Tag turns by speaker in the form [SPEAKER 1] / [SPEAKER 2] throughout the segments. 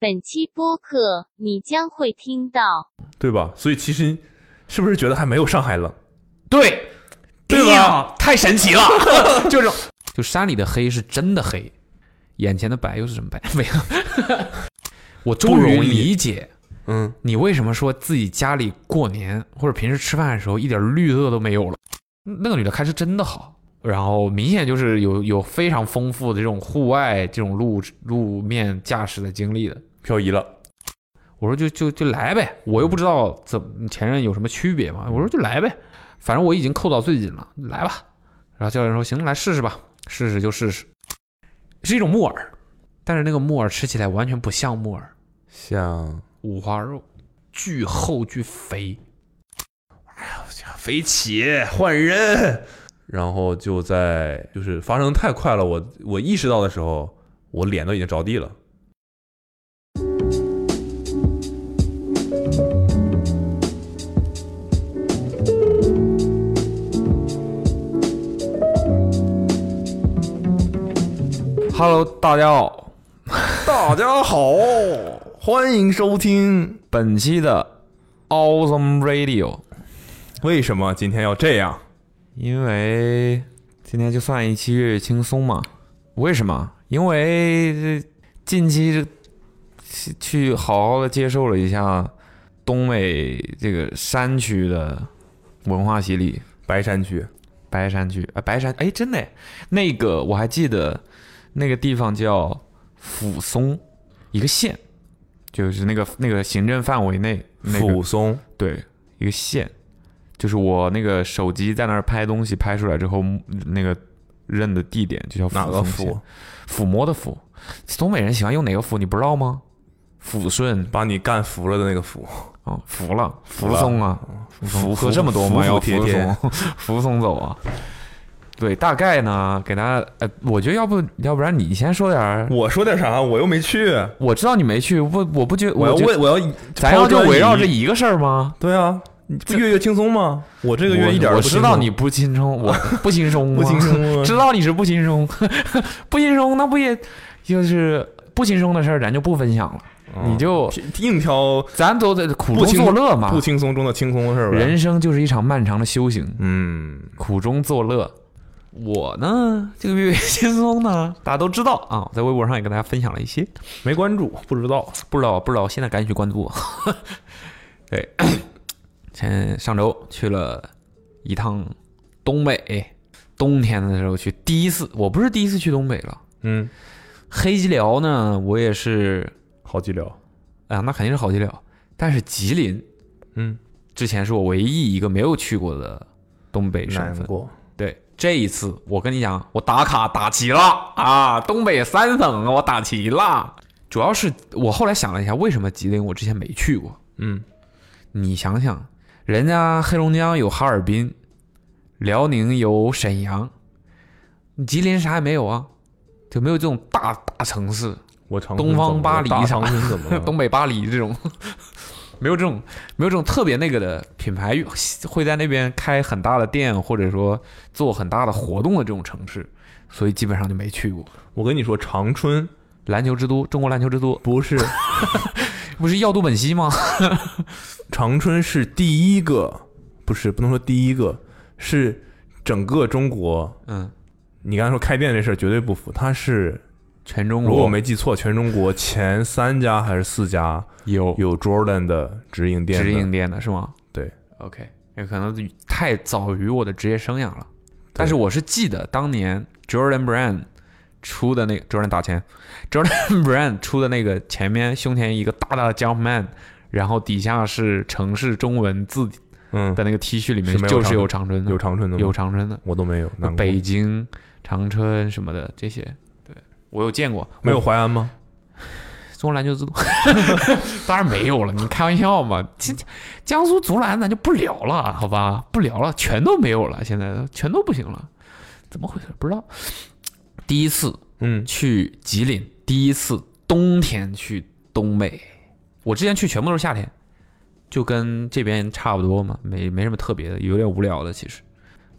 [SPEAKER 1] 本期播客你将会听到。
[SPEAKER 2] 对吧？所以其实是不是觉得还没有上海冷？
[SPEAKER 3] 对，
[SPEAKER 2] 对吧
[SPEAKER 3] 哎呀太神奇 了，就是就山里的黑是真的黑，眼前的白又是什么白？ 没有，我终
[SPEAKER 2] 不
[SPEAKER 3] 于
[SPEAKER 2] 容易
[SPEAKER 3] 理解
[SPEAKER 2] 嗯，
[SPEAKER 3] 你为什么说自己家里过年或者平时吃饭的时候一点绿色都没有了？那个女的开车真的好，然后明显就是有有非常丰富的这种户外这种路路面驾驶的经历的。
[SPEAKER 2] 漂移了，
[SPEAKER 3] 我说就就就来呗，我又不知道怎么前任有什么区别嘛。我说就来呗，反正我已经扣到最紧了，来吧。然后教练说行，来试试吧，试试就试试，是一种木耳，但是那个木耳吃起来完全不像木耳，
[SPEAKER 2] 像
[SPEAKER 3] 五花肉，巨厚巨肥，
[SPEAKER 2] 肥起换人，然后就在就是发生太快了，我我意识到的时候，我脸都已经着地了。
[SPEAKER 3] Hello，大家好，
[SPEAKER 4] 大家好，欢迎收听。
[SPEAKER 3] 本期的 Awesome Radio，
[SPEAKER 2] 为什么今天要这样？
[SPEAKER 3] 因为今天就算一期越轻松嘛。为什么？因为近期这去好好的接受了一下东北这个山区的文化洗礼，
[SPEAKER 2] 白山区，
[SPEAKER 3] 白山区啊，白山哎，真的耶，那个我还记得，那个地方叫抚松，一个县，就是那个那个行政范围内，那个
[SPEAKER 2] 抚松，
[SPEAKER 3] 对，一个线，就是我那个手机在那儿拍东西拍出来之后，嗯那个认的地点就叫
[SPEAKER 2] 哪
[SPEAKER 3] 抚
[SPEAKER 2] 个
[SPEAKER 3] 松县
[SPEAKER 2] 抚？
[SPEAKER 3] 抚摸的抚，东北人喜欢用哪个抚，你不知道吗？抚顺
[SPEAKER 2] 把你干服了的那个服，
[SPEAKER 3] 啊，服了，服
[SPEAKER 2] 了嗯
[SPEAKER 3] 松啊，
[SPEAKER 2] 服
[SPEAKER 3] 喝
[SPEAKER 2] 服
[SPEAKER 3] 这么多
[SPEAKER 2] 服
[SPEAKER 3] 吗？
[SPEAKER 2] 服
[SPEAKER 3] 要
[SPEAKER 2] 帖
[SPEAKER 3] 服
[SPEAKER 2] 帖
[SPEAKER 3] 松， 服松走啊。对，大概呢，给大家，呃，我觉得要不，要不然你先说点儿。
[SPEAKER 2] 我说点啥？我又没去，
[SPEAKER 3] 我知道你没去，我我不觉，
[SPEAKER 2] 我要
[SPEAKER 3] 觉
[SPEAKER 2] 问，我要
[SPEAKER 3] 咱要就
[SPEAKER 2] 抛砖
[SPEAKER 3] 围绕
[SPEAKER 2] 引
[SPEAKER 3] 这
[SPEAKER 2] 玉
[SPEAKER 3] 一个事儿吗？
[SPEAKER 2] 对啊，你不月月轻松吗？我这个月
[SPEAKER 3] 我
[SPEAKER 2] 一点儿
[SPEAKER 3] 我
[SPEAKER 2] 都不
[SPEAKER 3] 知
[SPEAKER 2] 轻
[SPEAKER 3] 道
[SPEAKER 2] 松
[SPEAKER 3] 你不轻 松，我不轻松，
[SPEAKER 2] 不轻，松啊，
[SPEAKER 3] 知道你是不轻松， 不轻松，那不也就是不轻松的事儿，咱就不分享了，
[SPEAKER 2] 嗯
[SPEAKER 3] 你就
[SPEAKER 2] 硬挑
[SPEAKER 3] 咱都得苦
[SPEAKER 2] 不
[SPEAKER 3] 中
[SPEAKER 2] 轻
[SPEAKER 3] 作乐嘛
[SPEAKER 2] 不。轻松中的轻松的事儿呗。
[SPEAKER 3] 人生就是一场漫长的修行，
[SPEAKER 2] 嗯，
[SPEAKER 3] 苦中作乐。我呢，这个月月轻松呢， 大家都知道啊，我在微博上也跟大家分享了一些，
[SPEAKER 2] 没关注，不知道。
[SPEAKER 3] 不知道不知道，现在赶紧去关注我。 对， 前上周去了一趟东北，冬天的时候去，第一次我不是第一次去东北了，
[SPEAKER 2] 嗯，
[SPEAKER 3] 黑吉辽呢，我也是
[SPEAKER 2] 好寂寥。
[SPEAKER 3] 啊，那肯定是好吉辽，但是吉林
[SPEAKER 2] 嗯，
[SPEAKER 3] 之前是我唯一一个没有去过的东北省份。
[SPEAKER 2] 过。
[SPEAKER 3] 对，这一次我跟你讲，我打卡打齐了啊，东北三省啊我打齐了。主要是我后来想了一下，为什么吉林我之前没去过？
[SPEAKER 2] 嗯，
[SPEAKER 3] 你想想，人家黑龙江有哈尔滨，辽宁有沈阳，吉林啥也没有啊，就没有这种大大城市。
[SPEAKER 2] 我长
[SPEAKER 3] 东方巴黎
[SPEAKER 2] 大
[SPEAKER 3] 啥
[SPEAKER 2] 长春怎么 了？
[SPEAKER 3] 东北巴黎这种，没有这种没有这种特别那个的品牌会在那边开很大的店，或者说做很大的活动的这种城市，所以基本上就没去过。
[SPEAKER 2] 我跟你说，长春
[SPEAKER 3] 篮球之都，中国篮球之都，
[SPEAKER 2] 不是
[SPEAKER 3] 不是耀都本溪吗？
[SPEAKER 2] 长春是第一个，不是不能说第一个，是整个中国。
[SPEAKER 3] 嗯，
[SPEAKER 2] 你刚才说开店这事儿绝对不服，它是
[SPEAKER 3] 全中国
[SPEAKER 2] 如果我没记错，全中国前三家还是四家
[SPEAKER 3] 有
[SPEAKER 2] 有 Jordan 的直营店的，
[SPEAKER 3] 直营店的是吗？
[SPEAKER 2] 对
[SPEAKER 3] ，OK，也可能太早于我的职业生涯了，但是我是记得当年 Jordan Brand 出的那个 Jordan 打钱，Jordan Brand 出的那个前面胸前一个大大的 Jumpman，然后底下是城市中文字
[SPEAKER 2] 嗯，
[SPEAKER 3] 的那个 T 恤里面
[SPEAKER 2] 是没有
[SPEAKER 3] 就是有
[SPEAKER 2] 长
[SPEAKER 3] 长春的，
[SPEAKER 2] 有长春的吗
[SPEAKER 3] 有长春的，
[SPEAKER 2] 我都没有，难过
[SPEAKER 3] 北京、长春什么的这些，对我有见过，
[SPEAKER 2] 没有淮安吗？
[SPEAKER 3] 中国篮球之都， 当然没有了，你开玩笑嘛？江江苏足篮咱就不聊了，好吧？不聊了，全都没有了，现在全都不行了，怎么回事？不知道。第一次
[SPEAKER 2] 嗯，
[SPEAKER 3] 去吉林，第一次冬天去东北，我之前去全部都是夏天，就跟这边差不多嘛，没没什么特别的，有点无聊的其实。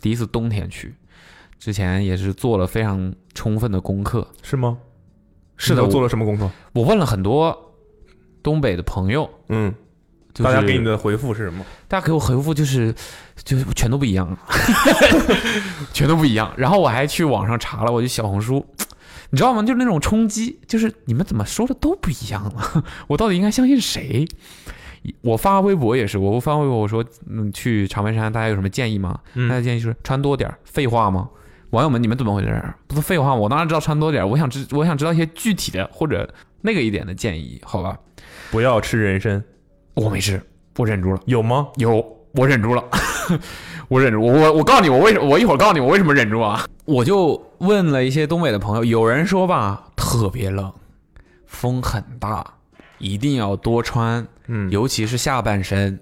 [SPEAKER 3] 第一次冬天去，之前也是做了非常充分的功课，
[SPEAKER 2] 是吗？
[SPEAKER 3] 是的
[SPEAKER 2] 你都
[SPEAKER 3] 我
[SPEAKER 2] 做了什么工作？
[SPEAKER 3] 我问了很多东北的朋友，
[SPEAKER 2] 嗯，
[SPEAKER 3] 就是、
[SPEAKER 2] 大家给你的回复是什么？
[SPEAKER 3] 大家给我回复就是，就是全都不一样， 全都不一样。然后我还去网上查了，我就小红书，你知道吗？就是那种冲击，就是你们怎么说的都不一样了，我到底应该相信谁？我发微博也是，我发微博我说，嗯，去长白山大家有什么建议吗？
[SPEAKER 2] 嗯
[SPEAKER 3] 大家建议就是穿多点儿，废话吗？网友们，你们怎么回事儿？不是废话吗，我当然知道穿多点儿，我想知我想知道一些具体的或者那个一点的建议，好吧？
[SPEAKER 2] 不要吃人参，
[SPEAKER 3] 我没吃，我忍住了。
[SPEAKER 2] 有吗？
[SPEAKER 3] 有，我忍住了，我忍住，我我我告诉你，我为什我一会儿告诉你我为什么忍住啊。我就问了一些东北的朋友，有人说吧，特别冷，风很大，一定要多穿，
[SPEAKER 2] 嗯
[SPEAKER 3] 尤其是下半身，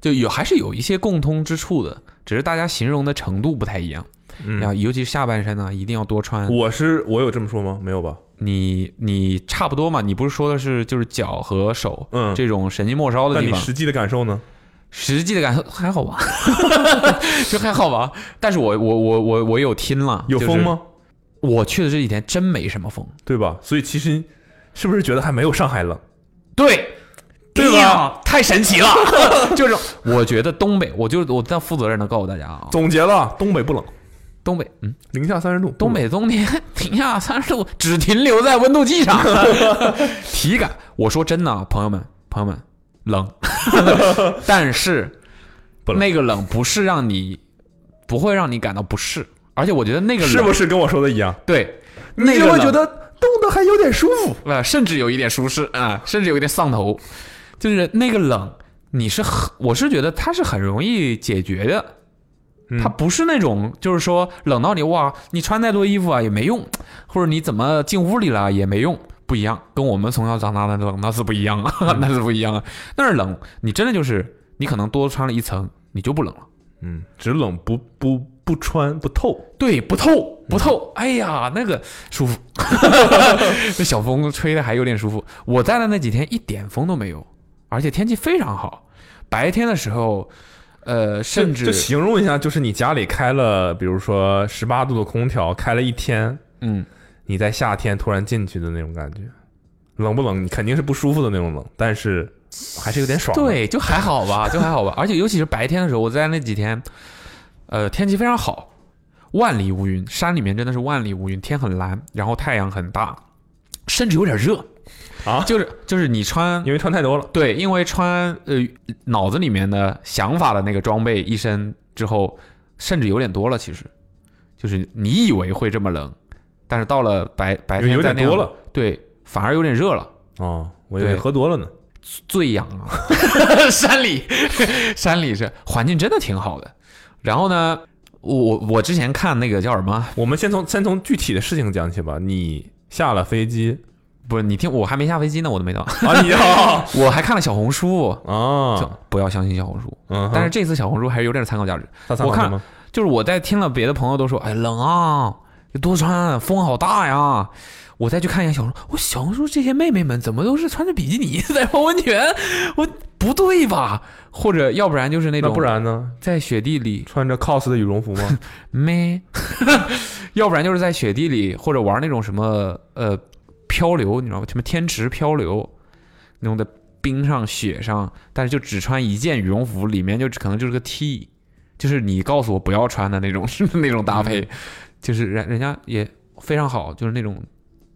[SPEAKER 3] 就有还是有一些共通之处的，只是大家形容的程度不太一样。
[SPEAKER 2] 嗯
[SPEAKER 3] 然后尤其是下半身呢，一定要多穿。
[SPEAKER 2] 我是我有这么说吗？没有吧？
[SPEAKER 3] 你你差不多嘛，你不是说的是就是脚和手，
[SPEAKER 2] 嗯
[SPEAKER 3] 这种神经末梢的
[SPEAKER 2] 但
[SPEAKER 3] 地
[SPEAKER 2] 你
[SPEAKER 3] 方。
[SPEAKER 2] 实际的感受呢？
[SPEAKER 3] 实际的感受还 好吧，就还好吧。但是我我我我我有听了，
[SPEAKER 2] 有
[SPEAKER 3] 就是
[SPEAKER 2] 风？吗？
[SPEAKER 3] 我去的这几天真没什么风，
[SPEAKER 2] 对吧？所以其实是不是觉得还没有上海冷？
[SPEAKER 3] 对。
[SPEAKER 2] 对吧
[SPEAKER 3] 哎呀？太神奇了， 就是我觉得东北，我就我在负责任的告诉大家啊，
[SPEAKER 2] 总结了，东北不冷，
[SPEAKER 3] 东北，嗯，
[SPEAKER 2] 零下三十度。
[SPEAKER 3] 东北冬天零下三十度，只停留在温度计 上，体感。我说真的啊，朋友们，朋友们， 冷，但是
[SPEAKER 2] 不冷
[SPEAKER 3] 那个冷不是让你不会让你感到不适，而且我觉得那个冷
[SPEAKER 2] 是不是跟我说的一样？
[SPEAKER 3] 对，
[SPEAKER 2] 你
[SPEAKER 3] 那
[SPEAKER 2] 就
[SPEAKER 3] 个
[SPEAKER 2] 会
[SPEAKER 3] 冷
[SPEAKER 2] 觉得冻得还有点舒服。
[SPEAKER 3] 呃，甚至有一点舒适啊、甚至有一点上头，就是那个冷，你是很，我是觉得它是很容易解决的，
[SPEAKER 2] 嗯
[SPEAKER 3] 它不是那种就是说冷到你哇，你穿再多衣服啊也没用，或者你怎么进屋里了也没用。不一样，跟我们从小长大的冷那是不一样啊， 那是不一样啊。那是冷，你真的就是你可能多穿了一层，你就不冷了。
[SPEAKER 2] 嗯，只冷不不不穿不透。
[SPEAKER 3] 对，
[SPEAKER 2] 嗯
[SPEAKER 3] 不透不透，哎呀，那个 舒服，那小风吹的还有点舒服。我在的那几天一点风都没有，而且天气非常好。白天的时候，呃，甚
[SPEAKER 2] 就
[SPEAKER 3] 至
[SPEAKER 2] 形容一下，就是你家里开了，比如说十八度的空调，开了一天，
[SPEAKER 3] 嗯，
[SPEAKER 2] 你在夏天突然进去的那种感觉，冷不冷？你肯定是不舒服的那种冷，但是还是有点爽。，
[SPEAKER 3] 对，就还好吧，就还好吧。而且尤其是白天的时候，我在那几天，呃，天气非常好，万里无云，山里面真的是万里无云，天很蓝，然后太阳很大，甚至有点热
[SPEAKER 2] 啊
[SPEAKER 3] 就是就是你穿
[SPEAKER 2] 因为穿太多了。
[SPEAKER 3] 对，因为穿呃脑子里面的想法的那个装备一身之后，甚至有点多了。其实，就是你以为会这么冷，但是到了白白天
[SPEAKER 2] 有点
[SPEAKER 3] 再那样
[SPEAKER 2] 多了，
[SPEAKER 3] 对，反而有点热了，
[SPEAKER 2] 哦，我以为
[SPEAKER 3] 对
[SPEAKER 2] 喝多了呢。
[SPEAKER 3] 最痒啊！ 山里，山里是环境真的挺好的。然后呢，我我我之前看那个叫什么？
[SPEAKER 2] 我们先从先从具体的事情讲起吧。你下了飞机
[SPEAKER 3] 不是你听，我还没下飞机呢，我都没到，
[SPEAKER 2] 啊，你 啊
[SPEAKER 3] 我还看了小红书。就
[SPEAKER 2] 啊，
[SPEAKER 3] 不要相信小红书，
[SPEAKER 2] 嗯哼，
[SPEAKER 3] 但是这次小红书还是有点参考价值。
[SPEAKER 2] 他参考
[SPEAKER 3] 我看
[SPEAKER 2] 什么
[SPEAKER 3] 就是我在听了别的朋友都说，哎，冷啊，多穿啊，风好大呀。我再去看一下小红书，我小红书这些妹妹们怎么都是穿着比基尼在泡温泉？我不对吧？或者要不然就是那
[SPEAKER 2] 那
[SPEAKER 3] 种，
[SPEAKER 2] 不然呢？
[SPEAKER 3] 在雪地里
[SPEAKER 2] 穿着 cos 的羽绒服吗？
[SPEAKER 3] 咩，要不然就是在雪地里或者玩那种什么呃漂流，你知道吗？什么天池漂流，那种在冰上雪上，但是就只穿一件羽绒服，里面就只可能就是个 T，就是你告诉我不要穿的那种那种搭配，就是人人家也非常好，就是那种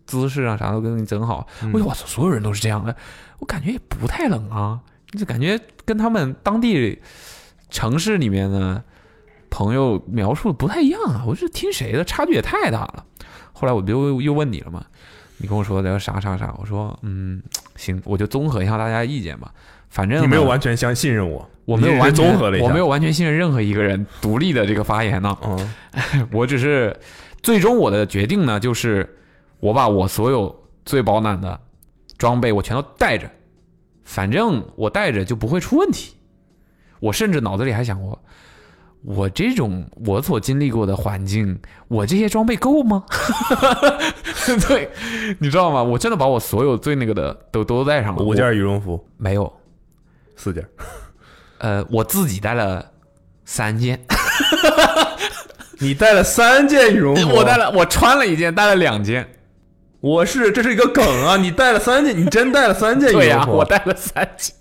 [SPEAKER 3] 姿势啊啥都给你整好。
[SPEAKER 2] 嗯
[SPEAKER 3] 我就哇塞，所有人都是这样的，我感觉也不太冷啊，就感觉跟他们当地城市里面的朋友描述的不太一样啊。我是听谁的，差距也太大了。后来我不又又问你了嘛，你跟我说的啥啥啥，我说嗯行，我就综合一下大家意见吧。反正
[SPEAKER 2] 你没有
[SPEAKER 3] 呢
[SPEAKER 2] 完全相信任我，
[SPEAKER 3] 我没有
[SPEAKER 2] 你只
[SPEAKER 3] 完
[SPEAKER 2] 是
[SPEAKER 3] 全
[SPEAKER 2] 综合了一下，
[SPEAKER 3] 我没有完全信任任何一个人独立的这个发言呢、
[SPEAKER 2] 嗯，
[SPEAKER 3] 我只是最终我的决定呢，就是我把我所有最保暖的装备我全都带着，反正我带着就不会出问题。我甚至脑子里还想过，我这种我所经历过的环境，我这些装备够吗？ 对，你知道吗？我真的把我所有最那个的都都带上了，
[SPEAKER 2] 五
[SPEAKER 3] 我
[SPEAKER 2] 件羽绒服，
[SPEAKER 3] 没有，
[SPEAKER 2] 四件。
[SPEAKER 3] 呃，我自己带了三件。
[SPEAKER 2] 你带了三件羽绒服，
[SPEAKER 3] 我带了，我穿了一件，带了两件。
[SPEAKER 2] 我是这是一个梗啊！你带了三件，你真带了三件羽
[SPEAKER 3] 对呀、
[SPEAKER 2] 绒服，
[SPEAKER 3] 我带了三件，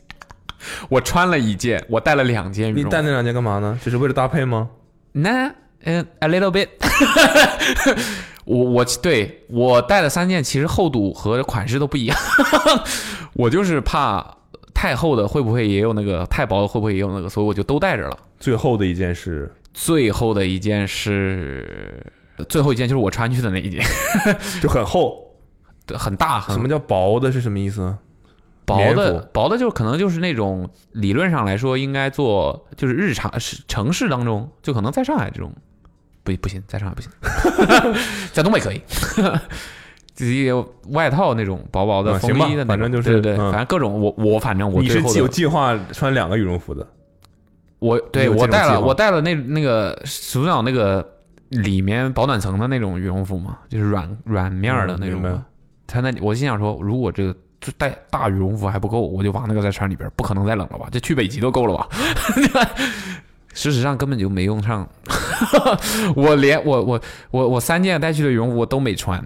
[SPEAKER 3] 我穿了一件，我带了两件羽
[SPEAKER 2] 你
[SPEAKER 3] 绒
[SPEAKER 2] 带
[SPEAKER 3] 服。
[SPEAKER 2] 那两件干嘛呢？只是为了搭配吗？
[SPEAKER 3] 那嗯、a little bit 我。我对我带了三件，其实厚度和款式都不一样。 我就是怕太厚的会不会也有那个，太薄的会不会也有那个，所以我就都带着了。
[SPEAKER 2] 最后的一件是
[SPEAKER 3] 最后的一件是，最后一件就是我穿去的那一件，
[SPEAKER 2] 就很厚，
[SPEAKER 3] 对很大，很
[SPEAKER 2] 什么叫薄的？是什么意思？
[SPEAKER 3] 薄
[SPEAKER 2] 棉服
[SPEAKER 3] 的薄的，就是可能就是那种理论上来说应该做，就是日常是城市当中，就可能在上海这种，不不行，在上 海不行，在东北可以， 自己有外套那种薄薄的
[SPEAKER 2] 嗯
[SPEAKER 3] 风
[SPEAKER 2] 行吧
[SPEAKER 3] 衣的那种，
[SPEAKER 2] 反正就是
[SPEAKER 3] 对对对，
[SPEAKER 2] 嗯
[SPEAKER 3] 反正各种我我反正我
[SPEAKER 2] 你
[SPEAKER 3] 最
[SPEAKER 2] 是
[SPEAKER 3] 后
[SPEAKER 2] 有
[SPEAKER 3] 的
[SPEAKER 2] 计划穿两个羽绒服的，
[SPEAKER 3] 我对
[SPEAKER 2] 有这
[SPEAKER 3] 我
[SPEAKER 2] 种
[SPEAKER 3] 带了
[SPEAKER 2] 计划
[SPEAKER 3] 我带了那那个鼠鸟那个里面保暖层的那种羽绒服嘛，就是软软面儿的
[SPEAKER 2] 嗯
[SPEAKER 3] 那种
[SPEAKER 2] 明白
[SPEAKER 3] 嘛。他那我心想说，如果这个就带大羽绒服还不够，我就把那个再穿里边儿，不可能再冷了吧？这去北极都够了吧？ 事实上根本就没用上， 我连我我我我三件带去的羽绒服我都没穿，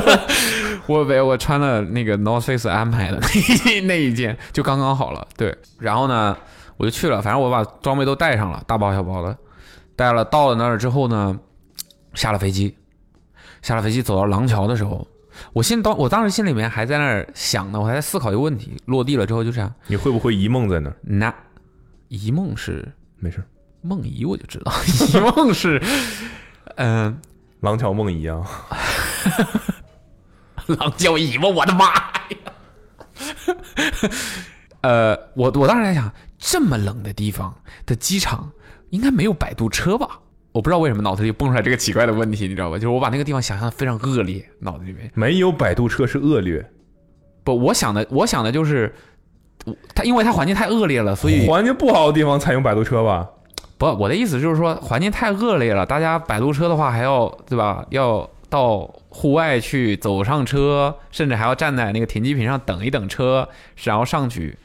[SPEAKER 3] 我没我穿了那个 North Face 安排的 那一那一件就刚刚好了，对。然后呢，我就去了，反正我把装备都带上了，大包小包的，带了。到了那儿之后呢，下了飞机，下了飞机走到廊桥的时候，我心当我当时心里面还在那儿想呢，我还在思考一个问题：落地了之后就这样，
[SPEAKER 2] 你会不会一梦在那儿？
[SPEAKER 3] 那一梦是
[SPEAKER 2] 没事儿，
[SPEAKER 3] 梦遗，我就知道 一梦是，嗯、
[SPEAKER 2] 廊桥梦遗啊，
[SPEAKER 3] 狼叫尾巴，我的妈呀！ 呃，我我当时在想，这么冷的地方的机场，应该没有摆渡车吧？我不知道为什么脑子里蹦出来这个奇怪的问题，你知道吧？就是我把那个地方想象的非常恶劣，脑子里面
[SPEAKER 2] 没有摆渡车是恶劣，
[SPEAKER 3] 不，我想的我想的就是，我它因为它环境太恶劣了，所以
[SPEAKER 2] 环境不好的地方才用摆渡车吧？
[SPEAKER 3] 不，我的意思就是说，环境太恶劣了，大家摆渡车的话还要对吧？要到户外去走上车，甚至还要站在那个停机坪上等一等车，然后上去。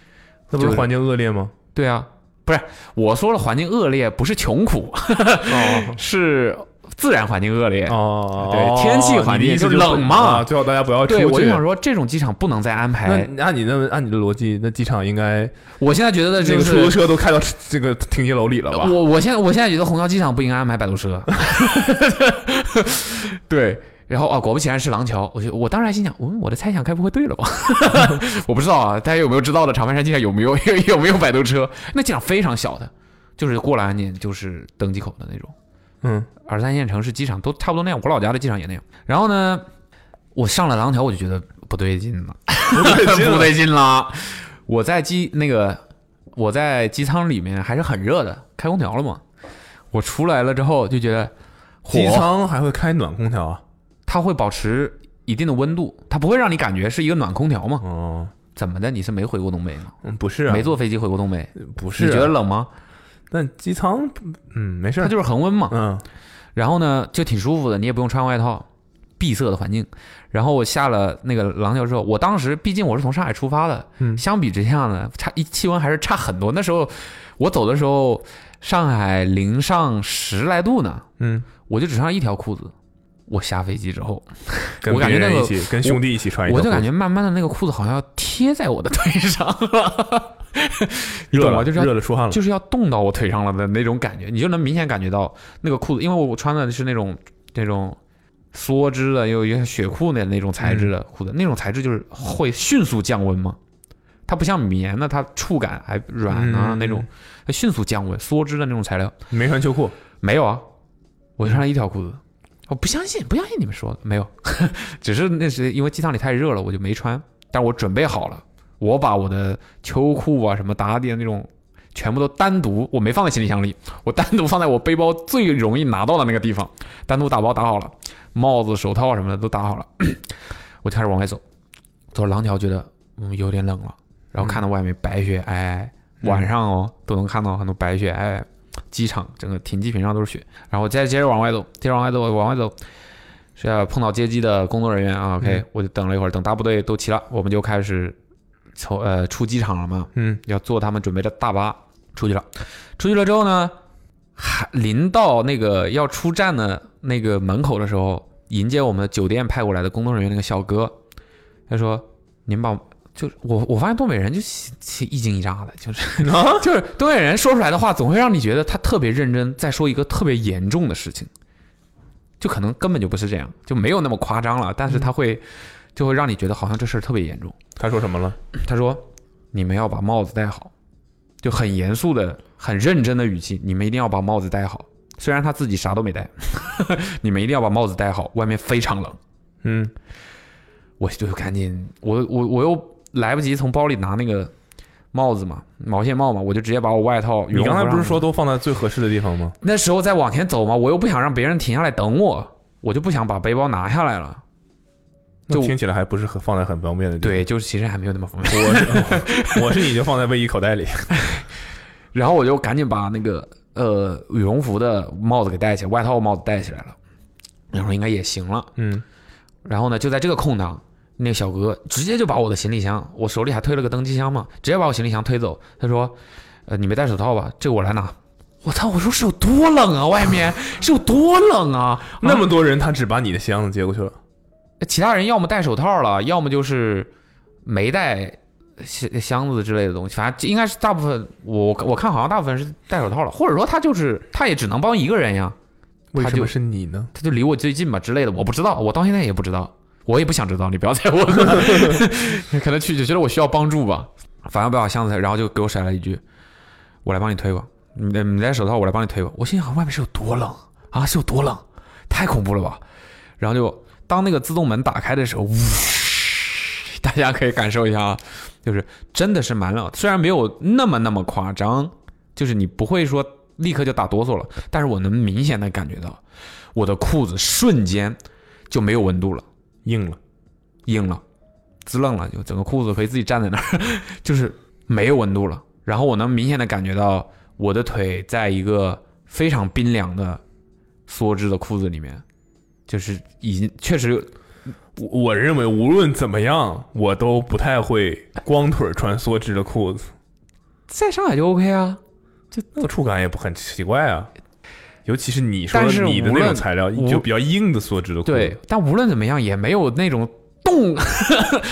[SPEAKER 2] 那不
[SPEAKER 3] 就是是
[SPEAKER 2] 环境恶劣吗？
[SPEAKER 3] 对啊，不是我说了，环境恶劣不是穷苦，
[SPEAKER 2] 哦
[SPEAKER 3] 是自然环境恶劣。
[SPEAKER 2] 哦，
[SPEAKER 3] 对天气环境
[SPEAKER 2] 你的意思
[SPEAKER 3] 就冷嘛
[SPEAKER 2] 啊最好大家不要出去。
[SPEAKER 3] 对，我就想说，这种机场不能再安
[SPEAKER 2] 那
[SPEAKER 3] 排。
[SPEAKER 2] 按你那按你的逻辑，那机场应该
[SPEAKER 3] 我现在觉得
[SPEAKER 2] 这
[SPEAKER 3] 就
[SPEAKER 2] 个出租
[SPEAKER 3] 是，
[SPEAKER 2] 车都开到这个停机楼里了吧？
[SPEAKER 3] 我我现在我现在觉得虹桥机场不应该安排摆渡车。 对，然后啊，果不其然是廊桥。我就我当时还心想，嗯，我的猜想该不会对了吧？ 我不知道啊，大家有没有知道的？长白山机场有没有 有有没有摆渡车？那机场非常小的，就是过了安检就是登机口的那种。
[SPEAKER 2] 嗯，
[SPEAKER 3] 二三线城市机场都差不多那样，我老家的机场也那样。然后呢，我上了廊桥，我就觉得不对劲了，
[SPEAKER 2] 不 对劲
[SPEAKER 3] 不
[SPEAKER 2] 了
[SPEAKER 3] 对劲了。我在机那个我在机舱里面还是很热的，开空调了嘛。我出来了之后就觉得
[SPEAKER 2] 机
[SPEAKER 3] 火，
[SPEAKER 2] 舱还会开暖空调 啊？
[SPEAKER 3] 它会保持一定的温度，它不会让你感觉是一个暖空调嘛？
[SPEAKER 2] 哦，
[SPEAKER 3] 怎么的？你是没回过东北吗？
[SPEAKER 2] 嗯，不是啊，
[SPEAKER 3] 没坐飞机回过东北？
[SPEAKER 2] 不是啊，
[SPEAKER 3] 你觉得冷吗？
[SPEAKER 2] 但机舱，嗯，没事
[SPEAKER 3] 它
[SPEAKER 2] 儿，
[SPEAKER 3] 就是恒温嘛。
[SPEAKER 2] 嗯，
[SPEAKER 3] 然后呢，就挺舒服的，你也不用穿外套，闭塞的环境。然后我下了那个廊桥之后，我当时毕竟我是从上海出发的，
[SPEAKER 2] 嗯
[SPEAKER 3] 相比之下呢，差一气温还是差很多。那时候我走的时候，上海零上十来度呢，
[SPEAKER 2] 嗯，
[SPEAKER 3] 我就只穿一条裤子。我下飞机之后，
[SPEAKER 2] 跟
[SPEAKER 3] 我感
[SPEAKER 2] 别
[SPEAKER 3] 觉那
[SPEAKER 2] 人
[SPEAKER 3] 个
[SPEAKER 2] 一起，跟兄弟一起哎穿一条
[SPEAKER 3] 我
[SPEAKER 2] 裤
[SPEAKER 3] 就
[SPEAKER 2] 子，
[SPEAKER 3] 感觉慢慢的那个裤子好像要贴在我的腿上了， 你
[SPEAKER 2] 热
[SPEAKER 3] 懂吗？
[SPEAKER 2] 了，
[SPEAKER 3] 就是要
[SPEAKER 2] 热了，出汗了，
[SPEAKER 3] 就是要冻到我腿上了的那种感觉，你就能明显感觉到那个裤子，因为我我穿的是那种那种梭织的，有有点雪裤的那种材质的裤子，那种材质就是会迅速降温嘛，它不像棉的，它触感还软啊、
[SPEAKER 2] 嗯
[SPEAKER 3] 那种，它迅速降温，梭织的那种材料
[SPEAKER 2] 没穿秋裤，
[SPEAKER 3] 没有啊，我穿了一条裤子。我不相信，不相信你们说的没有， 只是那是因为机舱里太热了，我就没穿。但我准备好了，我把我的秋裤啊、什么打底的那种，全部都单独，我没放在行李箱里，我单独放在我背包最容易拿到的那个地方，单独打包打好了，帽子、手套什么的都打好了， 我就开始往外走。走到廊桥，觉得嗯有点冷了，然后看到外面白雪皑皑，晚上哦都能看到很多白雪皑皑，机场整个停机坪上都是雪。然后再接着往外走，接着往外走，往外走，是要碰到接机的工作人员啊。OK，、我就等了一会儿，等大部队都齐了，我们就开始从呃出机场了嘛，
[SPEAKER 2] 嗯，
[SPEAKER 3] 要坐他们准备的大巴出去了。出去了之后呢，还临到那个要出站的那个门口的时候，迎接我们的酒店派过来的工作人员那个小哥，他说：“您把就是我我发现东北人就喜喜一惊一乍的，就是、 就是东北人说出来的话，总会让你觉得他特别认真，在说一个特别严重的事情，就可能根本就不是这样，就没有那么夸张了，但是他会、就会让你觉得好像这事儿特别严重。”
[SPEAKER 2] 他说什么了？
[SPEAKER 3] 他说：“你们要把帽子戴好。”就很严肃的、很认真的语气，你们一定要把帽子戴好。虽然他自己啥都没戴， 你们一定要把帽子戴好，外面非常冷。
[SPEAKER 2] 嗯，
[SPEAKER 3] 我就赶紧，我我我又来不及从包里拿那个帽子嘛，毛线帽嘛，我就直接把我外套。
[SPEAKER 2] 你
[SPEAKER 3] 羽绒服
[SPEAKER 2] 刚才不是
[SPEAKER 3] 上
[SPEAKER 2] 说都放在最合适的地方吗？
[SPEAKER 3] 那时候再往前走嘛，我又不想让别人停下来等我，我就不想把背包拿下来了。
[SPEAKER 2] 那
[SPEAKER 3] 就
[SPEAKER 2] 听起来还不是很放在很方便的地方。
[SPEAKER 3] 对，就是其实还没有那么方便。
[SPEAKER 2] 对，我是已经放在卫衣口袋里。
[SPEAKER 3] 然后我就赶紧把那个呃羽绒服的帽子给戴起来，外套帽子戴起来了，然后应该也行了。
[SPEAKER 2] 嗯，
[SPEAKER 3] 然后呢，就在这个空档，那个小哥直接就把我的行李箱，我手里还推了个登机箱嘛，直接把我行李箱推走。他说：“呃，你没戴手套吧？这个我来拿。”我操！我说是有多冷啊，外面是有多冷啊！
[SPEAKER 2] 那么多人，他只把你的箱子接过去了。
[SPEAKER 3] 其他人要么戴手套了，要么就是没戴箱箱子之类的东西，反正应该是大部分我我看好像大部分是戴手套了，或者说他就是他也只能帮一个人呀，
[SPEAKER 2] 为
[SPEAKER 3] 他
[SPEAKER 2] 什
[SPEAKER 3] 就
[SPEAKER 2] 么是你呢？
[SPEAKER 3] 他就离我最近吧之类的，我不知道，我到现在也不知道，我也不想知道，你不要再问了，可能去就觉得我需要帮助吧，反正把我箱子，然后就给我甩了一句，我来帮你推吧，你的你戴手套，我来帮你推吧，我心想外面是有多冷啊，是有多冷，太恐怖了吧，然后就当那个自动门打开的时候，呜， 大家可以感受一下啊，就是真的是蛮冷，虽然没有那么那么夸张，就是你不会说立刻就打哆嗦了，但是我能明显的感觉到。我的裤子瞬间就没有温度了，
[SPEAKER 2] 硬了。
[SPEAKER 3] 硬了，滋愣了，就整个裤子可以自己站在那儿， 就是没有温度了。然后我能明显的感觉到我的腿在一个非常冰凉的梭织的裤子里面，就是已经确实有
[SPEAKER 2] 我我认为无论怎么样，我都不太会光腿穿梭织的裤子，
[SPEAKER 3] 在上海就 OK 啊。
[SPEAKER 2] 这那个触感也不很奇怪啊。尤其是你说
[SPEAKER 3] 但是
[SPEAKER 2] 你的
[SPEAKER 3] 无
[SPEAKER 2] 那种
[SPEAKER 3] 论
[SPEAKER 2] 材料，
[SPEAKER 3] 无
[SPEAKER 2] 就比较硬的梭织的裤子。
[SPEAKER 3] 对，，但无论怎么样也没有那种冻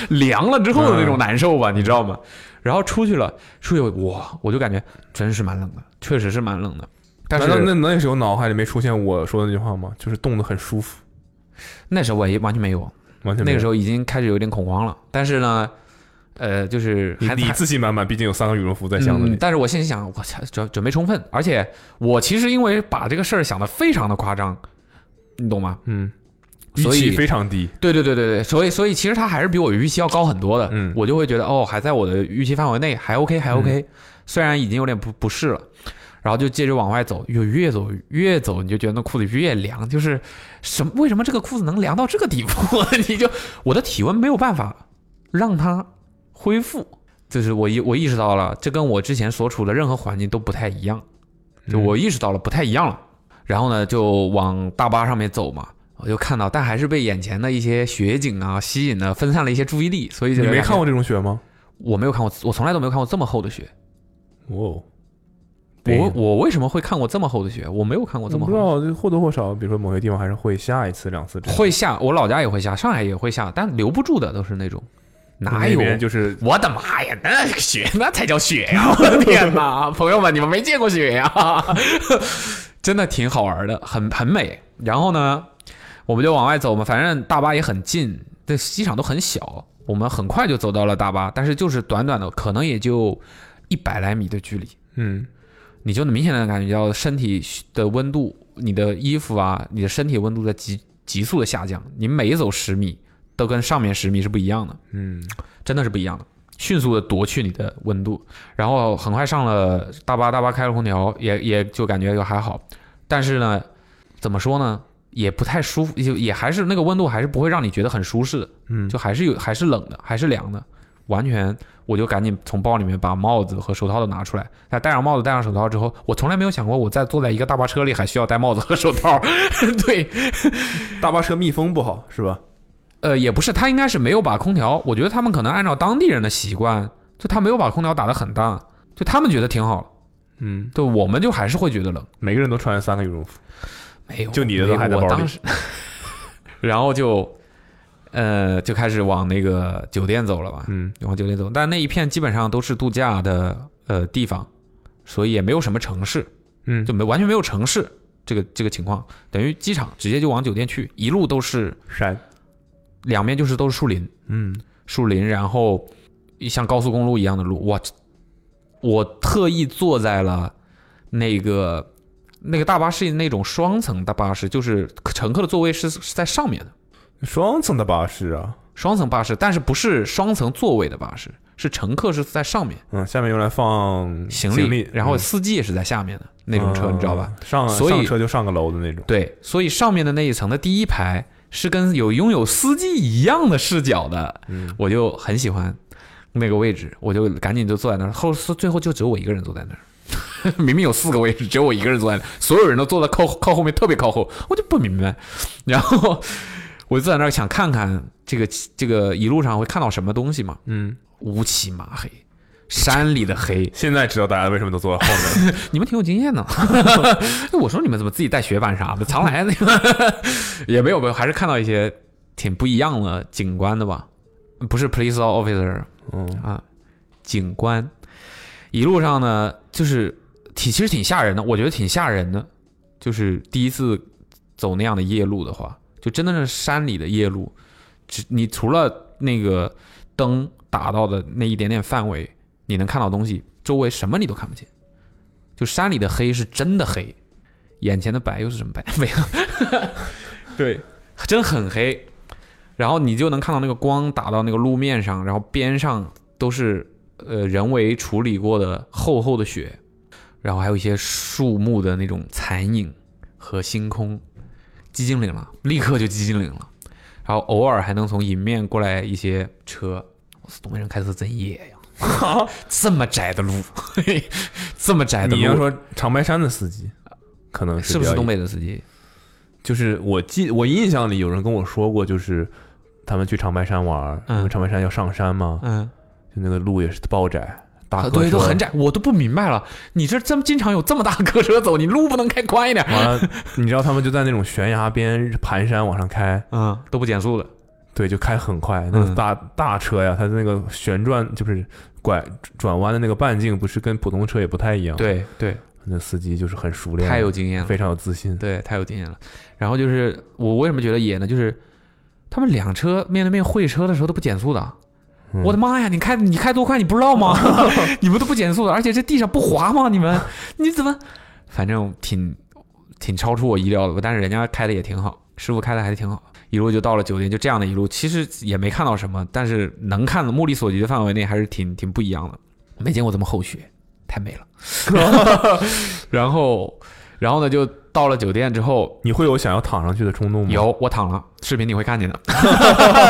[SPEAKER 3] 凉了之后的那种难受吧，你知道吗？然后出去了，出去哇，我就感觉真是蛮冷的，确实是蛮冷的。但是
[SPEAKER 2] 难道那那时候脑海里没出现我说的那句话吗？就是冻得很舒服，
[SPEAKER 3] 那时候我也完全没有，
[SPEAKER 2] 完全没
[SPEAKER 3] 那
[SPEAKER 2] 有
[SPEAKER 3] 个时候已经开始有点恐慌了。但是呢，呃，就是还
[SPEAKER 2] 你你
[SPEAKER 3] 还
[SPEAKER 2] 自信满满，毕竟有三个羽绒服在箱子
[SPEAKER 3] 嗯
[SPEAKER 2] 里。
[SPEAKER 3] 但是我心里想，我操，准准备充分，而且我其实因为把这个事儿想的非常的夸张，你懂吗？
[SPEAKER 2] 嗯，预
[SPEAKER 3] 所以
[SPEAKER 2] 期非常低。
[SPEAKER 3] 对对对对对，所以所以其实它还是比我预期要高很多的，
[SPEAKER 2] 嗯
[SPEAKER 3] 我就会觉得哦，还在我的预期范围内，还 OK 还 OK，、虽然已经有点不不适了，然后就接着往外走，越越走越走，你就觉得那裤子越凉，就是什么为什么这个裤子能凉到这个地步？ 你就我的体温没有办法让它恢复，就是我意我意识到了，这跟我之前所处的任何环境都不太一样，就
[SPEAKER 2] 嗯
[SPEAKER 3] 我意识到了不太一样了。然后呢，就往大巴上面走嘛，我就看到，但还是被眼前的一些雪景啊吸引了，分散了一些注意力，所以就
[SPEAKER 2] 你没
[SPEAKER 3] 感觉
[SPEAKER 2] 看过这种雪吗？
[SPEAKER 3] 我没有看过，我从来都没有看过这么厚的雪。
[SPEAKER 2] 哦，
[SPEAKER 3] 我我为什么会看过这么厚的雪？我没有看过这么
[SPEAKER 2] 不
[SPEAKER 3] 厚
[SPEAKER 2] 知
[SPEAKER 3] 的雪。
[SPEAKER 2] 道，就或多或少，比如说某些地方还是会下一次、两次这样。
[SPEAKER 3] 会下，我老家也会下，上海也会下，但留不住的都是那种，哪有
[SPEAKER 2] 那边就是
[SPEAKER 3] 我的妈呀，那个雪那才叫雪呀、我的天哪，朋友们，你们没见过雪呀、 真的挺好玩的，很很美。然后呢，我们就往外走嘛，反正大巴也很近，这机场都很小，我们很快就走到了大巴，但是就是短短的，可能也就一百来米的距离，
[SPEAKER 2] 嗯，
[SPEAKER 3] 你就能明显的感觉到身体的温度，你的衣服啊，你的身体温度在急急速的下降，你每走十米都跟上面十米是不一样的。
[SPEAKER 2] 嗯，
[SPEAKER 3] 真的是不一样的，迅速的夺去你的温度，然后很快上了大巴，大巴开了空调，也也就感觉就还好，但是呢，怎么说呢，也不太舒服，就也还是那个温度还是不会让你觉得很舒适的，
[SPEAKER 2] 嗯
[SPEAKER 3] 就还是有还是冷的，还是凉的，完全我就赶紧从包里面把帽子和手套都拿出来，那戴上帽子戴上手套之后，我从来没有想过我在坐在一个大巴车里还需要戴帽子和手套， 对，
[SPEAKER 2] 大巴车密封不好是吧？
[SPEAKER 3] 呃，也不是，他应该是没有把空调，我觉得他们可能按照当地人的习惯，就他没有把空调打得很大，就他们觉得挺好，
[SPEAKER 2] 嗯，
[SPEAKER 3] 对，我们就还是会觉得冷。
[SPEAKER 2] 每个人都穿了三个羽绒服，
[SPEAKER 3] 没有，
[SPEAKER 2] 就你的都还在
[SPEAKER 3] 我
[SPEAKER 2] 包里
[SPEAKER 3] 当时， 然后就呃就开始往那个酒店走了嘛，
[SPEAKER 2] 嗯，
[SPEAKER 3] 往酒店走，但那一片基本上都是度假的呃地方，所以也没有什么城市，
[SPEAKER 2] 嗯
[SPEAKER 3] 就没完全没有城市这个这个情况，等于机场直接就往酒店去，一路都是
[SPEAKER 2] 山，
[SPEAKER 3] 两边就是都是树林，
[SPEAKER 2] 嗯
[SPEAKER 3] 树林，然后像高速公路一样的路。我我特意坐在了那个那个大巴是那种双层大巴士，就是乘客的座位是是在上面的
[SPEAKER 4] 双层的巴士啊，
[SPEAKER 3] 双层巴士，但是不是双层座位的巴士，是乘客是在上面
[SPEAKER 2] 嗯，下面用来放
[SPEAKER 3] 行
[SPEAKER 2] 李，嗯
[SPEAKER 3] 然后司机也是在下面的那种车，你知道吧？？
[SPEAKER 2] 上
[SPEAKER 3] 所以
[SPEAKER 2] 上车就上个楼的那种，
[SPEAKER 3] 对，所以上面的那一层的第一排是跟有拥有司机一样的视角的，
[SPEAKER 2] 嗯
[SPEAKER 3] 我就很喜欢那个位置，我就赶紧就坐在那儿。后最后就只有我一个人坐在那儿， 明明有四个位置，只有我一个人坐在那儿，所有人都坐在靠靠后面，特别靠后，我就不明白。然后我就坐在那儿想看看这个这个一路上会看到什么东西嘛，
[SPEAKER 2] 嗯。
[SPEAKER 3] 乌漆麻黑，山里的黑，
[SPEAKER 2] 现在知道大家为什么都坐在后面了，
[SPEAKER 3] 你们挺有经验的。我说你们怎么自己带雪板啥的，常来那个 也没有没有，还是看到一些挺不一样的景观的吧？不是 police officer
[SPEAKER 2] 嗯
[SPEAKER 3] 啊，景观。一路上呢，就是挺其实挺吓人的，我觉得挺吓人的。就是第一次走那样的夜路的话，就真的是山里的夜路，只你除了那个灯打到的那一点点范围，你能看到东西，周围什么你都看不见。就山里的黑是真的黑，眼前的白又是什么白？ 没有， 对，真很黑。然后你就能看到那个光打到那个路面上，然后边上都是呃人为处理过的厚厚的雪，然后还有一些树木的那种残影和星空，寂静岭了，立刻就寂静岭了。然后偶尔还能从迎面过来一些车，我操，东北人开车真野呀！ 这么窄的路， 嘿这么窄的路，
[SPEAKER 2] 你要说长白山的司机，可能
[SPEAKER 3] 是不是
[SPEAKER 2] 比较
[SPEAKER 3] 东北的司机？
[SPEAKER 2] 就是我记我印象里有人跟我说过，就是他们去长白山玩儿，
[SPEAKER 3] 嗯
[SPEAKER 2] 因为长白山要上山嘛，
[SPEAKER 3] 嗯，
[SPEAKER 2] 就那个路也是爆窄，大客车
[SPEAKER 3] 啊对，都很。窄，我都不明白了。你这这么经常有这么大的 客车走，你路不能开宽一点？
[SPEAKER 2] 完了，你知道他们就在那种悬崖边盘山往上开，
[SPEAKER 3] 嗯，都不减速的。
[SPEAKER 2] 对，就开很快。那
[SPEAKER 3] 嗯
[SPEAKER 2] 个大、大车呀，它的那个旋转就是拐转弯的那个半径，不是跟普通车也不太一样。，
[SPEAKER 3] 对对，
[SPEAKER 2] 那司机就是很熟练，
[SPEAKER 3] 太有经验了，
[SPEAKER 2] 非常有自信。
[SPEAKER 3] 对，太有经验了。然后就是我为什么觉得野呢？就是他们两车面对面会车的时候都不减速的。
[SPEAKER 2] 嗯
[SPEAKER 3] 我的妈呀！你开你开多快，你不知道吗？你们都不减速的，而且这地上不滑吗？你们你怎么？反正挺挺超出我意料的，但是人家开的也挺好，师傅开的还是挺好。一路就到了酒店，就这样的一路，其实也没看到什么，但是能看的目力所及的范围内还是挺挺不一样的。没见过这么厚雪，太美了。然后，然后呢，就到了酒店之后，
[SPEAKER 2] 你会有想要躺上去的冲动吗？，
[SPEAKER 3] 有我躺了，视频你会看见的。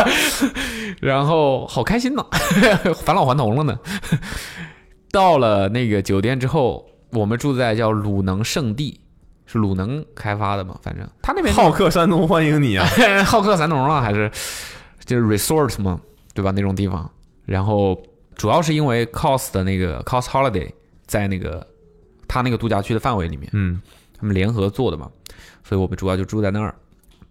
[SPEAKER 3] 然后好开心呢， 返老还童了呢。到了那个酒店之后，我们住在叫鲁能圣地，是鲁能开发的嘛？反正 他那边
[SPEAKER 2] 好客山东欢迎你 啊！
[SPEAKER 3] 好客三农啊，还是就是 resort 嘛，对吧？那种地方。然后主要是因为 Cost 的那个 Cost Holiday 在那个他那个度假区的范围里面，
[SPEAKER 2] 嗯，
[SPEAKER 3] 他们联合做的嘛，所以我们主要就住在那儿。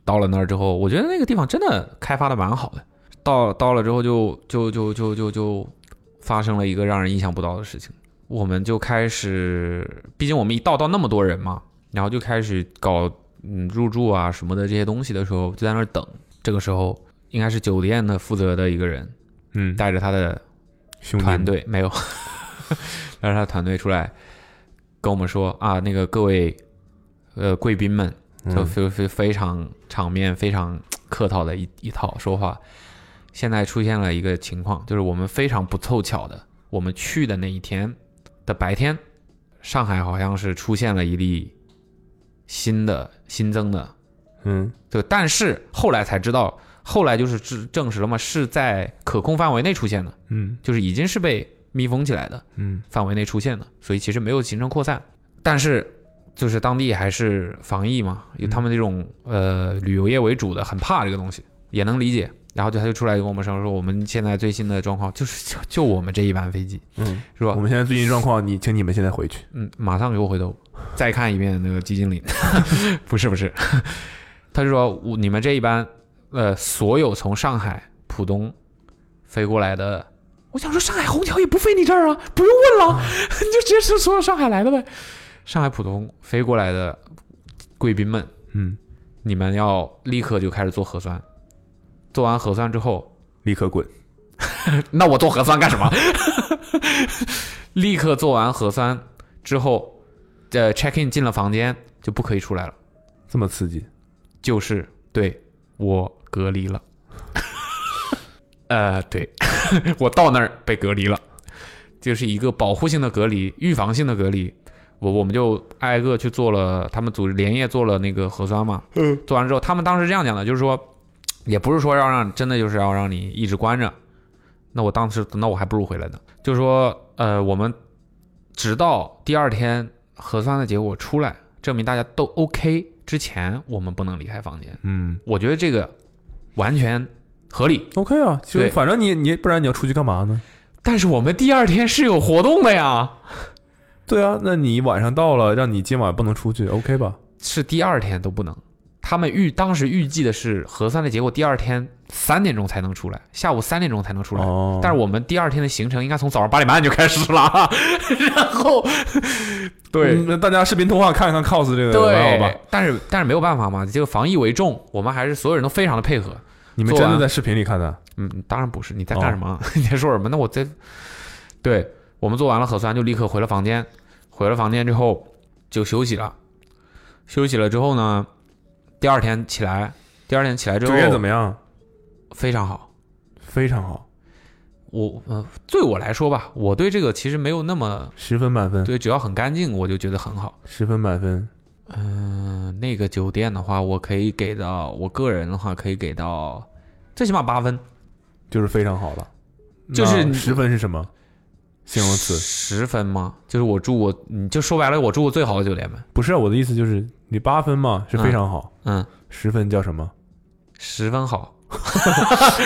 [SPEAKER 3] 到了那儿之后，我觉得那个地方真的开发的蛮好的。到到了之后就，就就就就就发生了一个让人意想不到的事情。我们就开始，毕竟我们一到到那么多人嘛，然后就开始搞嗯入住啊什么的这些东西的时候，就在那儿等。这个时候应该是酒店的负责的一个人
[SPEAKER 2] 嗯，
[SPEAKER 3] 带着他的
[SPEAKER 2] 兄弟
[SPEAKER 3] 团队没有， 但是他团队出来跟我们说啊，那个各位呃贵宾们，
[SPEAKER 2] 嗯
[SPEAKER 3] 就非非非常场面非常客套的一一套说话。现在出现了一个情况，就是我们非常不凑巧的，我们去的那一天的白天，上海好像是出现了一例新的新增的
[SPEAKER 2] 嗯，
[SPEAKER 3] 对，但是后来才知道，后来就是证证实了嘛，是在可控范围内出现的，
[SPEAKER 2] 嗯
[SPEAKER 3] 就是已经是被密封起来的
[SPEAKER 2] 嗯
[SPEAKER 3] 范围内出现的，所以其实没有形成扩散。但是就是当地还是防疫嘛，有他们这种呃旅游业为主的，很怕这个东西，也能理解。然后就他就出来就跟我们说说，我们现在最新的状况就是就就我们这一班飞机
[SPEAKER 2] 嗯，
[SPEAKER 3] 是吧
[SPEAKER 2] 我？们现在最近状况，你请你们现在回去。
[SPEAKER 3] 嗯，马上给我回头，再 看一遍那个基金里。不是不是，他就说我你们这一班呃，所有从上海浦东飞过来的，我想说上海虹桥也不飞你这儿啊，不用问了， 你就直接是所有上海来的呗。上海浦东飞过来的贵宾们，
[SPEAKER 2] 嗯，
[SPEAKER 3] 你们要立刻就开始做核酸，做完核酸之后，
[SPEAKER 2] 立刻滚。
[SPEAKER 3] 那我做核酸干什么？立刻做完核酸之后，呃，check in 进了房间就不可以出来了，
[SPEAKER 2] 这么刺激，
[SPEAKER 3] 就是对我隔离了。 呃，对 我到那儿被隔离了，就是一个保护性的隔离、预防性的隔离。我我们就挨个去做了，他们组织连夜做了那个核酸嘛。嗯，做完之后，他们当时这样讲的，就是说，也不是说要让真的就是要让你一直关着，那我当时那我还不如回来呢。就是说，呃，我们直到第二天核酸的结果出来，证明大家都 OK 之前，我们不能离开房间。
[SPEAKER 2] 嗯
[SPEAKER 3] 我觉得这个完全合理。
[SPEAKER 2] ，OK 啊，其实
[SPEAKER 3] 对
[SPEAKER 2] 反正你你不然你要出去干嘛呢？
[SPEAKER 3] 但是我们第二天是有活动的呀，
[SPEAKER 2] 对啊，那你晚上到了，让你今晚不能出去，OK 吧？
[SPEAKER 3] 是第二天都不能。他们预当时预计的是核酸的结果，第二天三点钟才能出来，下午三点钟才能出来。
[SPEAKER 2] 哦
[SPEAKER 3] 但是我们第二天的行程应该从早上八点半就开始了， 然后对、
[SPEAKER 2] 嗯那大家视频通话看一看 cos 这个玩意儿
[SPEAKER 3] 对
[SPEAKER 2] 吧。
[SPEAKER 3] 但是但是没有办法嘛，这个防疫为重，我们还是所有人都非常的配合。
[SPEAKER 2] 你们
[SPEAKER 3] 做
[SPEAKER 2] 真
[SPEAKER 3] 完
[SPEAKER 2] 的在视频里看的？
[SPEAKER 3] 嗯，当然不是，你
[SPEAKER 2] 哦
[SPEAKER 3] 在干什么？你在说什么？那我在，对我们做完了核酸就立刻回了房间，回了房间之后就休息了，休息了之后呢，第二天起来，第二天起来之
[SPEAKER 2] 九
[SPEAKER 3] 后
[SPEAKER 2] 月怎么样？
[SPEAKER 3] 非常好。
[SPEAKER 2] 非常好，
[SPEAKER 3] 我呃，对我来说吧，我对这个其实没有那么
[SPEAKER 2] 十分满分，
[SPEAKER 3] 对，只要很干净，我就觉得很好。
[SPEAKER 2] 十分满分。
[SPEAKER 3] 嗯、那个酒店的话，我可以给到我个人的话，可以给到最起码八分，
[SPEAKER 2] 就是非常好了。
[SPEAKER 3] 就是你
[SPEAKER 2] 十分是什么形容词？
[SPEAKER 3] 十分吗？就是我住过，你就说白了，我住过最好的酒店呗。
[SPEAKER 2] 不是我的意思，就是你八分嘛是非常好，
[SPEAKER 3] 嗯，
[SPEAKER 2] 十分叫什么？
[SPEAKER 3] 十分好。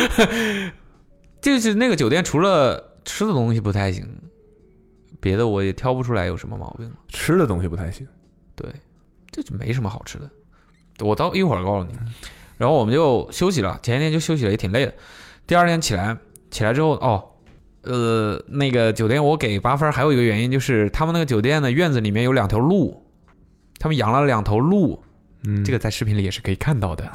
[SPEAKER 3] 就是那个酒店除了吃的东西不太行，别的我也挑不出来有什么毛病。
[SPEAKER 2] 吃的东西不太行。
[SPEAKER 3] 对，这就没什么好吃的。我到一会儿告诉你。然后我们就休息了，前一天就休息了，也挺累的。第二天起来，起来之后，哦，呃，那个酒店我给八分儿，还有一个原因就是他们那个酒店的院子里面有两条鹿，他们养了两头鹿，
[SPEAKER 2] 嗯，
[SPEAKER 3] 这个在视频里也是可以看 到的，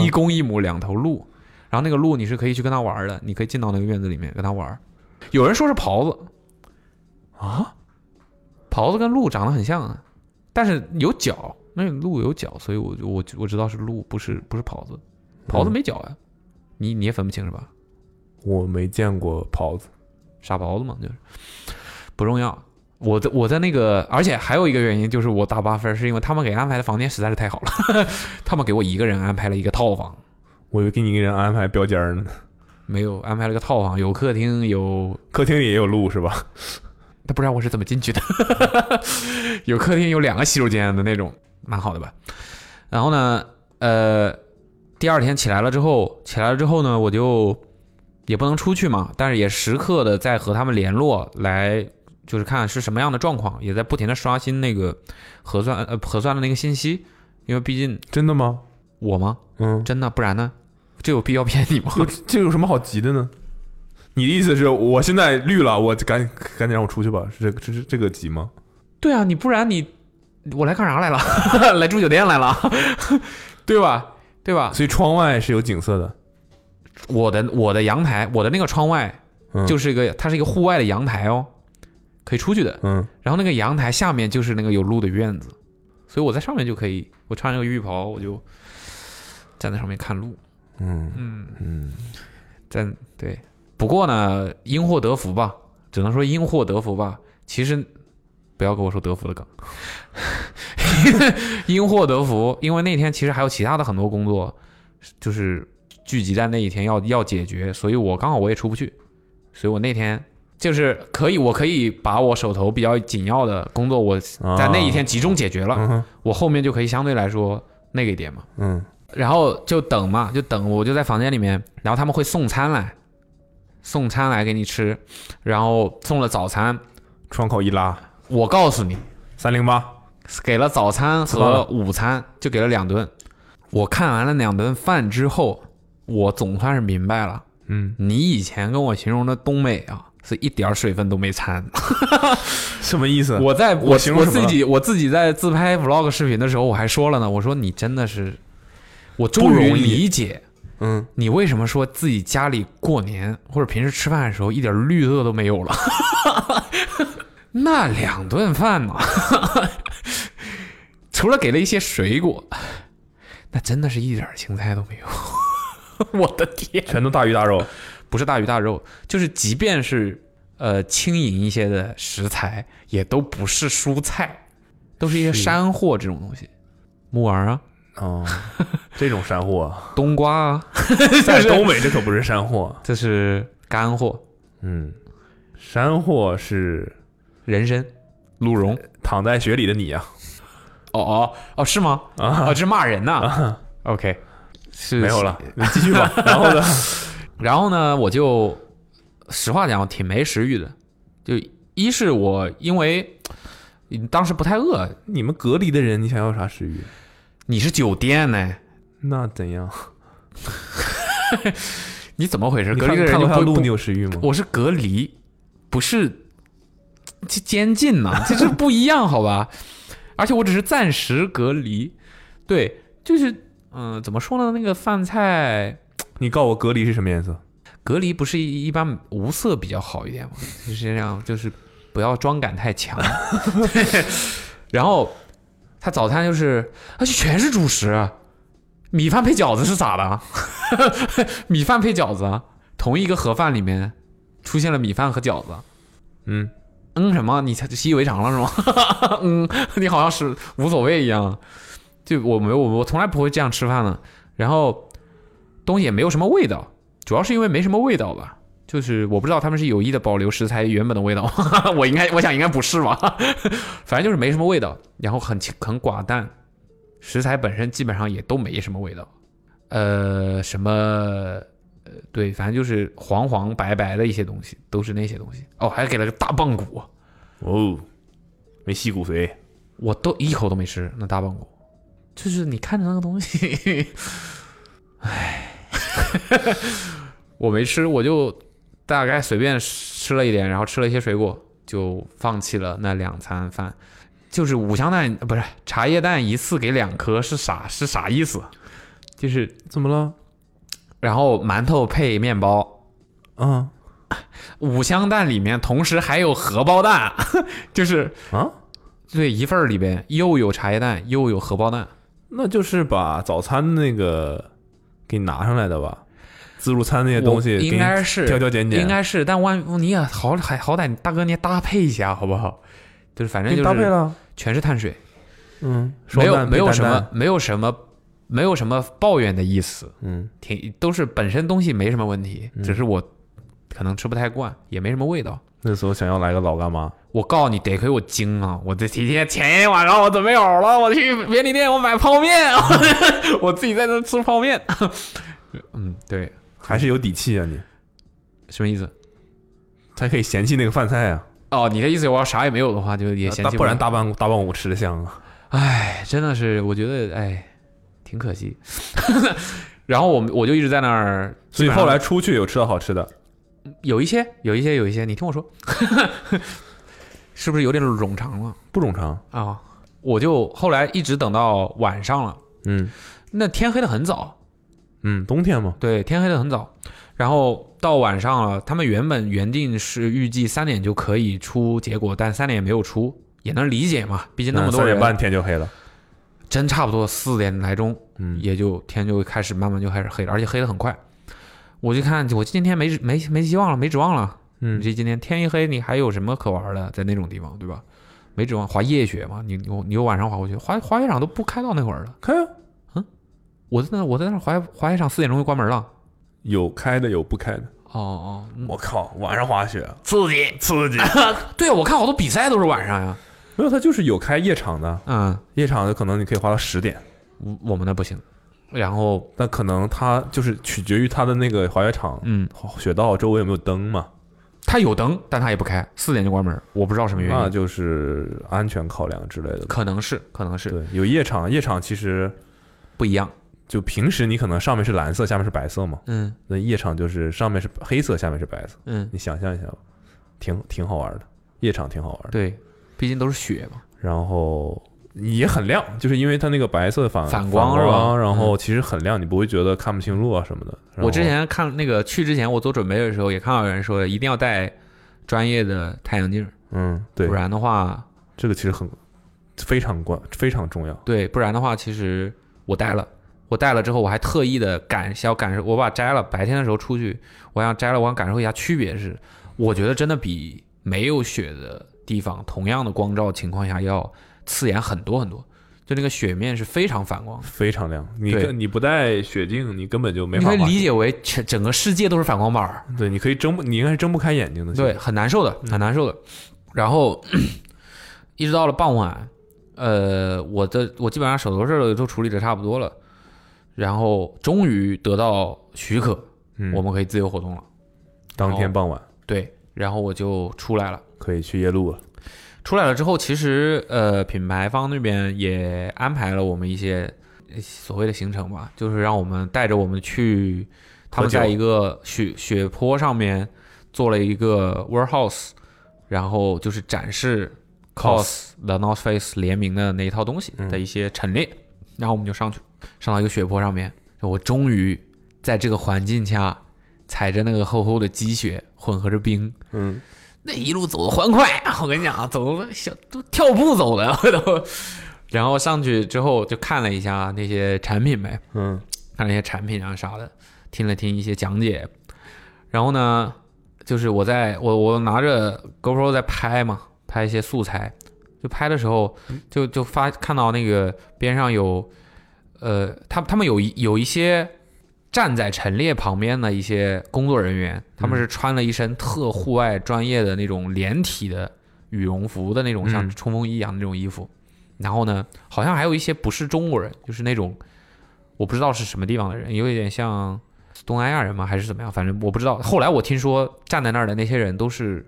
[SPEAKER 3] 一公一母两头鹿，然后那个鹿你是可以去跟它玩的，你可以进到那个院子里面跟它玩。有人说是狍子
[SPEAKER 2] 啊，
[SPEAKER 3] 狍子跟鹿长得很像啊，但是有角，那个鹿有角，所以我就我我知道是鹿，不是不是狍子，狍
[SPEAKER 2] 嗯
[SPEAKER 3] 子没角呀、你你也分不清是吧？
[SPEAKER 2] 我没见过狍子。
[SPEAKER 3] 傻狍子嘛，就是不重要。我在我在那个，而且还有一个原因就是我打八分，是因为他们给安排的房间实在是太好了， 他们给我一个人安排了一个套房，
[SPEAKER 2] 我以为给你一个人安排标间儿呢，
[SPEAKER 3] 没有安排了个套房，有客厅，有
[SPEAKER 2] 客厅里也有路是吧？
[SPEAKER 3] 他不知道我是怎么进去的， 有客厅有两个洗手间的那种，蛮好的吧。然后呢，呃，第二天起来了之后，起来了之后呢，我就也不能出去嘛，但是也时刻的在和他们联络，来就是看是什么样的状况，也在不停的刷新那个核算呃核算的那个信息，因为毕竟
[SPEAKER 2] 真的吗？
[SPEAKER 3] 我吗？
[SPEAKER 2] 嗯，
[SPEAKER 3] 真的，不然呢？这有必要骗你吗？
[SPEAKER 2] 有这有什么好急的呢？你的意思是我现在绿了，我赶赶紧让我出去吧？是这个这是这个急吗？
[SPEAKER 3] 对啊，你不然你我来干啥来了？ 来住酒店来了，对吧？对吧？
[SPEAKER 2] 所以窗外是有景色的。
[SPEAKER 3] 我的我的阳台，我的那个窗外
[SPEAKER 2] 嗯
[SPEAKER 3] 就是一个，它是一个户外的阳台哦，可以出去的。
[SPEAKER 2] 嗯，
[SPEAKER 3] 然后那个阳台下面就是那个有路的院子，所以我在上面就可以，我穿着个浴袍，我就站在上面看路。
[SPEAKER 2] 嗯
[SPEAKER 3] 嗯，
[SPEAKER 2] 嗯，
[SPEAKER 3] 站对。不过呢，因祸得福吧，只能说因祸得福吧。其实不要跟我说德福的梗， 因祸得福，因为那天其实还有其他的很多工作，就是聚集在那一天要要解决，所以我刚好我也出不去，所以我那天就是可以，我可以把我手头比较紧要的工作，我在那一天集中解决了，
[SPEAKER 2] 嗯哼
[SPEAKER 3] 我后面就可以相对来说那个一点嘛。
[SPEAKER 2] 嗯，
[SPEAKER 3] 然后就等嘛，就等，我就在房间里面，然后他们会送餐来，送餐来给你吃，然后送了早餐，
[SPEAKER 2] 窗口一拉，
[SPEAKER 3] 我告诉你，
[SPEAKER 2] 三零八。
[SPEAKER 3] 给了早餐
[SPEAKER 2] 吃饭
[SPEAKER 3] 和
[SPEAKER 2] 了
[SPEAKER 3] 午餐，就给了两顿。我看完了两顿饭之后，我总算是明白了，
[SPEAKER 2] 嗯，
[SPEAKER 3] 你以前跟我形容的东北啊，是一点儿水分都 没掺。
[SPEAKER 2] 什么意思？
[SPEAKER 3] 我在我
[SPEAKER 2] 形容
[SPEAKER 3] 我
[SPEAKER 2] 什么
[SPEAKER 3] 自
[SPEAKER 2] 了
[SPEAKER 3] 己我自己在自拍 vlog 视频的时候，我还说了呢，我说你真的是，我终于
[SPEAKER 2] 容易
[SPEAKER 3] 理解
[SPEAKER 2] 嗯，
[SPEAKER 3] 你为什么说自己家里过年或者平时吃饭的时候一点绿色都没有了？ 那两顿饭呢， 除了给了一些水果，那真的是一点儿青菜都没有。 我的天，
[SPEAKER 2] 全都大鱼大肉。
[SPEAKER 3] 不是大鱼大肉，就是即便是呃轻盈一些的食材，也都不是蔬菜，都是一些
[SPEAKER 2] 是
[SPEAKER 3] 山货这种东西，木耳啊，
[SPEAKER 2] 哦，这种山货 啊，
[SPEAKER 3] 冬瓜啊，
[SPEAKER 2] 在东北这可不是山货。
[SPEAKER 3] 这是干货，
[SPEAKER 2] 嗯，山货是
[SPEAKER 3] 人参、鹿茸。
[SPEAKER 2] 躺在雪里的你啊。
[SPEAKER 3] 哦哦哦，是吗？啊，这是骂人呐、OK，是
[SPEAKER 2] 啊没有了， 你继续吧。然后呢？
[SPEAKER 3] 然后呢，我就实话讲，我挺没食欲的。就一是我因为嗯当时不太饿，
[SPEAKER 2] 你们隔离的人，你想要啥食欲？
[SPEAKER 3] 你是酒店呢，
[SPEAKER 2] 那怎样？
[SPEAKER 3] 你怎么回事？
[SPEAKER 2] 你
[SPEAKER 3] 隔
[SPEAKER 2] 看
[SPEAKER 3] 离的人
[SPEAKER 2] 看
[SPEAKER 3] 就
[SPEAKER 2] 过他
[SPEAKER 3] 不
[SPEAKER 2] 录，
[SPEAKER 3] 不
[SPEAKER 2] 你有食欲吗？
[SPEAKER 3] 我是隔离，不是这监禁呐、这是不一样，好吧？而且我只是暂时隔离，对，就是嗯、怎么说呢？那个饭菜
[SPEAKER 2] 你告诉我隔离是什么颜色？
[SPEAKER 3] 隔离不是一一般无色比较好一点吗？ 就是这样，就是不要妆感太强。 然后他早餐就是，而且全是主食，啊米饭配饺子是咋的？啊 米饭配饺子啊，同一个盒饭里面出现了米饭和饺子。
[SPEAKER 2] 嗯，
[SPEAKER 3] 嗯什么？你才习以为常了是吗？ 嗯，你好像是无所谓一样。就我没有，我我从来不会这样吃饭的。然后东西也没有什么味道，主要是因为没什么味道吧。就是我不知道他们是有意的保留食材原本的味道， 我应该我想应该不是吧，反正就是没什么味道，然后很清很寡淡，食材本身基本上也都没什么味道。呃，什么呃，对，反正就是黄黄白白的一些东西，都是那些东西。哦，还给了个大棒骨，啊
[SPEAKER 2] 哦，没吸骨髓。
[SPEAKER 3] 我都一口都没吃那大棒骨，就是你看着那个东西， 唉， 我没吃，我就大概随便吃了一点，然后吃了一些水果，就放弃了那两餐饭。就是五香蛋不是茶叶蛋，一次给两颗是啥是啥意思？就是
[SPEAKER 2] 怎么了？
[SPEAKER 3] 然后馒头配面包，
[SPEAKER 2] 啊
[SPEAKER 3] 五香蛋里面同时还有荷包蛋， 就是
[SPEAKER 2] 啊，
[SPEAKER 3] 对一份儿里边又有茶叶蛋又有荷包蛋，
[SPEAKER 2] 那就是把早餐那个给你拿上来的吧？自助餐那些东西
[SPEAKER 3] 我
[SPEAKER 2] 给你
[SPEAKER 3] 应该是
[SPEAKER 2] 挑挑拣拣，
[SPEAKER 3] 应该是，但万你也好还好歹你大哥你也搭配一下好不好？就是反正
[SPEAKER 2] 给
[SPEAKER 3] 就
[SPEAKER 2] 你搭配
[SPEAKER 3] 是
[SPEAKER 2] 了。
[SPEAKER 3] 全是碳水，
[SPEAKER 2] 嗯，
[SPEAKER 3] 没
[SPEAKER 2] 双
[SPEAKER 3] 有
[SPEAKER 2] 蛋
[SPEAKER 3] 没有
[SPEAKER 2] 配
[SPEAKER 3] 什
[SPEAKER 2] 蛋
[SPEAKER 3] 么
[SPEAKER 2] 蛋，
[SPEAKER 3] 没有什么没有什么抱怨的意思，
[SPEAKER 2] 嗯，
[SPEAKER 3] 挺都是本身东西没什么问题，只是我可能吃不太惯，也没什么味道。
[SPEAKER 2] 那时候想要来个老干妈，
[SPEAKER 3] 我告诉你，得亏我精啊！我这提前前一晚上我准备好了，我去便利店我买泡面， 我自己在那吃泡面。 嗯，对，
[SPEAKER 2] 还是有底气啊你，
[SPEAKER 3] 什么意思？
[SPEAKER 2] 才可以嫌弃那个饭菜啊，
[SPEAKER 3] 哦，你的意思我要啥也没有的话，就也嫌
[SPEAKER 2] 大
[SPEAKER 3] 弃我
[SPEAKER 2] 不然大半大半午吃的香啊。
[SPEAKER 3] 哎，真的是，我觉得哎，挺可惜。 然后我们我就一直在那儿，
[SPEAKER 2] 所以
[SPEAKER 3] 基本上
[SPEAKER 2] 后来出去有吃到好吃的，
[SPEAKER 3] 有一些有一些有一些，你听 我说，是不是有点冗长了
[SPEAKER 2] 不冗长。
[SPEAKER 3] 啊、我就后来一直等到晚上了，
[SPEAKER 2] 嗯
[SPEAKER 3] 那天黑的很早，
[SPEAKER 2] 嗯，冬天嘛，
[SPEAKER 3] 对，天黑的很早，然后到晚上了，他们原本原定是预计三点就可以出结果，但三点也没有出，也能理解嘛，毕竟那么多
[SPEAKER 2] 三
[SPEAKER 3] 人，
[SPEAKER 2] 点半天就黑了。
[SPEAKER 3] 真差不多四点来钟，
[SPEAKER 2] 嗯
[SPEAKER 3] 也就天就开始慢慢就开始黑了，而且黑的很快。我就看我今天没没没希望了，没指望了。你
[SPEAKER 2] 嗯，
[SPEAKER 3] 这今天天一黑，你还有什么可玩的？在那种地方，对吧？没指望滑夜雪嘛，你你你又晚上滑过去，滑滑雪场都不开到那会儿了。
[SPEAKER 2] 开啊，
[SPEAKER 3] 我在那我在那滑滑雪场四点钟就关门了。
[SPEAKER 2] 有开的有不开的。
[SPEAKER 3] 哦哦，嗯
[SPEAKER 2] 我靠，晚上滑雪啊
[SPEAKER 3] 刺激！
[SPEAKER 2] 刺激。
[SPEAKER 3] 对，我看好多比赛都是晚上呀。
[SPEAKER 2] 没有，它就是有开夜场的，
[SPEAKER 3] 嗯，
[SPEAKER 2] 夜场的可能你可以滑到十点，
[SPEAKER 3] 我我们那不行。然后，
[SPEAKER 2] 但可能它就是取决于它的那个滑雪场、
[SPEAKER 3] 嗯，
[SPEAKER 2] 雪道周围有没有灯嘛，
[SPEAKER 3] 他有灯，但他也不开，四点就关门，我不知道什么原
[SPEAKER 2] 那
[SPEAKER 3] 因，
[SPEAKER 2] 就是安全考量之类的。
[SPEAKER 3] 可能是，可能是
[SPEAKER 2] 对，有夜场，夜场其实
[SPEAKER 3] 不一样。
[SPEAKER 2] 就平时你可能上面是蓝色，下面是白色嘛，
[SPEAKER 3] 嗯
[SPEAKER 2] 那夜场就是上面是黑色，下面是白色，
[SPEAKER 3] 嗯，
[SPEAKER 2] 你想象一下吧，挺挺好玩的，夜场挺好玩的。
[SPEAKER 3] 对，毕竟都是雪嘛。
[SPEAKER 2] 然后也很亮，就是因为它那个白色的反
[SPEAKER 3] 反光
[SPEAKER 2] 光
[SPEAKER 3] 是吧嗯
[SPEAKER 2] 然后其实很亮，你不会觉得看不清路啊什么的。然后
[SPEAKER 3] 我之前看那个去之前我做准备的时候，也看到有人说一定要戴专业的太阳镜儿，
[SPEAKER 2] 嗯，对
[SPEAKER 3] 不，然的话，
[SPEAKER 2] 这个其实很非常关非常重要。
[SPEAKER 3] 对，不然的话，其实我戴了，我戴了之后，我还特意的感想感受，我把摘了，白天的时候出去，我想摘了，我想感受一下区别是，我觉得真的比没有雪的地方，同样的光照情况下要刺眼很多很多，就那个雪面是非常反光的。
[SPEAKER 2] 非常亮，你
[SPEAKER 3] 对
[SPEAKER 2] 跟你不戴雪镜，你根本就没
[SPEAKER 3] 你
[SPEAKER 2] 法
[SPEAKER 3] 可以
[SPEAKER 2] 玩
[SPEAKER 3] 理解为全整个世界都是反光板儿，
[SPEAKER 2] 对，你可以睁不，你应该是睁不开眼睛的。嗯其实
[SPEAKER 3] 对，，很难受的，很难受的。然后 一直到了傍晚，呃，我的我基本上手头事儿都处理的差不多了，然后终于得到许可，
[SPEAKER 2] 嗯，
[SPEAKER 3] 我们哦可以自由活动了。
[SPEAKER 2] 当天傍晚
[SPEAKER 3] 对，然后我就出来了。
[SPEAKER 2] 可以去夜路了。
[SPEAKER 3] 出来了之后，其实呃，品牌方那边也安排了我们一些呃所谓的行程吧，就是让我们带着我们去，他们
[SPEAKER 2] 喝酒
[SPEAKER 3] 在一个雪雪坡上面做了一个 warehouse，然后就是展示 COS 的 North Face 联名的那一套东西
[SPEAKER 2] 嗯
[SPEAKER 3] 的一些陈列，然后我们就上去，上到一个雪坡上面，我终于在这个环境下踩着那个厚厚的积雪，混合着冰，
[SPEAKER 2] 嗯，
[SPEAKER 3] 那一路走的欢快， 我跟你讲啊，走的小都跳步走的，我都。然后上去之后就看了一下那些产品呗，
[SPEAKER 2] 嗯，
[SPEAKER 3] 看了一些产品啊啥的，听了听一些讲解。然后呢，就是我在我我拿着 GoPro 在拍嘛，拍一些素材。就拍的时候，就就发看到那个边上有，呃，他他们有一有一些站在陈列旁边的一些工作人员，他们是穿了一身特户外专业的那种连体的羽绒服的那种像
[SPEAKER 2] 嗯
[SPEAKER 3] 冲锋衣一样的那种衣服。然后呢，好像还有一些不是中国人，就是那种我不知道是什么地方的人，有一点像东南亚人吗？还是怎么样？反正我不知道。后来我听说站在那儿的那些人都是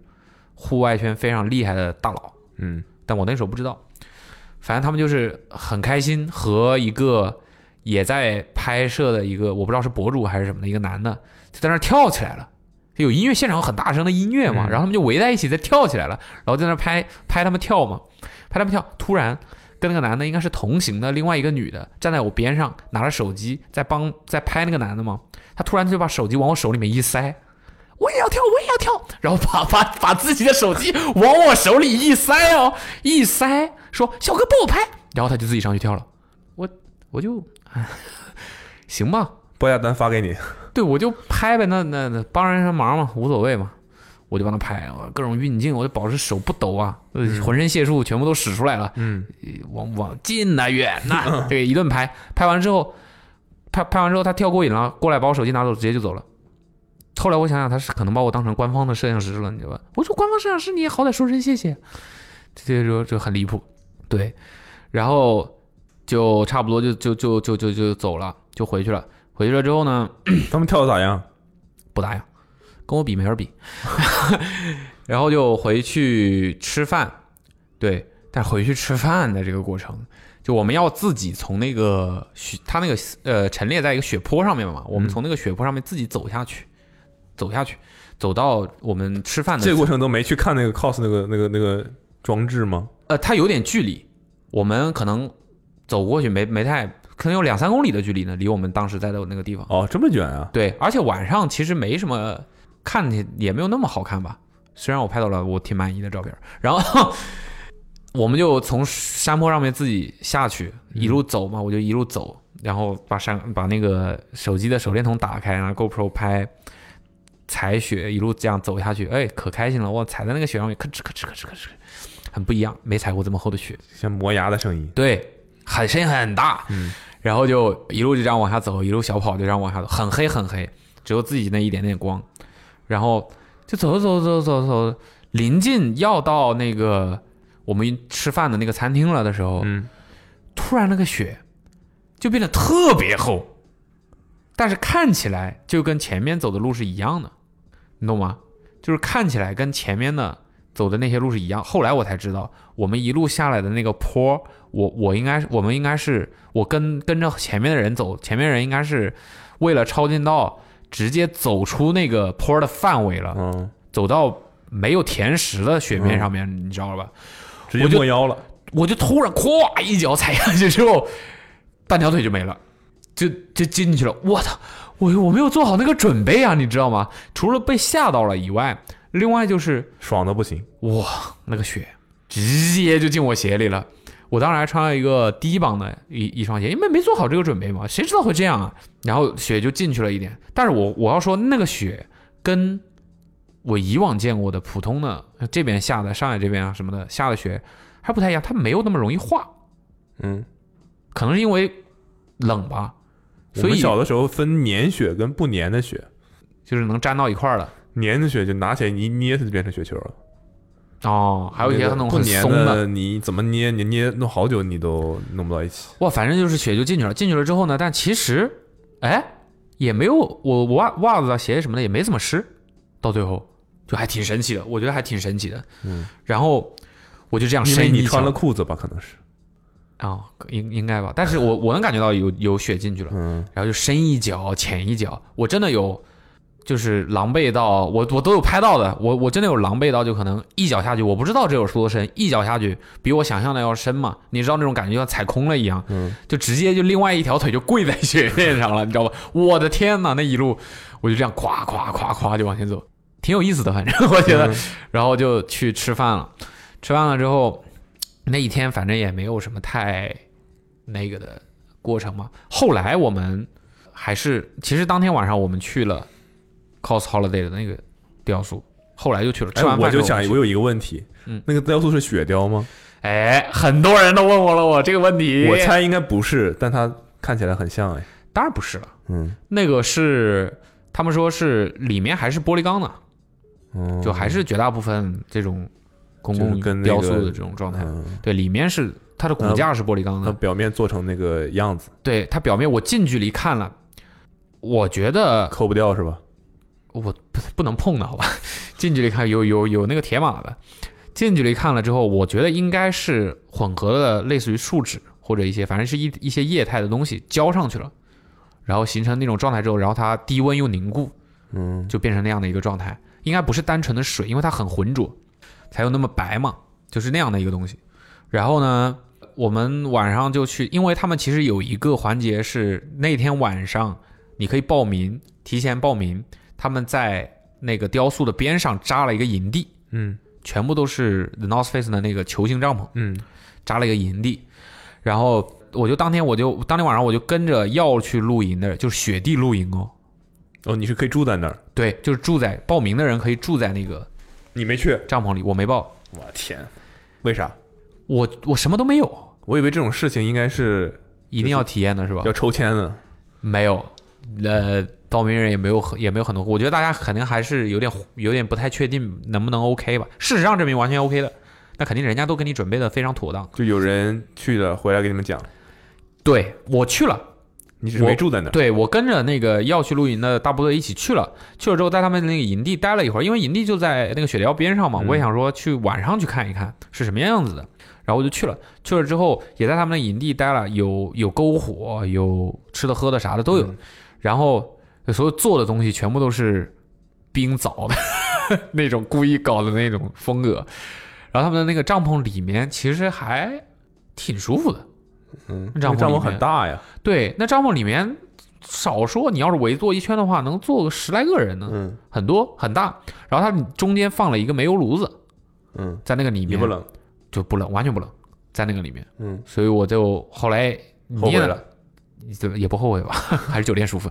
[SPEAKER 3] 户外圈非常厉害的大佬，
[SPEAKER 2] 嗯，
[SPEAKER 3] 但我那时候不知道。反正他们就是很开心，和一个也在拍摄的一个我不知道是博主还是什么的一个男的，就在那儿跳起来了。有音乐现场有很大声的音乐嘛，
[SPEAKER 2] 嗯
[SPEAKER 3] 然后他们就围在一起在跳起来了，然后在那儿拍拍他们跳嘛，拍他们跳。突然跟那个男的应该是同行的另外一个女的站在我边上，拿着手机在帮在拍那个男的嘛，他突然就把手机往我手里面一塞，我也要跳，我也要跳，然后把把把自己的手机往我手里一塞哦，一塞，说小哥帮我拍，然后他就自己上去跳了，我我就，唉行吧，
[SPEAKER 2] 报价单发给你。
[SPEAKER 3] 对我就拍呗，那那那帮人忙嘛，无所谓嘛，我就帮他拍，我各种运镜，我就保持手不抖啊，呃浑身解数全部都使出来了，
[SPEAKER 2] 嗯，
[SPEAKER 3] 往往近呐、远呐、对，一顿拍，拍完之后，拍拍完之后他跳过瘾了，过来把我手机拿走，直接就走了。后来我想想，他是可能把我当成官方的摄影师了，你知道吧？我说官方摄影师，你也好歹说声谢谢，这就就很离谱，对。然后就差不多就就就就就就走了，就回去了。回去了之后呢，
[SPEAKER 2] 他们跳的咋样？
[SPEAKER 3] 不打烊，跟我比没法比。 然后就回去吃饭，对，但回去吃饭的这个过程，就我们要自己从那个雪，它那个呃陈列在一个雪坡上面嘛，我们
[SPEAKER 2] 嗯
[SPEAKER 3] 从那个雪坡上面自己走下去，走下去，走到我们吃饭的
[SPEAKER 2] 这个过程都没去看那个 cos 那个那个那个装置吗？
[SPEAKER 3] 呃，它有点距离，我们可能走过去没没太，可能有两三公里的距离呢，离我们当时在的那个地方。
[SPEAKER 2] 哦，这么远啊！
[SPEAKER 3] 对，而且晚上其实没什么看起也没有那么好看吧。虽然我拍到了我挺满意的照片儿，然后 我们就从山坡上面自己下去，一路走嘛，我就一路走，然后把山把那个手机的手电筒打开，然后 GoPro 拍踩雪，一路这样走下去，哎，可开心了！我踩在那个雪上面，咔哧咔哧咔哧咔哧，很不一样，没踩过这么厚的雪。
[SPEAKER 2] 像磨牙的声音。
[SPEAKER 3] 对，很深很大，
[SPEAKER 2] 嗯
[SPEAKER 3] 然后就一路就这样往下走，一路小跑就这样往下走，很黑很黑，只有自己那一点点光，然后就走着走着走着走着，临近要到那个我们吃饭的那个餐厅了的时候，
[SPEAKER 2] 嗯，
[SPEAKER 3] 突然那个雪就变得特别厚，但是看起来就跟前面走的路是一样的，你懂吗？就是看起来跟前面的走的那些路是一样。后来我才知道，我们一路下来的那个坡，我我应该是我们应该是我跟跟着前面的人走，前面人应该是为了抄近道，直接走出那个坡的范围了，
[SPEAKER 2] 嗯，
[SPEAKER 3] 走到没有甜食的雪面上面，你知道了吧？
[SPEAKER 2] 直接
[SPEAKER 3] 我就
[SPEAKER 2] 没腰了。
[SPEAKER 3] 我就突然咵一脚踩下去之后，半条腿就没了，就就进去了。我操！我我没有做好那个准备啊，你知道吗？除了被吓到了以外，另外就是
[SPEAKER 2] 爽的不行。
[SPEAKER 3] 哇，那个雪直接就进我鞋里了。我当时还穿了一个低帮的一一双鞋，因为没做好这个准备嘛，谁知道会这样啊？然后雪就进去了一点，但是我我要说那个雪跟我以往见过的普通的这边下的上海这边啊什么的下的雪还不太一样，它没有那么容易化，
[SPEAKER 2] 嗯，
[SPEAKER 3] 可能是因为冷吧，
[SPEAKER 2] 我
[SPEAKER 3] 所
[SPEAKER 2] 们
[SPEAKER 3] 以
[SPEAKER 2] 小的时候分粘雪跟不粘的雪，
[SPEAKER 3] 就是能粘到一块儿了。
[SPEAKER 2] 粘的雪就拿起来你一捏它就变成雪球了。
[SPEAKER 3] 哦，还有一些
[SPEAKER 2] 那
[SPEAKER 3] 那
[SPEAKER 2] 个
[SPEAKER 3] 种
[SPEAKER 2] 不
[SPEAKER 3] 很
[SPEAKER 2] 粘
[SPEAKER 3] 松的，
[SPEAKER 2] 的，你怎么捏你捏弄好久你都弄不到一起。
[SPEAKER 3] 哇，反正就是雪就进去了。进去了之后呢，但其实，哎，也没有我我袜袜子啊、鞋什么的也没怎么湿，到最后就还挺神奇的，我觉得还挺神奇的。
[SPEAKER 2] 嗯，
[SPEAKER 3] 然后我就这样
[SPEAKER 2] 因
[SPEAKER 3] 深
[SPEAKER 2] 为
[SPEAKER 3] 一
[SPEAKER 2] 你穿
[SPEAKER 3] 脚
[SPEAKER 2] 了裤子吧，可能是。
[SPEAKER 3] 啊、应应该吧，但是我我能感觉到有有雪进去了。
[SPEAKER 2] 嗯，
[SPEAKER 3] 然后就深一脚浅一脚，我真的有，就是狼狈到我我都有拍到的，我我真的有狼狈到就可能一脚下去，我不知道这有多深，一脚下去比我想象的要深嘛，你知道那种感觉就像踩空了一样，
[SPEAKER 2] 嗯，
[SPEAKER 3] 就直接就另外一条腿就跪在雪面上了，你知道吧？我的天呐，那一路我就这样咵咵咵咵就往前走，挺有意思的，反正我觉
[SPEAKER 2] 嗯
[SPEAKER 3] 得，然后就去吃饭了，吃饭了之后那一天反正也没有什么太那个的过程嘛。后来我们还是，其实当天晚上我们去了 Cos Holiday 的那个雕塑，后来又去了。吃
[SPEAKER 2] 哎
[SPEAKER 3] 完，
[SPEAKER 2] 我
[SPEAKER 3] 饭之
[SPEAKER 2] 就
[SPEAKER 3] 后
[SPEAKER 2] 想，
[SPEAKER 3] 们去
[SPEAKER 2] 我有一个问题，
[SPEAKER 3] 嗯
[SPEAKER 2] 那个雕塑是雪雕吗？
[SPEAKER 3] 哎，很多人都问我了我这个问题，
[SPEAKER 2] 我猜应该不是，但它看起来很像哎。
[SPEAKER 3] 当然不是了，
[SPEAKER 2] 嗯，
[SPEAKER 3] 那个是他们说是里面还是玻璃钢的，
[SPEAKER 2] 嗯
[SPEAKER 3] 就还是绝大部分这种公
[SPEAKER 2] 就是
[SPEAKER 3] 共
[SPEAKER 2] 跟那
[SPEAKER 3] 雕
[SPEAKER 2] 个
[SPEAKER 3] 塑的这种状态。
[SPEAKER 2] 嗯，
[SPEAKER 3] 对，里面是它的骨架是玻璃钢的
[SPEAKER 2] 它，表面做成那个样子，
[SPEAKER 3] 对它表面我近距离看了，我觉得
[SPEAKER 2] 抠不掉是吧？
[SPEAKER 3] 我不不能碰的好吧？近距离看有有有那个铁马的，近距离看了之后，我觉得应该是混合了类似于树脂或者一些，反正是一一些液态的东西浇上去了，然后形成那种状态之后，然后它低温又凝固，
[SPEAKER 2] 嗯，
[SPEAKER 3] 就变成那样的一个状态。应该不是单纯的水，因为它很浑浊，才有那么白嘛，就是那样的一个东西。然后呢，我们晚上就去，因为他们其实有一个环节是那天晚上你可以报名，提前报名。他们在那个雕塑的边上扎了一个营地，
[SPEAKER 2] 嗯
[SPEAKER 3] 全部都是 The North Face 的那个球形帐篷，
[SPEAKER 2] 嗯
[SPEAKER 3] 扎了一个营地。然后我就当天我就当天晚上我就跟着要去露营的人，就是雪地露营哦，
[SPEAKER 2] 哦，你是可以住在那儿，
[SPEAKER 3] 对，就是住在报名的人可以住在那个
[SPEAKER 2] 你没去？
[SPEAKER 3] 帐篷里，我没报，
[SPEAKER 2] 我天，啊为啥？
[SPEAKER 3] 我我什么都没有，
[SPEAKER 2] 我以为这种事情应该是
[SPEAKER 3] 一定要体验的是吧？
[SPEAKER 2] 要抽签的。
[SPEAKER 3] 没有，呃，报名人也没有很也没有很多，我觉得大家肯定还是有点有点不太确定能不能 OK 吧。事实上证明完全 OK 的，那肯定人家都给你准备的非常妥当。
[SPEAKER 2] 就有人去了，回来给你们讲，
[SPEAKER 3] 对我去了，
[SPEAKER 2] 你只是没住在那儿。
[SPEAKER 3] 对我跟着那个要去露营的大部队一起去了，去了之后在他们那个营地待了一会儿，因为营地就在那个雪雕边上嘛，
[SPEAKER 2] 嗯
[SPEAKER 3] 我也想说去晚上去看一看是什么样子的，然后我就去了，去了之后也在他们的营地待了，有有篝火，有吃的喝的啥的都有，
[SPEAKER 2] 嗯
[SPEAKER 3] 然后所有做的东西全部都是冰凿的 那种故意搞的那种风格，然后他们的那个帐篷里面其实还挺舒服的，
[SPEAKER 2] 嗯，那
[SPEAKER 3] 帐篷
[SPEAKER 2] 帐
[SPEAKER 3] 里
[SPEAKER 2] 篷
[SPEAKER 3] 面
[SPEAKER 2] 很大呀。
[SPEAKER 3] 对，那帐篷里面少说，你要是围坐一圈的话，能坐个十来个人呢，
[SPEAKER 2] 嗯
[SPEAKER 3] 很多很大。然后它中间放了一个煤油炉子，
[SPEAKER 2] 嗯，
[SPEAKER 3] 在那个里面
[SPEAKER 2] 也不冷。
[SPEAKER 3] 就不冷，完全不冷，在那个里面。
[SPEAKER 2] 嗯，
[SPEAKER 3] 所以我就后来
[SPEAKER 2] 后
[SPEAKER 3] 你
[SPEAKER 2] 悔
[SPEAKER 3] 也
[SPEAKER 2] 了。
[SPEAKER 3] 怎么也不后悔吧， 还是酒店舒服，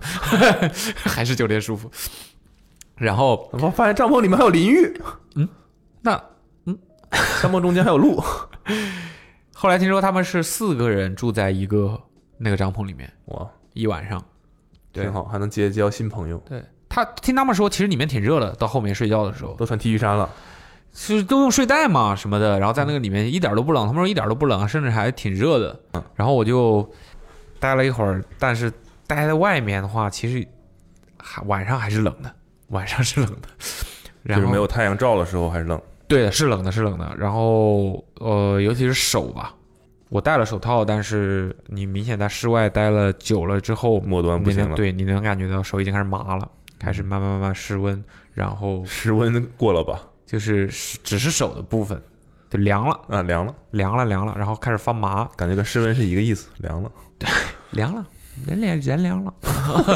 [SPEAKER 3] 还是酒店舒服。然后
[SPEAKER 2] 我发现帐篷里面还有淋浴，
[SPEAKER 3] 那
[SPEAKER 2] 帐篷中间还有 路。
[SPEAKER 3] 后来听说他们是四个人住在一个那个帐篷里面
[SPEAKER 2] 哇，
[SPEAKER 3] 一晚上，对
[SPEAKER 2] 挺好，还能结交新朋友。
[SPEAKER 3] 对。他听他们说，其实里面挺热的，到后面睡觉的时候，
[SPEAKER 2] 都穿 T 恤衫了，
[SPEAKER 3] 就是都用睡袋嘛什么的，然后在那个里面一点都不冷，他们说一点都不冷，甚至还挺热的。然后我就待了一会儿，但是待在外面的话，其实还晚上还是冷的，晚上是冷的。
[SPEAKER 2] 就
[SPEAKER 3] 然
[SPEAKER 2] 是
[SPEAKER 3] 后
[SPEAKER 2] 没有太阳照的时候还冷。
[SPEAKER 3] 对，是冷的，是冷的。然后呃，尤其是手吧，我戴了手套，但是你明显在室外待了久了之后，
[SPEAKER 2] 末端不
[SPEAKER 3] 你
[SPEAKER 2] 行
[SPEAKER 3] 能
[SPEAKER 2] 了，
[SPEAKER 3] 对，你能感觉到手已经开始麻了，开始慢慢慢慢失温，然后
[SPEAKER 2] 室温过了吧？
[SPEAKER 3] 就是只是手的部分就凉了，
[SPEAKER 2] 啊，凉了，
[SPEAKER 3] 凉了，凉了，然后开始发麻，
[SPEAKER 2] 感觉跟室温是一个意思，凉了。
[SPEAKER 3] 凉了，人脸人凉了，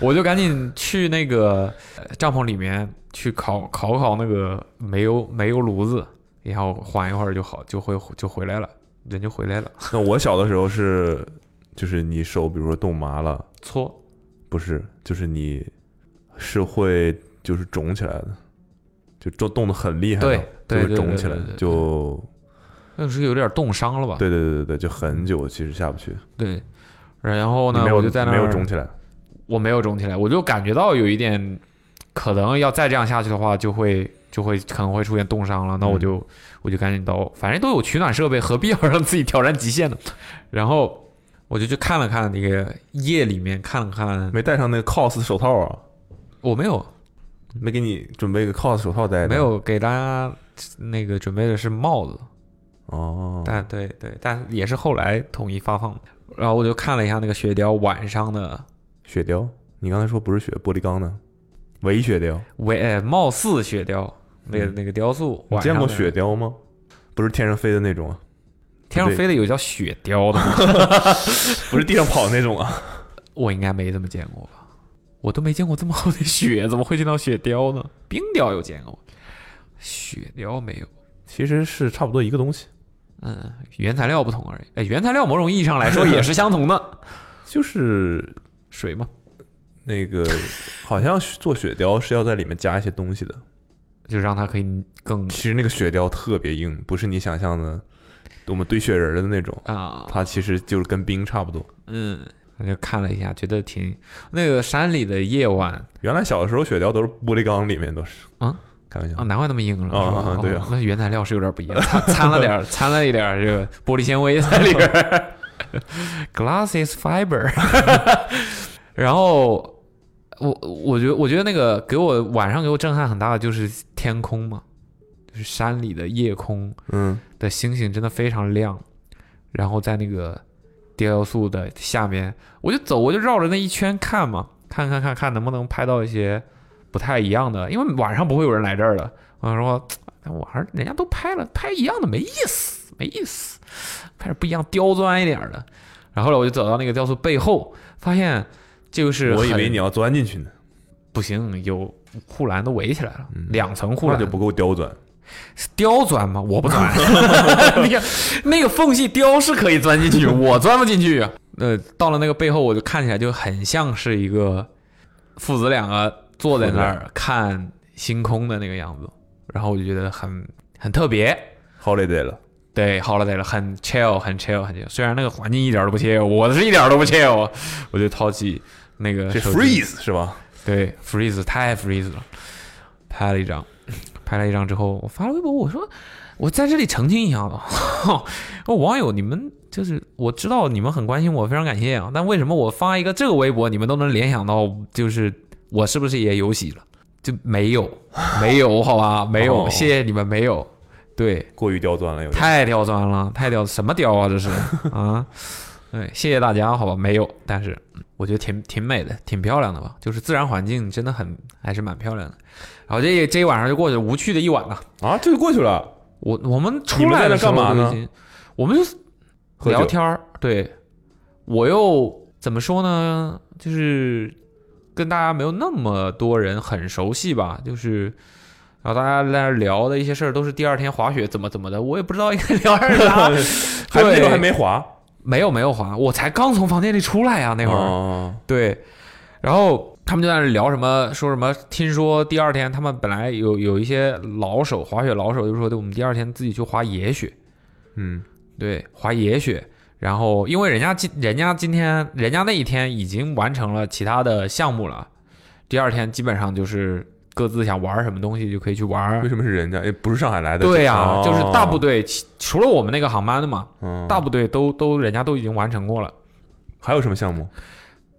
[SPEAKER 3] 我就赶紧去那个呃帐篷里面去烤烤烤那个煤油煤油炉子，然后缓一会儿就好，就会就回来了，人就回来了，
[SPEAKER 2] 那我小的时候是，就是你手比如说冻麻了，
[SPEAKER 3] 搓
[SPEAKER 2] 不是，就是你是会就是肿起来的，就冻冻得很厉害的，
[SPEAKER 3] 对
[SPEAKER 2] 就
[SPEAKER 3] 对对
[SPEAKER 2] 会肿起
[SPEAKER 3] 对
[SPEAKER 2] 来
[SPEAKER 3] 对对，对
[SPEAKER 2] 就
[SPEAKER 3] 那是有点冻伤了吧？
[SPEAKER 2] 对对对对对，就很久其实下不去。
[SPEAKER 3] 对，然后呢
[SPEAKER 2] 你没，有
[SPEAKER 3] 我就哦在那
[SPEAKER 2] 没有
[SPEAKER 3] 儿
[SPEAKER 2] 肿起来，
[SPEAKER 3] 我没有肿起来，我就感觉到有一点，可能要再这样下去的话，就会就会可能会出现冻伤了。那我就、我就赶紧到，反正都有取暖设备，何必要让自己挑战极限呢？然后我就去看了看那个夜里面，看了看，
[SPEAKER 2] 没戴上那个 cos 手套啊，
[SPEAKER 3] 我没有
[SPEAKER 2] 没给你准备个 cos 手套戴的，
[SPEAKER 3] 没有给大家那个准备的是帽子，
[SPEAKER 2] 哦，
[SPEAKER 3] 但对对，但也是后来统一发放的。然后我就看了一下那个雪貂晚上的
[SPEAKER 2] 雪貂，你刚才说不是雪玻璃钢的，伪雪貂，
[SPEAKER 3] 为、呃貌似雪貂那个、那个雕塑，
[SPEAKER 2] 嗯你见过
[SPEAKER 3] 晚上的
[SPEAKER 2] 雪貂吗？不是天上飞的那种啊，
[SPEAKER 3] 天上
[SPEAKER 2] 对
[SPEAKER 3] 飞的有叫雪貂的吗？
[SPEAKER 2] 不是地上跑那种啊，
[SPEAKER 3] 我应该没怎么见过吧？我都没见过这么厚的雪， 怎么会见到雪貂呢？冰雕有见过，雪貂没有。
[SPEAKER 2] 其实是差不多一个东西，
[SPEAKER 3] 嗯，原材料不同而已。哎，原材料某种意义上来说也是相同的，
[SPEAKER 2] 就是
[SPEAKER 3] 水嘛，
[SPEAKER 2] 那个好像是做雪貂是要在里面加一些东西的。
[SPEAKER 3] 就让它可以更
[SPEAKER 2] 其实那个雪貂特别硬，不是你想象的我们堆雪人的那种，
[SPEAKER 3] 啊，
[SPEAKER 2] 它其实就是跟冰差不多。
[SPEAKER 3] 嗯，我就看了一下，觉得挺那个山里的夜晚
[SPEAKER 2] 原来小的时候雪貂都是玻璃缸里面都是
[SPEAKER 3] 啊，
[SPEAKER 2] 开玩笑
[SPEAKER 3] 啊，难怪那么硬了。
[SPEAKER 2] 啊
[SPEAKER 3] 是吧
[SPEAKER 2] 对
[SPEAKER 3] 哦
[SPEAKER 2] 啊
[SPEAKER 3] 那原材料是有点不一样，掺 掺了点儿，掺了一点儿这个玻璃纤维在里边儿。Glass is fiber 。 然后我我觉得我觉得那个给我晚上给我震撼很大的就是天空嘛，就是山里的夜空
[SPEAKER 2] 嗯，
[SPEAKER 3] 的星星真的非常亮，然后在那个雕塑的下面，我就走，我就绕着那一圈看嘛，看看看看能不能拍到一些不太一样的，因为晚上不会有人来这儿的。我说，那晚上人家都拍了，拍一样的没意思，没意思，拍点不一样刁钻一点儿的。然后呢，我就走到那个雕塑背后，发现就是
[SPEAKER 2] 我以
[SPEAKER 3] 很
[SPEAKER 2] 为你要钻进去呢，
[SPEAKER 3] 不行，有护栏都围起来了，两层护
[SPEAKER 2] 嗯那
[SPEAKER 3] 栏
[SPEAKER 2] 就不够刁钻。
[SPEAKER 3] 刁钻吗？我不钻， 那个那个缝隙雕是可以钻进 去，我钻不进去啊。呃，到了那个背后，我就看起来就很像是一个父子两个坐在那儿看星空的那个样子，然后我就觉得很很特别。
[SPEAKER 2] holiday 了，
[SPEAKER 3] 对，holiday 了，很 chill，很 chill，很 chill。虽然那个环境一点都不 chill，我是一点都不 chill，我就掏起那个
[SPEAKER 2] 这
[SPEAKER 3] 手机
[SPEAKER 2] freeze 是吧？
[SPEAKER 3] 对，freeze 太 freeze 了，拍了一张，拍了一张之后，我发了微博，我说我在这里澄清一下 吧，我网友你们就是我知道你们很关心我，非常感谢啊，但为什么我发一个这个微博，你们都能联想到就是我是不是也有喜了？就没有，没有，好吧，没有，
[SPEAKER 2] 哦
[SPEAKER 3] 谢谢你们，没有，对，
[SPEAKER 2] 过于刁钻了有点。
[SPEAKER 3] 太刁钻了，太刁什么刁 啊这是啊！对，谢谢大家，好吧，没有，但是我觉得挺挺美的，挺漂亮的吧，就是自然环境真的很还是蛮漂亮的。然后这这一晚上就过去了，无趣的一晚了。
[SPEAKER 2] 啊，这就过去了，
[SPEAKER 3] 我我们
[SPEAKER 2] 你
[SPEAKER 3] 出
[SPEAKER 2] 们
[SPEAKER 3] 来
[SPEAKER 2] 在
[SPEAKER 3] 的
[SPEAKER 2] 那
[SPEAKER 3] 时候
[SPEAKER 2] 干嘛
[SPEAKER 3] 就已
[SPEAKER 2] 呢
[SPEAKER 3] 经？我们就是
[SPEAKER 2] 喝酒
[SPEAKER 3] 聊天儿，对，我又怎么说呢？就是跟大家没有那么多人很熟悉吧，就是。然后大家在那儿聊的一些事儿都是第二天滑雪怎么怎么的，我也不知道应该 聊点啥，
[SPEAKER 2] 还那
[SPEAKER 3] 对
[SPEAKER 2] 个还没滑
[SPEAKER 3] 没有没有还，我才刚从房间里出来呀、啊那
[SPEAKER 2] 那
[SPEAKER 3] 会儿。
[SPEAKER 2] 儿，
[SPEAKER 3] 对，然后他们就在那聊什么，说什么，听说第二天他们本来有有一些老手滑雪老手就说，我们第二天自己去滑野雪，
[SPEAKER 2] 嗯，
[SPEAKER 3] 对，滑野雪。然后，因为人家今人家今天人家那一天已经完成了其他的项目了，第二天基本上就是各自想玩什么东西就可以去玩
[SPEAKER 2] 为。什么是人家？也不是上海来的，
[SPEAKER 3] 对啊呀、
[SPEAKER 2] 哦
[SPEAKER 3] 就是大部队其除了我们那个航班的嘛，
[SPEAKER 2] 嗯
[SPEAKER 3] 大部队都都人家都已经完成过了。
[SPEAKER 2] 还有什么项目？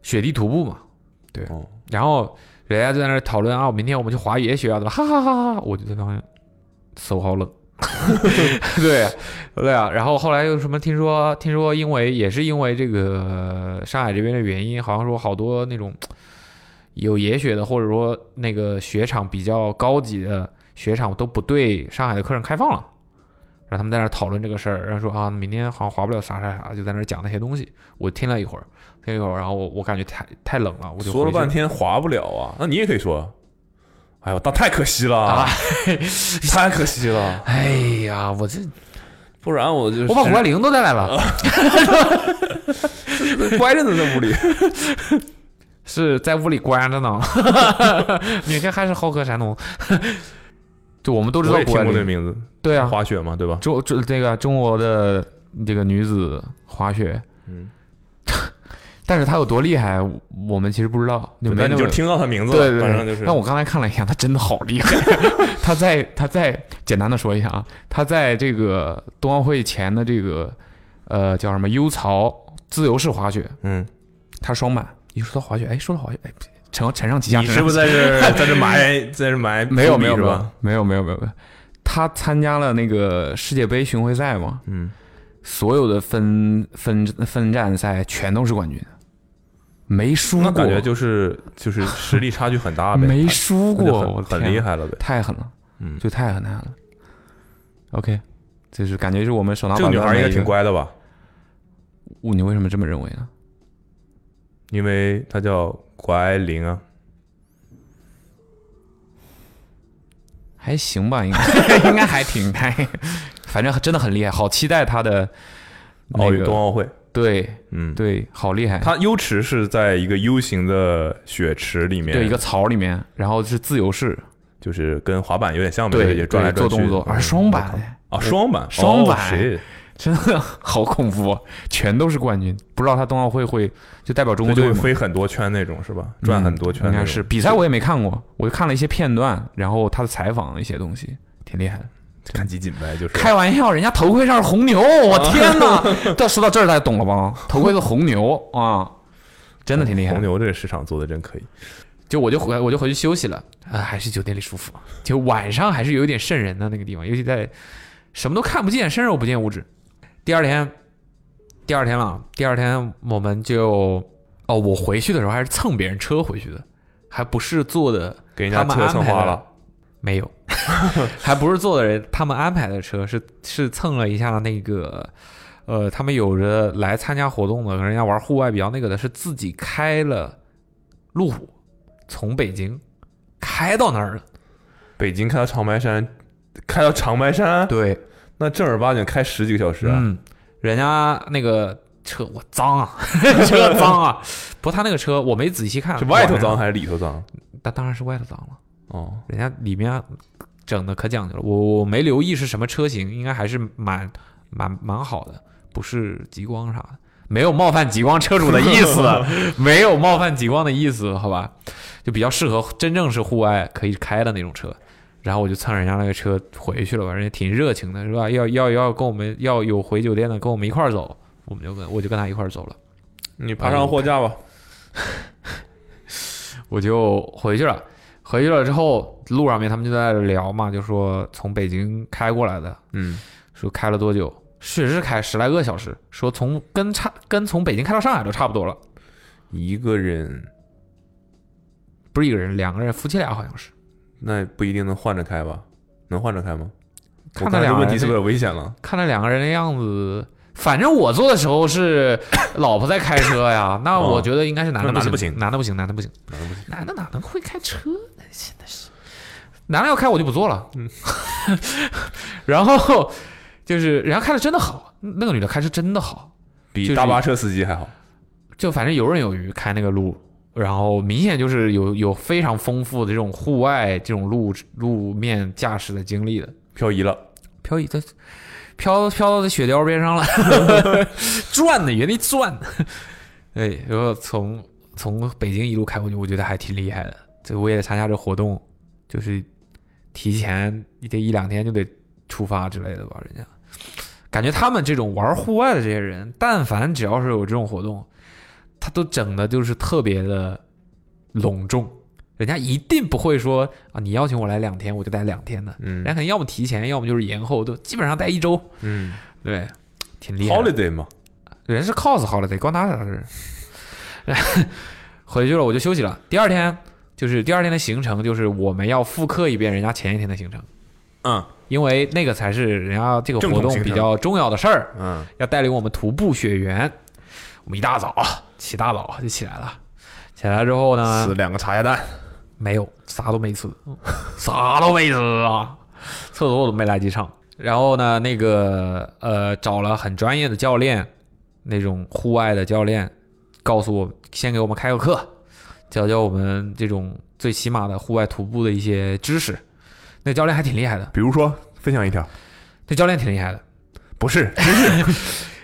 [SPEAKER 3] 雪地徒步嘛，对，
[SPEAKER 2] 哦
[SPEAKER 3] 然后人家就在那儿讨论啊，明天我们去滑野雪啊，怎么哈哈哈哈，我就在旁边， ，so 好冷。 对对啊，然后后来又什么？听说听说，因为也是因为这个上海这边的原因，好像说好多那种有野雪的，或者说那个雪场比较高级的雪场都不对上海的客人开放了。然后他们在那儿讨论这个事儿，然后说啊，明天好像滑不了啥啥啥，就在那儿讲那些东西。我听了一会儿，听了一会儿，然后我我感觉太太冷了，我就
[SPEAKER 2] 说了
[SPEAKER 3] 回去
[SPEAKER 2] 半天划不了啊，那你也可以说，哎呦，那太可惜了，啊太可惜 了，
[SPEAKER 3] 哎呀，我这
[SPEAKER 2] 不然我就
[SPEAKER 3] 我把谷爱凌都带 来了。
[SPEAKER 2] 乖着呢在屋里。
[SPEAKER 3] 是在屋里关着呢， 每天还是好喝山东。 就我们都知道
[SPEAKER 2] 我也听
[SPEAKER 3] 国外
[SPEAKER 2] 过这
[SPEAKER 3] 的
[SPEAKER 2] 个名字，
[SPEAKER 3] 对啊，
[SPEAKER 2] 滑雪嘛，对吧？
[SPEAKER 3] 中中这个中国的这个女子滑雪，
[SPEAKER 2] 嗯，
[SPEAKER 3] 但是她有多厉害，我们其实不知道，就没
[SPEAKER 2] 但
[SPEAKER 3] 那
[SPEAKER 2] 你
[SPEAKER 3] 么
[SPEAKER 2] 就听到他名字了，
[SPEAKER 3] 对对，
[SPEAKER 2] 反
[SPEAKER 3] 对
[SPEAKER 2] 正就是。
[SPEAKER 3] 但我刚才看了一下，她真的好厉害。 她在她在简单的说一下啊，她在这个冬奥会前的这个呃叫什么 U 槽自由式滑雪，
[SPEAKER 2] 嗯，
[SPEAKER 3] 她双板。一说到滑雪，哎，说到滑雪，哎，承承上启下，
[SPEAKER 2] 你是不是在这在这 埋在这埋
[SPEAKER 3] 没有
[SPEAKER 2] 伏笔
[SPEAKER 3] 没有
[SPEAKER 2] 是
[SPEAKER 3] 没有
[SPEAKER 2] 吧？
[SPEAKER 3] 没有没有没有没有，他参加了那个世界杯巡回赛嘛，
[SPEAKER 2] 嗯，
[SPEAKER 3] 所有的分分分站赛全都是冠军，没输
[SPEAKER 2] 那
[SPEAKER 3] 过，
[SPEAKER 2] 感觉就是就是实力差距很大呗，
[SPEAKER 3] 没输
[SPEAKER 2] 那就
[SPEAKER 3] 过，我
[SPEAKER 2] 很很
[SPEAKER 3] 天啊
[SPEAKER 2] 厉，害了呗。
[SPEAKER 3] 太狠了，
[SPEAKER 2] 嗯
[SPEAKER 3] 就太狠太狠了。OK，这是感觉是我们手拿
[SPEAKER 2] 这个
[SPEAKER 3] 板
[SPEAKER 2] 女
[SPEAKER 3] 凳
[SPEAKER 2] 孩
[SPEAKER 3] 的
[SPEAKER 2] 应该
[SPEAKER 3] 一
[SPEAKER 2] 挺
[SPEAKER 3] 个。哦
[SPEAKER 2] 乖的吧？
[SPEAKER 3] 你为什么这么认为呢？
[SPEAKER 2] 因为她叫谷爱凌啊，
[SPEAKER 3] 还行吧，应 该 应该还挺还，反正真的很厉害，好期待他的那
[SPEAKER 2] 奥运冬
[SPEAKER 3] 个
[SPEAKER 2] 奥会。
[SPEAKER 3] 对
[SPEAKER 2] 嗯，
[SPEAKER 3] 对，好厉害。
[SPEAKER 2] 它 U 池是在一个 U 型的雪池里面，
[SPEAKER 3] 对，一个槽里面，然后是自由式，
[SPEAKER 2] 就是跟滑板有点像呗，
[SPEAKER 3] 对，
[SPEAKER 2] 也转来
[SPEAKER 3] 对
[SPEAKER 2] 转去
[SPEAKER 3] 做动作，而双板哎
[SPEAKER 2] 啊，双板，
[SPEAKER 3] 双板
[SPEAKER 2] 哦谁
[SPEAKER 3] 真的好恐怖、哦，全都是冠军，不知道他冬奥会会就代表中
[SPEAKER 2] 那
[SPEAKER 3] 国
[SPEAKER 2] 就
[SPEAKER 3] 队
[SPEAKER 2] 会
[SPEAKER 3] 吗
[SPEAKER 2] 飞很多圈那种是吧？转很多圈
[SPEAKER 3] 嗯
[SPEAKER 2] 那
[SPEAKER 3] 应
[SPEAKER 2] 种，
[SPEAKER 3] 该是比赛我也没看过，我就看了一些片段，然后他的采访一些东西，挺厉害的。
[SPEAKER 2] 看几紧呗，就是
[SPEAKER 3] 开玩笑，人家头盔上是红牛，我天
[SPEAKER 2] 啊
[SPEAKER 3] 哪！这说到这儿，大家懂了吧？头盔是红牛啊，真的挺厉害
[SPEAKER 2] 红。牛这个市场做的真可以。
[SPEAKER 3] 就我就回我就回去休息了啊，还是酒店里舒服。就晚上还是有一点瘆人的那个地方，尤其在什么都看不见，伸手不见五指。第二天，第二天了，第二天我们就哦，我回去的时候还是蹭别人车回去的，还不是坐的
[SPEAKER 2] 给人家
[SPEAKER 3] 他们
[SPEAKER 2] 车蹭
[SPEAKER 3] 安排
[SPEAKER 2] 花
[SPEAKER 3] 的
[SPEAKER 2] 了，
[SPEAKER 3] 没有， 还不是坐的人，他们安排的车是是蹭了一下那个，呃，他们有着来参加活动的，人家玩户外比较那个的，是自己开了路虎，从北京开到那儿了。
[SPEAKER 2] 北京开到长白山，开到长白山，
[SPEAKER 3] 对，
[SPEAKER 2] 那正儿八经开十几个小时啊，
[SPEAKER 3] 嗯，人家那个车我脏啊， 车脏啊，不过他那个车我没仔细看，
[SPEAKER 2] 是外头
[SPEAKER 3] 晚上
[SPEAKER 2] 脏，还是里头脏？
[SPEAKER 3] 那当然是外头脏了，
[SPEAKER 2] 哦，
[SPEAKER 3] 人家里面整的可讲究了，我我没留意是什么车型，应该还是蛮蛮蛮好的，不是极光啥的，没有冒犯极光车主的意思，没有冒犯极光的意思，好吧，就比较适合真正是户外可以开的那种车。然后我就蹭人家那个车回去了吧，人家挺热情的，是吧？要要要跟我们要有回酒店的，跟我们一块儿走，我们就跟我就跟他一块儿走了。嗯
[SPEAKER 2] 你爬上货架吧。
[SPEAKER 3] 我就回去了。回去了之后，路上面他们就在聊嘛，就说从北京开过来的，
[SPEAKER 2] 嗯，
[SPEAKER 3] 说开了多久，确实开十来个小时，说从跟差跟从北京开到上海都差不多了，
[SPEAKER 2] 一个人
[SPEAKER 3] 不是一个人，两个人，夫妻俩好像是。
[SPEAKER 2] 那不一定能换着开吧？能换着开吗？
[SPEAKER 3] 看
[SPEAKER 2] 我看
[SPEAKER 3] 那
[SPEAKER 2] 这
[SPEAKER 3] 两个
[SPEAKER 2] 问
[SPEAKER 3] 人
[SPEAKER 2] 题是不
[SPEAKER 3] 那
[SPEAKER 2] 是有危险了？
[SPEAKER 3] 看那两个人的样子，反正我坐的时候是老婆在开 车呀，那我觉得应该是男的
[SPEAKER 2] 哦那男的
[SPEAKER 3] 不
[SPEAKER 2] 不行
[SPEAKER 3] 男的不行，男的不行，
[SPEAKER 2] 哪能不行
[SPEAKER 3] 男的哪能会开车呢？真的是，男的要开我就不坐了。嗯， 然后就是人家开的真的好，那个女的开车真的好，
[SPEAKER 2] 比
[SPEAKER 3] 就是
[SPEAKER 2] 大巴车司机还好。
[SPEAKER 3] 就反正游刃有余开那个路，然后明显就是有有非常丰富的这种户外这种路路面驾驶的经历的。
[SPEAKER 2] 漂移了，
[SPEAKER 3] 漂移，它飘飘到这雪雕边上了，转的原地转。哎，然后从从北京一路开过去，我觉得还挺厉害的。这我也参加这活动，就是提前得一两天就得出发之类的吧。人家感觉他们这种玩户外的这些人，但凡只要是有这种活动，他都整的就是特别的隆重，人家一定不会说啊，你邀请我来两天，我就待两天的，人
[SPEAKER 2] 嗯
[SPEAKER 3] 家
[SPEAKER 4] 哎
[SPEAKER 3] 可能要么提前，要么就是延后，都基本上待一周，
[SPEAKER 2] 嗯
[SPEAKER 3] 对，挺厉害的。
[SPEAKER 2] ，holiday 嘛，
[SPEAKER 3] 人是 cos 好了得，关他啥事？ 回去了我就休息了。第二天就是第二天的行程，就是我们要复刻一遍人家前一天的行程，
[SPEAKER 2] 嗯
[SPEAKER 3] 因为那个才是人家这个活
[SPEAKER 4] 正统
[SPEAKER 3] 动
[SPEAKER 4] 行程
[SPEAKER 3] 比较重要的事儿。
[SPEAKER 2] 嗯，
[SPEAKER 3] 要带领我们徒步雪原。我们一大早啊起大早就起来了，起来之后呢
[SPEAKER 4] 死，两个茶叶蛋，
[SPEAKER 3] 没有啥都没吃，
[SPEAKER 4] 嗯
[SPEAKER 3] 啥都没吃啊，厕所我都没来及上。然后呢，那个呃，找了很专业的教练，那种户外的教练，告诉我先给我们开个课，教教我们这种最起码的户外徒步的一些知识。那教练还挺厉害的，
[SPEAKER 4] 比如说分享一条，
[SPEAKER 3] 那教练挺厉害的，
[SPEAKER 4] 不是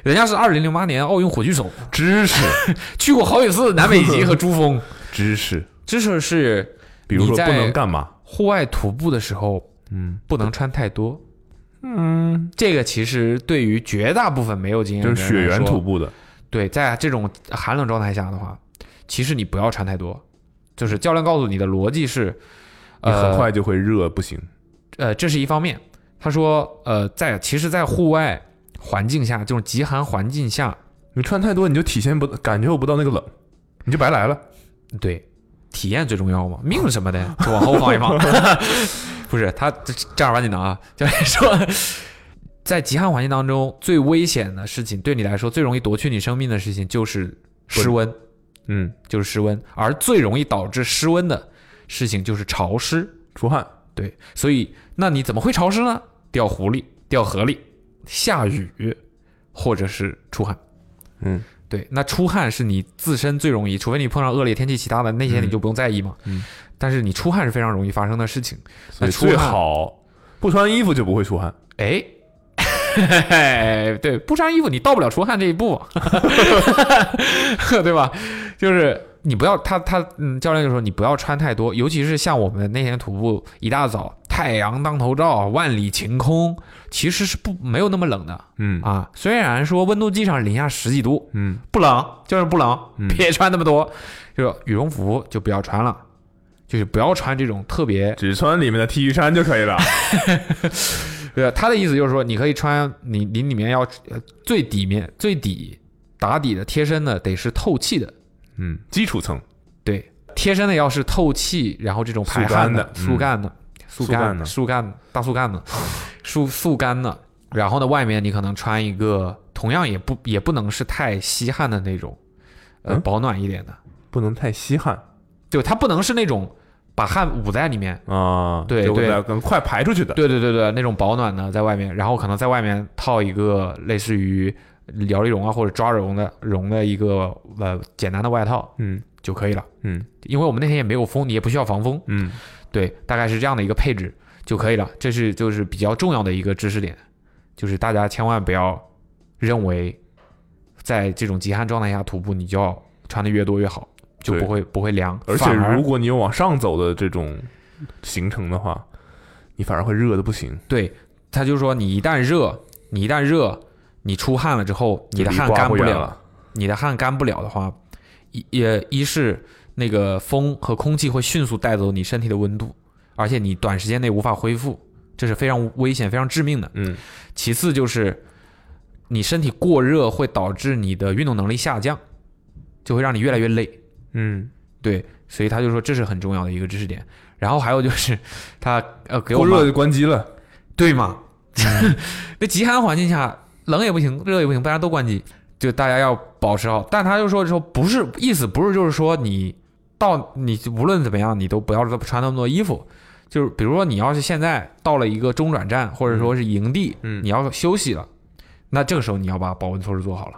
[SPEAKER 3] 人家是二零零八年奥运火炬手，
[SPEAKER 4] 知识，
[SPEAKER 3] 去过好几次南北极和珠峰。
[SPEAKER 4] 知识，
[SPEAKER 3] 知识是
[SPEAKER 4] 比如
[SPEAKER 3] 你
[SPEAKER 4] 说
[SPEAKER 3] 在
[SPEAKER 4] 不能干嘛，
[SPEAKER 3] 户外徒步的时候
[SPEAKER 4] 嗯
[SPEAKER 3] 不能穿太多，
[SPEAKER 4] 嗯，
[SPEAKER 3] 这个其实对于绝大部分没有经验的
[SPEAKER 4] 就
[SPEAKER 3] 人
[SPEAKER 4] 是雪
[SPEAKER 3] 来
[SPEAKER 4] 原
[SPEAKER 3] 说
[SPEAKER 4] 徒。步的，
[SPEAKER 3] 对，在这种寒冷状态下的话，其实你不要穿太多。就是教练告诉你的逻辑是，
[SPEAKER 4] 你
[SPEAKER 3] 呃，
[SPEAKER 4] 很快就会热，不行，
[SPEAKER 3] 呃，这是一方面。他说，呃，在其实，在户外环境下，这种极寒环境下，
[SPEAKER 4] 你穿太多你就体现不感觉不到那个冷，你就白来了。
[SPEAKER 3] 对，体验最重要嘛，命什么的就往后放一放。不是他这正儿八经的啊，教练说， 在极寒环境当中，最危险的事情，对你来说最容易夺去你生命的事情就是湿温，
[SPEAKER 4] 嗯，
[SPEAKER 3] 就是湿温，而最容易导致湿温的事情就是潮湿。
[SPEAKER 4] 出汗，
[SPEAKER 3] 对，所以那你怎么会潮湿呢？掉湖里、掉河里、下雨，或者是出汗。
[SPEAKER 4] 嗯，
[SPEAKER 3] 对，那出汗是你自身最容易，除非你碰上恶劣天气，其他的那些你就不用在意嘛。
[SPEAKER 4] 嗯，
[SPEAKER 3] 但是你出汗是非常容易发生的事情。
[SPEAKER 4] 所
[SPEAKER 3] 那
[SPEAKER 4] 以
[SPEAKER 3] 出
[SPEAKER 4] 最
[SPEAKER 3] 汗，
[SPEAKER 4] 好不穿衣服就不会出汗。
[SPEAKER 3] 哎。对，不穿衣服你到不了出汗这一步， 对吧？就是你不要他他嗯，教练就说你不要穿太多，尤其是像我们那天徒步一大早，太阳当头照，万里晴空，其实是不没有那么冷的
[SPEAKER 4] 嗯
[SPEAKER 3] 啊。虽然说温度计上零下十几度，
[SPEAKER 4] 嗯，
[SPEAKER 3] 不冷，就是不冷，
[SPEAKER 4] 嗯
[SPEAKER 3] 别穿那么多，就是羽绒服就不要穿了，就是不要穿这种特别。
[SPEAKER 4] 只穿里面的 T 恤衫就可以了。
[SPEAKER 3] 对，呃他的意思就是说，你可以穿你你里面要呃最底面最底打底的贴身的得是透气的，
[SPEAKER 4] 嗯，基础层
[SPEAKER 3] 对，贴身的要是透气，然后这种排汗
[SPEAKER 4] 速
[SPEAKER 3] 速干的、嗯速干的、速干的、大速 干的、速速干的，然后呢，外面你可能穿一个同样也不也不能是太吸汗的那种，呃，
[SPEAKER 4] 嗯
[SPEAKER 3] 保暖一点的。
[SPEAKER 4] 不能太吸汗
[SPEAKER 3] 对，它不能是那种把汗捂在里面。
[SPEAKER 4] 啊，
[SPEAKER 3] 对
[SPEAKER 4] 就会
[SPEAKER 3] 对
[SPEAKER 4] 来更快排出去的。
[SPEAKER 3] 对对对对，那种保暖的在外面，然后可能在外面套一个类似于摇粒绒啊或者抓绒的绒的一个呃简单的外套
[SPEAKER 4] 嗯
[SPEAKER 3] 就可以了。
[SPEAKER 4] 嗯
[SPEAKER 3] 因为我们那天也没有风，你也不需要防风，
[SPEAKER 4] 嗯，
[SPEAKER 3] 对，大概是这样的一个配置就可以了。这是就是比较重要的一个知识点，就是大家千万不要认为在这种极寒状态下徒步，你就要穿的越多越好，就
[SPEAKER 4] 对
[SPEAKER 3] 不会不会凉。
[SPEAKER 4] 而且
[SPEAKER 3] 反而
[SPEAKER 4] 如果你有往上走的这种行程的话，你反而会热的不行。
[SPEAKER 3] 对，他就说你一旦热，你一旦热，你出汗了之后，你的
[SPEAKER 4] 离
[SPEAKER 3] 汗
[SPEAKER 4] 刮
[SPEAKER 3] 干
[SPEAKER 4] 不
[SPEAKER 3] 不
[SPEAKER 4] 远
[SPEAKER 3] 了，
[SPEAKER 4] 了
[SPEAKER 3] 你的汗干不了的话，一也一是那个风和空气会迅速带走你身体的温度，而且你短时间内无法恢复，这是非常危险、非常致命的。
[SPEAKER 4] 嗯，
[SPEAKER 3] 其次就是你身体过热会导致你的运动能力下降，就会让你越来越累。
[SPEAKER 4] 嗯，
[SPEAKER 3] 对，所以他就说这是很重要的一个知识点。然后还有就是他呃给我
[SPEAKER 4] 过
[SPEAKER 3] 们
[SPEAKER 4] 热就关机了。
[SPEAKER 3] 对嘛？ 那极寒环境下，冷也不行，热也不行，大家都关机，就大家要保持好。但他就说说不是意思，不是就是说你到你无论怎么样，你都不要穿那么多衣服。就是比如说你要是现在到了一个中转站，或者说是营地，
[SPEAKER 4] 嗯
[SPEAKER 3] 你要休息了，那这个时候你要把保温措施做好了，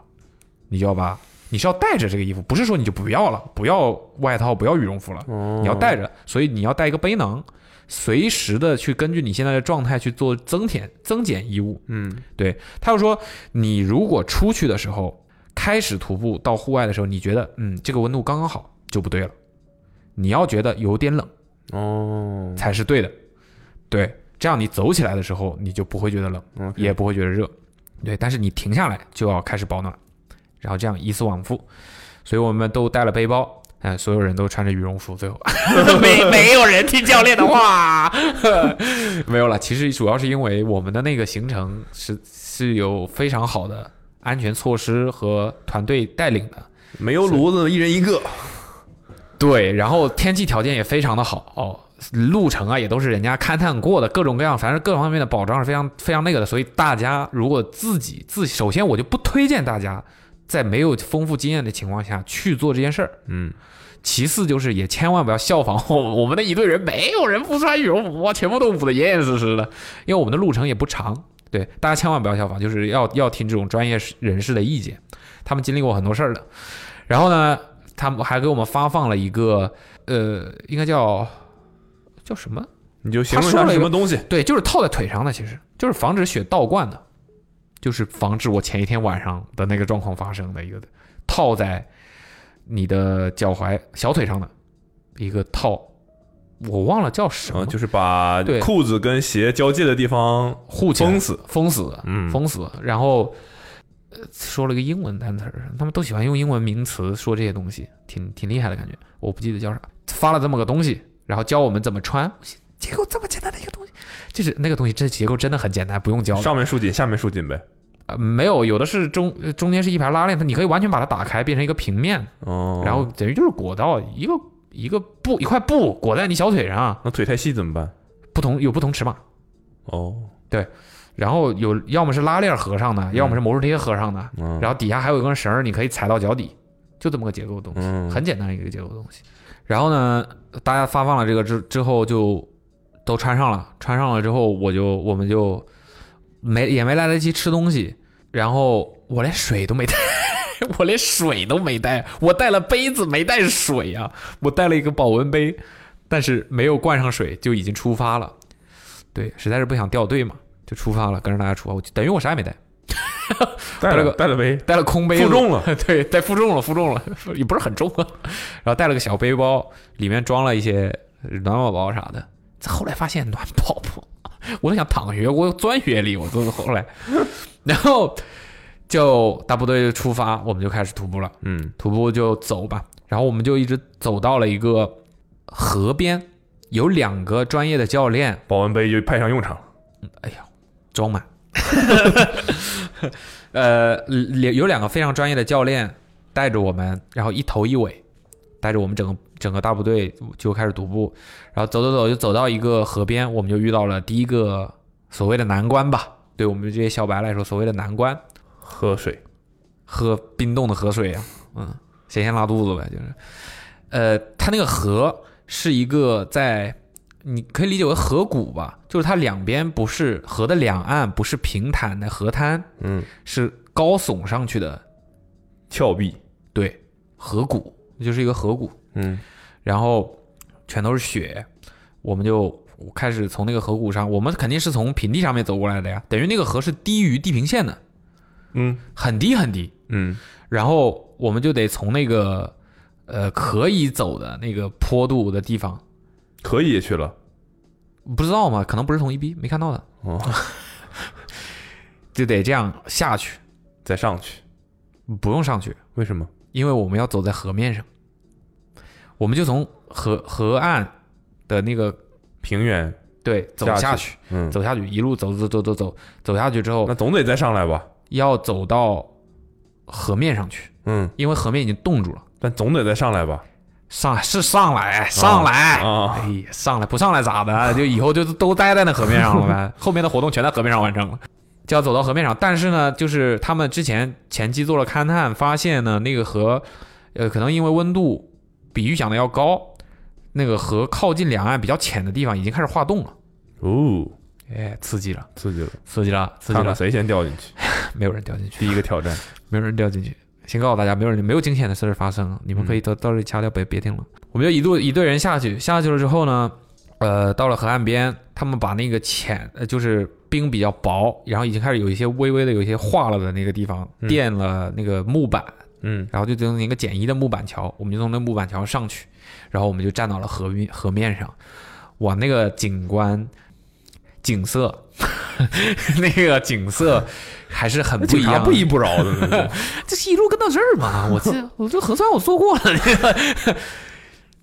[SPEAKER 3] 你就要把你是要带着这个衣服，不是说你就不要了，不要外套，不要羽绒服了，你要带着，所以你要带一个背囊，随时的去根据你现在的状态去做增减增减衣物。
[SPEAKER 4] 嗯
[SPEAKER 3] 对，他又说，你如果出去的时候开始徒步到户外的时候，你觉得嗯这个温度刚刚好就不对了，你要觉得有点冷
[SPEAKER 4] 哦，
[SPEAKER 3] 才是对的，对，这样你走起来的时候你就不会觉得冷，
[SPEAKER 4] OK
[SPEAKER 3] 也不会觉得热，对，但是你停下来就要开始保暖，然后这样依次往复，所以我们都带了背包，哎，所有人都穿着羽绒服，最后 没没有人听教练的话， 没有了。其实主要是因为我们的那个行程是是有非常好的安全措施和团队带领的，
[SPEAKER 2] 煤油炉子一人一个，
[SPEAKER 3] 对，然后天气条件也非常的好、路程啊也都是人家勘探过的，各种各样，反正各方面的保障是非常非常那个的。所以大家如果自己自首先我就不推荐大家在没有丰富经验的情况下去做这件事儿。
[SPEAKER 2] 嗯，
[SPEAKER 3] 其次就是也千万不要效仿 我我们的一队人，没有人不穿羽绒服啊，全部都捂得严严实实的，因为我们的路程也不长。对，大家千万不要效仿，就是要要听这种专业人士的意见，他们经历过很多事儿的。然后呢，他们还给我们发放了一个呃，应该叫叫什么？
[SPEAKER 2] 你就形容一
[SPEAKER 3] 他
[SPEAKER 2] 下
[SPEAKER 3] 说了
[SPEAKER 2] 是
[SPEAKER 3] 一
[SPEAKER 2] 什
[SPEAKER 3] 个
[SPEAKER 2] 么东西？
[SPEAKER 4] 嗯
[SPEAKER 3] 对，就是套在腿上的，其实就是防止血倒灌的，就是防止我前一天晚上的那个状况发生的一个套在你的脚踝、小腿上的一个套，我忘了叫什么，
[SPEAKER 2] 啊，就是把
[SPEAKER 3] 对
[SPEAKER 2] 裤子跟鞋交界的地方
[SPEAKER 3] 护起来
[SPEAKER 2] 封死。
[SPEAKER 3] 封死，
[SPEAKER 2] 嗯
[SPEAKER 3] 封死。然后呃说了个英文单词儿，他们都喜欢用英文名词说这些东西，挺挺厉害的感觉。我不记得叫啥，发了这么个东西，然后教我们怎么穿。结构这么简单的一个东西，就是那个东西，这结构真的很简单，不用教的。
[SPEAKER 2] 上面束紧，下面束紧呗。
[SPEAKER 3] 呃，没有，有的是中呃中间是一排拉链，它你可以完全把它打开，变成一个平面，
[SPEAKER 2] 哦，
[SPEAKER 3] 然后等于就是裹到一个一个布一块布裹在你小腿上，
[SPEAKER 2] 那腿太细怎么办？
[SPEAKER 3] 不同有不同尺码，
[SPEAKER 2] 哦，
[SPEAKER 3] 然后有要么是拉链合上的，要么是魔术贴合上的，
[SPEAKER 2] 嗯
[SPEAKER 3] 然后底下还有一根绳儿，你可以踩到脚底，就这么个结构的东西，
[SPEAKER 2] 嗯
[SPEAKER 3] 很简单一个结构的东西。然后呢，大家发放了这个之之后就都穿上了，穿上了之后我就我们就没也没来得及吃东西，然后我连水都没带， 我连水都没带，我带了杯子没带水啊，我带了一个保温杯，但是没有灌上水就已经出发了。对，实在是不想掉队嘛，就出发了，跟着大家出发，我就等于我啥也没带。
[SPEAKER 2] 带
[SPEAKER 3] 了
[SPEAKER 2] 了
[SPEAKER 3] 个
[SPEAKER 2] 带了呗，
[SPEAKER 3] 带了空杯子，
[SPEAKER 2] 负重了。
[SPEAKER 3] 对，带负重了，负重了，也不是很重啊。然后带了个小背包，里面装了一些暖宝宝啥的。后来发现暖宝宝，我都想躺学，我钻学里，我都后来，然后就大部队就出发，我们就开始徒步了。
[SPEAKER 2] 嗯，
[SPEAKER 3] 徒步就走吧，然后我们就一直走到了一个河边，有两个专业的教练
[SPEAKER 2] 保温杯就派上用场了。
[SPEAKER 3] 装满。 呃，两有两个非常专业的教练带着我们，然后一头一尾带着我们整个整个大部队就开始徒步，然后走走走就走到一个河边，我们就遇到了第一个所谓的难关吧，对我们这些小白来说，所谓的难关，
[SPEAKER 2] 喝水，
[SPEAKER 3] 喝冰冻的河水啊，嗯，咸咸拉肚子呗，就是，呃，它那个河是一个在，你可以理解为河谷吧，就是它两边不是河的两岸不是平坦的河滩，
[SPEAKER 2] 嗯，
[SPEAKER 3] 是高耸上去的，
[SPEAKER 2] 峭壁，
[SPEAKER 3] 对，河谷就是一个河谷，
[SPEAKER 2] 嗯，
[SPEAKER 3] 然后全都是雪，我们就开始从那个河谷上，我们肯定是从平地上面走过来的呀，等于那个河是低于地平线的，
[SPEAKER 2] 嗯
[SPEAKER 3] 很低很低，
[SPEAKER 2] 嗯，
[SPEAKER 3] 然后我们就得从那个呃可以走的那个坡度的地方，
[SPEAKER 2] 可以去了。
[SPEAKER 3] 不知道嘛，可能不是同一批，没看到的，
[SPEAKER 2] 哦，
[SPEAKER 3] 就得这样下去，
[SPEAKER 2] 再上去，
[SPEAKER 3] 不用上去，
[SPEAKER 2] 为什么？
[SPEAKER 3] 因为我们要走在河面上，我们就从河河岸的那个
[SPEAKER 2] 平原，
[SPEAKER 3] 对走
[SPEAKER 2] 下去
[SPEAKER 3] 下去，
[SPEAKER 2] 嗯，
[SPEAKER 3] 走下去，一路走走走走走走下去之后
[SPEAKER 2] 那，总得再上来吧？
[SPEAKER 3] 要走到河面上去，
[SPEAKER 2] 嗯，
[SPEAKER 3] 因为河面已经冻住了。
[SPEAKER 2] 但总得再上来吧？
[SPEAKER 3] 上是上
[SPEAKER 2] 哦
[SPEAKER 3] 来上来
[SPEAKER 2] 啊
[SPEAKER 3] 哎呀，上来不上来咋的？ 就以后就都待在那河面上了 呗。后面的活动全在河面上完成了，就要走到河面上。但是呢，就是他们之前前期做了勘探，发现呢那个河，呃，可能因为温度比预想的要高，那个河靠近两岸比较浅的地方已经开始化冻了。
[SPEAKER 2] 哦，
[SPEAKER 3] 哎，刺激了，
[SPEAKER 2] 刺激了，
[SPEAKER 3] 刺激了，刺激
[SPEAKER 2] 看看
[SPEAKER 3] 了！
[SPEAKER 2] 谁先掉进去。
[SPEAKER 3] 没有人掉进去，
[SPEAKER 2] 第一个挑战，
[SPEAKER 3] 没有人掉进去。先告诉大家，没有人没有惊险的事儿发生，你们可以到到这里掐掉，别别听了。我们就一路一队人下去，下去了之后呢，呃，到了河岸边，他们把那个浅，呃，就是冰比较薄，然后已经开始有一些微微的有一些化了的那个地方
[SPEAKER 2] 嗯
[SPEAKER 3] 垫了那个木板，
[SPEAKER 2] 嗯，
[SPEAKER 3] 然后就用一个简易的木板桥，我们就从那木板桥上去，然后我们就站到了河面河面上，哇，那个景观景色， 那个景色还是很不
[SPEAKER 2] 警
[SPEAKER 3] 一
[SPEAKER 2] 察
[SPEAKER 3] 样。
[SPEAKER 2] 不依不饶的那种。
[SPEAKER 3] 这是一路跟到这儿嘛？我这我这核酸我做过了，那个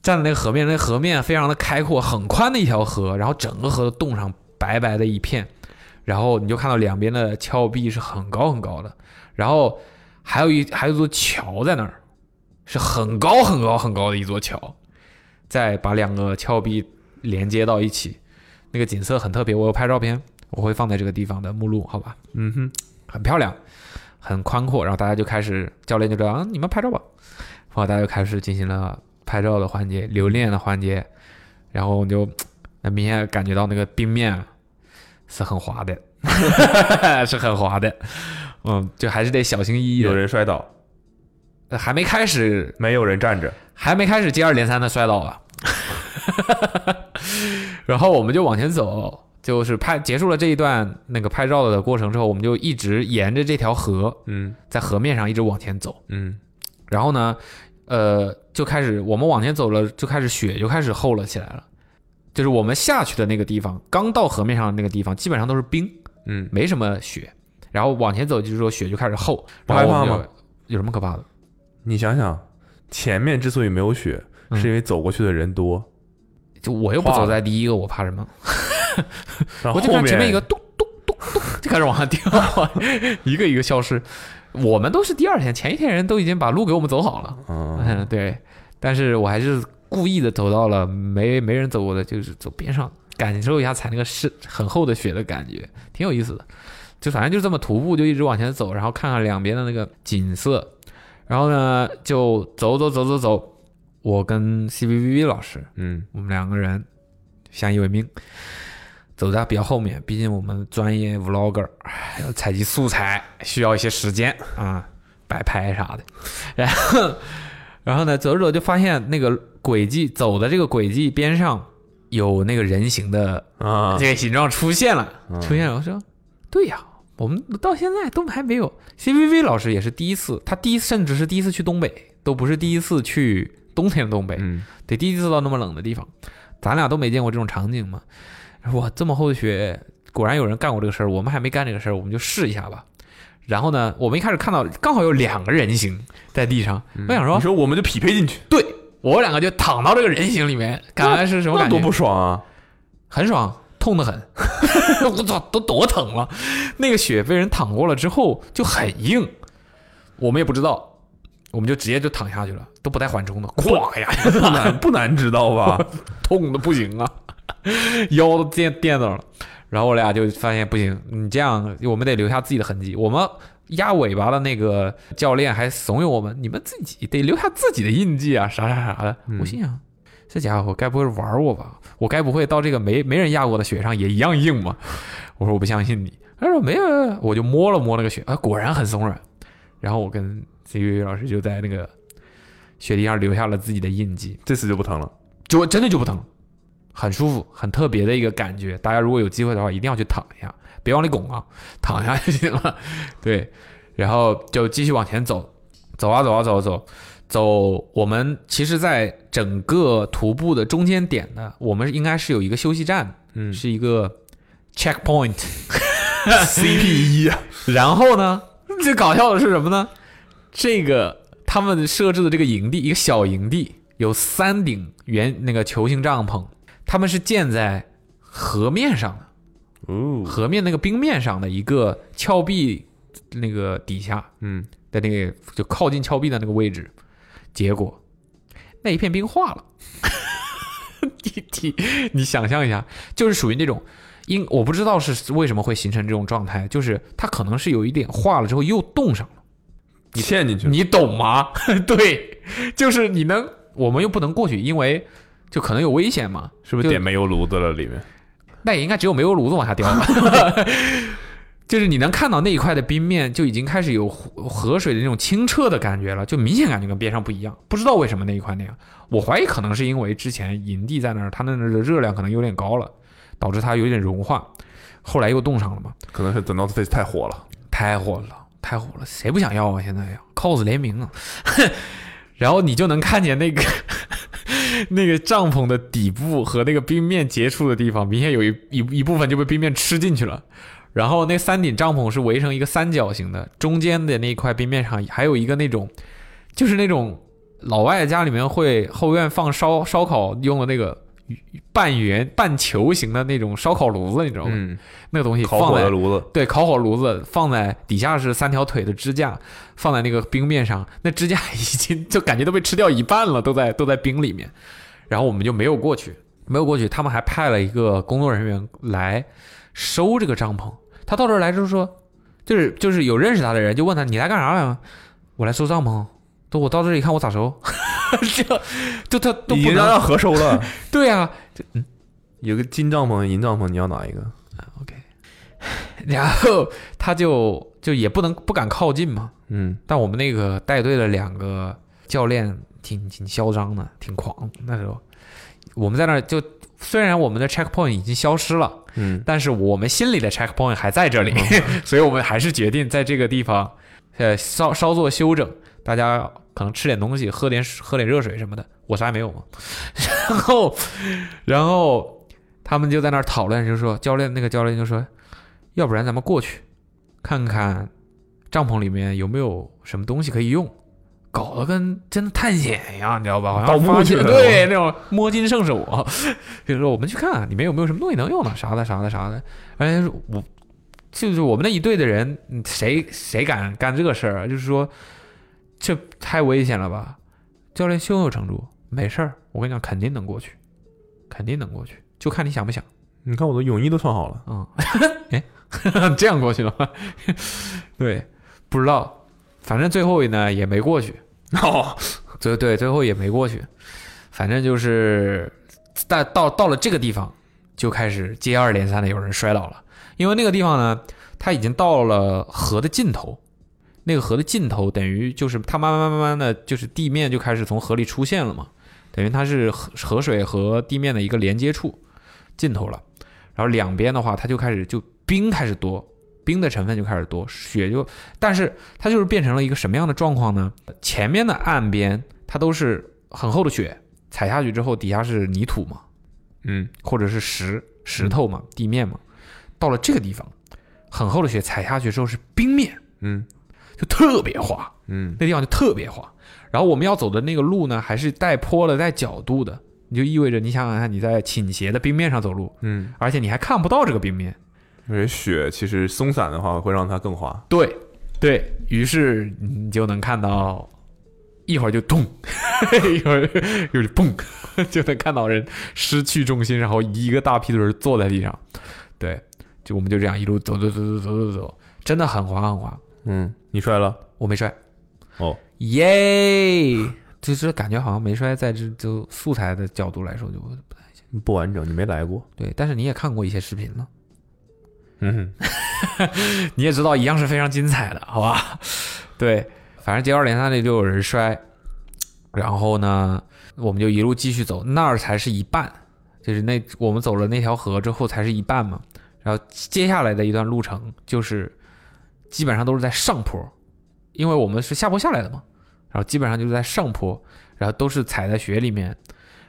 [SPEAKER 3] 站在那个河面，那河面非常的开阔，很宽的一条河，然后整个河都冻上白白的一片，然后你就看到两边的峭壁是很高很高的，然后还有一还有一座桥在那儿，是很高很高很高的一座桥，再把两个峭壁连接到一起，那个景色很特别，我有拍照片，我会放在这个地方的目录，好吧？
[SPEAKER 4] 嗯哼，
[SPEAKER 3] 很漂亮，很宽阔，然后大家就开始，教练就知道啊，你们拍照吧，然后大家就开始进行了拍照的环节、留念的环节，然后我就那明显感觉到那个冰面是很滑的， 是很滑的，嗯，就还是得小心翼翼
[SPEAKER 2] 有
[SPEAKER 3] 的，
[SPEAKER 2] 人摔倒，
[SPEAKER 3] 呃还没开始
[SPEAKER 2] 没有人站着，
[SPEAKER 3] 还没开始接二连三的摔倒吧。 然后我们就往前走，就是拍结束了这一段那个拍照的过程之后，我们就一直沿着这条河，
[SPEAKER 2] 嗯
[SPEAKER 3] 在河面上一直往前走。
[SPEAKER 2] 嗯，
[SPEAKER 3] 然后呢，呃，就开始我们往前走了，就开始雪就开始厚了起来了。就是我们下去的那个地方，刚到河面上的那个地方，基本上都是冰，
[SPEAKER 2] 嗯，
[SPEAKER 3] 没什么雪。然后往前走，就是说雪就开始厚。
[SPEAKER 2] 不
[SPEAKER 3] 然
[SPEAKER 2] 害
[SPEAKER 3] 后
[SPEAKER 2] 怕
[SPEAKER 3] 我们
[SPEAKER 2] 吗
[SPEAKER 3] 就？有什么可怕的？
[SPEAKER 2] 你想想，前面之所以没有雪，
[SPEAKER 3] 嗯
[SPEAKER 2] 是因为走过去的人多，
[SPEAKER 3] 就我又不
[SPEAKER 2] 怕
[SPEAKER 3] 走
[SPEAKER 2] 了
[SPEAKER 3] 在第一个，我怕什么？
[SPEAKER 2] 然后
[SPEAKER 3] 我就
[SPEAKER 2] 后
[SPEAKER 3] 看
[SPEAKER 2] 面
[SPEAKER 3] 前面一个咚咚咚咚就开始往下掉， 一个一个消失。我们都是第二天，前一天人都已经把路给我们走好了。
[SPEAKER 2] 嗯，
[SPEAKER 3] 嗯，对，但是我还是故意的走到了没没人走过的，就是走边上，感受一下踩那个是很厚的雪的感觉，挺有意思的。就反正就这么徒步，就一直往前走，然后看看两边的那个景色，然后呢就走走走走走，我跟 C B B B 老师，
[SPEAKER 2] 嗯，
[SPEAKER 3] 我们两个人相依为命，走在比较后面，毕竟我们专业 vlogger 唉要采集素材需要一些时间啊、摆拍啥的。然后，然后呢，走着走就发现那个轨迹走的这个轨迹边上有那个人形的
[SPEAKER 2] 啊，
[SPEAKER 3] 这个形状出现了，
[SPEAKER 2] 嗯
[SPEAKER 3] 出现了。我说，对呀。我们到现在都还没有，C V V 老师也是第一次，他第一甚至是第一次去东北，都不是第一次去冬天的东北，
[SPEAKER 2] 嗯，
[SPEAKER 3] 得第一次到那么冷的地方，咱俩都没见过这种场景嘛。哇，这么厚的雪，果然有人干过这个事儿，我们还没干这个事儿，我们就试一下吧。然后呢，我们一开始看到刚好有两个人形在地上，我想说
[SPEAKER 2] 嗯你，说我们就匹配进去，
[SPEAKER 3] 对我两个就躺到这个人形里面，感觉是什么
[SPEAKER 2] 那
[SPEAKER 3] 感
[SPEAKER 2] 多
[SPEAKER 3] 觉？
[SPEAKER 2] 不爽啊！
[SPEAKER 3] 很爽，痛得很。 我操，都多疼了！那个雪被人躺过了之后就很硬，我们也不知道，我们就直接就躺下去了，都不带缓冲的，哐一下
[SPEAKER 2] 不难不难知道吧？
[SPEAKER 3] 痛的不行啊， 腰都垫垫到了。然后我俩就发现不行，你这样我们得留下自己的痕迹。我们压尾巴的那个教练还怂恿我们，你们自己得留下自己的印记啊，啥啥啥的。我心想，这家伙该不会玩我吧？我该不会到这个没没人压过的雪上也一样硬吧？我说我不相信你。他说没有，没有没有我就摸了摸那个雪，啊，果然很松软。然后我跟 C U 老师就在那个雪地上留下了自己的印记。
[SPEAKER 2] 这次就不疼了。
[SPEAKER 3] 就真的就不疼，很舒服，很特别的一个感觉。大家如果有机会的话，一定要去躺一下，别往里拱啊，躺下就行了。对，然后就继续往前走，走啊走啊走啊走，走。我们其实，在整个徒步的中间点呢，我们应该是有一个休息站，
[SPEAKER 2] 嗯
[SPEAKER 3] 是一个 checkpoint。
[SPEAKER 2] CP 一啊，
[SPEAKER 3] 然后呢， 最搞笑的是什么呢？这个他们设置的这个营地，一个小营地，有三顶圆那个球形帐篷，他们是建在河面上的，
[SPEAKER 2] 哦，
[SPEAKER 3] 河面那个冰面上的一个峭壁那个底下
[SPEAKER 2] 嗯，
[SPEAKER 3] 的那个就靠近峭壁的那个位置，结果那一片冰化了。 你 你你想象一下，就是属于那种，因我不知道是为什么会形成这种状态，就是它可能是有一点化了之后又冻上了，
[SPEAKER 2] 你嵌进去了，
[SPEAKER 3] 你懂吗？ 对，就是你能，我们又不能过去，因为就可能有危险嘛，
[SPEAKER 2] 是不是点煤油炉子了？里面
[SPEAKER 3] 那也应该只有煤油炉子往下掉吧。 就是你能看到那一块的冰面就已经开始有湖河水的那种清澈的感觉了，就明显感觉跟边上不一样。不知道为什么那一块那样，我怀疑可能是因为之前营地在那儿，它那儿的热量可能有点高了，导致它有点融化，后来又冻上了嘛。
[SPEAKER 2] 可能是 The North Face 太火了，
[SPEAKER 3] 太火了，太火了，谁不想要啊？现在呀，cos 联名啊，然后你就能看见那个 那个帐篷的底部和那个冰面接触的地方，明显有一一一部分就被冰面吃进去了。然后那三顶帐篷是围成一个三角形的，中间的那一块冰面上还有一个那种，就是那种老外家里面会后院放烧烧烤用的那个半圆半球形的那种烧烤炉子，你知道吗？
[SPEAKER 4] 嗯，
[SPEAKER 3] 那个东西
[SPEAKER 2] 烤
[SPEAKER 3] 放
[SPEAKER 2] 火的
[SPEAKER 3] 在
[SPEAKER 2] 炉子，
[SPEAKER 3] 对，烤火炉子放在底下是三条腿的支架，放在那个冰面上，那支架已经就感觉都被吃掉一半了，都在都在冰里面。然后我们就没有过去，没有过去，他们还派了一个工作人员来收这个帐篷。他到这儿来就是说，就是就是有认识他的人就问他你来干啥来了？我来收帐篷。都我到这里看我咋收？ 就就他都
[SPEAKER 2] 已
[SPEAKER 3] 不
[SPEAKER 2] 经让
[SPEAKER 3] 能
[SPEAKER 2] 他合收了。
[SPEAKER 3] 对啊，
[SPEAKER 2] 有个金帐篷、银帐篷，你要哪一个？
[SPEAKER 3] 然后他就就也不能不敢靠近嘛，
[SPEAKER 2] 嗯，
[SPEAKER 3] 但我们那个带队的两个教练挺挺嚣张的，挺狂。那时候我们在那儿就，虽然我们的 checkpoint 已经消失了，
[SPEAKER 2] 嗯，
[SPEAKER 3] 但是我们心里的 checkpoint 还在这里， 所以我们还是决定在这个地方，呃，稍稍作休整。大家可能吃点东西，喝点水喝点热水什么的，我啥也没有嘛。 然后，然后他们就在那儿讨论，就说教练那个教练就说，要不然咱们过去看看帐篷里面有没有什么东西可以用，搞得跟真的探险一样，你知道吧？好
[SPEAKER 2] 盗
[SPEAKER 3] 像
[SPEAKER 2] 墓
[SPEAKER 3] 发
[SPEAKER 2] 去
[SPEAKER 3] 现
[SPEAKER 2] 了
[SPEAKER 3] 对那种摸金圣手，啊 比如说我们去看看里面有没有什么东西能用的，啥的啥的啥的。哎，我就是我们那一队的人，嗯谁谁敢干这个事儿啊？就是说，这太危险了吧？教练胸有成竹，没事儿，我跟你讲，肯定能过去，肯定能过去，就看你想不想。
[SPEAKER 2] 你看我的泳衣都穿好了，
[SPEAKER 3] 嗯，哎， 这样过去了吗？ 对，不知道，反正最后呢也没过去。
[SPEAKER 2] 哦，
[SPEAKER 3] 最对，最后也没过去。反正就是，但到到了这个地方，就开始接二连三的有人摔倒了，因为那个地方呢，它已经到了河的尽头。那个河的尽头，等于就是它慢慢慢慢的就是地面就开始从河里出现了嘛，等于它是河河水和地面的一个连接处，尽头了。然后两边的话，它就开始就冰开始多，冰的成分就开始多，雪就，但是它就是变成了一个什么样的状况呢？前面的岸边它都是很厚的雪，踩下去之后底下是泥土嘛，
[SPEAKER 4] 嗯，
[SPEAKER 3] 或者是石石头嘛，地面嘛。到了这个地方，很厚的雪踩下去之后是冰面，
[SPEAKER 4] 嗯，
[SPEAKER 3] 就特别滑，
[SPEAKER 4] 嗯，
[SPEAKER 3] 那地方就特别滑。然后我们要走的那个路呢，还是带坡的、带角度的，你就意味着你想想看，你在倾斜的冰面上走路，
[SPEAKER 4] 嗯，
[SPEAKER 3] 而且你还看不到这个冰面，
[SPEAKER 2] 因为雪其实松散的话会让它更滑。
[SPEAKER 3] 对对于是，你就能看到一会儿就咚， 一会儿又是蹦， 就能看到人失去重心，然后一个大屁墩儿坐在地上。对，就我们就这样一路走走走走走走走，真的很滑很滑。
[SPEAKER 2] 嗯，你摔了，
[SPEAKER 3] 我没摔，
[SPEAKER 2] 哦，
[SPEAKER 3] 耶！就是感觉好像没摔，在这就素材的角度来说就不太行。
[SPEAKER 2] 不完整，你没来过。
[SPEAKER 3] 对，但是你也看过一些视频了。
[SPEAKER 2] 嗯，
[SPEAKER 3] 你也知道，一样是非常精彩的，好吧？ 对，反正接二连三的就有人摔，然后呢，我们就一路继续走，那儿才是一半，就是那我们走了那条河之后才是一半嘛。然后接下来的一段路程就是基本上都是在上坡，因为我们是下坡下来的嘛，然后基本上就是在上坡，然后都是踩在雪里面，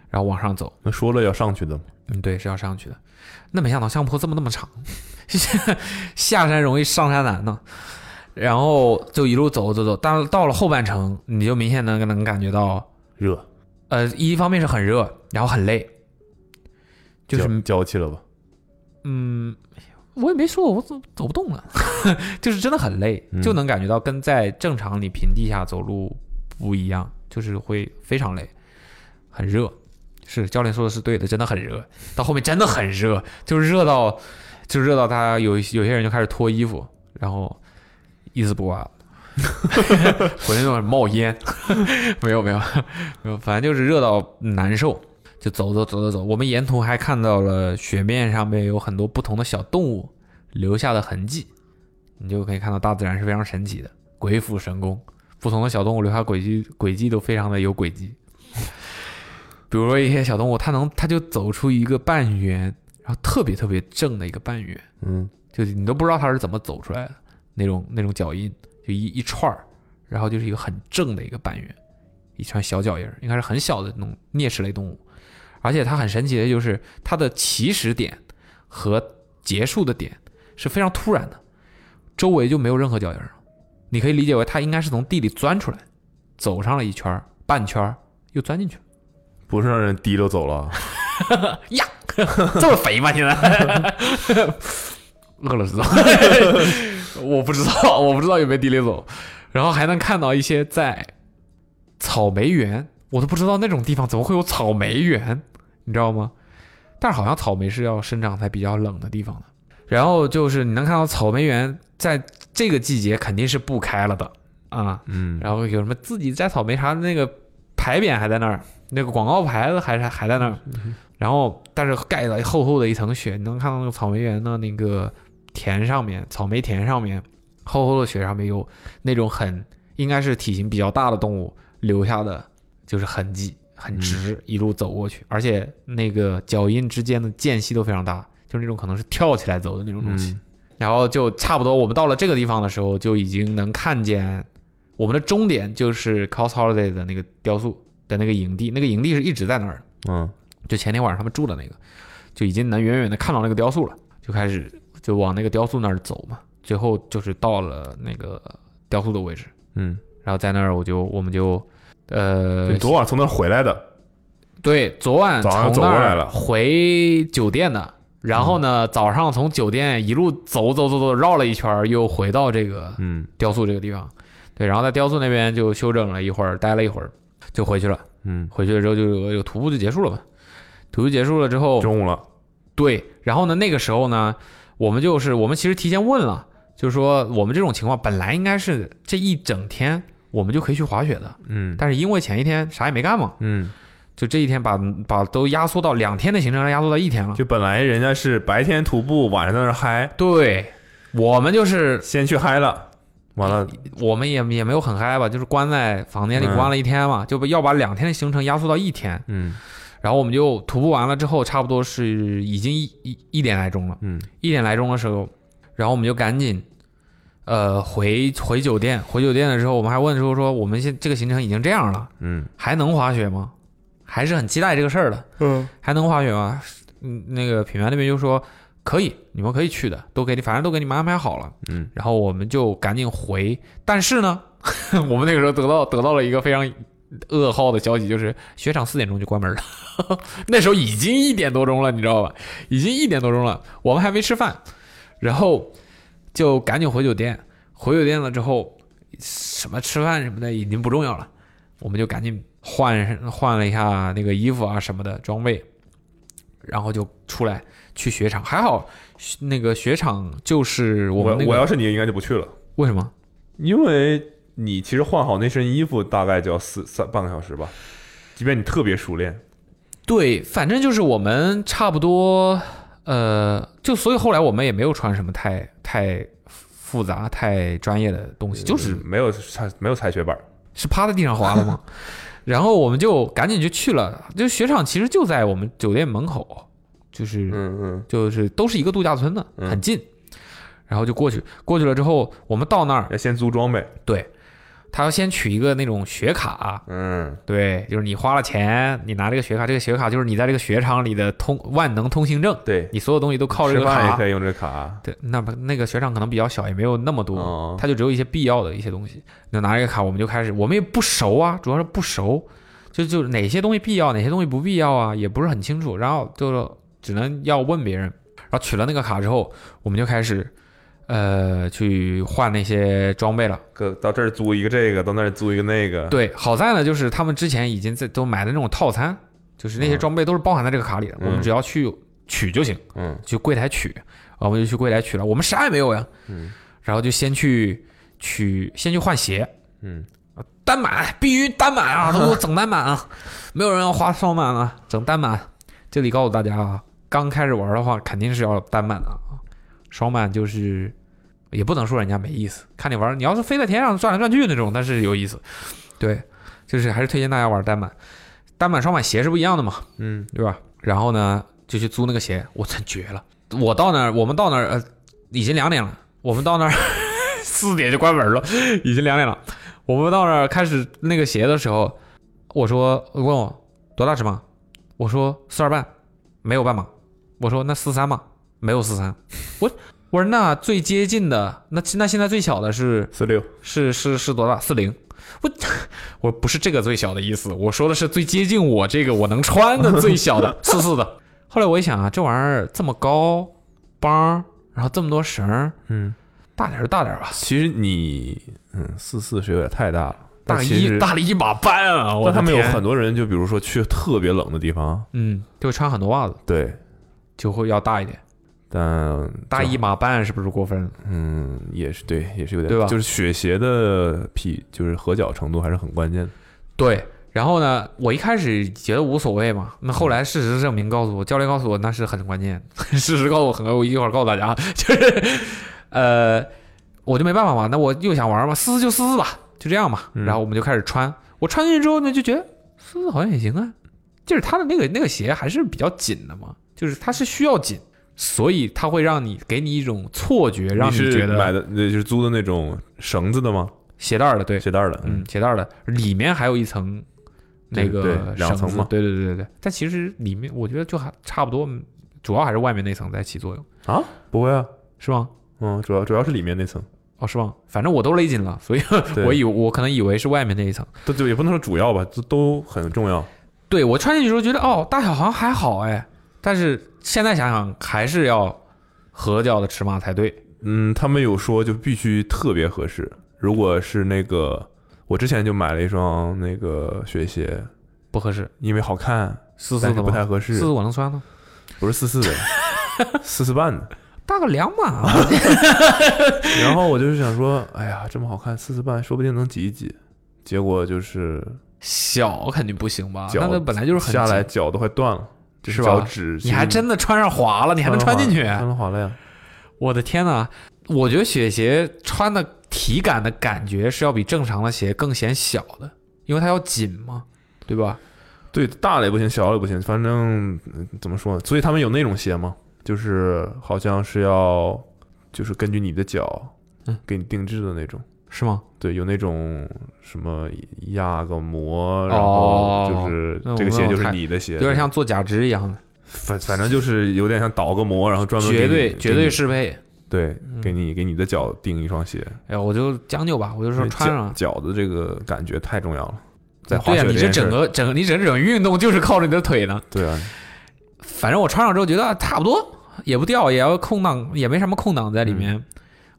[SPEAKER 3] 然后往上走。
[SPEAKER 2] 那说了要上去的嘛。
[SPEAKER 3] 嗯，对，是要上去的。那没想到上坡这么那么长， 下山容易上山难呢。然后就一路走走走，到到了后半程，你就明显能能感觉到，
[SPEAKER 2] 热，
[SPEAKER 3] 呃，一方面是很热，然后很累，就是
[SPEAKER 2] 娇娇气了吧？
[SPEAKER 3] 嗯，我也没说，我走走不动了， 就是真的很累，
[SPEAKER 2] 嗯
[SPEAKER 3] 就能感觉到跟在正常你平地下走路不一样，就是会非常累，很热。是教练说的是对的，真的很热，到后面真的很热，就是热到，就热到他有有些人就开始脱衣服，然后一丝不挂了，浑身都在冒烟， 没有没有没有，反正就是热到难受。就走走走走走，我们沿途还看到了雪面上面有很多不同的小动物留下的痕迹，你就可以看到大自然是非常神奇的，鬼斧神工，不同的小动物留下轨迹轨迹都非常的有轨迹。比如说一些小动物，它能它就走出一个半圆，然后特别特别正的一个半圆，
[SPEAKER 2] 嗯，
[SPEAKER 3] 就是你都不知道它是怎么走出来的那种那种脚印，就一一串儿，然后就是一个很正的一个半圆，一圈小脚印儿，应该是很小的那种啮齿类动物。而且它很神奇的就是它的起始点和结束的点是非常突然的，周围就没有任何脚印儿了。你可以理解为它应该是从地里钻出来，走上了一圈儿半圈儿又钻进去了。
[SPEAKER 4] 不是让人提溜走了，啊
[SPEAKER 3] 呀， 这么肥吗？现在 饿了知道？ 我不知道，我不知道有没有地雷走。然后还能看到一些在草莓园，我都不知道那种地方怎么会有草莓园，你知道吗？但是好像草莓是要生长在比较冷的地方的。然后就是你能看到草莓园在这个季节肯定是不开了的啊，
[SPEAKER 4] 嗯，
[SPEAKER 3] 然后有什么自己摘草莓啥的那个牌匾还在那儿，那个广告牌子还是还在那儿，然后但是盖了厚厚的一层雪，你能看到那个草莓园的那个田上面，草莓田上面厚厚的雪上面有那种很应该是体型比较大的动物留下的就是痕迹，很直、一路走过去，而且那个脚印之间的间隙都非常大，就是那种可能是跳起来走的那种东西。然后就差不多，我们到了这个地方的时候，就已经能看见我们的终点就是 Cos Holiday 的那个雕塑的那个营地，那个营地是一直在那儿，
[SPEAKER 4] 嗯，
[SPEAKER 3] 就前天晚上他们住的那个，就已经能远远的看到那个雕塑了，就开始就往那个雕塑那儿走嘛，最后就是到了那个雕塑的位置，
[SPEAKER 4] 嗯，
[SPEAKER 3] 然后在那儿我就我们就呃
[SPEAKER 4] 你昨晚从那儿回来的，
[SPEAKER 3] 对，昨晚
[SPEAKER 4] 早上
[SPEAKER 3] 从
[SPEAKER 4] 走
[SPEAKER 3] 那
[SPEAKER 4] 过
[SPEAKER 3] 儿
[SPEAKER 4] 来了嗯
[SPEAKER 3] 回酒店的。然后呢，早上从酒店一路走走走走，绕了一圈儿，又回到这个
[SPEAKER 4] 嗯
[SPEAKER 3] 雕塑这个地方。对，然后在雕塑那边就休整了一会儿，待了一会儿，就回去了。
[SPEAKER 4] 嗯，
[SPEAKER 3] 回去了之后就有有徒步就结束了嘛。徒步结束了之后，
[SPEAKER 4] 中午了，
[SPEAKER 3] 对，然后呢，那个时候呢，我们就是我们其实提前问了，就是说我们这种情况本来应该是这一整天我们就可以去滑雪的，
[SPEAKER 4] 嗯
[SPEAKER 3] 但是因为前一天啥也没干嘛，
[SPEAKER 4] 嗯，
[SPEAKER 3] 就这一天把把都压缩到两天的行程压缩到一天了。
[SPEAKER 4] 就本来人家是白天徒步，晚上在那儿嗨，
[SPEAKER 3] 对，我们就是
[SPEAKER 4] 先去嗨了，完了，
[SPEAKER 3] 我们也也没有很嗨吧，就是关在房间里
[SPEAKER 4] 嗯
[SPEAKER 3] 关了一天嘛，就要把两天的行程压缩到一天。
[SPEAKER 4] 嗯
[SPEAKER 3] 然后我们就徒步完了之后，差不多是已经一一一点来钟了，
[SPEAKER 4] 嗯
[SPEAKER 3] 一点来钟的时候，然后我们就赶紧，呃，回回酒店。回酒店的时候，我们还问说说我们现这个行程已经这样了，
[SPEAKER 4] 嗯
[SPEAKER 3] 还能滑雪吗？还是很期待这个事儿的，
[SPEAKER 4] 嗯
[SPEAKER 3] 还能滑雪吗？嗯，那个品牌那边就说可以，你们可以去的，都给你，反正都给你们安排好了。
[SPEAKER 4] 嗯，
[SPEAKER 3] 然后我们就赶紧回。但是呢， 我们那个时候得到得到了一个非常噩耗的消息，就是雪场四点钟就关门了。 那时候已经一点多钟了，你知道吧？已经一点多钟了，我们还没吃饭，然后就赶紧回酒店。回酒店了之后，什么吃饭什么的已经不重要了，我们就赶紧换换了一下那个衣服啊什么的装备，然后就出来去雪场。还好那个雪场就是我
[SPEAKER 4] 我
[SPEAKER 3] 们那个
[SPEAKER 4] 我要是你，应该就不去了，
[SPEAKER 3] 为什么？
[SPEAKER 4] 因为你其实换好那身衣服大概就要四三半个小时吧，即便你特别熟练，
[SPEAKER 3] 对，反正就是我们差不多，呃，就所以后来我们也没有穿什么太太复杂、太专业的东西，就是
[SPEAKER 4] 没有踩没有踩雪板，
[SPEAKER 3] 是趴在地上滑了 吗？然后我们就赶紧就去了，就雪场其实就在我们酒店门口，就是
[SPEAKER 4] 嗯
[SPEAKER 3] 就是都是一个度假村的，很近。然后就过去，过去了之后，我们到那儿
[SPEAKER 4] 嗯，，要先租装备，
[SPEAKER 3] 对，他要先取一个那种雪卡、
[SPEAKER 4] 嗯
[SPEAKER 3] 对，就是你花了钱，你拿这个学卡，这个学卡就是你在这个雪场里的通万能通行证，
[SPEAKER 4] 对，
[SPEAKER 3] 你所有东西都靠这
[SPEAKER 4] 吃
[SPEAKER 3] 个
[SPEAKER 4] 饭也
[SPEAKER 3] 卡
[SPEAKER 4] 可。以用这卡，
[SPEAKER 3] 对，那么那个雪场可能比较小，也没有那么多，
[SPEAKER 4] 哦
[SPEAKER 3] 它就只有一些必要的一些东西。那拿这个卡，我们就开始，我们也不熟啊，主要是不熟，就就哪些东西必要，哪些东西不必要啊，也不是很清楚，然后就只能要问别人。然后取了那个卡之后，我们就开始，呃，去换那些装备了。
[SPEAKER 4] 各到这儿租一个这个，到那儿租一个那个，
[SPEAKER 3] 对，好在呢，就是他们之前已经在都买的那种套餐，就是那些装备都是包含在这个卡里的，我们只要去取就行，
[SPEAKER 4] 嗯，
[SPEAKER 3] 去柜台取，啊我们就去柜台取了，我们啥也没有呀，嗯，然后就先去取，先去换鞋，
[SPEAKER 4] 嗯，
[SPEAKER 3] 单满必须单满啊，都给我整单满啊，没有人要花双满啊，整单满。这里告诉大家啊，刚开始玩的话肯定是要单满的啊，双满就是也不能说人家没意思，看你玩，你要是飞在天上转来转去那种，那是有意思。对，就是还是推荐大家玩单满，单满双满鞋是不一样的嘛，
[SPEAKER 4] 嗯，
[SPEAKER 3] 对吧？然后呢，就去租那个鞋，我真绝了。我到那儿，我们到那儿，呃，已经两点了。我们到那儿 四点就关门了，已经两点了。我们到那儿开始那个鞋的时候，我说问我多大尺码，我说四二半，没有半码。我说那四三嘛，没有四三。我我说那最接近的，那那现在最小的是
[SPEAKER 2] 四六
[SPEAKER 3] 是是是多大？四零。我我不是这个最小的意思，我说的是最接近我这个我能穿的最小 的四四的。后来我一想啊，这玩意儿这么高，帮儿，然后这么多绳儿，
[SPEAKER 5] 嗯，
[SPEAKER 3] 大点儿就大点儿吧。
[SPEAKER 5] 其实你
[SPEAKER 2] 嗯，四四是有点太大了。但
[SPEAKER 3] 大
[SPEAKER 2] 其
[SPEAKER 3] 一
[SPEAKER 2] 实
[SPEAKER 3] 大了一把班啊！我
[SPEAKER 2] 但
[SPEAKER 3] 的
[SPEAKER 2] 他们有
[SPEAKER 3] 天
[SPEAKER 2] 很多人，就比如说去特别冷的地方，
[SPEAKER 3] 嗯，就穿很多袜子，
[SPEAKER 2] 对，
[SPEAKER 3] 就会要大一点。
[SPEAKER 2] 但
[SPEAKER 3] 大一码半是不是过分了？
[SPEAKER 2] 嗯也是对，也是有点
[SPEAKER 3] 对吧
[SPEAKER 2] 就是雪鞋的匹就是合脚程度还是很关键的。
[SPEAKER 3] 对。然后呢，我一开始觉得无所谓嘛，那后来事实证明告诉我，教练告诉我那是很关键。 事实告诉我很，我一会儿告诉大家，啊，就是呃，我就没办法嘛，那我又想玩嘛，撕撕就撕撕吧，就这样嘛。
[SPEAKER 2] 嗯
[SPEAKER 3] 然后我们就开始穿，我穿进去之后呢，就觉得撕撕好像也行啊，就是它的那个那个鞋还是比较紧的嘛，就是它是需要紧，所以它会让你给你一种错觉，让
[SPEAKER 2] 是
[SPEAKER 3] 觉得
[SPEAKER 2] 买的那就是租的那种绳子的吗？
[SPEAKER 3] 鞋带儿的，对，
[SPEAKER 2] 鞋带儿的，
[SPEAKER 3] 嗯，鞋带儿的里面还有一层那
[SPEAKER 2] 对对
[SPEAKER 3] 个
[SPEAKER 2] 两
[SPEAKER 3] 绳
[SPEAKER 2] 层
[SPEAKER 3] 子
[SPEAKER 2] 嘛
[SPEAKER 3] 对对对对对。但其实里面我觉得就还差不多，主要还是外面那层在起作用，
[SPEAKER 2] 啊，不会啊，
[SPEAKER 3] 是吗？
[SPEAKER 2] 嗯，主要主要是里面 那层，
[SPEAKER 3] 哦，是吗？反正我都勒紧了，所以
[SPEAKER 2] 对
[SPEAKER 3] 我以我可能以为是外面那一层。
[SPEAKER 2] 都就也不能说主要吧，都都很重要。
[SPEAKER 3] 对我穿进去的时候觉得哦，大小好像还好哎，但是现在想想还是要合脚的尺码才对。
[SPEAKER 2] 嗯，他们有说就必须特别合适。如果是那个，我之前就买了一双那个雪鞋，
[SPEAKER 3] 不合适，
[SPEAKER 2] 因为好看，
[SPEAKER 3] 四四
[SPEAKER 2] 但是
[SPEAKER 3] 的
[SPEAKER 2] 不太
[SPEAKER 3] 吗？
[SPEAKER 2] 合
[SPEAKER 3] 四
[SPEAKER 2] 适
[SPEAKER 3] 四，我能穿吗？
[SPEAKER 2] 不是四四的，四四半的。
[SPEAKER 3] 大个两码，啊
[SPEAKER 2] 然后我就是想说，哎呀，这么好看，四四半说不定能挤一挤。结果就是
[SPEAKER 3] 小肯定不行吧？
[SPEAKER 2] 脚
[SPEAKER 3] 那个本来就是很
[SPEAKER 2] 下
[SPEAKER 3] 紧
[SPEAKER 2] 来脚都快断了，就是
[SPEAKER 3] 吧
[SPEAKER 2] 脚趾
[SPEAKER 3] 你还真的穿上滑了，你
[SPEAKER 2] 你
[SPEAKER 3] 还能穿进去？啊
[SPEAKER 2] 穿了滑了呀？
[SPEAKER 3] 我的天呐，我觉得雪鞋穿的体感的感觉是要比正常的鞋更显小的，因为它要紧嘛，对吧？
[SPEAKER 2] 对，大了也不行，小了也不行，反正嗯怎么说呢？所以他们有那种鞋吗？就是好像是要，就是根据你的脚
[SPEAKER 3] 嗯，
[SPEAKER 2] 给你定制的那种。
[SPEAKER 3] 是吗？
[SPEAKER 2] 对，有那种什么压个膜，然
[SPEAKER 3] 哦
[SPEAKER 2] 后就是
[SPEAKER 3] 那我
[SPEAKER 2] 这个鞋
[SPEAKER 3] 那我
[SPEAKER 2] 就是
[SPEAKER 3] 看
[SPEAKER 2] 你的鞋，
[SPEAKER 3] 有点像做假肢一样的，
[SPEAKER 2] 反反正就是有点像倒个膜，然后专门给
[SPEAKER 3] 绝
[SPEAKER 2] 你
[SPEAKER 3] 对
[SPEAKER 2] 给
[SPEAKER 3] 绝
[SPEAKER 2] 你
[SPEAKER 3] 对嗯适配。
[SPEAKER 2] 对，给你给你的脚定一双鞋，
[SPEAKER 3] 哎呀，我就将就吧，我就
[SPEAKER 2] 因
[SPEAKER 3] 说
[SPEAKER 2] 为
[SPEAKER 3] 穿
[SPEAKER 2] 脚
[SPEAKER 3] 上。啊
[SPEAKER 2] 脚的这个感觉太重要了，在滑
[SPEAKER 3] 对呀、
[SPEAKER 2] 雪
[SPEAKER 3] 你
[SPEAKER 2] 件
[SPEAKER 3] 这整
[SPEAKER 2] 事儿
[SPEAKER 3] 个整个你整个整个运动就是靠着你的腿呢。
[SPEAKER 2] 对啊，
[SPEAKER 3] 反正我穿上之后觉得啊差不多，也不掉，也要空档，也没什么空档在里面。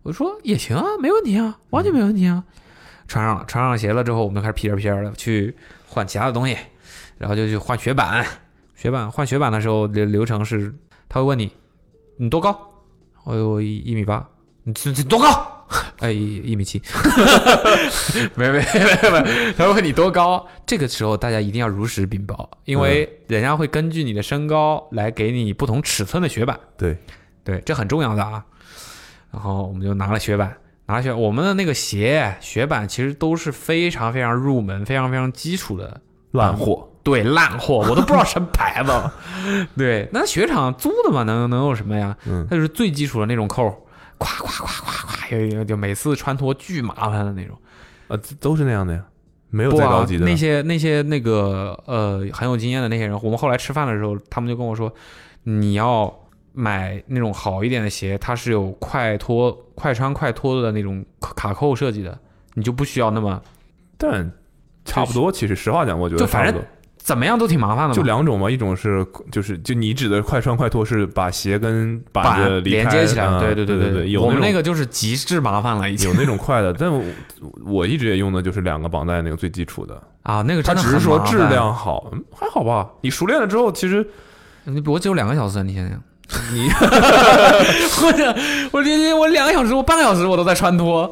[SPEAKER 3] 我说也行啊，没问题啊，完全没问题啊。穿上了，穿上鞋了之后，我们就开始屁颠屁颠的去换其他的东西，然后就去换雪板。雪板换雪板的时候流流程是，他会问你你多高？我我一一米八。你你你多高？哎，一一米七。 没没没没，他问你多高，这个时候大家一定要如实禀报，因为人家会根据你的身高来给你不同尺寸的雪板。
[SPEAKER 2] 对
[SPEAKER 3] 对，这很重要的啊。然后我们就拿了雪板，拿了雪，我们的那个鞋雪板其实都是非常非常入门、非常非常基础的，
[SPEAKER 2] 烂货，
[SPEAKER 3] 对烂货，我都不知道什么牌子了。 对，那雪场租的嘛，能能有什么呀？
[SPEAKER 2] 嗯
[SPEAKER 3] 它就是最基础的那种扣儿，咵咵咵咵咵，有有就每次穿脱巨麻烦的那种。
[SPEAKER 2] 啊，这都是那样的呀，没有
[SPEAKER 3] 不
[SPEAKER 2] 再
[SPEAKER 3] 啊
[SPEAKER 2] 高级的了。
[SPEAKER 3] 那些那些那个呃很有经验的那些人，我们后来吃饭的时候，他们就跟我说，你要买那种好一点的鞋，它是有快脱、快穿、快脱的那种卡卡扣设计的，你就不需要那么
[SPEAKER 2] 但差不多，其实实话讲，我觉得
[SPEAKER 3] 就反
[SPEAKER 2] 差
[SPEAKER 3] 正嗯
[SPEAKER 2] 不多，
[SPEAKER 3] 怎么样都挺麻烦的嘛。
[SPEAKER 2] 就两种嘛，一种是就是就你指的快穿快脱是把鞋跟板子
[SPEAKER 3] 板
[SPEAKER 2] 离
[SPEAKER 3] 连
[SPEAKER 2] 开
[SPEAKER 3] 接起来
[SPEAKER 2] 嗯
[SPEAKER 3] 了，对
[SPEAKER 2] 对
[SPEAKER 3] 对
[SPEAKER 2] 对
[SPEAKER 3] 对，
[SPEAKER 2] 有
[SPEAKER 3] 我们
[SPEAKER 2] 种
[SPEAKER 3] 那个就是极致麻烦了，已经
[SPEAKER 2] 有那种快的，但我我一直也用的就是两个绑带那个最基础的，
[SPEAKER 3] 啊，那个
[SPEAKER 2] 它
[SPEAKER 3] 真的
[SPEAKER 2] 只
[SPEAKER 3] 很
[SPEAKER 2] 是说
[SPEAKER 3] 麻烦
[SPEAKER 2] 质，量好，嗯还好吧？你熟练了之后，其实
[SPEAKER 3] 你我只有两个小时，啊你想想，你 我这我这这我两个小时，我半个小时我都在穿脱，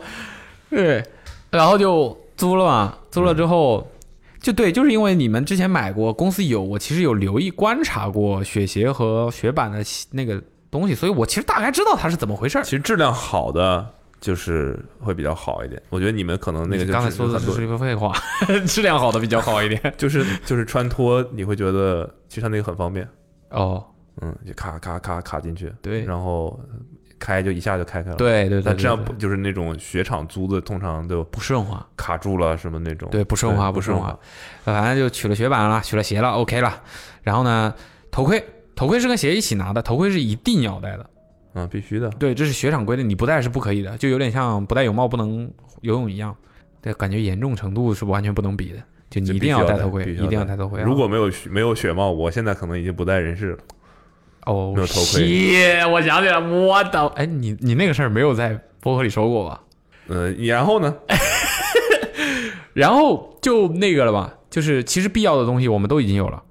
[SPEAKER 3] 对，然后就租了嘛，租了之后。就对，就是因为你们之前买过，公司有，我其实有留意观察过雪鞋和雪板的那个东西，所以我其实大概知道它是怎么回事儿
[SPEAKER 2] 其。实质量好的就是会比较好一点。我觉得你们可能那个就
[SPEAKER 3] 刚才
[SPEAKER 2] 只是
[SPEAKER 3] 说的
[SPEAKER 2] 很多
[SPEAKER 3] 是一个废话， 质量好的比较好一点。
[SPEAKER 2] 就是就是穿脱，你会觉得其实它那个很方便，
[SPEAKER 3] 哦，
[SPEAKER 2] 嗯，就咔咔咔咔进去，
[SPEAKER 3] 对
[SPEAKER 2] 然后开就一下就开开了。，
[SPEAKER 3] 对对对，
[SPEAKER 2] 但这样
[SPEAKER 3] 对
[SPEAKER 2] 不
[SPEAKER 3] 对
[SPEAKER 2] 就是那种雪场租的，通常都
[SPEAKER 3] 不顺滑，
[SPEAKER 2] 卡住了什么那种。
[SPEAKER 3] 对，不顺滑，
[SPEAKER 2] 对
[SPEAKER 3] 不
[SPEAKER 2] 不
[SPEAKER 3] 顺
[SPEAKER 2] 顺
[SPEAKER 3] 滑。反正就取了雪板了，取了鞋了，OK 了。然后呢，头盔，头盔是跟鞋一起拿的，头盔是一定要戴的。
[SPEAKER 2] 嗯，必须的。
[SPEAKER 3] 对，这是雪场规定，你不戴是不可以的，就有点像不戴泳帽不能游泳一样。对，感觉严重程度是完全不能比的，就你
[SPEAKER 2] 就
[SPEAKER 3] 一
[SPEAKER 2] 必
[SPEAKER 3] 定
[SPEAKER 2] 须要
[SPEAKER 3] 戴
[SPEAKER 2] 戴
[SPEAKER 3] 头盔，
[SPEAKER 2] 必须
[SPEAKER 3] 一
[SPEAKER 2] 要
[SPEAKER 3] 定要
[SPEAKER 2] 戴
[SPEAKER 3] 戴头盔啊。
[SPEAKER 2] 如果没有没有雪帽，我现在可能已经不带人士了。
[SPEAKER 3] 哦，
[SPEAKER 2] 没有头盔
[SPEAKER 3] 耶，我想起来，我的，哎，你你那个事儿没有在博客里说过吧？
[SPEAKER 2] 呃，然后呢？
[SPEAKER 3] 然后就那个了吧，就是其实必要的东西我们都已经有了，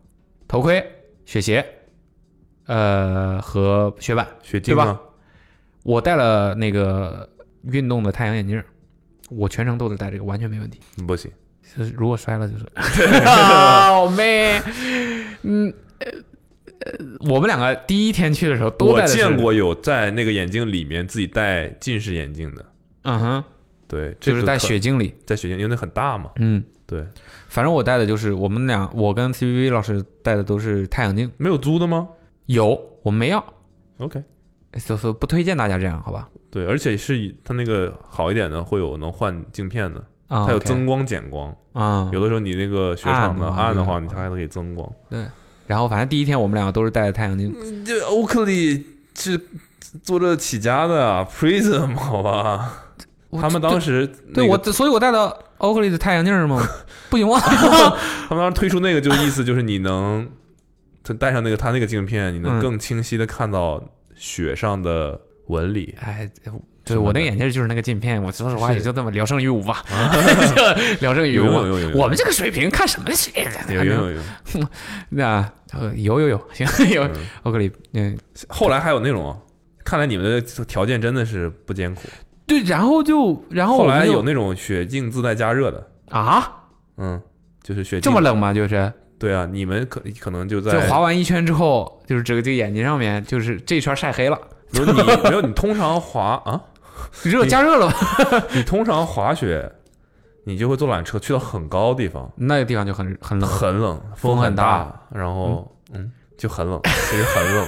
[SPEAKER 3] 头盔、雪鞋，呃和雪板。
[SPEAKER 2] 雪镜
[SPEAKER 3] 对
[SPEAKER 2] 呢
[SPEAKER 3] 吧？我戴了那个运动的太阳眼镜儿，我全程都是戴这个，完全没问题。
[SPEAKER 2] 不行，
[SPEAKER 3] 就是如果摔了就是，哦妹， 嗯。呃呃，我们两个第一天去的时候都
[SPEAKER 2] 我
[SPEAKER 3] 戴的是
[SPEAKER 2] 见，过有在那个眼镜里面自己戴近视眼镜的。
[SPEAKER 3] 嗯哼，
[SPEAKER 2] 对，这
[SPEAKER 3] 就是
[SPEAKER 2] 个可
[SPEAKER 3] 戴雪镜里，
[SPEAKER 2] 在雪镜，因为那很大嘛。
[SPEAKER 3] 嗯，
[SPEAKER 2] 对，
[SPEAKER 3] 反正我戴的就是我们俩，我跟 C B V 老师戴的都是太阳镜，
[SPEAKER 2] 没有租的吗
[SPEAKER 3] 有我没要，
[SPEAKER 2] ？OK，
[SPEAKER 3] 所以说不推荐大家这样，好吧？
[SPEAKER 2] 对，而且是以它那个好一点的会有能换镜片的，
[SPEAKER 3] 啊，
[SPEAKER 2] 它有
[SPEAKER 3] OK
[SPEAKER 2] 增光减光。
[SPEAKER 3] 啊，
[SPEAKER 2] 有的时候你那个雪场的
[SPEAKER 3] 暗的话嗯
[SPEAKER 2] 暗的话，
[SPEAKER 3] 就
[SPEAKER 2] 你
[SPEAKER 3] 是
[SPEAKER 2] 还可以增光。
[SPEAKER 3] 然后反正第一天我们两个都是戴的太阳镜，
[SPEAKER 2] 这欧克利嗯是做这起家的，Prism 好吧？
[SPEAKER 3] 我
[SPEAKER 2] 他们当时那
[SPEAKER 3] 对
[SPEAKER 2] 个
[SPEAKER 3] 我，所以我戴的欧克利的太阳镜儿 吗？不行吗？
[SPEAKER 2] 他们当时推出那个，就意思 就是你能，他戴上那个他那个镜片，你能
[SPEAKER 3] 嗯
[SPEAKER 2] 更清晰的看到雪上的纹理。
[SPEAKER 3] 哎，
[SPEAKER 2] 什
[SPEAKER 3] 对
[SPEAKER 2] 么
[SPEAKER 3] 我
[SPEAKER 2] 的
[SPEAKER 3] 那个眼镜就是那个镜片，我说实话也就这么聊胜于无 吧， 聊胜于无
[SPEAKER 2] 有。用有用有用
[SPEAKER 3] 我们这个水平看什么戏？
[SPEAKER 2] 有用有用。
[SPEAKER 3] 那呃有有 有，行有
[SPEAKER 2] 嗯
[SPEAKER 3] 欧克利，嗯，
[SPEAKER 2] 后来还有那种，啊看来你们的条件真的是不艰苦。
[SPEAKER 3] 对，然后就然后
[SPEAKER 2] 后
[SPEAKER 3] 哦我们
[SPEAKER 2] 来
[SPEAKER 3] 就
[SPEAKER 2] 有那种雪镜自带加热的，
[SPEAKER 3] 啊，
[SPEAKER 2] 嗯，就是雪
[SPEAKER 3] 这
[SPEAKER 2] 镜
[SPEAKER 3] 么冷吗？就是
[SPEAKER 2] 对啊，你们可可能就在
[SPEAKER 3] 就滑完一圈之后，就是这个这个眼睛上面就是这一圈 晒黑了，
[SPEAKER 2] 没有你没有你通常滑啊，
[SPEAKER 3] 热加热了吧，
[SPEAKER 2] 你通常滑雪，你就会坐缆车去到很高的地方，
[SPEAKER 3] 那个地方就很很冷。
[SPEAKER 2] 很冷，
[SPEAKER 3] 风
[SPEAKER 2] 很
[SPEAKER 3] 很大
[SPEAKER 2] 然后嗯，就很冷，其实很冷。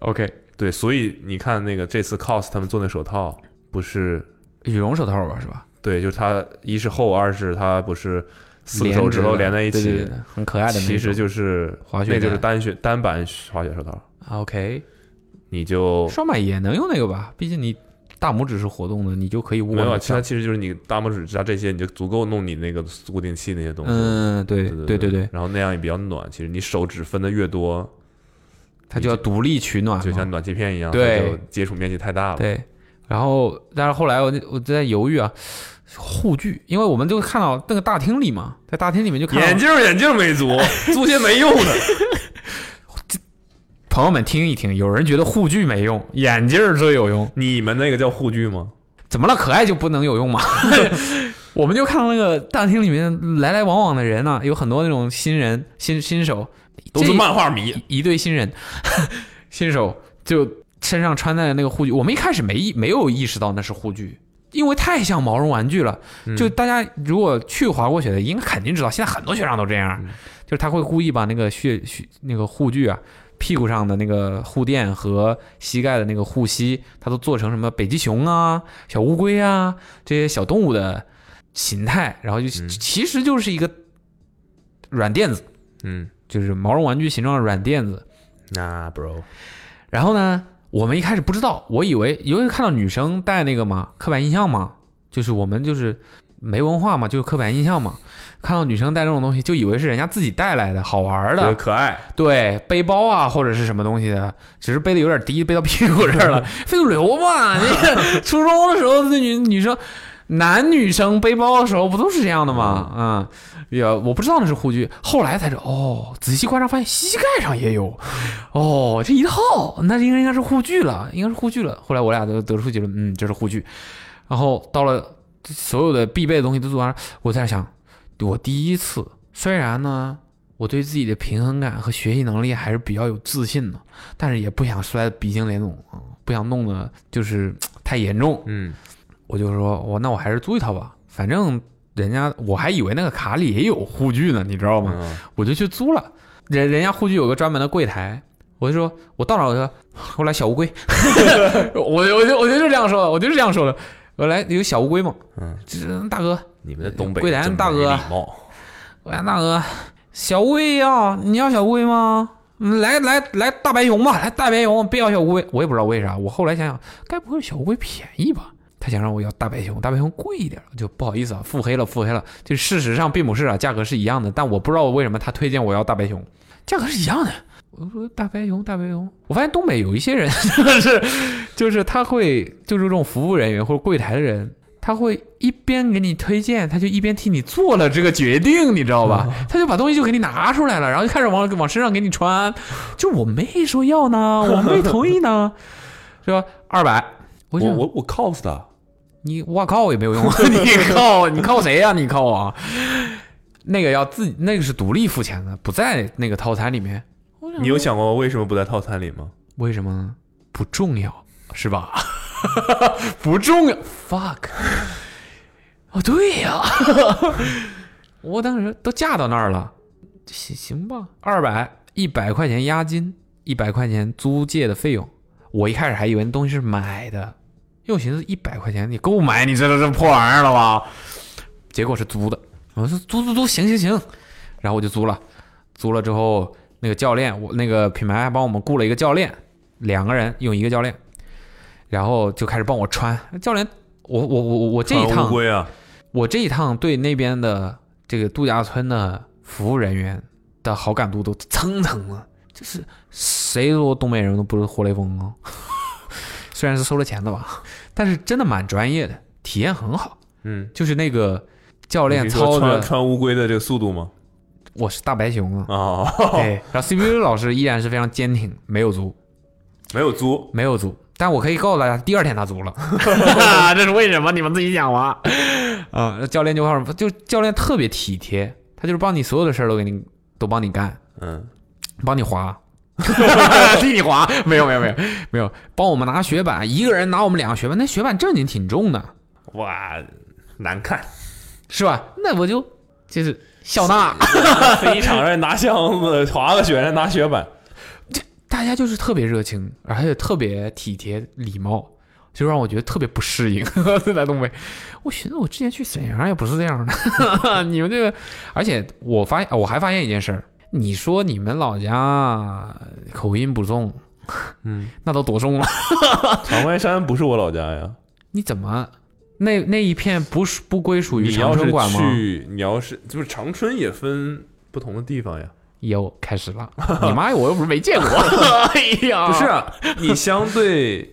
[SPEAKER 3] OK，
[SPEAKER 2] 对，所以你看那个这次 cos 他们做那手套，不是
[SPEAKER 3] 羽绒手套吧，是吧？
[SPEAKER 2] 对，就是它一是厚，二是它不是四个手指头连在一起，
[SPEAKER 3] 对对对对很可爱的那种。
[SPEAKER 2] 其实就是
[SPEAKER 3] 滑雪
[SPEAKER 2] 那就是
[SPEAKER 3] 带
[SPEAKER 2] 单雪单板滑雪手套，
[SPEAKER 3] 啊 OK，
[SPEAKER 2] 你就
[SPEAKER 3] 双板也能用那个吧？毕竟你大拇指是活动的，你就可以握
[SPEAKER 2] 没有，
[SPEAKER 3] 得
[SPEAKER 2] 其他
[SPEAKER 3] 上。
[SPEAKER 2] 其实就是你大拇指加这些，你就足够弄你那个固定器那些东西。
[SPEAKER 3] 嗯，对
[SPEAKER 2] 对
[SPEAKER 3] 对
[SPEAKER 2] 对
[SPEAKER 3] 对对，
[SPEAKER 2] 然后那样也比较暖。其实你手指分的越多，
[SPEAKER 3] 它就要独立取暖
[SPEAKER 2] 就像
[SPEAKER 3] 嘛。
[SPEAKER 2] 暖气片一样，
[SPEAKER 3] 啊对
[SPEAKER 2] 它就接触面积太大了。
[SPEAKER 3] 对，然后但是后来我就我就在犹豫啊，护具，因为我们就看到那个大厅里嘛，在大厅里面就看 到
[SPEAKER 2] 眼镜儿眼镜儿没足，租些没用的。
[SPEAKER 3] 朋友们听一听，有人觉得护具没用，眼镜儿最有用，
[SPEAKER 2] 你们那个叫护具吗？
[SPEAKER 3] 怎么了？可爱就不能有用吗？ 我们就看到那个大厅里面来来往往的人呢、有很多那种新人、新新手，
[SPEAKER 2] 都是
[SPEAKER 3] 这
[SPEAKER 2] 漫画迷，
[SPEAKER 3] 一对新人，新手就身上穿戴的那个护具，我们一开始没意没有意识到那是护具，因为太像毛绒玩具了。就大家如果去滑过雪的，应该肯定知道，现在很多雪场都这样，就是他会故意把那个血血那个护具啊。屁股上的那个护垫和膝盖的那个护膝，它都做成什么北极熊啊、小乌龟啊这些小动物的形态，然后就、其实就是一个软垫子，
[SPEAKER 2] 嗯，
[SPEAKER 3] 就是毛绒玩具形状的软垫子。
[SPEAKER 2] 那 bro，
[SPEAKER 3] 然后呢，我们一开始不知道，我以为因为看到女生戴那个嘛，刻板印象嘛，就是我们就是没文化嘛，就是刻板印象嘛，看到女生戴这种东西，就以为是人家自己带来的好玩
[SPEAKER 2] 觉得
[SPEAKER 3] 的，
[SPEAKER 2] 可爱，
[SPEAKER 3] 对，背包啊或者是什么东西的，只是背的有点低，背到屁股这儿了，非主流嘛。那个初中的时候，那女女生。男女生背包的时候不都是这样的吗？嗯，也我不知道那是护具，后来才知道哦，仔细观察发现膝盖上也有，哦，这一套那应该应该是护具了，应该是护具了。后来我俩都得出结论，嗯，这是护具。然后到了所有的必备的东西都做完了，我在想，我第一次，虽然呢，我对自己的平衡感和学习能力还是比较有自信的，但是也不想摔得鼻青脸肿，嗯不想弄得就是嘖太严重。
[SPEAKER 2] 嗯，
[SPEAKER 3] 我就说，我那我还是租一套吧，反正人家我还以为那个卡里也有护具呢，你知道吗？
[SPEAKER 2] 嗯
[SPEAKER 3] 我就去租了。人人家护具有个专门的柜台，我就说，我到哪儿我就说，我来小乌龟， 我我就我就是这样说的，我就是这样说的，我来有小乌龟嘛，
[SPEAKER 2] 嗯
[SPEAKER 3] 这，大哥，
[SPEAKER 2] 你们的东北
[SPEAKER 3] 桂兰
[SPEAKER 2] 真没
[SPEAKER 3] 大哥
[SPEAKER 2] 礼貌，
[SPEAKER 3] 我说大哥，小乌龟要你要小乌龟吗？嗯来来来，大白熊吧，来大白熊，别要小乌龟。我也不知道为啥，我后来想想，该不会小乌龟便宜吧？他想让我要大白熊，大白熊贵一点，就不好意思啊，腹黑了，腹黑了。就事实上并不是啊，价格是一样的，但我不知道为什么他推荐我要大白熊，价格是一样的。我说大白熊，大白熊。我发现东北有一些人 就是就是他会就是这种服务人员或者柜台的人，他会一边给你推荐，他就一边替你做了这个决定，你知道吧？他就把东西就给你拿出来了，然后就开始往往身上给你穿，就我没说要呢，我没同意呢，是吧？二百，我
[SPEAKER 2] 我
[SPEAKER 3] 就
[SPEAKER 2] 我我 cos 他，
[SPEAKER 3] 你我靠也没有用， 你靠你靠谁呀、你靠啊？那个要自己那个是独立付钱的，不在那个套餐里面。
[SPEAKER 2] 你有想过为什么不在套餐里吗？
[SPEAKER 3] 为什么呢？不重要，是吧？ 不重要，fuck。哦，对呀、 我当时都嫁到那儿了，行行吧，二百一百块钱押金，一百块钱租借的费用。我一开始还以为那东西是买的，因为我寻思一百块钱你够买你这这破玩意儿了吧？结果是租的。我说租租租，行行行，然后我就租了。租了之后，那个教练，我那个品牌还帮我们雇了一个教练，两个人用一个教练，然后就开始帮我穿。教练，我我我我这一
[SPEAKER 2] 穿
[SPEAKER 3] 趟
[SPEAKER 2] 乌龟啊，
[SPEAKER 3] 我这一趟对那边的这个度假村的服务人员的好感度都蹭蹭了，就是谁说东北人都不是活雷锋啊？ 虽然是收了钱的吧，但是真的蛮专业的，体验很好。
[SPEAKER 2] 嗯，
[SPEAKER 3] 就是那个教练
[SPEAKER 2] 你是说
[SPEAKER 3] 操
[SPEAKER 2] 穿
[SPEAKER 3] 着
[SPEAKER 2] 穿乌龟的这个速度吗？
[SPEAKER 3] 我是大白熊啊，
[SPEAKER 2] 啊，
[SPEAKER 3] 对，然后 CPU 老师依然是非常坚挺，没有足，
[SPEAKER 2] 没有租，
[SPEAKER 3] 没有足。但我可以告诉大家，第二天他足了， 啊这是为什么？你们自己想吧。 啊、教练就告诉就教练特别体贴，他就是帮你所有的事儿都给你都帮你干，
[SPEAKER 2] 嗯，
[SPEAKER 3] 帮你滑， 替你滑， 没有没有没有没有，帮我们拿雪板，一个人拿我们两个雪板，那雪板正经挺重的，
[SPEAKER 2] 哇，难 看，
[SPEAKER 3] 是吧？那我就就是笑纳，
[SPEAKER 2] 飞机场上拿箱子，滑个雪，拿雪板，
[SPEAKER 3] 大家就是特别热情，而且特别体贴礼貌，就让我觉得特别不适应。 在东北，我寻思我之前去沈阳也不是这样的， 你们这个，而且我发现我还发现一件事儿，你说你们老家口音不重，
[SPEAKER 2] 嗯，
[SPEAKER 3] 那都多重了？
[SPEAKER 2] 长白山不是我老家呀。
[SPEAKER 3] 你怎么那那一片不属不归属于
[SPEAKER 2] 你
[SPEAKER 3] 长
[SPEAKER 2] 要
[SPEAKER 3] 春
[SPEAKER 2] 是
[SPEAKER 3] 管吗？
[SPEAKER 2] 去，你要是就是长春也分不同的地方呀。
[SPEAKER 3] 又开始了， 你妈呀！我又不是 没见过，哎呀，
[SPEAKER 2] 不是、啊，你相对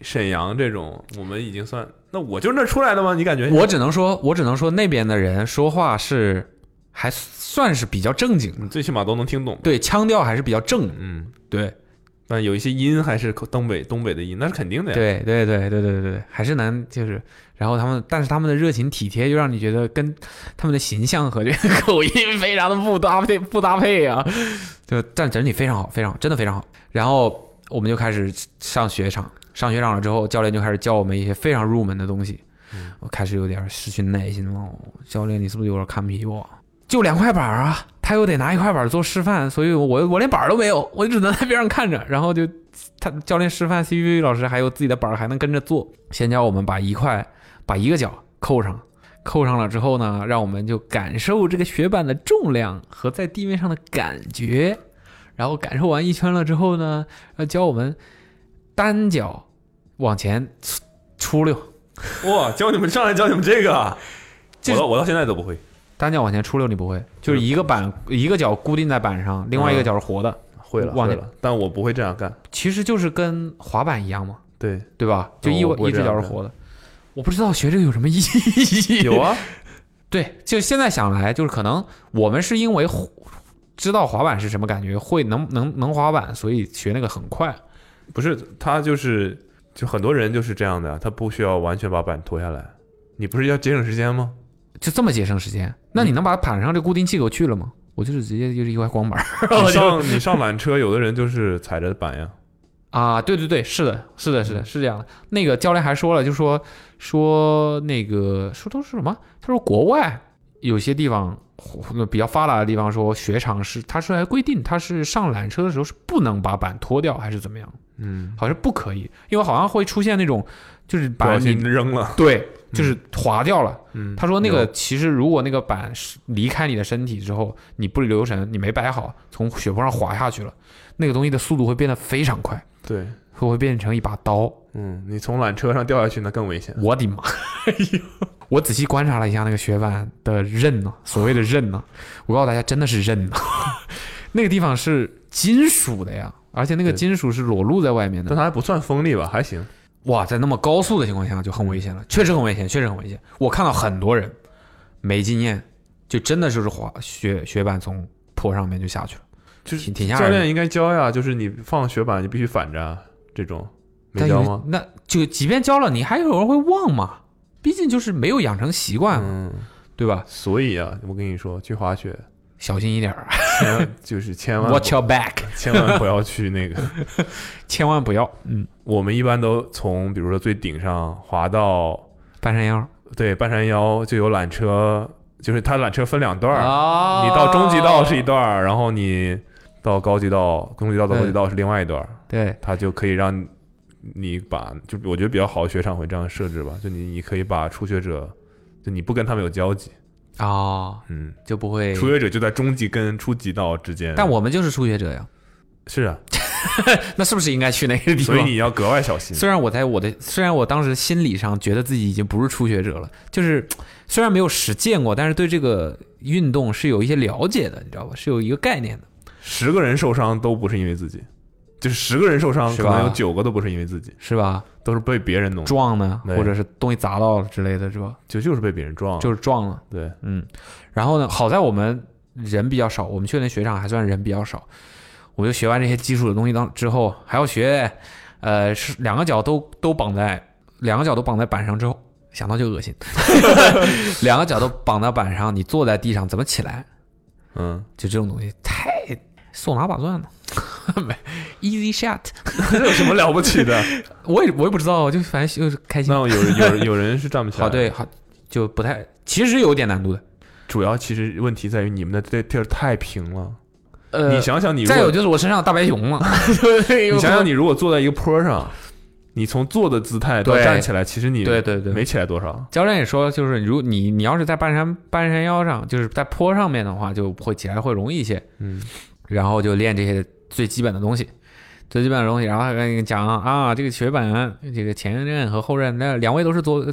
[SPEAKER 2] 沈阳这种，我们已经算，那我就那出来的吗？你感觉
[SPEAKER 3] 我只能说，我只能说那边的人说话是还算是比较正经的，
[SPEAKER 2] 你最起码都能听懂。
[SPEAKER 3] 对，腔调还是比较正的。
[SPEAKER 2] 嗯，
[SPEAKER 3] 对，
[SPEAKER 2] 但有一些音还是东北东北的音，那是肯定的呀。
[SPEAKER 3] 对，对，对，对，对，对，还是能就是，然后他们，但是他们的热情体贴，就让你觉得跟他们的形象和这个口音非常的不搭配，不搭配啊。就但整体非常好，非常好，真的非常好。然后我们就开始上雪场，上雪场了之后，教练就开始教我们一些非常入门的东西。
[SPEAKER 2] 嗯
[SPEAKER 3] 我开始有点失去耐心了，教练，你是不是有点看不起我？就两块板儿啊，他又得拿一块板儿做示范，所以我我连板儿都没有，我只能在边上看着，然后就他教练示范 CVV 老师还有自己的板儿，还能跟着做。先教我们把一块把一个脚扣上，扣上了之后呢，让我们就感受这个雪板的重量和在地面上的感觉。然后感受完一圈了之后呢，要教我们单脚往前出出溜，
[SPEAKER 2] 哇，教你们上来教你们这个啊，
[SPEAKER 3] 这
[SPEAKER 2] 我到我到现在都不会。
[SPEAKER 3] 单脚往前出溜你不会，就是一个板一个脚固定在板上，另外一个脚是活的，
[SPEAKER 2] 会了，
[SPEAKER 3] 忘
[SPEAKER 2] 会
[SPEAKER 3] 记
[SPEAKER 2] 了，但我不会这样干。
[SPEAKER 3] 其实就是跟滑板一样嘛，
[SPEAKER 2] 对，
[SPEAKER 3] 对吧？就一
[SPEAKER 2] 哦我不会
[SPEAKER 3] 一只
[SPEAKER 2] 这样
[SPEAKER 3] 脚是
[SPEAKER 2] 干
[SPEAKER 3] 活的。我不知道学这个有什么意义。
[SPEAKER 2] 有啊，
[SPEAKER 3] 对，就现在想来，就是可能我们是因为滑知道滑板是什么感觉，会能能能滑板，所以学那个很快。
[SPEAKER 2] 不是他就是就很多人就是这样的，他不需要完全把板脱下来。你不是要节省时间 吗？
[SPEAKER 3] 就这么节省时间。那你能把板上这固定器给我去了吗？我就是直接就是一块光板儿
[SPEAKER 2] 你上你上缆车，有的人就是踩着板 呀。
[SPEAKER 3] 啊！对对对，是的，是的，是的，是这样的。那个教练还说了，就说说那个说都是什么？他说国外有些地方比较发达的地方说雪场是，他说还规定他是上缆车的时候是不能把板脱掉还是怎么样，
[SPEAKER 2] 嗯，
[SPEAKER 3] 好像不可以，因为好像会出现那种就是
[SPEAKER 2] 不
[SPEAKER 3] 把
[SPEAKER 2] 小心嗯
[SPEAKER 3] 你
[SPEAKER 2] 扔了，
[SPEAKER 3] 对就是滑掉了。
[SPEAKER 2] 嗯，
[SPEAKER 3] 他说那个其实如果那个板是离开你的身体之后，你不留神你没摆好，从雪坡上滑下去了，那个东西的速度会变得非常快，
[SPEAKER 2] 对，
[SPEAKER 3] 会会变成一把刀。
[SPEAKER 2] 嗯，你从缆车上掉下去那更危险，
[SPEAKER 3] 我的 妈！哎呦我仔细观察了一下那个雪板的刃呢、所谓的刃呢、我告诉大家，真的是刃呢、 那个地方是金属的呀，而且那个
[SPEAKER 2] 对
[SPEAKER 3] 金属是裸露在外面
[SPEAKER 2] 但
[SPEAKER 3] 的。
[SPEAKER 2] 它还不算锋利吧，还行，
[SPEAKER 3] 哇，在那么高速的情况下就很危
[SPEAKER 2] 嗯
[SPEAKER 3] 险了，确实很危险，确实很危险。我看到很多人没经验，就真的就是滑雪雪板从坡上面就下去了，
[SPEAKER 2] 就是
[SPEAKER 3] 挺挺吓
[SPEAKER 2] 教
[SPEAKER 3] 人的
[SPEAKER 2] 练。应该教呀，就是你放雪板你必须反着啊这种，没
[SPEAKER 3] 但
[SPEAKER 2] 教
[SPEAKER 3] 有
[SPEAKER 2] 吗？？
[SPEAKER 3] 那就即便教了，你还有人会忘嘛？毕竟就是没有养成习惯，
[SPEAKER 2] 嗯，
[SPEAKER 3] 对吧？
[SPEAKER 2] 所以啊，我跟你说，去滑雪
[SPEAKER 3] 小心一点儿
[SPEAKER 2] 千就是千万不
[SPEAKER 3] ，Watch your back。
[SPEAKER 2] 千万不要去那个。
[SPEAKER 3] 千万不要，嗯，
[SPEAKER 2] 我们一般都从比如说最顶上滑到
[SPEAKER 3] 半山腰
[SPEAKER 2] 对半山腰，就有缆车，就是它缆车分两段儿，
[SPEAKER 3] 啊
[SPEAKER 2] 你到中级道是一，段儿，然后你到高级道、中级道到高级道是另外一段儿，
[SPEAKER 3] 对，
[SPEAKER 2] 它就可以让你把就我觉得比较好的雪场会这样设置吧，就你你可以把初学者，就你不跟他们有交集，
[SPEAKER 3] 啊、
[SPEAKER 2] 嗯，
[SPEAKER 3] 就不会。
[SPEAKER 2] 初学者就在中级跟初级道之间，
[SPEAKER 3] 但我们就是初学者呀，
[SPEAKER 2] 是啊，
[SPEAKER 3] 那是不是应该去那个地
[SPEAKER 2] 所以
[SPEAKER 3] 方？
[SPEAKER 2] 你要格外小心。
[SPEAKER 3] 虽然我在我的，虽然我当时心理上觉得自己已经不是初学者了，就是虽然没有实践过，但是对这个运动是有一些了解的，你知道吧？是有一个概念的。
[SPEAKER 2] 十个人受伤都不是因为自己，就是十个人受伤，
[SPEAKER 3] 是
[SPEAKER 2] 可
[SPEAKER 3] 吧
[SPEAKER 2] 能有九个都不是因为自己，
[SPEAKER 3] 是吧？
[SPEAKER 2] 都是被别人弄的，
[SPEAKER 3] 撞呢，
[SPEAKER 2] 对哦
[SPEAKER 3] 或者是东西砸到了之类的，是吧？
[SPEAKER 2] 就就是被别人撞了，
[SPEAKER 3] 就是撞了。
[SPEAKER 2] 对，
[SPEAKER 3] 嗯，然后呢，好在我们人比较少，我们去的那雪场还算人比较少，我就学完这些基础的东西当之后，还要学，呃，是两个脚都都绑在两个脚都绑在板上之后，想到就恶 心，两个脚都绑到板上，你坐在地上怎么起来？
[SPEAKER 2] 嗯，
[SPEAKER 3] 就这种东西太手拿把攥了， 没 easy shot，
[SPEAKER 2] 这有什么了不起 的？
[SPEAKER 3] 我也我也不知道，我就反正就是开心
[SPEAKER 2] 那。有有有人是站不起来，
[SPEAKER 3] 好，对，，好就不太，其实有点难度的。
[SPEAKER 2] 主要其实问题在于你们的这地儿太平了，
[SPEAKER 3] 呃，
[SPEAKER 2] 你想想你如
[SPEAKER 3] 再有
[SPEAKER 2] 果
[SPEAKER 3] 就是我身上有大白熊 了，
[SPEAKER 2] 你想想你如果坐在一个坡上，你从坐的姿态到
[SPEAKER 3] 对
[SPEAKER 2] 站起来，其实你
[SPEAKER 3] 对对对，
[SPEAKER 2] 没起来多少，
[SPEAKER 3] 教练也说，就是如你你要是在半山半山腰上，就是在坡上面的话，就会起来会容易一些。
[SPEAKER 2] 嗯，
[SPEAKER 3] 然后就练这些最基本的东西，最基本的东西。然后还跟你讲啊，这个雪板，这个前刃和后刃，那两位都是左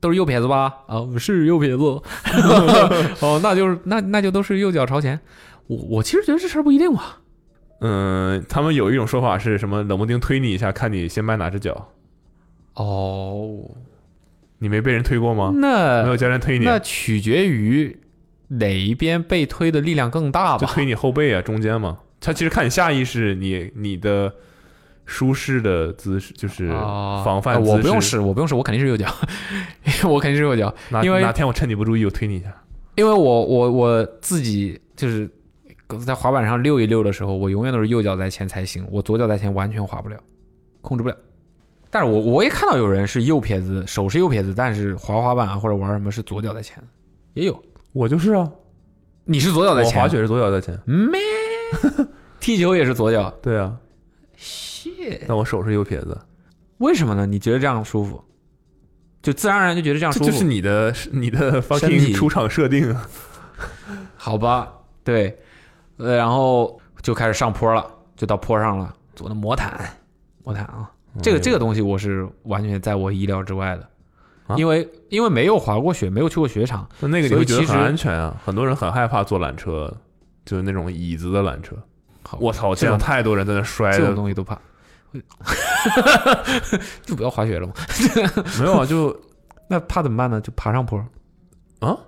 [SPEAKER 3] 都是右撇子吧？啊，我是右撇子。 哦，那就是那那就都是右脚朝前。我我其实觉得这事儿不一定吧。
[SPEAKER 2] 嗯，他们有一种说法是什么冷不丁推你一下，看你先迈哪只脚，
[SPEAKER 3] 哦，
[SPEAKER 2] 你没被人推过
[SPEAKER 3] 嗯
[SPEAKER 2] 吗？没
[SPEAKER 3] 那
[SPEAKER 2] 有教练推你，
[SPEAKER 3] 那取决于哪一边被推的力量更大
[SPEAKER 2] 就
[SPEAKER 3] 吧？
[SPEAKER 2] 推你后背啊，中间嘛。他其实看你下意识，你你的舒适的姿势就是
[SPEAKER 3] 啊，
[SPEAKER 2] 防范姿势。
[SPEAKER 3] 我不用试，我不用试，我肯定是右脚， 我肯定是右脚，
[SPEAKER 2] 哪
[SPEAKER 3] 因为
[SPEAKER 2] 哪天我趁你不注意，我推你一下。
[SPEAKER 3] 因为我我我自己就是在滑板上溜一溜的时候，我永远都是右脚在前才行，我左脚在前完全滑不了，控制不了。但是我我也看到有人是右撇子，手是右撇子，但是滑滑板啊或者玩什么是左脚在前，也有。
[SPEAKER 2] 我就是啊，
[SPEAKER 3] 你是左脚在
[SPEAKER 2] 我
[SPEAKER 3] 前，
[SPEAKER 2] 滑雪是左脚在前。
[SPEAKER 3] 没， 踢球也是左脚，
[SPEAKER 2] 对啊，
[SPEAKER 3] shit，
[SPEAKER 2] 但我手是右撇子，
[SPEAKER 3] 为什么呢？你觉得这样舒服，就自然而然就觉得这样
[SPEAKER 2] 这
[SPEAKER 3] 舒服，
[SPEAKER 2] 就是你的你的
[SPEAKER 3] 身体
[SPEAKER 2] fucking 出场设定啊。
[SPEAKER 3] 好吧，对，呃，然后就开始上坡了，就到坡上了，做的魔毯，魔毯啊， 这个这个东西我是完全在我意料之外的，
[SPEAKER 2] 啊
[SPEAKER 3] 因为因为没有滑过雪，没有去过雪场，
[SPEAKER 2] 那那个你
[SPEAKER 3] 所以
[SPEAKER 2] 会觉得
[SPEAKER 3] 其实
[SPEAKER 2] 很安全啊，很多人很害怕坐缆车，就是那种椅子的缆车。
[SPEAKER 3] 好
[SPEAKER 2] 我操，我
[SPEAKER 3] 这
[SPEAKER 2] 见
[SPEAKER 3] 种
[SPEAKER 2] 到太多人在那摔
[SPEAKER 3] 哦这种
[SPEAKER 2] 的，
[SPEAKER 3] 东西都怕， 就不要滑雪了嘛。
[SPEAKER 2] 没有啊，就
[SPEAKER 3] 那怕怎么办呢？就爬上坡
[SPEAKER 2] 啊，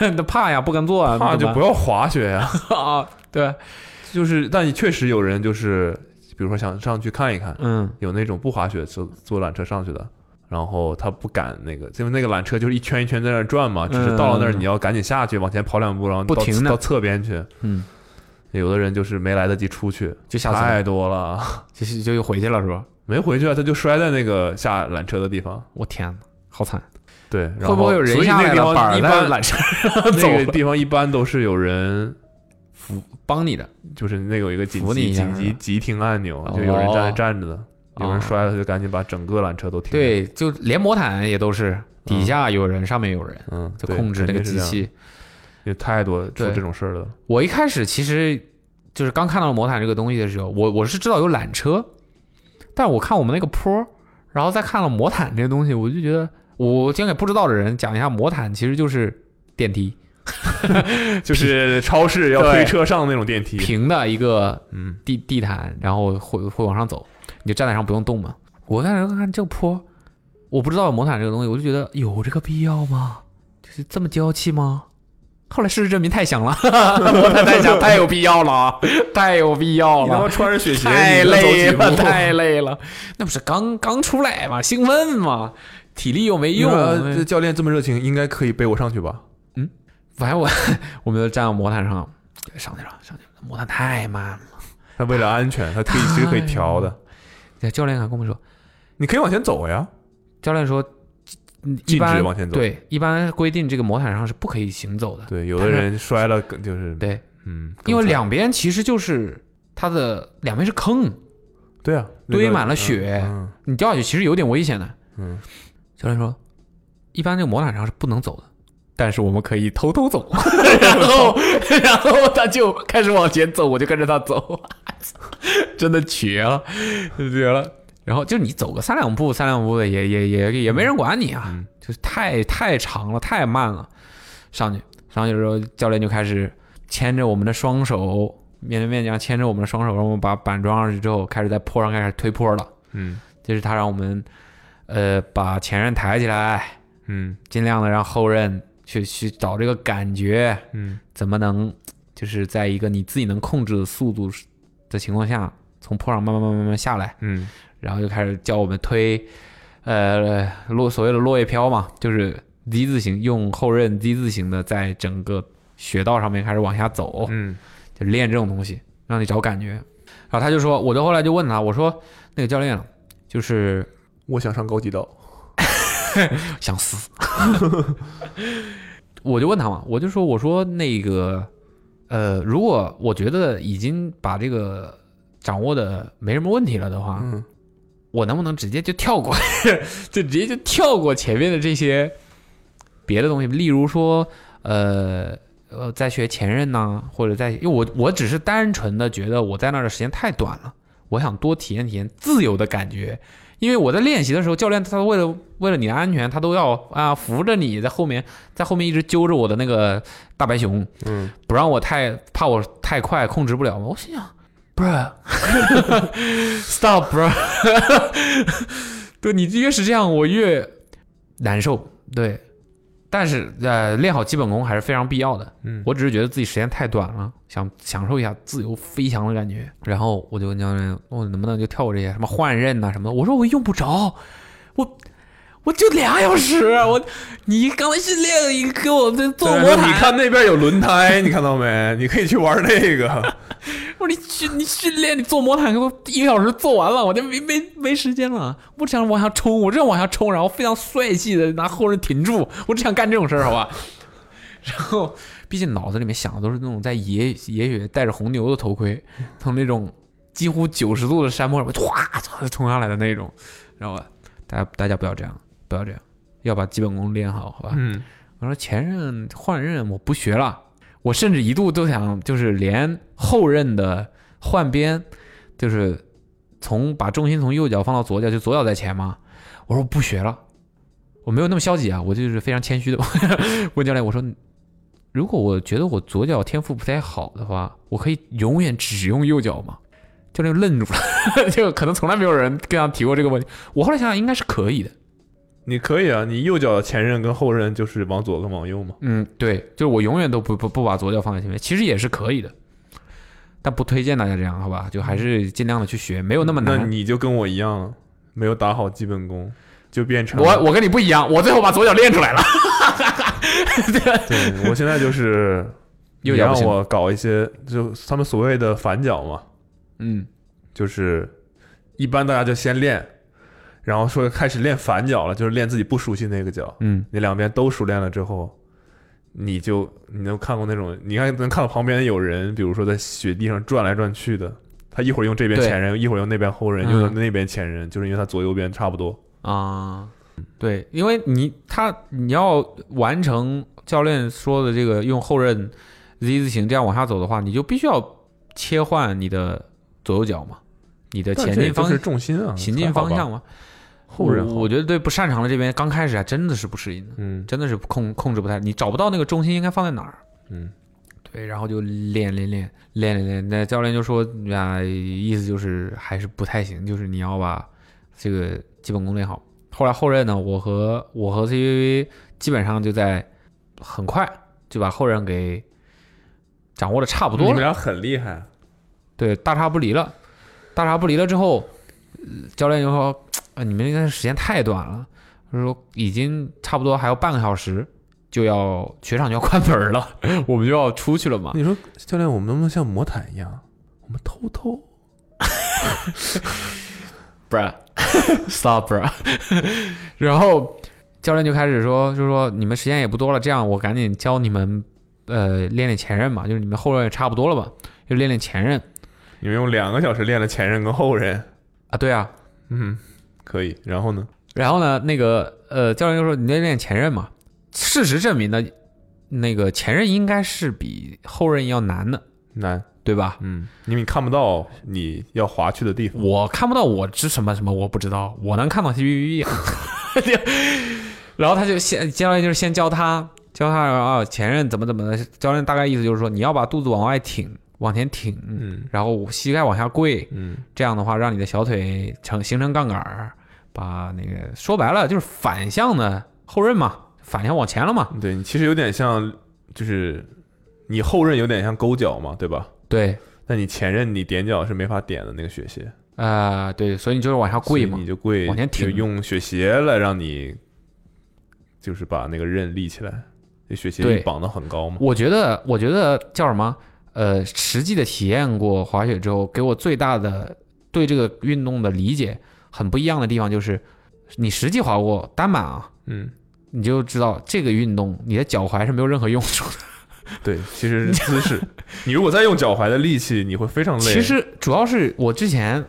[SPEAKER 3] 那怕呀，不敢坐 啊，
[SPEAKER 2] 怕就不要滑雪呀、
[SPEAKER 3] 要 啊，对，
[SPEAKER 2] 就是，但确实有人就是，比如说想上去看一看，
[SPEAKER 3] 嗯，
[SPEAKER 2] 有那种不滑雪坐坐缆车上去的，然后他不敢那个，因为那个缆车就是一圈一圈在那儿转嘛，只是到了那儿
[SPEAKER 3] 嗯
[SPEAKER 2] 你要赶紧下去，往前跑两步，然后
[SPEAKER 3] 不
[SPEAKER 2] 到
[SPEAKER 3] 停地
[SPEAKER 2] 到侧边去。
[SPEAKER 3] 嗯，哎
[SPEAKER 2] 有的人就是没来得及出去，
[SPEAKER 3] 就下次
[SPEAKER 2] 太多了，
[SPEAKER 3] 就就就回去了是吧？
[SPEAKER 2] 没回去啊，他就摔在那个下缆车的地方。
[SPEAKER 3] 我天呐，好惨！
[SPEAKER 2] 对，然后
[SPEAKER 3] 会不会有人
[SPEAKER 2] 所以
[SPEAKER 3] 下
[SPEAKER 2] 那
[SPEAKER 3] 来
[SPEAKER 2] 个地
[SPEAKER 3] 了，板
[SPEAKER 2] 方
[SPEAKER 3] 儿
[SPEAKER 2] 一
[SPEAKER 3] 在
[SPEAKER 2] 般
[SPEAKER 3] 缆车上走
[SPEAKER 2] 那个
[SPEAKER 3] 了，
[SPEAKER 2] 地方一般都是有人，
[SPEAKER 3] 帮你的，
[SPEAKER 2] 就是那有一个紧
[SPEAKER 3] 扶你
[SPEAKER 2] 急
[SPEAKER 3] 一下
[SPEAKER 2] 紧急急停按钮，
[SPEAKER 3] 哦
[SPEAKER 2] 就有人站在站着的，有
[SPEAKER 3] 哦
[SPEAKER 2] 人摔了就赶紧把整个缆车都停。，
[SPEAKER 3] 对，就连魔毯也都是底下有人，上面有人，
[SPEAKER 2] 嗯，
[SPEAKER 3] 就
[SPEAKER 2] 对
[SPEAKER 3] 控制那
[SPEAKER 2] 肯
[SPEAKER 3] 个
[SPEAKER 2] 定是
[SPEAKER 3] 机
[SPEAKER 2] 这样
[SPEAKER 3] 器。
[SPEAKER 2] 也太多出
[SPEAKER 3] 对
[SPEAKER 2] 这种事儿了。
[SPEAKER 3] 我一开始其实就是刚看到魔毯这个东西的时候，我我是知道有缆车，但我看我们那个坡儿，然后再看了魔毯这个东西，我就觉得我先给不知道的人讲一下，魔毯其实就是电梯
[SPEAKER 2] 就是超市要
[SPEAKER 3] 对
[SPEAKER 2] 推车上的那种电梯，
[SPEAKER 3] 平的一个
[SPEAKER 2] 嗯，
[SPEAKER 3] 地地毯，然后会会往上走，你就站在上不用动嘛。我看人看这个坡，我不知道有魔毯这个东西，我就觉得有这个必要吗？就是这么娇气吗？后来事实证明太响了， 魔毯太响，太有必要了，啊太有必要
[SPEAKER 2] 你他妈
[SPEAKER 3] 了。
[SPEAKER 2] 穿着雪鞋，
[SPEAKER 3] 哦太
[SPEAKER 2] 你能走
[SPEAKER 3] 累
[SPEAKER 2] 几
[SPEAKER 3] 了，
[SPEAKER 2] 步
[SPEAKER 3] 太累了。那不是刚刚出来嘛，兴奋嘛，体力
[SPEAKER 2] 哎
[SPEAKER 3] 又没用。
[SPEAKER 2] 你说这教练这么热情，应该可以背我上去吧？
[SPEAKER 3] 反正我 我们就站到魔毯上，上去了，上去了。魔毯太慢了。
[SPEAKER 2] 他为了安全，他可以其实可以调
[SPEAKER 3] 哎
[SPEAKER 2] 的，
[SPEAKER 3] 那教练还跟我们说，
[SPEAKER 2] 你可以往前走呀。
[SPEAKER 3] 教练说，嗯一
[SPEAKER 2] 禁止
[SPEAKER 3] 般
[SPEAKER 2] 往前走
[SPEAKER 3] 对，一般规定这个魔毯上是不可以行走的。
[SPEAKER 2] 对，有的人摔了更 就是
[SPEAKER 3] 对，
[SPEAKER 2] 嗯，更
[SPEAKER 3] 因为
[SPEAKER 2] 惨
[SPEAKER 3] 两边其实就是它的两边是坑，
[SPEAKER 2] 对啊，那个
[SPEAKER 3] 堆满了雪
[SPEAKER 2] 嗯
[SPEAKER 3] 你掉下去其实有点危险的。
[SPEAKER 2] 嗯，
[SPEAKER 3] 教练说，一般这个魔毯上是不能走的，但是我们可以偷偷走。 然后，然后他就开始往前走，我就跟着他走， 真的绝了，绝了。然后就你走个三两步，三两步的也也也也没人管你啊，
[SPEAKER 2] 嗯
[SPEAKER 3] 就是太太长了，太慢了。上去，上去之后，教练就开始牵着我们的双手，面对面这样牵着我们的双手，然后我们把板装上去之后，开始在坡上开始推坡了。
[SPEAKER 2] 嗯
[SPEAKER 3] 就是他让我们，呃，把前任抬起来，
[SPEAKER 2] 嗯
[SPEAKER 3] 尽量的让后任去去找这个感觉，
[SPEAKER 2] 嗯
[SPEAKER 3] 怎么能就是在一个你自己能控制的速度的情况下，从坡上慢慢慢慢慢慢下来，
[SPEAKER 2] 嗯
[SPEAKER 3] 然后就开始教我们推，呃，落所谓的落叶飘嘛，就是 Z 字形，用后刃 Z 字形的在整个雪道上面开始往下走，
[SPEAKER 2] 嗯
[SPEAKER 3] 就练这种东西，让你找感觉。然后他就说，我就后来就问他，我说那个教练，就是
[SPEAKER 2] 我想上高级道，
[SPEAKER 3] 想死。 我就问他嘛，我就说，我说那个，呃，如果我觉得已经把这个掌握的没什么问题了的话，
[SPEAKER 2] 嗯
[SPEAKER 3] 我能不能直接就跳过， 就直接就跳过前面的这些别的东西，例如说，呃呃，在学前任呐、或者在，因为我我只是单纯的觉得我在那儿的时间太短了，我想多体验体验自由的感觉，因为我在练习的时候，教练他为了为了你的安全，他都要啊扶着你在后面，在后面一直揪着我的那个大白熊，
[SPEAKER 2] 嗯，
[SPEAKER 3] 不让我太怕我太快控制不了嘛。我心想，bro，stop bro，对你越是这样，我越难受。对，但是呃，练好基本功还是非常必要的。
[SPEAKER 2] 嗯
[SPEAKER 3] 我只是觉得自己时间太短了，想享受一下自由飞翔的感觉。然后我就跟教练，我能不能就跳过这些什么换刃呐、什么的？我说我用不着，我。我就俩小时，啊我你刚才训练，你给我这做
[SPEAKER 2] 对
[SPEAKER 3] 魔
[SPEAKER 2] 你
[SPEAKER 3] 毯，啊
[SPEAKER 2] 看那边有轮胎，你看到没？你可以去玩那个。
[SPEAKER 3] 我说你训你训练你做魔毯给我一个小时做完了，我这没没没时间了，我只想往下冲，我真想往下冲，然后非常帅气的拿后人停住，我只想干这种事儿，好吧？ 然后，毕竟脑子里面想的都是那种在野野野戴着红牛的头盔，从那种几乎九十度的山坡上面唰唰冲下来的那种，知道吧？大家大家不要这样，不要这样，要把基本功练好，好吧？
[SPEAKER 2] 嗯，
[SPEAKER 3] 我说前任换任我不学了，我甚至一度都想就是连后任的换边，就是从把重心从右脚放到左脚，就左脚在前嘛。我说我不学了，我没有那么消极啊，我就是非常谦虚的 问教练，我说如果我觉得我左脚天赋不太好的话，我可以永远只用右脚吗？教练愣住了， 就可能从来没有人跟他提过这个问题。我后来想想，应该是可以的。
[SPEAKER 2] 你可以啊，你右脚前刃跟后刃就是往左跟往右嘛。
[SPEAKER 3] 嗯，对，就是我永远都不不不把左脚放在前面，其实也是可以的，但不推荐大家这样，好吧？就还是尽量的去学，没有那么
[SPEAKER 2] 那
[SPEAKER 3] 难。
[SPEAKER 2] 你就跟我一样，没有打好基本功，就变成
[SPEAKER 3] 我我跟你不一样，我最后把左脚练出来了。
[SPEAKER 2] 对我现在就是你
[SPEAKER 3] 右脚不
[SPEAKER 2] 让
[SPEAKER 3] 行
[SPEAKER 2] 我搞一些，就他们所谓的反脚嘛，
[SPEAKER 3] 嗯
[SPEAKER 2] 就是一般大家就先练，然后说开始练反脚了，就是练自己不熟悉那个脚。
[SPEAKER 3] 嗯，
[SPEAKER 2] 你两边都熟练了之后，你就你能看过那种，你看能看到旁边有人，比如说在雪地上转来转去的，他一会儿用这边
[SPEAKER 3] 对
[SPEAKER 2] 前人，一会儿用那边后人，
[SPEAKER 3] 嗯
[SPEAKER 2] 又用那边前人，就是因为他左右边差不多。
[SPEAKER 3] 啊，对，因为你他你要完成教练说的这个用后刃 Z 字形这样往下走的话，你就必须要切换你的左右脚嘛，你的前进方
[SPEAKER 2] 是重心啊，
[SPEAKER 3] 行进方向嘛。
[SPEAKER 2] 后刃
[SPEAKER 3] 我我觉得对不擅长的这边刚开始还真的是不适应的，
[SPEAKER 2] 嗯
[SPEAKER 3] 真的是控控制不太，你找不到那个重心应该放在哪儿。
[SPEAKER 2] 嗯，
[SPEAKER 3] 对，然后就练练练练练练，那教练就说啊，意思就是还是不太行，就是你要把这个基本功练好。后来后刃呢，我和我和 CVV 基本上就在很快就把后刃给掌握的差不
[SPEAKER 2] 你
[SPEAKER 3] 多
[SPEAKER 2] 们
[SPEAKER 3] 了，
[SPEAKER 2] 俩很厉害，啊
[SPEAKER 3] 对，大差不离了。大差不离了之后，呃教练就说：“啊，你们应该时间太短了，他说已经差不多还有半个小时就要雪场就要关门了， 我们就要出去了嘛。”
[SPEAKER 2] 你说教练，我们能不能像魔毯一样，我们偷偷
[SPEAKER 3] bra，stop bra，然后教练就开始说，就说你们时间也不多了，这样我赶紧教你们，呃，练练前刃吧，就是你们后刃也差不多了吧，就练练前刃
[SPEAKER 2] 你们用两个小时练了前任跟后人，
[SPEAKER 3] 啊，对啊，
[SPEAKER 2] 嗯，可以。然后呢？
[SPEAKER 3] 然后呢，那个呃，教练就说你在练前刃嘛，事实证明呢，那个前刃应该是比后刃要难的，
[SPEAKER 2] 难，
[SPEAKER 3] 对吧？
[SPEAKER 2] 嗯，因为你看不到你要滑去的地方。
[SPEAKER 3] 我看不到我知什么什么，我不知道，我能看到 T B B。然后他就先教练就是先教他教他啊前任怎么怎么的，教练大概意思就是说你要把肚子往外挺，往前挺，
[SPEAKER 2] 嗯
[SPEAKER 3] 然后膝盖往下跪，
[SPEAKER 2] 嗯
[SPEAKER 3] 这样的话让你的小腿成形成杠杆儿，把那个说白了就是反向的后刃嘛，反向往前了嘛，
[SPEAKER 2] 对你其实有点像，就是你后刃有点像勾脚嘛，对吧？
[SPEAKER 3] 对，
[SPEAKER 2] 但你前刃你点脚是没法点的那个雪鞋，
[SPEAKER 3] 呃对，所以你就是往下
[SPEAKER 2] 所以
[SPEAKER 3] 跪嘛
[SPEAKER 2] 你，就跪，
[SPEAKER 3] 往前挺
[SPEAKER 2] 就用雪鞋来让你，就是把那个刃立起来。那雪鞋
[SPEAKER 3] 对
[SPEAKER 2] 一绑得很高嘛，
[SPEAKER 3] 我觉得，我觉得叫什么？呃，实际的体验过滑雪之后，给我最大的对这个运动的理解很不一样的地方就是，你实际滑过单板啊，
[SPEAKER 2] 嗯，
[SPEAKER 3] 你就知道这个运动你的脚踝是没有任何用处的。
[SPEAKER 2] 对，其实是姿势。你如果再用脚踝的力气，你会非常累。
[SPEAKER 3] 其实主要是我之前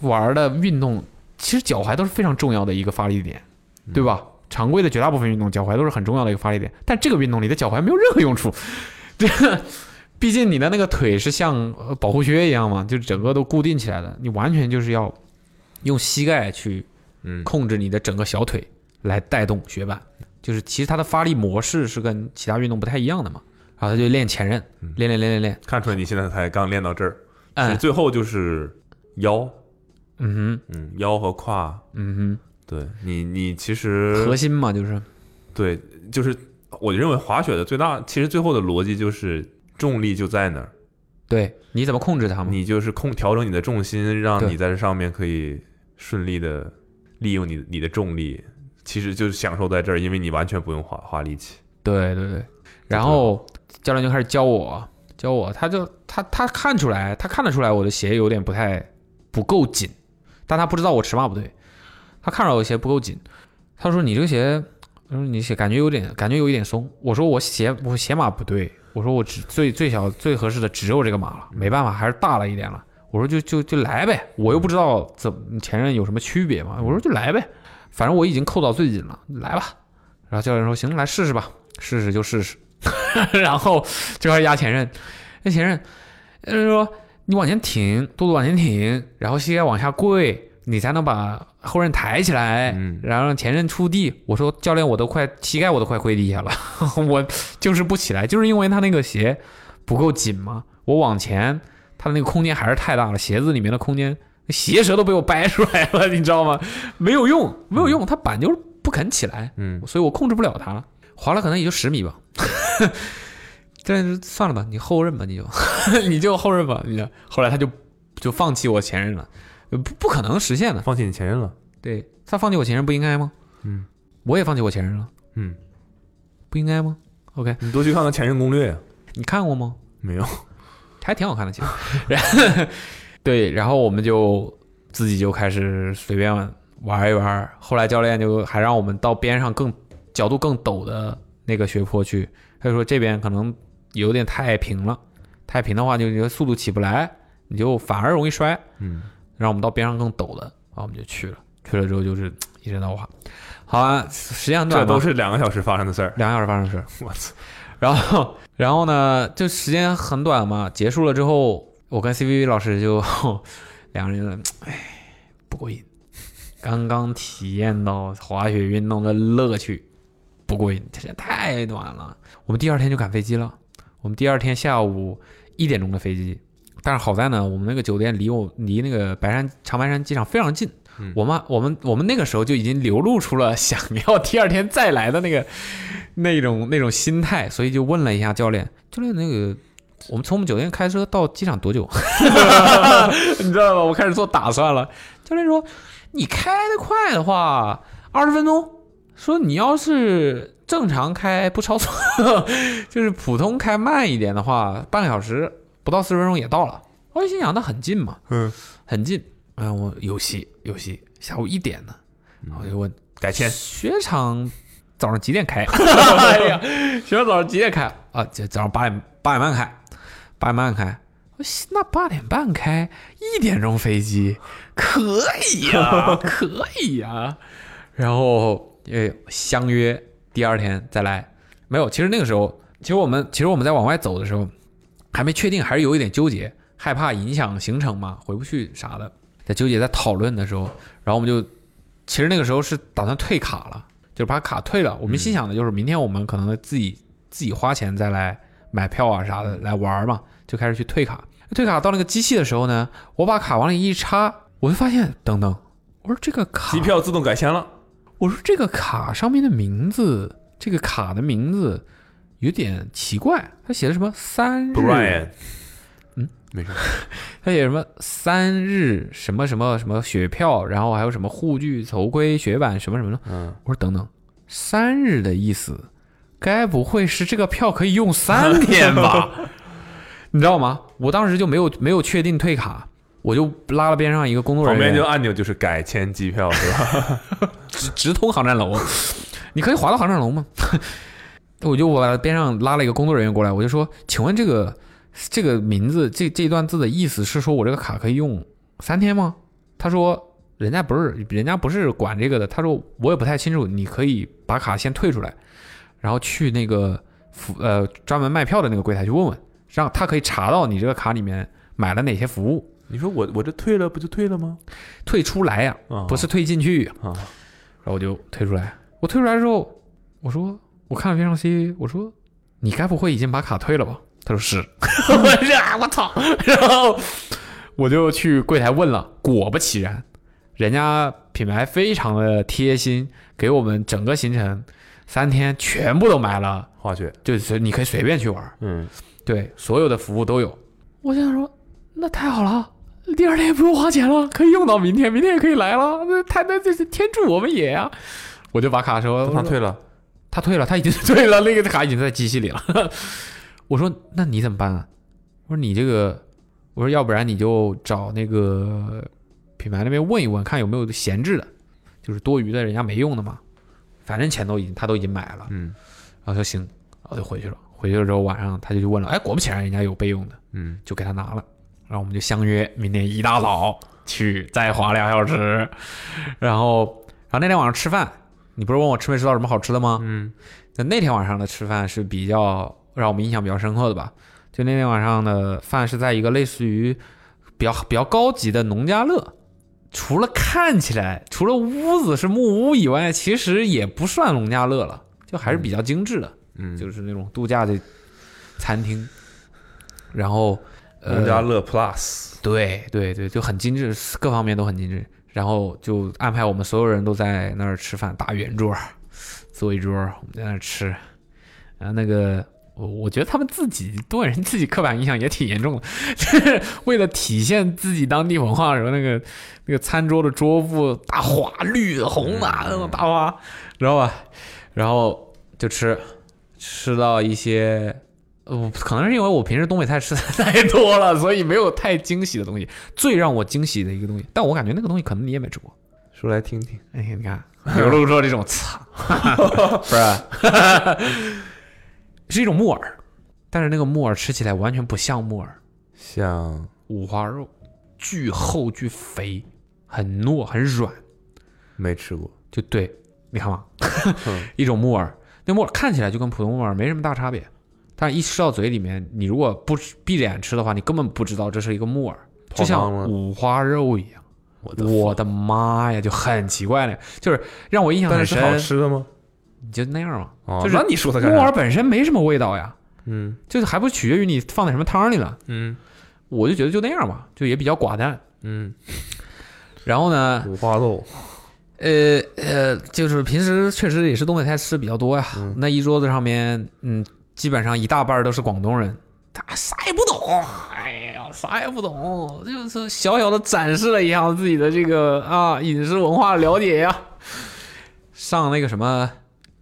[SPEAKER 3] 玩的运动，其实脚踝都是非常重要的一个发力点，
[SPEAKER 2] 嗯
[SPEAKER 3] 对吧？常规的绝大部分运动，脚踝都是很重要的一个发力点，但这个运动你的脚踝没有任何用处， 这个毕竟你的那个腿是像呃保护靴一样嘛，就整个都固定起来的，你完全就是要用膝盖去
[SPEAKER 2] 嗯
[SPEAKER 3] 控制你的整个小腿来带动雪板，就是其实它的发力模式是跟其他运动不太一样的嘛。然后他就练前刃，练练练练练，
[SPEAKER 2] 看出来你现在才刚练到这儿，嗯其实
[SPEAKER 3] 嗯
[SPEAKER 2] 最后就是腰，
[SPEAKER 3] 嗯哼
[SPEAKER 2] 嗯，腰和胯，
[SPEAKER 3] 嗯哼。
[SPEAKER 2] 对你，你其实
[SPEAKER 3] 核心嘛，就是
[SPEAKER 2] 对，就是我认为滑雪的最大，其实最后的逻辑就是重力就在那儿，
[SPEAKER 3] 对你怎么控制它嘛？
[SPEAKER 2] 你就是控调整你的重心，让
[SPEAKER 3] 对
[SPEAKER 2] 你在这上面可以顺利的利用你你的重力，其实就是享受在这儿，因为你完全不用花花力气。
[SPEAKER 3] 对对对，然后教练就开始教我，教我，他就他他看出来，他看得出来我的鞋有点不太不够紧，但他不知道我尺码不对，他看着我鞋不够紧，他说你这个鞋，他说你鞋感觉有点感觉有一点松，我说我鞋我鞋码不对，我说我只最最小最合适的只有这个码了，没办法还是大了一点了，我说就就就来呗，我又不知道怎么前任有什么区别嘛，我说就来呗，反正我已经扣到最紧了，来吧。然后教练说：“行，来试试吧，试试就试 试。”然后就开始压前刃，那前刃就是说你往前挺，肚子往前挺，然后膝盖往下跪，你才能把后刃抬起来，
[SPEAKER 2] 嗯
[SPEAKER 3] 然后让前刃触地。我说教练，我都快膝盖我都快跪地下了， 我就是不起来，就是因为他那个鞋不够紧嘛，我往前，他的那个空间还是太大了，鞋子里面的空间。那鞋舌都被我掰出来了，你知道吗？没有用，没有用，它板就是不肯起来。
[SPEAKER 2] 嗯，
[SPEAKER 3] 所以我控制不了它，滑了可能也就十米吧。 但是算了吧，你后刃吧，你就 你就后刃吧，你就。后来他就就放弃我前任了，不不可能实现的。
[SPEAKER 2] 放弃你前任了，
[SPEAKER 3] 对他放弃我前任不应该吗？
[SPEAKER 2] 嗯，
[SPEAKER 3] 我也放弃我前任了，
[SPEAKER 2] 嗯，
[SPEAKER 3] 不应该吗？OK，
[SPEAKER 2] 你多去看看前任攻略呀。啊
[SPEAKER 3] 你看过吗？
[SPEAKER 2] 没有，
[SPEAKER 3] 还挺好看的， 其实。然后对，然后我们就自己就开始随便玩一玩。后来教练就还让我们到边上更角度更陡的那个斜坡去，他就说这边可能有点太平了，太平的话就你的速度起不来，你就反而容易摔。
[SPEAKER 2] 嗯，
[SPEAKER 3] 让我们到边上更陡的，然后我们就去了。去了之后就是一阵闹话，好啊，时间很短
[SPEAKER 2] 这
[SPEAKER 3] 嘛，
[SPEAKER 2] 都是两个小时发生的事儿。
[SPEAKER 3] 两个小时发生的事。
[SPEAKER 2] 我操，
[SPEAKER 3] 然后，然后呢，就时间很短嘛，结束了之后，我跟 CVV 老师就两个人，哎，不过瘾，刚刚体验到滑雪运动的乐趣，不过瘾，这太短了。我们第二天就赶飞机了，我们第二天下午一点钟的飞机，但是好在呢，我们那个酒店离我离那个白山长白山机场非常近。
[SPEAKER 2] 嗯
[SPEAKER 3] 我们我们我们那个时候就已经流露出了想要第二天再来的那个那种那种心态，所以就问了一下教练，教练那个。我们从我们酒店开车到机场多久？ 你知道吗？我开始做打算了。教练说：“你开得快的话，二十分钟。说你要是正常开不超速， 就是普通开慢一点的话，半个小时不到四十分钟也到了。”我就心想，那很近嘛，
[SPEAKER 2] 嗯，
[SPEAKER 3] 很近。嗯，我有戏有戏，下午一点呢，然后我就问
[SPEAKER 2] 改签
[SPEAKER 3] 雪场早上几点开？ 哎呀，雪场早上几点开啊？这早上八点八点半开，八点半开。我心那八点半开，一点钟飞机可以呀、 可以呀、然后呃相约第二天再来，没有。其实那个时候，其实我们其实我们在往外走的时候，还没确定，还是有一点纠结，害怕影响行程嘛，回不去啥的，在纠结在讨论的时候，然后我们就其实那个时候是打算退卡了，就是把卡退了。我们心想的就是明天我们可能自己自己花钱再来买票啊啥
[SPEAKER 2] 嗯
[SPEAKER 3] 的来玩嘛，就开始去退卡。退卡到那个机器的时候呢，我把卡往里一插，我就发现等等，我说这个卡
[SPEAKER 2] 机票自动改签了。
[SPEAKER 3] 我说这个卡上面的名字，这个卡的名字有点奇怪，他写的什么三日
[SPEAKER 2] Brian，
[SPEAKER 3] 嗯，
[SPEAKER 2] 没事，
[SPEAKER 3] 他写什么三日什么什么什么雪票，然后还有什么护具、头盔、雪板什么什么的。
[SPEAKER 2] 嗯，
[SPEAKER 3] 我说等等，三日的意思，该不会是这个票可以用三天吧？ 你知道吗？我当时就没有没有确定退卡，我就拉了边上一个工作人
[SPEAKER 2] 旁
[SPEAKER 3] 员，
[SPEAKER 2] 边就按钮就是改签机票是吧？
[SPEAKER 3] 直直通航站楼，你可以滑到航站楼吗？ 我就我边上拉了一个工作人员过来，我就说，请问这个这个名字这这段字的意思是说我这个卡可以用三天吗？他说人家不是人家不是管这个的，他说我也不太清楚，你可以把卡先退出来，然后去那个服呃专门卖票的那个柜台去问问，让他可以查到你这个卡里面买了哪些服务，
[SPEAKER 2] 你说我我这退了不就退了吗？
[SPEAKER 3] 退出来呀、
[SPEAKER 2] 啊，
[SPEAKER 3] 不是退进去呀
[SPEAKER 2] 啊，
[SPEAKER 3] 然后我就退出来。我退出来之后，我说我看了边上 C，我说你该不会已经把卡退了吧？他说 是，我说啊，我操！然后我就去柜台问了，果不其然，人家品牌非常的贴心，给我们整个行程三天全部都买了，
[SPEAKER 2] 滑雪，
[SPEAKER 3] 就是你可以随便去玩儿，
[SPEAKER 2] 嗯，
[SPEAKER 3] 对，所有的服务都有。我想说，那太好了，第二天不用花钱了，可以用到明天，明天也可以来了。那太那这是天助我们也呀、我就把卡说，
[SPEAKER 2] 不
[SPEAKER 3] 我
[SPEAKER 2] 想
[SPEAKER 3] 说
[SPEAKER 2] 退了，
[SPEAKER 3] 他退了，他已经退了，那个卡已经在机器里了。 我说那你怎么办啊？我说你这个，我说要不然你就找那个品牌那边问一问，看有没有闲置的，就是多余的，人家没用的嘛。反正钱都已经他都已经买了，
[SPEAKER 2] 嗯
[SPEAKER 3] 然后说行，然后就回去了。回去了之后晚上他就去问了，哎，果不其然人家有备用的，
[SPEAKER 2] 嗯，
[SPEAKER 3] 就给他拿了。然后我们就相约明天一大早去再滑两小时。然后，然后那天晚上吃饭，你不是问我吃没吃到什么好吃的吗？
[SPEAKER 2] 嗯，
[SPEAKER 3] 那那天晚上的吃饭是比较让我们印象比较深刻的吧？就那天晚上的饭是在一个类似于比较比较高级的农家乐，除了看起来除了屋子是木屋以外，其实也不算农家乐了，就还是比较精致的，
[SPEAKER 2] 嗯
[SPEAKER 3] 就是那种度假的餐厅。然后，呃，
[SPEAKER 2] 农家乐 Plus，
[SPEAKER 3] 对对对，就很精致，各方面都很精致。然后就安排我们所有人都在那儿吃饭，大圆桌，坐一桌，我们在那儿吃。然后那个，我我觉得他们自己多人自己刻板印象也挺严重的， 就是为了体现自己当地文化的时候，那个那个餐桌的桌布大花绿的红的那种大花，知道吧？然后就吃，吃到一些呃，可能是因为我平时东北菜吃的 太多了，所以没有太惊喜的东西。最让我惊喜的一个东西，但我感觉那个东西可能你也没吃过，
[SPEAKER 2] 说来听听。
[SPEAKER 3] 哎，你 看流露出这种操， 不是， 是一种木耳，但是那个木耳吃起来完全不像木耳，
[SPEAKER 2] 像
[SPEAKER 3] 五花肉，巨厚巨肥，很糯很软，
[SPEAKER 2] 没吃过，
[SPEAKER 3] 就对，你看嘛，
[SPEAKER 2] 嗯
[SPEAKER 3] 一种木耳，那木耳看起来就跟普通木耳没什么大差别，但一吃到嘴里面，你如果不吃闭着眼吃的话，你根本不知道这是一个木耳，
[SPEAKER 2] 泡
[SPEAKER 3] 就
[SPEAKER 2] 汤
[SPEAKER 3] 像
[SPEAKER 2] 了
[SPEAKER 3] 五花肉一样。
[SPEAKER 2] 我的
[SPEAKER 3] 我的妈呀，就很奇怪了，就是让我印象
[SPEAKER 2] 但
[SPEAKER 3] 很
[SPEAKER 2] 是是好
[SPEAKER 3] 深，
[SPEAKER 2] 吃的吗？
[SPEAKER 3] 你就那样嘛，
[SPEAKER 2] 哦，
[SPEAKER 3] 就是
[SPEAKER 2] 那你说它干
[SPEAKER 3] 木
[SPEAKER 2] 啥
[SPEAKER 3] 耳？本身没什么味道呀，
[SPEAKER 2] 嗯
[SPEAKER 3] 就是还不取决于你放在什么汤里了。
[SPEAKER 2] 嗯
[SPEAKER 3] 我就觉得就那样吧，就也比较寡淡。
[SPEAKER 2] 嗯，
[SPEAKER 3] 然后呢，
[SPEAKER 2] 五花肉，
[SPEAKER 3] 呃呃，就是平时确实也是东北菜吃比较多呀。
[SPEAKER 2] 嗯
[SPEAKER 3] 那一桌子上面，嗯，基本上一大半儿都是广东人，他啥也不懂，哎呀，啥也不懂，就是小小的展示了一下自己的这个啊饮食文化了解呀。上那个什么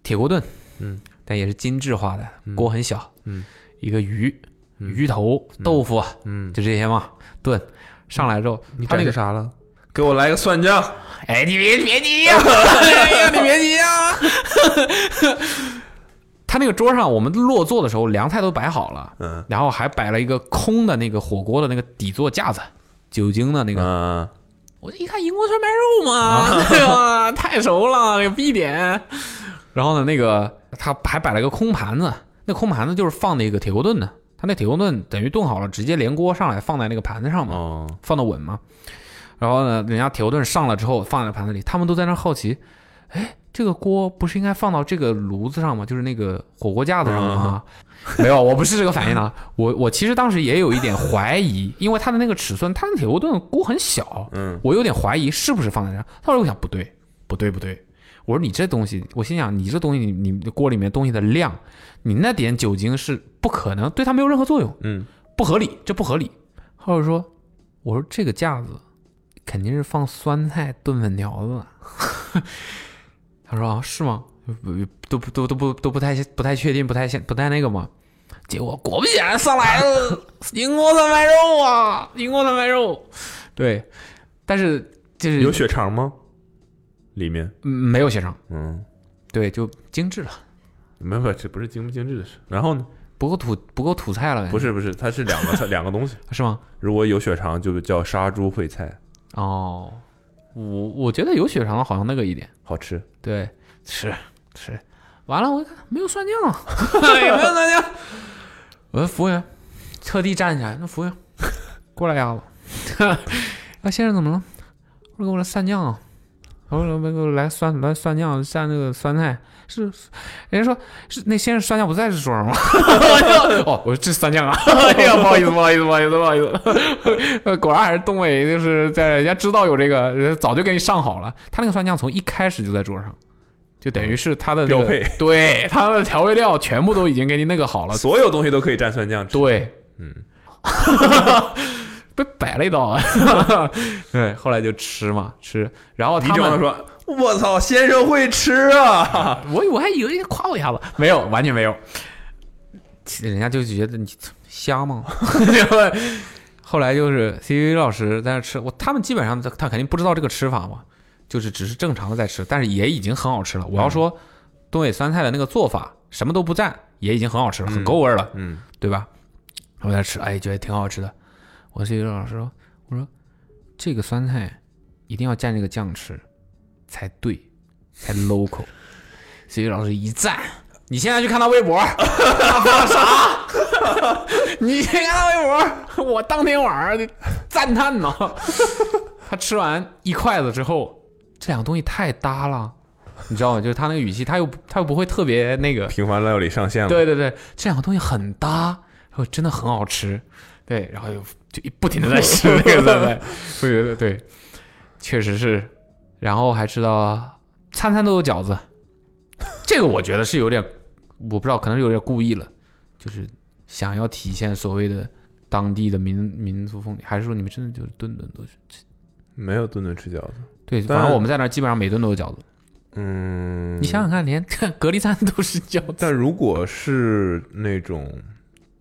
[SPEAKER 3] 铁锅炖，
[SPEAKER 2] 嗯，
[SPEAKER 3] 但也是精致化的，锅很小，
[SPEAKER 2] 嗯，
[SPEAKER 3] 一个鱼、鱼头、豆腐，啊
[SPEAKER 2] 嗯，
[SPEAKER 3] 就这些嘛，炖。上来之后，
[SPEAKER 2] 你
[SPEAKER 3] 他
[SPEAKER 2] 蘸
[SPEAKER 3] 那个
[SPEAKER 2] 个啥了？给我来个蒜酱，
[SPEAKER 3] 哎，你别别急呀、 哎呀，你别急呀、 他那个桌上，我们落座的时候，凉菜都摆好了，
[SPEAKER 2] 嗯，
[SPEAKER 3] 然后还摆了一个空的那个火锅的那个底座架子，酒精的那个。
[SPEAKER 2] 嗯，
[SPEAKER 3] 我一看银锅涮白肉 嘛，对吧？太熟了，那个必点。然后呢，那个他还摆了个空盘子，那空盘子就是放那个铁锅炖的，他那铁锅炖等于炖好了，直接连锅上来放在那个盘子上嘛。
[SPEAKER 2] 哦，
[SPEAKER 3] 放的稳嘛。然后呢，人家铁锅炖上了之后放在盘子里，他们都在那儿好奇，哎，这个锅不是应该放到这个炉子上吗？就是那个火锅架子上吗？啊没有，我不是这个反应啊，我我其实当时也有一点怀疑，因为它的那个尺寸，它的铁锅炖锅很小，
[SPEAKER 2] 嗯，
[SPEAKER 3] 我有点怀疑是不是放在这儿。后来我想，不对，不对，不对。我说你这东西，我心想你这东西，你你锅里面东西的量，你那点酒精是不可能对它没有任何作用，
[SPEAKER 2] 嗯，
[SPEAKER 3] 不合理，这不合理。后来我说，我说这个架子肯定是放酸菜炖粉条子的。 他说啊，是吗？不都不都都不都不太不太确定，不太现不太那个嘛。结果果不其然上来了 银锅三白肉啊，银锅三白肉。对，但是就是
[SPEAKER 2] 有血肠吗？里面，
[SPEAKER 3] 嗯没有血肠，
[SPEAKER 2] 嗯，
[SPEAKER 3] 对，就精致了，
[SPEAKER 2] 没有，这不是精不精致的事。然后呢？
[SPEAKER 3] 不够土不够土菜了，
[SPEAKER 2] 不是不是，它是两 个它两个东西。
[SPEAKER 3] 是吗？
[SPEAKER 2] 如果有血肠，就叫杀猪烩菜，
[SPEAKER 3] 哦，我我觉得有血肠的好像那个一点。
[SPEAKER 2] 好吃。
[SPEAKER 3] 对，吃吃，完了我一看没有蒜酱啊， 也没有蒜酱。我说服务员，特地站起来，那服务员过来 呀，啊先生怎么了？我说给我来蒜酱啊，我说给我来蒜来蒜酱蘸那个酸菜，是人家说是那先生蒜酱不在这桌上 吗？我就哦，我说这蒜酱啊，哎 呀不好意思不好意思不好意思不好意思，呃 果然还是东北就是在人家知道有这个，人家早就给你上好了，他那个蒜酱从一开始就在桌上。就等于是他的那个
[SPEAKER 2] 标配，
[SPEAKER 3] 对他的调味料全部都已经给你那个好了，
[SPEAKER 2] 所有东西都可以蘸蒜酱吃。
[SPEAKER 3] 对，
[SPEAKER 2] 嗯，
[SPEAKER 3] 被摆了一道 啊。对，后来就吃嘛吃，然后
[SPEAKER 2] 你
[SPEAKER 3] 他
[SPEAKER 2] 这么
[SPEAKER 3] 们，
[SPEAKER 2] 说，我操，先生会吃啊！
[SPEAKER 3] 我我还以为夸我一下子，没有，完全没有，人家就觉得你瞎吗？ 后来就是 CV 老师在那吃，我他们基本上他他肯定不知道这个吃法嘛，就是只是正常的在吃，但是也已经很好吃了。我要说东北酸菜的那个做法，什么都不蘸，也已经很好吃了，很够味儿了。
[SPEAKER 2] 嗯，
[SPEAKER 3] 对吧？我在吃，哎，觉得挺好吃的。我是一个老师说，我说这个酸菜一定要蘸这个酱吃，才对，才 local。所以老师一赞，你现在去看他微博，他发啥？ 你去看他微博，我当天晚上就赞叹呢。他吃完一筷子之后，这两个东西太搭了，你知道吗？就是他那个语气，他又不他又不会特别那个，
[SPEAKER 2] 平凡料理上线了。
[SPEAKER 3] 对对对，这两个东西很搭，然后真的很好吃。对，然后就就一不停的在吃那个 酸菜，我觉得对，确实是。然后还知道餐餐都有饺子，这个我觉得是有点，我不知道，可能是有点故意了，就是想要体现所谓的当地的民民族风情，还是说你们真的就是顿顿都是？
[SPEAKER 2] 没有顿顿吃饺子。
[SPEAKER 3] 对，
[SPEAKER 2] 但
[SPEAKER 3] 反正我们在那儿基本上每顿都有饺子。
[SPEAKER 2] 嗯，
[SPEAKER 3] 你想想看，连隔离餐都是饺子。
[SPEAKER 2] 但如果是那种，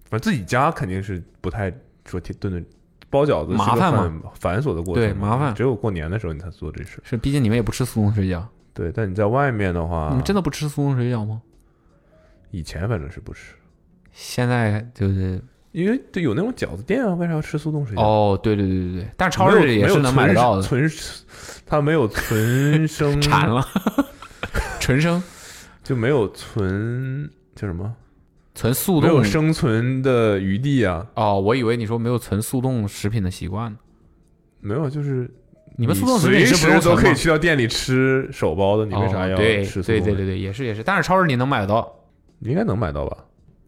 [SPEAKER 2] 反正自己家肯定是不太说天顿顿包饺子是个
[SPEAKER 3] 麻烦
[SPEAKER 2] 很繁琐的过程，
[SPEAKER 3] 对麻烦
[SPEAKER 2] 只有过年的时候你才做这事。
[SPEAKER 3] 是，毕竟你们也不吃速冻水饺，
[SPEAKER 2] 对，但你在外面的话，
[SPEAKER 3] 你嗯们真的不吃速冻水饺吗？
[SPEAKER 2] 以前反正是不吃，
[SPEAKER 3] 现在就是
[SPEAKER 2] 因为对有那种饺子店啊，为啥要吃速冻水饺？
[SPEAKER 3] 哦，对对对对对，但是超市里也是能买得到的，
[SPEAKER 2] 纯它没有纯生
[SPEAKER 3] 馋了，纯生
[SPEAKER 2] 就没有存叫什么？
[SPEAKER 3] 纯速
[SPEAKER 2] 没
[SPEAKER 3] 冻
[SPEAKER 2] 有生存的余地啊！
[SPEAKER 3] 哦，我以为你说没有存速冻食品的习惯呢。
[SPEAKER 2] 没有，就是
[SPEAKER 3] 你们速冻食
[SPEAKER 2] 随
[SPEAKER 3] 品是不
[SPEAKER 2] 时
[SPEAKER 3] 用
[SPEAKER 2] 都
[SPEAKER 3] 存
[SPEAKER 2] 可以
[SPEAKER 3] 吗？
[SPEAKER 2] 去到店里吃手包的，你为啥
[SPEAKER 3] 哦
[SPEAKER 2] 要
[SPEAKER 3] 对
[SPEAKER 2] 吃速冻
[SPEAKER 3] 对
[SPEAKER 2] 的？
[SPEAKER 3] 对对对，也是也是，但是超市里能买得到，
[SPEAKER 2] 你应该能买到吧？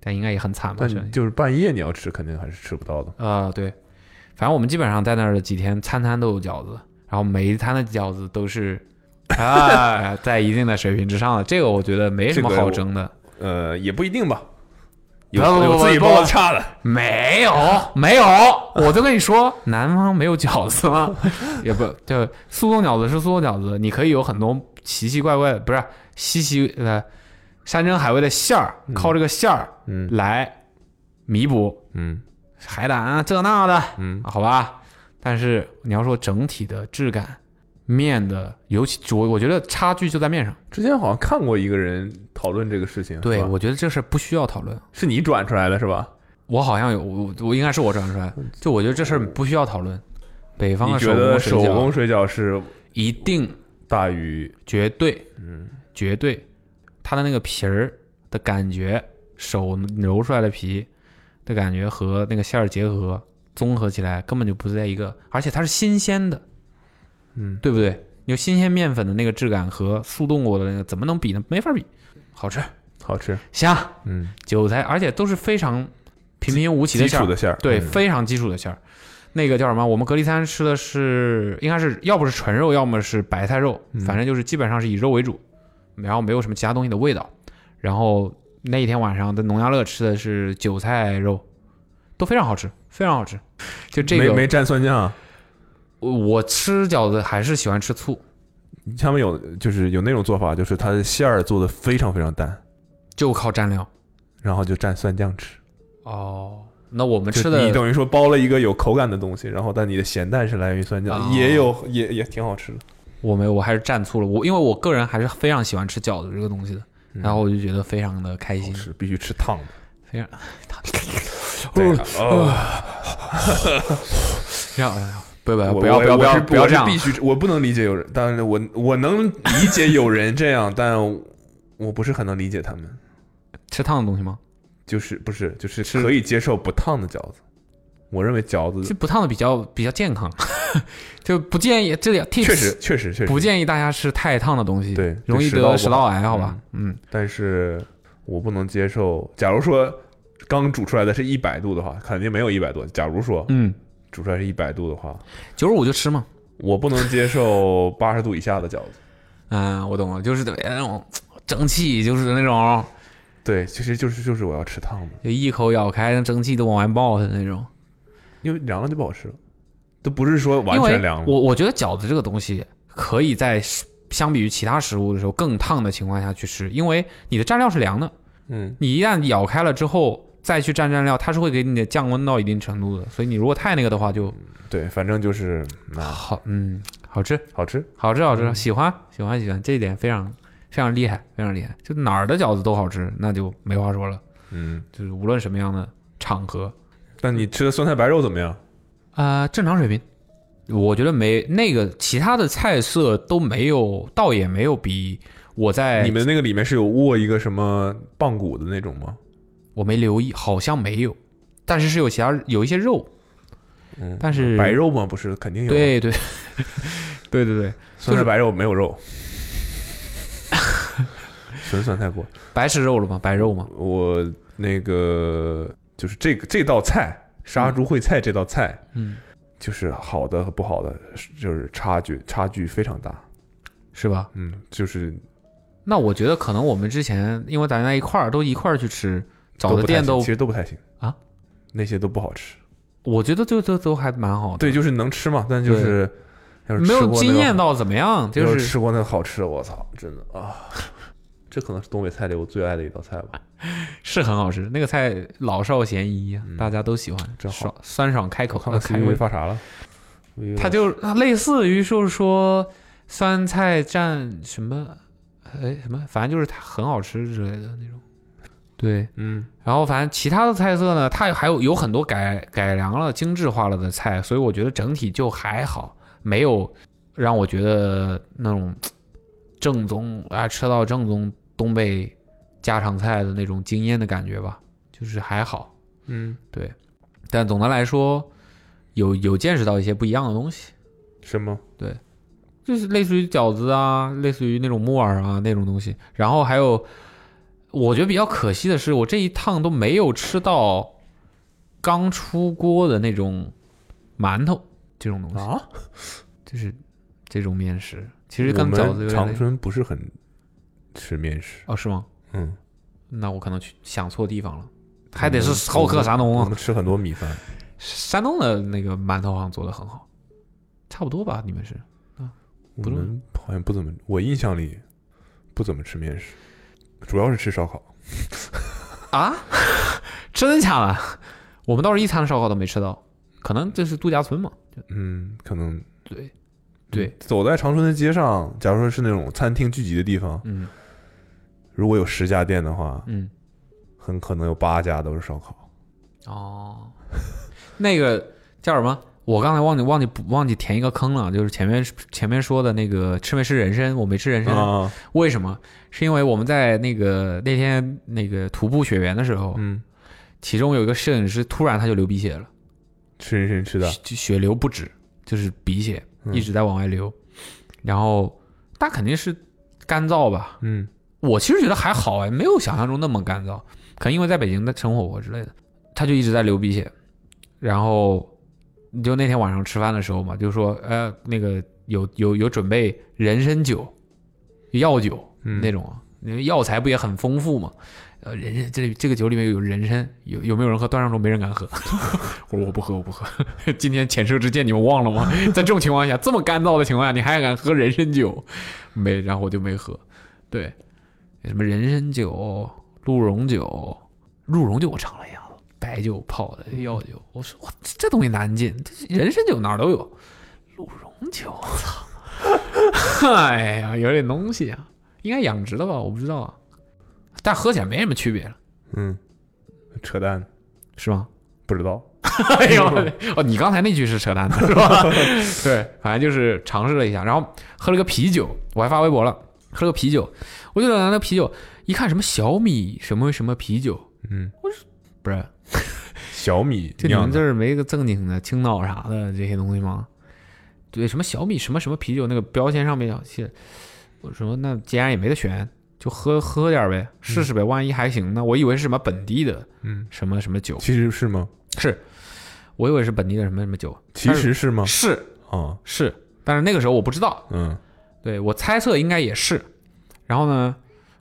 [SPEAKER 3] 但应该也很惨吧？
[SPEAKER 2] 但
[SPEAKER 3] 是吧
[SPEAKER 2] 你就是半夜你要吃，肯定还是吃不到的。
[SPEAKER 3] 啊、对，反正我们基本上在那儿的几天，餐餐都有饺子，然后每一餐的饺子都是啊，在一定的水平之上的，这个我觉得没什么
[SPEAKER 2] 这个
[SPEAKER 3] 好
[SPEAKER 2] 我
[SPEAKER 3] 争的。
[SPEAKER 2] 呃，也不一定吧，有
[SPEAKER 3] 不不
[SPEAKER 2] 有
[SPEAKER 3] 不
[SPEAKER 2] 自己
[SPEAKER 3] 不
[SPEAKER 2] 包的
[SPEAKER 3] 不
[SPEAKER 2] 差的。
[SPEAKER 3] 没有，没有，我就跟你说， 南方没有饺子 吗？也不，就速冻饺子是速冻饺子，你可以有很多奇奇怪怪的，不是稀奇呃山珍海味的馅儿，靠这个馅儿
[SPEAKER 2] 嗯
[SPEAKER 3] 来弥补
[SPEAKER 2] 嗯
[SPEAKER 3] 海胆啊这那的，
[SPEAKER 2] 嗯，
[SPEAKER 3] 好吧。但是你要说整体的质感，面的，尤其我我觉得差距就在面上。
[SPEAKER 2] 之前好像看过一个人讨论这个事情，
[SPEAKER 3] 对，
[SPEAKER 2] 是吧
[SPEAKER 3] 我觉得这事儿不需要讨论。
[SPEAKER 2] 是你转出来的是吧？
[SPEAKER 3] 我好像有，我我应该是我转出来。就我觉得这事儿不需要讨论。北方
[SPEAKER 2] 你
[SPEAKER 3] 的
[SPEAKER 2] 觉
[SPEAKER 3] 工
[SPEAKER 2] 得
[SPEAKER 3] 水
[SPEAKER 2] 手
[SPEAKER 3] 饺
[SPEAKER 2] 工水饺是
[SPEAKER 3] 一定
[SPEAKER 2] 大于
[SPEAKER 3] 绝对，嗯，绝对，它的那个皮儿的感觉，手揉出来的皮的感觉和那个馅儿结合综合起来，根本就不是在一个，而且它是新鲜的，
[SPEAKER 2] 嗯，
[SPEAKER 3] 对不对？有新鲜面粉的那个质感和速冻过的那个怎么能比呢？没法比，好吃
[SPEAKER 2] 好吃？
[SPEAKER 3] 香，
[SPEAKER 2] 嗯，
[SPEAKER 3] 韭菜，而且都是非常平平无奇
[SPEAKER 2] 基
[SPEAKER 3] 的馅儿
[SPEAKER 2] 础，的馅儿
[SPEAKER 3] 对，
[SPEAKER 2] 嗯
[SPEAKER 3] 非常基础的馅儿。那个叫什么？我们隔离餐吃的是，应该是要不是纯肉，要么是白菜肉，
[SPEAKER 2] 嗯
[SPEAKER 3] 反正就是基本上是以肉为主，然后没有什么其他东西的味道。然后那一天晚上在农家乐吃的是韭菜肉，都非常好吃，非常好吃。就这
[SPEAKER 2] 没没
[SPEAKER 3] 个，
[SPEAKER 2] 蘸蒜酱啊。
[SPEAKER 3] 我我吃饺子还是喜欢吃醋，
[SPEAKER 2] 他们有就是有那种做法，就是它的馅儿做的非常非常淡，
[SPEAKER 3] 就靠蘸料。
[SPEAKER 2] 然后就蘸蒜酱吃。
[SPEAKER 3] 哦，那我们
[SPEAKER 2] 就
[SPEAKER 3] 吃的
[SPEAKER 2] 你等于说包了一个有口感的东西，然后但你的咸淡是来源于蒜酱，
[SPEAKER 3] 哦
[SPEAKER 2] 也有也也挺好吃的。
[SPEAKER 3] 我没有，我还是蘸醋了。我因为我个人还是非常喜欢吃饺子这个东西的，
[SPEAKER 2] 嗯
[SPEAKER 3] 然后我就觉得非常的开心，
[SPEAKER 2] 是必须嗯吃烫的。
[SPEAKER 3] 非常
[SPEAKER 2] 对啊哦
[SPEAKER 3] 这样。哎呀不不
[SPEAKER 2] 我
[SPEAKER 3] 不要
[SPEAKER 2] 哦我我
[SPEAKER 3] 不要不要
[SPEAKER 2] 是
[SPEAKER 3] 不要
[SPEAKER 2] 我
[SPEAKER 3] 这
[SPEAKER 2] 是
[SPEAKER 3] 样！
[SPEAKER 2] 必须吃，我不能理解有人，但是我我能理解有人这样，但我不是很能理解他们，
[SPEAKER 3] 吃烫的东西吗？
[SPEAKER 2] 就是不是就是可以接受不烫的饺子。我认为饺
[SPEAKER 3] 这
[SPEAKER 2] 子
[SPEAKER 3] 不烫的比较比较健康， 就不建议这里 tips
[SPEAKER 2] 确实确实确
[SPEAKER 3] 不
[SPEAKER 2] 实，
[SPEAKER 3] 建议大家吃太烫的东西，
[SPEAKER 2] 对
[SPEAKER 3] 容
[SPEAKER 2] 对
[SPEAKER 3] 易
[SPEAKER 2] 食道
[SPEAKER 3] 得
[SPEAKER 2] 不
[SPEAKER 3] 食道癌，
[SPEAKER 2] 好
[SPEAKER 3] 好吧？嗯，
[SPEAKER 2] 但是我不能接受。假如说刚煮出来的是一百度的话，肯定没有一百多。假如说
[SPEAKER 3] 嗯，
[SPEAKER 2] 煮出来是一百度的话，
[SPEAKER 3] 九十五就吃嘛。
[SPEAKER 2] 我不能接 受八十度以下的饺子。
[SPEAKER 3] 嗯，我懂了，就是特别那种蒸汽，就是那种
[SPEAKER 2] 对，其实就是就是我要吃烫的，
[SPEAKER 3] 就一口咬开，蒸汽都往外冒的那种。
[SPEAKER 2] 因为凉了就不好吃了，都不是说完
[SPEAKER 3] 因为
[SPEAKER 2] 全凉了。
[SPEAKER 3] 我我觉得饺子这个东西可以在食相比于其他食物的时候更烫的情况下去吃，因为你的蘸料是凉的，
[SPEAKER 2] 嗯，
[SPEAKER 3] 你一旦咬开了之后再去蘸蘸料，它是会给你的降温到一定程度的。所以你如果太那个的话就，
[SPEAKER 2] 对，反正就是啊，
[SPEAKER 3] 好，嗯，好吃，
[SPEAKER 2] 好吃。
[SPEAKER 3] 好吃，好
[SPEAKER 2] 嗯
[SPEAKER 3] 吃，喜欢，喜欢，喜欢，这一点非常非常厉害，非常厉害。就哪儿的饺子都好吃，那就没话说了。
[SPEAKER 2] 嗯，
[SPEAKER 3] 就是无论什么样的场合，
[SPEAKER 2] 那你吃的酸菜白肉怎么样？
[SPEAKER 3] 啊，正常水平。我觉得没那个其他的菜色都没有，倒也没有比我在
[SPEAKER 2] 你们那个里面是有握一个什么棒骨的那种吗？
[SPEAKER 3] 我没留意，好像没有，但是是有其他有一些肉，
[SPEAKER 2] 嗯
[SPEAKER 3] 但是
[SPEAKER 2] 白肉吗？不是，肯定有。，啊
[SPEAKER 3] 对 对对对对，
[SPEAKER 2] 酸
[SPEAKER 3] 就是
[SPEAKER 2] 菜白肉没有 肉，纯酸菜锅。
[SPEAKER 3] 白吃肉了吗？白肉吗？
[SPEAKER 2] 我那个就是这个这道菜杀猪烩菜这道菜，
[SPEAKER 3] 嗯，
[SPEAKER 2] 就是好的和不好的就是差距差距非常大。
[SPEAKER 3] 是吧？
[SPEAKER 2] 嗯，就是
[SPEAKER 3] 那我觉得可能我们之前因为咱在一块儿都一块儿去吃
[SPEAKER 2] 都
[SPEAKER 3] 找的
[SPEAKER 2] 不太
[SPEAKER 3] 店
[SPEAKER 2] 行
[SPEAKER 3] 都
[SPEAKER 2] 其，实都不太行
[SPEAKER 3] 啊，
[SPEAKER 2] 那些都不好吃。
[SPEAKER 3] 我觉得都都都还蛮好的，
[SPEAKER 2] 对，就是能吃嘛，但就是要是
[SPEAKER 3] 嗯没
[SPEAKER 2] 吃
[SPEAKER 3] 有
[SPEAKER 2] 过那
[SPEAKER 3] 惊
[SPEAKER 2] 个
[SPEAKER 3] 艳，到怎么样，
[SPEAKER 2] 要
[SPEAKER 3] 就是
[SPEAKER 2] 吃过那个好吃的，我操，真的啊！ 这可能是东北菜里我最爱的一道菜
[SPEAKER 3] 啊
[SPEAKER 2] 吧。
[SPEAKER 3] 是很好吃，那个菜老少咸宜啊，
[SPEAKER 2] 嗯
[SPEAKER 3] 大家都喜欢，
[SPEAKER 2] 真好
[SPEAKER 3] 爽酸爽开口
[SPEAKER 2] 我看，
[SPEAKER 3] 呃
[SPEAKER 2] 看
[SPEAKER 3] 开
[SPEAKER 2] 思维
[SPEAKER 3] 胃。
[SPEAKER 2] 发啥了，微微
[SPEAKER 3] 它就它类似于就是说酸菜蘸什么，哎什么，反正就是它很好吃之类的那种。对，
[SPEAKER 2] 嗯，
[SPEAKER 3] 然后反正其他的菜色呢，它还有有很多改改良了、精致化了的菜，所以我觉得整体就还好，没有让我觉得那种嘖正宗啊吃到正宗东北家常菜的那种惊艳的感觉吧，就是还好。
[SPEAKER 2] 嗯，
[SPEAKER 3] 对，但总的来说，有有见识到一些不一样的东西，
[SPEAKER 2] 什么？
[SPEAKER 3] 就是类似于饺子啊，类似于那种木耳啊那种东西。然后还有，我觉得比较可惜的是，我这一趟都没有吃到刚出锅的那种馒头这种东西，
[SPEAKER 2] 啊，
[SPEAKER 3] 就是这种面食，
[SPEAKER 2] 其
[SPEAKER 3] 其实跟饺子有点类
[SPEAKER 2] 长
[SPEAKER 3] 似。
[SPEAKER 2] 春不是很吃面食，
[SPEAKER 3] 哦，是吗？
[SPEAKER 2] 嗯，
[SPEAKER 3] 那我可能去想错地方了，还得
[SPEAKER 2] 嗯我们
[SPEAKER 3] 是好客山东
[SPEAKER 2] 我
[SPEAKER 3] 啊
[SPEAKER 2] 们。吃很多米饭，
[SPEAKER 3] 山东的那个馒头好像做的很好，差不多吧？你们是？
[SPEAKER 2] 我
[SPEAKER 3] 不是
[SPEAKER 2] 们好像不怎么，我印象里不怎么吃面食，主要是吃烧烤。
[SPEAKER 3] 啊？真的假的？ 我们倒是一餐烧烤都没吃到，可能这是度假村嘛？
[SPEAKER 2] 嗯，可能嗯
[SPEAKER 3] 对，对，
[SPEAKER 2] 走在长春的街上，假如说是那种餐厅聚集的地方，
[SPEAKER 3] 嗯
[SPEAKER 2] 如果有十家店的话，
[SPEAKER 3] 嗯，
[SPEAKER 2] 很可能有八家都是烧烤。
[SPEAKER 3] 哦， 那个叫什么？我刚才忘记忘记补忘记填一个坑了，就是前面前面说的那个吃没吃人参，我没吃人参，
[SPEAKER 2] 啊，
[SPEAKER 3] 为什么？是因为我们在那个那天那个徒步雪原的时候，
[SPEAKER 2] 嗯，
[SPEAKER 3] 其中有一个摄影师突然他就流鼻血了。
[SPEAKER 2] 吃人参吃的，
[SPEAKER 3] 血血流不止，就是鼻血
[SPEAKER 2] 啊嗯
[SPEAKER 3] 一直在往外流，然后那肯定是干燥吧？
[SPEAKER 2] 嗯，
[SPEAKER 3] 我其实觉得还好哎，没有想象中那么干燥，可能因为在北京的生活过之类的，他就一直在流鼻血，然后你就那天晚上吃饭的时候嘛，就说呃那个有有有准备人参酒、药酒
[SPEAKER 2] 嗯
[SPEAKER 3] 那种啊，因为药材不也很丰富嘛。呃，人参这里这个酒里面有人参，有有没有人喝？端上桌没人敢喝。 我说我不喝，我不喝。 今天前车之鉴你们忘了吗？ 在这种情况下，这么干燥的情况下，你还敢喝人参酒？没，然后我就没喝。对，什么人参酒、鹿茸酒，鹿茸酒我尝了一下子，白酒泡的药酒，我说哇，这这东西难进，这人参酒哪儿都有，鹿茸酒， 我操，哎呀，有点东西啊，应该养殖的吧？我不知道啊，但喝起来没什么区别了，
[SPEAKER 2] 嗯，扯淡，
[SPEAKER 3] 是吗？
[SPEAKER 2] 不知道。
[SPEAKER 3] 哎 呦，哦，你刚才那句是扯淡的是 吧？对，反正就是尝试了一下，然后喝了个啤酒，我还发微博了，喝了个啤酒，我就拿那啤酒一看，什么小米什么什么啤酒，
[SPEAKER 2] 嗯，
[SPEAKER 3] 不是，
[SPEAKER 2] 小米
[SPEAKER 3] 就你
[SPEAKER 2] 酿
[SPEAKER 3] 们这
[SPEAKER 2] 的，
[SPEAKER 3] 儿没个正经的青岛啥的这些东西吗？对，什么小米什么什么啤酒那个标签上面写，我说那既然也没得选，就喝喝点儿呗，试试呗，万一还行呢？我以为是什么本地的
[SPEAKER 2] 嗯，
[SPEAKER 3] 什么什么酒，
[SPEAKER 2] 其实是吗？
[SPEAKER 3] 是我以为是本地的什么什么酒，
[SPEAKER 2] 其实是吗？
[SPEAKER 3] 是
[SPEAKER 2] 啊，
[SPEAKER 3] 是，但是那个时候我不知道，
[SPEAKER 2] 嗯
[SPEAKER 3] 对我猜测应该也是。然后呢，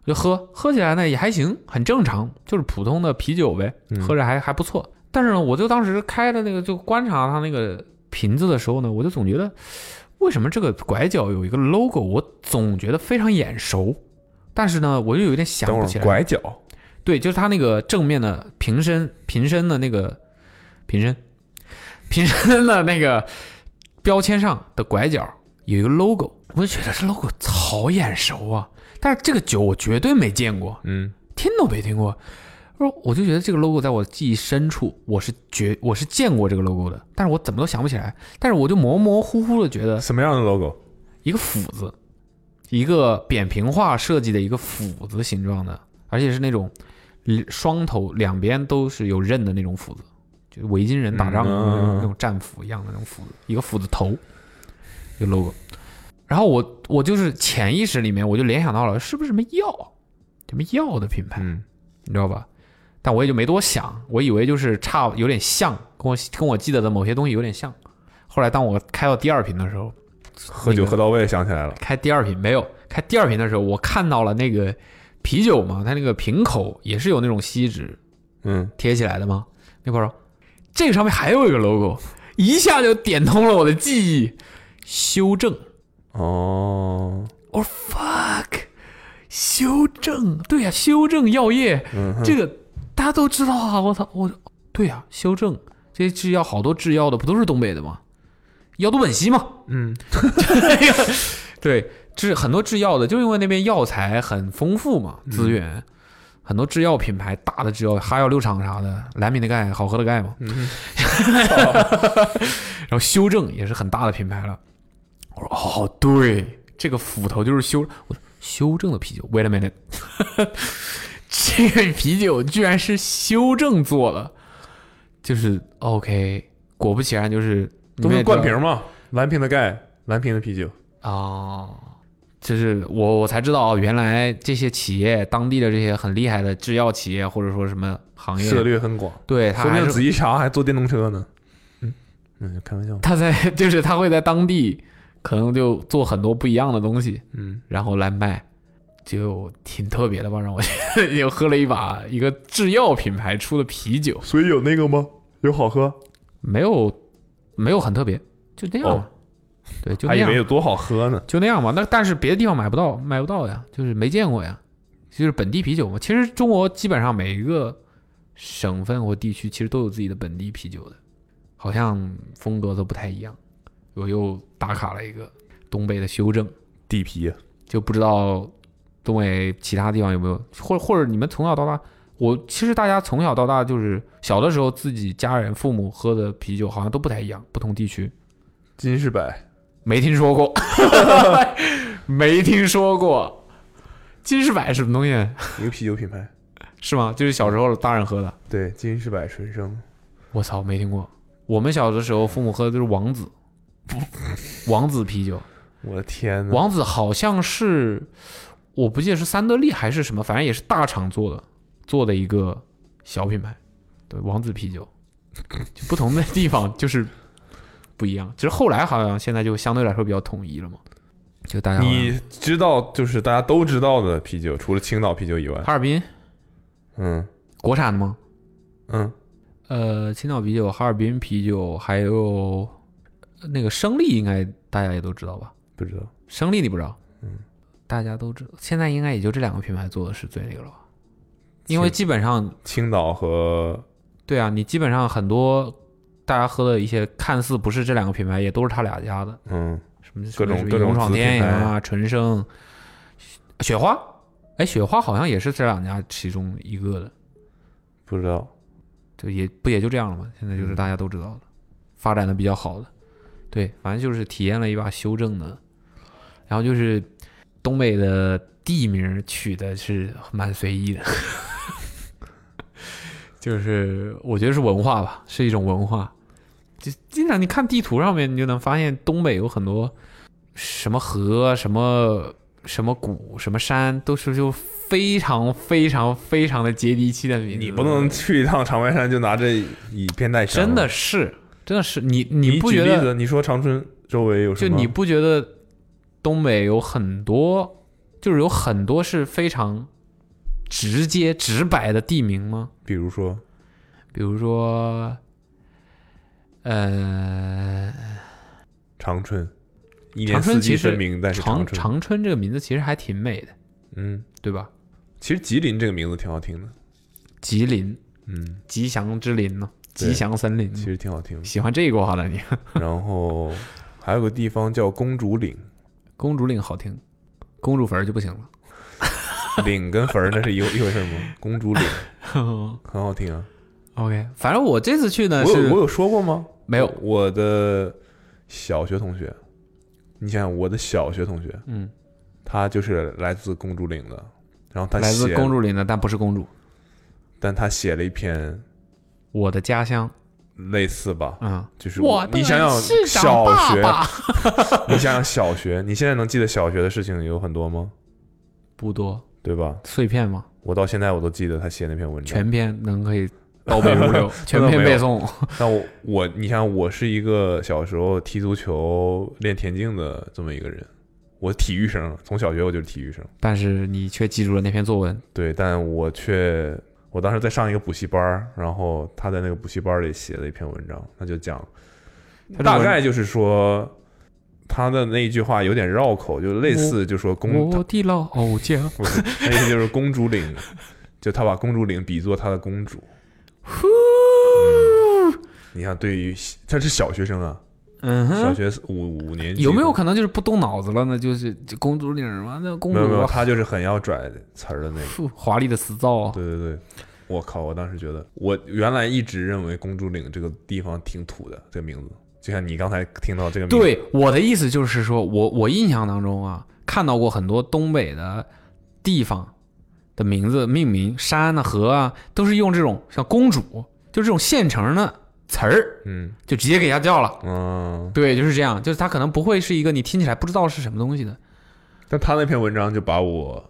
[SPEAKER 3] 我就喝，喝起来呢也还行，很正常，就是普通的啤酒呗，
[SPEAKER 2] 嗯
[SPEAKER 3] 喝着还还不错。但是呢，我就当时开的那个就观察它那个瓶子的时候呢，我就总觉得为什么这个拐角有一个 logo，我总觉得非常眼熟，但是呢，我就有点想
[SPEAKER 2] 等
[SPEAKER 3] 不
[SPEAKER 2] 会
[SPEAKER 3] 起
[SPEAKER 2] 儿
[SPEAKER 3] 来。
[SPEAKER 2] 拐角，
[SPEAKER 3] 对，就是它那个正面的瓶身，瓶身的那个瓶身，瓶身的那个标签上的拐角有一个 logo，我就觉得这 logo 好眼熟啊！但是这个酒我绝对没见过，
[SPEAKER 2] 嗯
[SPEAKER 3] 听都没听过。我我就觉得这个 logo 在我记忆深处，我是绝我是见过这个 logo 的，但是我怎么都想不起来。但是我就模模糊糊的觉得
[SPEAKER 2] 什么样的 logo？
[SPEAKER 3] 一个斧子，一个扁平化设计的一个斧子形状的，而且是那种呃双头两边都是有刃的那种斧子，就维京人打仗的那种
[SPEAKER 2] 嗯
[SPEAKER 3] 那种战斧一样的那种斧子，一个斧子头，一个 logo。然后我我就是潜意识里面我就联想到了是不是什么药，什么药的品牌，
[SPEAKER 2] 嗯
[SPEAKER 3] 你知道吧？但我也就没多想，我以为就是差有点像，跟我跟我记得的某些东西有点像。后来当我开到第二瓶的时候，
[SPEAKER 2] 喝酒
[SPEAKER 3] 那个
[SPEAKER 2] 喝到位，想起来了，
[SPEAKER 3] 开第二瓶没有，开第二瓶的时候，我看到了那个啤酒嘛，它那个瓶口也是有那种锡纸
[SPEAKER 2] 嗯，
[SPEAKER 3] 贴起来的嘛。那块儿说，这个上面还有一个 logo，一下就点通了我的记忆。修正，
[SPEAKER 2] 哦，
[SPEAKER 3] 我说 fuck，修正，对呀、修正药业，
[SPEAKER 2] 嗯哼，
[SPEAKER 3] 这个大家都知道啊！我操，我对呀、修正这些制药好多制药的不都是东北的吗？药都本溪嘛，
[SPEAKER 2] 嗯，
[SPEAKER 3] 对，制很多制药的，就因为那边药材很丰富嘛，
[SPEAKER 2] 嗯
[SPEAKER 3] 资源，很多制药品牌大的制药，哈药六厂啥的，蓝敏的钙，好喝的钙嘛，
[SPEAKER 2] 嗯
[SPEAKER 3] 然后修正也是很大的品牌了。我说哦，对，这个斧头就是修，我说修正的啤酒，wait a minute，这个啤酒居然是修正做的，就是 OK，果不其然就是你
[SPEAKER 2] 都
[SPEAKER 3] 们
[SPEAKER 2] 是
[SPEAKER 3] 也知道
[SPEAKER 2] 灌瓶嘛，蓝瓶的钙，蓝瓶的啤酒，
[SPEAKER 3] 哦，就是我我才知道哦，原来这些企业当地的这些很厉害的制药企业或者说什么行
[SPEAKER 2] 涉
[SPEAKER 3] 业，
[SPEAKER 2] 猎很广。
[SPEAKER 3] 对他
[SPEAKER 2] 说不
[SPEAKER 3] 还
[SPEAKER 2] 定
[SPEAKER 3] 是
[SPEAKER 2] 紫衣茶还坐电动车呢。嗯，嗯，开玩笑。
[SPEAKER 3] 他在 就是他会在当地可能就做很多不一样的东西，
[SPEAKER 2] 嗯，
[SPEAKER 3] 然后来卖，就挺特别的吧，让我觉得 又喝了一把一个制药品牌出的啤酒，
[SPEAKER 2] 所以有那个吗？有好喝？
[SPEAKER 3] 没有没有很特别，就这样
[SPEAKER 2] 哦
[SPEAKER 3] 吧，对，就那
[SPEAKER 2] 还以
[SPEAKER 3] 样
[SPEAKER 2] 为。有多好喝呢。
[SPEAKER 3] 就那样吧。那但是别的地方买不到，买不到呀，就是没见过呀，就是本地啤酒嘛。其实中国基本上每一个省份或地区其实都有自己的本地啤酒的，好像风格都不太一样。我又打卡了一个东北的修正，
[SPEAKER 2] 地皮，啊
[SPEAKER 3] 就不知道东北其他地方有没有，或者或者你们从小到大，我其实大家从小到大就是小的时候自己家人父母喝的啤酒好像都不太一样，不同地区。
[SPEAKER 2] 金士百，
[SPEAKER 3] 没听说过， 没听说过。金士百是什么东西？
[SPEAKER 2] 一个啤酒品牌。
[SPEAKER 3] 是吗？就是小时候大人喝的。
[SPEAKER 2] 对，金士百纯生。
[SPEAKER 3] 我操，没听过。我们小的时候，父母喝的就是王 子，王子啤酒。
[SPEAKER 2] 我的天呐，
[SPEAKER 3] 王子好像是，我不记得是三得利还是什么，反正也是大厂做的，做的一个小品牌。对，王子啤酒，就不同的地方就是不一样。只是后来好像现在就相对来说比较统一了嘛，就大家好像
[SPEAKER 2] 你知道就是大家都知道的啤酒，除了青岛啤酒以外，
[SPEAKER 3] 哈尔滨
[SPEAKER 2] 嗯
[SPEAKER 3] 国产的吗？
[SPEAKER 2] 嗯，
[SPEAKER 3] 呃，青岛啤酒、哈尔滨啤酒，还有呃那个生力，应该大家也都知道吧？
[SPEAKER 2] 不知道。
[SPEAKER 3] 生力你不知道？嗯，大家都知道。现在应该也就这两个品牌做的是最那个了吧？因为基本上，
[SPEAKER 2] 青岛和
[SPEAKER 3] 对啊，你基本上很多大家喝的一些看似不是这两个品牌，也都是他俩家的，
[SPEAKER 2] 嗯，
[SPEAKER 3] 什么
[SPEAKER 2] 各种
[SPEAKER 3] 什么
[SPEAKER 2] 各种
[SPEAKER 3] 勇闯
[SPEAKER 2] 子
[SPEAKER 3] 天
[SPEAKER 2] 品
[SPEAKER 3] 涯
[SPEAKER 2] 牌
[SPEAKER 3] 啊、纯生、雪花，哎，雪花好像也是这两家其中一个的。
[SPEAKER 2] 不知道。
[SPEAKER 3] 就也不也就这样了嘛。现在
[SPEAKER 2] 嗯
[SPEAKER 3] 就是大家都知道了，发展的比较好的，对，反正就是体验了一把修正的，然后就是东北的地名取的是蛮随意的， 就是我觉得是文化吧，是一种文化。就经常你看地图上面，你就能发现东北有很多什么河、啊什么什么谷、什么山，都是就非常非常非常的接地气的名字。
[SPEAKER 2] 你不能去一趟长白山就拿着以偏概全。
[SPEAKER 3] 真的，是，真的是你，
[SPEAKER 2] 你
[SPEAKER 3] 不
[SPEAKER 2] 举
[SPEAKER 3] 觉
[SPEAKER 2] 例
[SPEAKER 3] 得？
[SPEAKER 2] 子，你说长春周围有什
[SPEAKER 3] 就
[SPEAKER 2] 么？
[SPEAKER 3] 你不觉得东北有很多，就是有很多是非常直接、直白的地名吗？
[SPEAKER 2] 比如说，
[SPEAKER 3] 比如说，呃，
[SPEAKER 2] 长春，一年
[SPEAKER 3] 长春
[SPEAKER 2] 四季
[SPEAKER 3] 其实
[SPEAKER 2] 分明，但是
[SPEAKER 3] 长
[SPEAKER 2] 春，
[SPEAKER 3] 长春这个名字其实还挺美的，
[SPEAKER 2] 嗯，
[SPEAKER 3] 对吧？
[SPEAKER 2] 其实吉林这个名字挺好听的，
[SPEAKER 3] 吉林，
[SPEAKER 2] 嗯，
[SPEAKER 3] 吉祥之林呢，
[SPEAKER 2] 对
[SPEAKER 3] 吉祥森林
[SPEAKER 2] 其
[SPEAKER 3] 呢。
[SPEAKER 2] 实挺好听的。
[SPEAKER 3] 喜欢这一挂的你，
[SPEAKER 2] 然后还有个地方叫公主岭，
[SPEAKER 3] 公主岭好听，公主坟儿就不行了。
[SPEAKER 2] 岭跟坟儿那是一回一回事吗？公主岭 很好听啊。
[SPEAKER 3] OK，反正我这次去呢
[SPEAKER 2] 我有我
[SPEAKER 3] 是
[SPEAKER 2] 有说过吗？
[SPEAKER 3] 没有，
[SPEAKER 2] 我的小学同学，你想想我的小学同学，
[SPEAKER 3] 嗯，
[SPEAKER 2] 他就是来自公主岭的，然后他
[SPEAKER 3] 来自
[SPEAKER 2] 写
[SPEAKER 3] 公主岭的，但不是公主。
[SPEAKER 2] 但他写了一篇
[SPEAKER 3] 我的家乡，类
[SPEAKER 2] 类似吧，
[SPEAKER 3] 嗯，
[SPEAKER 2] 就是你想想小学， 你想想小学，你现在能记得小学的事情有很多吗？
[SPEAKER 3] 不多
[SPEAKER 2] 对吧？
[SPEAKER 3] 碎片嘛，
[SPEAKER 2] 我到现在我都记得他写那篇文章。
[SPEAKER 3] 全篇能 可以倒背如流，全篇背诵。
[SPEAKER 2] 但我我，你想，我是一个小时候踢足球、练田径的这么一个人，我体育生，从小学我就是体育生。
[SPEAKER 3] 但是你却记住了那篇作文，
[SPEAKER 2] 对，但我却，我当时在上一个补习班儿，然后他在那个补习班儿里写了一篇文章，他就讲，
[SPEAKER 3] 他这
[SPEAKER 2] 大
[SPEAKER 3] 文
[SPEAKER 2] 概就是说，他的那一句话有点绕口，就类似就说公，
[SPEAKER 3] 我的老家，
[SPEAKER 2] 不是，那意思就是公主岭， 就他把公主岭比作他的公主。你看，对于他是小学生啊，
[SPEAKER 3] 嗯
[SPEAKER 2] 小
[SPEAKER 3] 哼，
[SPEAKER 2] 学五五年级
[SPEAKER 3] 有没有可能就是不动脑子了呢？就是就公主岭嘛，那公
[SPEAKER 2] 没有没有，
[SPEAKER 3] 主 啊
[SPEAKER 2] 他就是很要拽词儿的那个。
[SPEAKER 3] 富华丽的啊死造，
[SPEAKER 2] 对对对，我靠！我当时觉得，我原来一直认为公主岭这个地方挺土的，这个名字，就像你刚才听到这个名字，
[SPEAKER 3] 对，我的意思就是说，我我印象当中啊，看到过很多东北的地方的名字命名，山啊、河啊，都是用这种像公主，就这种现成的词儿，
[SPEAKER 2] 嗯
[SPEAKER 3] 就直接给它叫了。
[SPEAKER 2] 嗯，
[SPEAKER 3] 对，就是这样，就是它可能不会是一个你听起来不知道是什么东西的。
[SPEAKER 2] 但他那篇文章就把我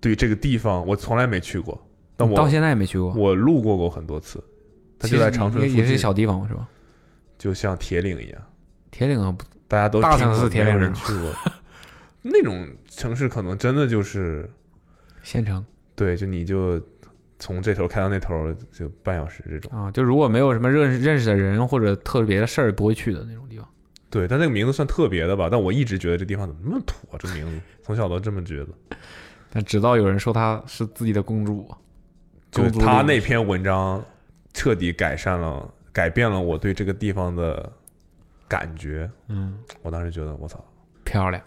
[SPEAKER 2] 对这个地方，我从来没去过，但
[SPEAKER 3] 到
[SPEAKER 2] 我
[SPEAKER 3] 现在也没去过，
[SPEAKER 2] 我路过过很多次，它
[SPEAKER 3] 其
[SPEAKER 2] 就
[SPEAKER 3] 实
[SPEAKER 2] 在长春
[SPEAKER 3] 也
[SPEAKER 2] 附
[SPEAKER 3] 也是
[SPEAKER 2] 近，
[SPEAKER 3] 小地方是吧？
[SPEAKER 2] 就像铁岭一样，
[SPEAKER 3] 铁岭啊，不
[SPEAKER 2] 大家都
[SPEAKER 3] 大
[SPEAKER 2] 听
[SPEAKER 3] 城
[SPEAKER 2] 过
[SPEAKER 3] 市铁
[SPEAKER 2] 没有
[SPEAKER 3] 岭
[SPEAKER 2] 人去过， 那种城市可能真的就是
[SPEAKER 3] 县城
[SPEAKER 2] 对，就你就从这头开到那头就半小时这种。
[SPEAKER 3] 啊，就如果没有什么认识认识的人或者特别的事儿，不会去的那种地方。
[SPEAKER 2] 对，但这个名字算特别的吧？但我一直觉得这地方怎么那么土啊？这名字从小都这么觉得。
[SPEAKER 3] 但直到有人说她是自己的公主，
[SPEAKER 2] 就是
[SPEAKER 3] 公主
[SPEAKER 2] 他
[SPEAKER 3] 岭
[SPEAKER 2] 那篇文章彻底改善了、改变了我对这个地方的感觉。
[SPEAKER 3] 嗯，
[SPEAKER 2] 我当时觉得，我操，
[SPEAKER 3] 漂亮。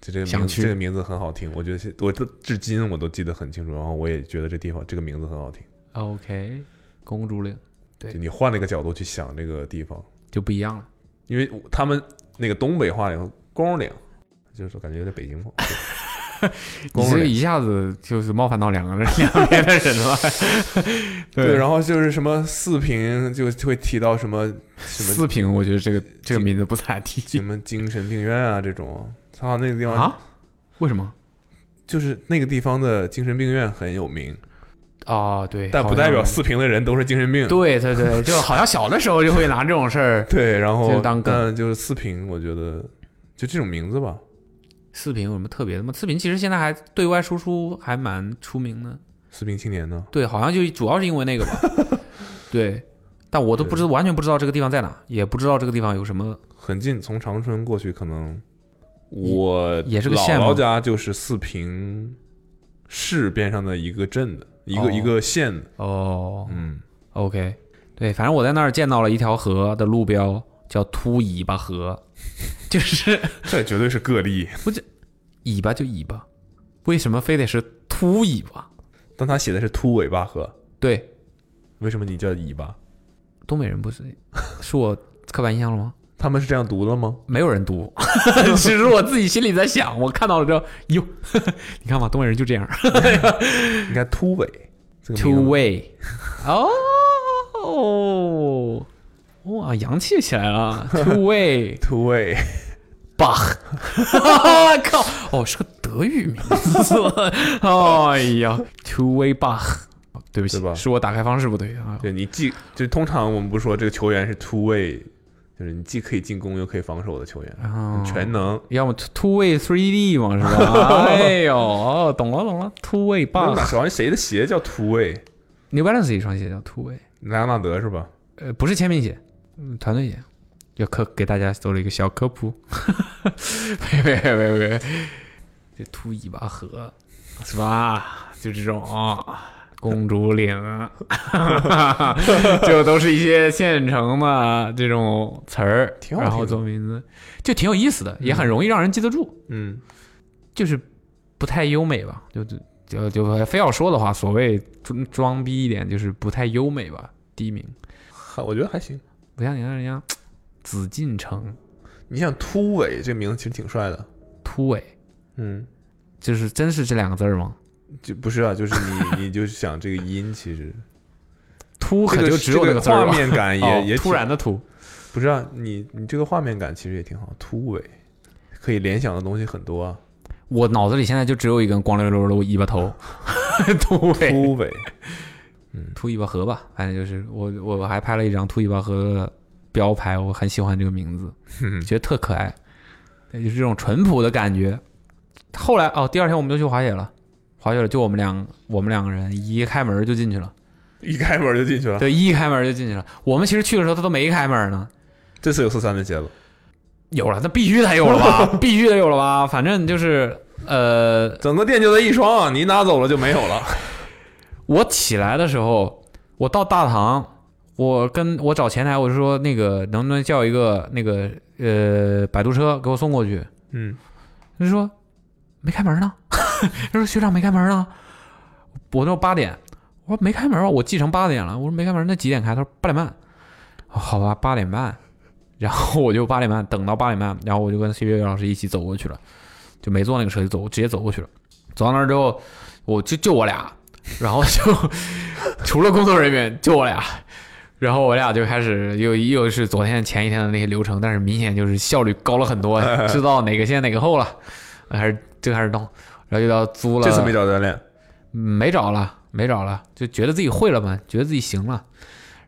[SPEAKER 2] 这这个
[SPEAKER 3] 想
[SPEAKER 2] 名
[SPEAKER 3] 去
[SPEAKER 2] 字这个名字很好听，我觉得是我至至今我都记得很清楚。然后我也觉得这地方这个名字很好听。
[SPEAKER 3] OK，公主岭对
[SPEAKER 2] 就你换了一个角度去想这个地方，
[SPEAKER 3] 就不一样了。
[SPEAKER 2] 因为他们那个东北话里头“公岭”，就是说感觉有点北京话。
[SPEAKER 3] 你
[SPEAKER 2] 公主
[SPEAKER 3] 这
[SPEAKER 2] 岭
[SPEAKER 3] 一下子就是冒犯到两个人 两边的人 了。
[SPEAKER 2] 对，然后就是什么四平就会提到什么什么
[SPEAKER 3] 四平，我觉得这个这个名字不咋地
[SPEAKER 2] 什么精神病院啊这种，操，那个地方、
[SPEAKER 3] 啊？为什么？
[SPEAKER 2] 就是那个地方的精神病院很有名，
[SPEAKER 3] 啊，对，
[SPEAKER 2] 但不
[SPEAKER 3] 好像
[SPEAKER 2] 代表四平的人都是精神病。
[SPEAKER 3] 对 对对，就好像小的时候就会拿这种事儿。
[SPEAKER 2] 对然
[SPEAKER 3] 这是
[SPEAKER 2] 后
[SPEAKER 3] 当梗
[SPEAKER 2] 但就是四平，我觉得就这种名字吧，
[SPEAKER 3] 四平有什么特别的吗？四平其实现在还对外输出还蛮出名的，
[SPEAKER 2] 四平青年呢，
[SPEAKER 3] 对，好像就主要是因为那个吧。 对，但我都不知完全不知道这个地方在哪，也不知道这个地方有什么。
[SPEAKER 2] 很近，从长春过去可能我
[SPEAKER 3] 也是个
[SPEAKER 2] 姥
[SPEAKER 3] 县吗
[SPEAKER 2] 姥家就是四平市边上的一个镇的一个、
[SPEAKER 3] 哦
[SPEAKER 2] 一个县的，
[SPEAKER 3] 哦，
[SPEAKER 2] 嗯，
[SPEAKER 3] OK，对，反正我在那儿见到了一条河的路标叫“秃尾巴河”，就是
[SPEAKER 2] 这绝对是个例。
[SPEAKER 3] 尾巴就尾巴，为什么非得是秃尾巴？
[SPEAKER 2] 但他写的是秃尾巴河，
[SPEAKER 3] 对，
[SPEAKER 2] 为什么你叫尾巴？
[SPEAKER 3] 东北人不是是我刻板印象了吗？
[SPEAKER 2] 他们是这样读的吗？
[SPEAKER 3] 没有人读， 只是我自己心里在想，我看到了之后，哟， 你看吧，东北人就这样，
[SPEAKER 2] 应该秃尾。这个名字
[SPEAKER 3] two way，哦，哇，洋气起来了，two way。
[SPEAKER 2] 秃尾，
[SPEAKER 3] 巴， 靠！哦，是个德语名字，哎呀 t w a y Bach，对不起，
[SPEAKER 2] 对吧
[SPEAKER 3] 是我打开方式不对啊。
[SPEAKER 2] 对你既就通常我们不是说这个球员是突位，就是你既可以进攻又可以防守的球员，
[SPEAKER 3] 哦
[SPEAKER 2] 全能。
[SPEAKER 3] 要么 two way three D 嘛，是吧？哎呦，哦，懂了懂了，two way
[SPEAKER 2] 那
[SPEAKER 3] Bach。
[SPEAKER 2] 好像谁的鞋叫突位？
[SPEAKER 3] New Balance 一双鞋叫 two way，
[SPEAKER 2] 莱昂纳德是吧？
[SPEAKER 3] 呃，不是签名鞋，嗯团队鞋。要科给大家做了一个小科普， 别别别别别，这秃尾巴河是吧？就这种啊、公主岭， 就都是一些现成的这种词儿，
[SPEAKER 2] 挺好
[SPEAKER 3] 然后
[SPEAKER 2] 听的
[SPEAKER 3] 做名字，就挺有意思的，也很容易让人记得住。
[SPEAKER 2] 嗯，
[SPEAKER 3] 就是不太优美吧，就就就就非要说的话，所谓装装逼一点，就是不太优美吧。第一名
[SPEAKER 2] 还我觉得还行。
[SPEAKER 3] 不像你看人家紫禁城
[SPEAKER 2] 你想突尾这名字其实挺帅的。
[SPEAKER 3] 突围，
[SPEAKER 2] 嗯，
[SPEAKER 3] 就是真是这两个字儿吗？
[SPEAKER 2] 就不是啊，就是你你就想这个音其实
[SPEAKER 3] 突
[SPEAKER 2] 这
[SPEAKER 3] 可
[SPEAKER 2] 个
[SPEAKER 3] 就只有那
[SPEAKER 2] 这个
[SPEAKER 3] 字儿
[SPEAKER 2] 画
[SPEAKER 3] 吧。
[SPEAKER 2] 面感也、
[SPEAKER 3] 哦
[SPEAKER 2] 也挺
[SPEAKER 3] 突然的突，
[SPEAKER 2] 不是啊，你你这个画面感其实也挺好，突尾可以联想的东西很多啊，
[SPEAKER 3] 我脑子里现在就只有一根光溜溜的尾巴头，突围
[SPEAKER 2] 突尾。
[SPEAKER 3] 秃尾巴河吧，反正就是我我还拍了一张秃尾巴河的标牌，我很喜欢这个名字。
[SPEAKER 2] 嗯
[SPEAKER 3] 觉得特可爱，对就是这种淳朴的感觉。后来哦，第二天我们就去滑雪了，滑雪了，就我们两我们两个人一开门就进去了，
[SPEAKER 2] 一开门就进去了。
[SPEAKER 3] 对，一开门就进去了。我们其实去的时候他都没开门呢，
[SPEAKER 2] 这次有四三的鞋了，
[SPEAKER 3] 有了，那必须得有了吧，必须得有了吧，反正就是呃，
[SPEAKER 2] 整个店就那一双，啊你拿走了就没有了。
[SPEAKER 3] 我起来的时候，我到大堂，我跟我找前台，我就说那个能不能叫一个那个呃摆渡车给我送过去？
[SPEAKER 2] 嗯，
[SPEAKER 3] 他就说没开门呢， 他说学长没开门呢，我那八点，我说没开门啊，我记成八点了，我说没开门，那几点开？他说八点半，哦好吧，八点半，然后我就八点半等到八点半，然后我就跟 C B 老师一起走过去了，就没坐那个车就走，直接走过去了，走到那儿之后，我就就我俩，然后就 除了工作人员就我俩。然后我俩就开始又又是昨天前一天的那些流程，但是明显就是效率高了 很多，知道哪个先哪个后了。还是就开始弄，然后又到租了，
[SPEAKER 2] 这次没找教练，
[SPEAKER 3] 嗯没找了，没找了，就觉得自己会了嘛，觉得自己行了。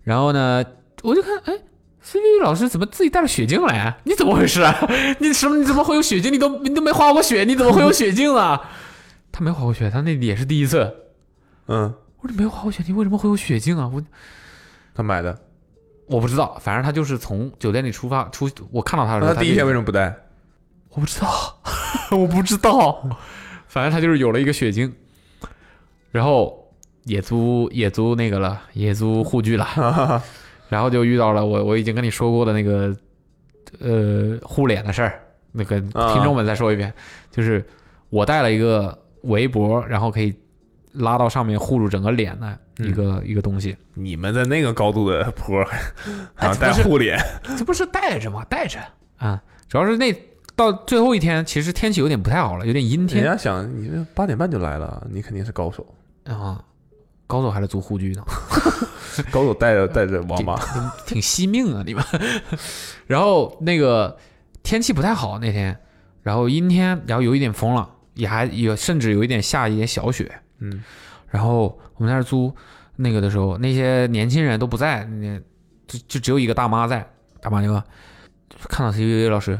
[SPEAKER 3] 然后呢，我就看，哎，C V 老师怎么自己带了血镜来、啊？你怎么回事啊？ 你什么？你怎么会有血镜？你都你都没滑过雪，你怎么会有血镜啊？ 他没滑过雪，他那也是第一次。
[SPEAKER 2] 嗯，
[SPEAKER 3] 我说你没滑过雪，你为什么会有血镜啊？我
[SPEAKER 2] 他买的。
[SPEAKER 3] 我不知道，反正他就是从酒店里出发出，我看到他的时
[SPEAKER 2] 那
[SPEAKER 3] 候，
[SPEAKER 2] 他第一
[SPEAKER 3] 就
[SPEAKER 2] 天为什么不带？
[SPEAKER 3] 我不知道， 我不知道，反正他就是有了一个血晶，然后也租也租那个了，也租护具了， 然后就遇到了我我已经跟你说过的那个呃护脸的事儿，那个
[SPEAKER 2] 啊
[SPEAKER 3] 听众们再说一遍，就是我带了一个围脖，然后可以拉到上面护住整个脸的一个、一个东西，
[SPEAKER 2] 你们在那个高度的 坡，还要
[SPEAKER 3] 这不
[SPEAKER 2] 带
[SPEAKER 3] 是
[SPEAKER 2] 护脸，
[SPEAKER 3] 这不是带着吗？带着啊，主要是那到最后一天，其实天气有点不太好了，有点阴 天
[SPEAKER 2] 人。家想你这八点半就来了，你肯定是高手，
[SPEAKER 3] 啊，高手还是租护具呢，
[SPEAKER 2] 高手带着带着王八，
[SPEAKER 3] 挺惜命啊你们。 然后那个天气不太好那天，然后阴天，然后有一点风了，也还有甚至有一点下一点小雪。
[SPEAKER 2] 嗯，
[SPEAKER 3] 然后我们在那儿租那个的时候，那些年轻人都不在，那就就只有一个大妈在。大妈就说看到 C V V 老师，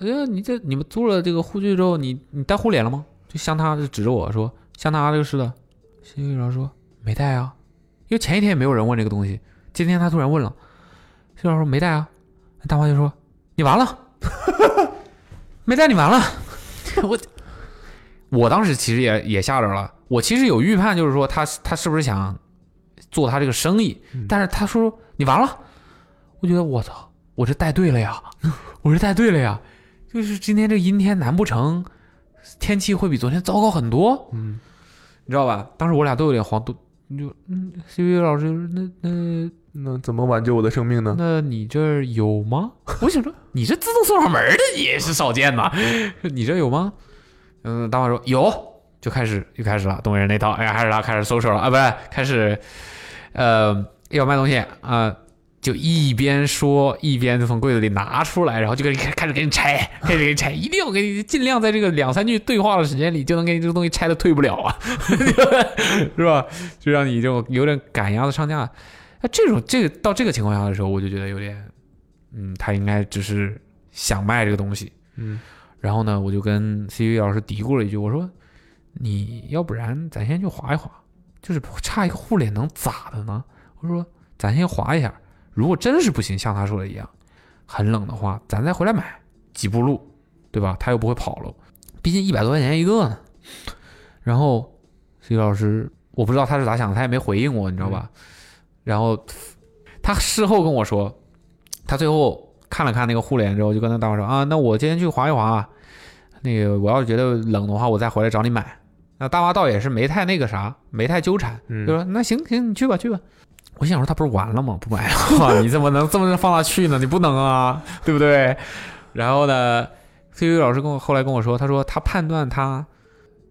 [SPEAKER 3] 哎呀，你这你们租了这个护具之后，你你带护脸了吗？就像他就指着我说，像他这个似的。C V V 老师说没带啊，因为前一天也没有人问这个东西，今天他突然问了，C V 老师说没带啊，大妈就说你完了， 没带你完了， 我。我当时其实也也吓着了，我其实有预判，就是说他他是不是想做他这个生意？但是他说你完了，我觉得我操，我这带对了呀， 我这带对了呀，就是今天这阴天，难不成天气会比昨天糟糕很多？
[SPEAKER 2] 嗯，
[SPEAKER 3] 你知道吧？当时我俩都有点慌，都你就嗯，C V 老师，那那
[SPEAKER 2] 那怎么挽救我的生命呢？
[SPEAKER 3] 那你这儿有吗？我想说，你这自动送上门儿的也是少见呐， 你这有吗？嗯，大妈说有，就开始又开始了，东北人那套，哎呀，开始了，开始收拾了啊，不是，开始，呃，要卖东西啊、就一边说一边就从柜子里拿出来，然后就给你开开始给你拆，开始给你拆，一定要给你尽量在这个两三句对话的时间里就能给你这个东西拆的退不了啊， 是吧？就让你这种有点赶鸭子上架。那这种这个到这个情况下的时候，我就觉得有点，嗯，他应该只是想卖这个东西，
[SPEAKER 2] 嗯。
[SPEAKER 3] 然后呢，我就跟 C V 老师嘀咕了一句，我说：“你要不然咱先去划一划，就是差一个护脸能咋的呢？”我说：“咱先划一下，如果真是不行，像他说的一样，很冷的话，咱再回来买几步路，对吧？他又不会跑了，毕竟一百多块钱一个呢。”然后 C V 老师，我不知道他是咋想的，他也没回应我，你知道吧？然后他事后跟我说，他最后看了看那个互联之后，就跟那大伙说啊，那我今天去划一划啊，那个我要是觉得冷的话，我再回来找你买。那大妈倒也是没太那个啥，没太纠缠，
[SPEAKER 2] 嗯
[SPEAKER 3] 就说那行行，你去吧去吧。我心想说他不是完了吗？ 不买了，你怎么能这么放他去呢？你不能啊，对不对？然后呢，C U 老师跟我后来跟我说，他说他判断他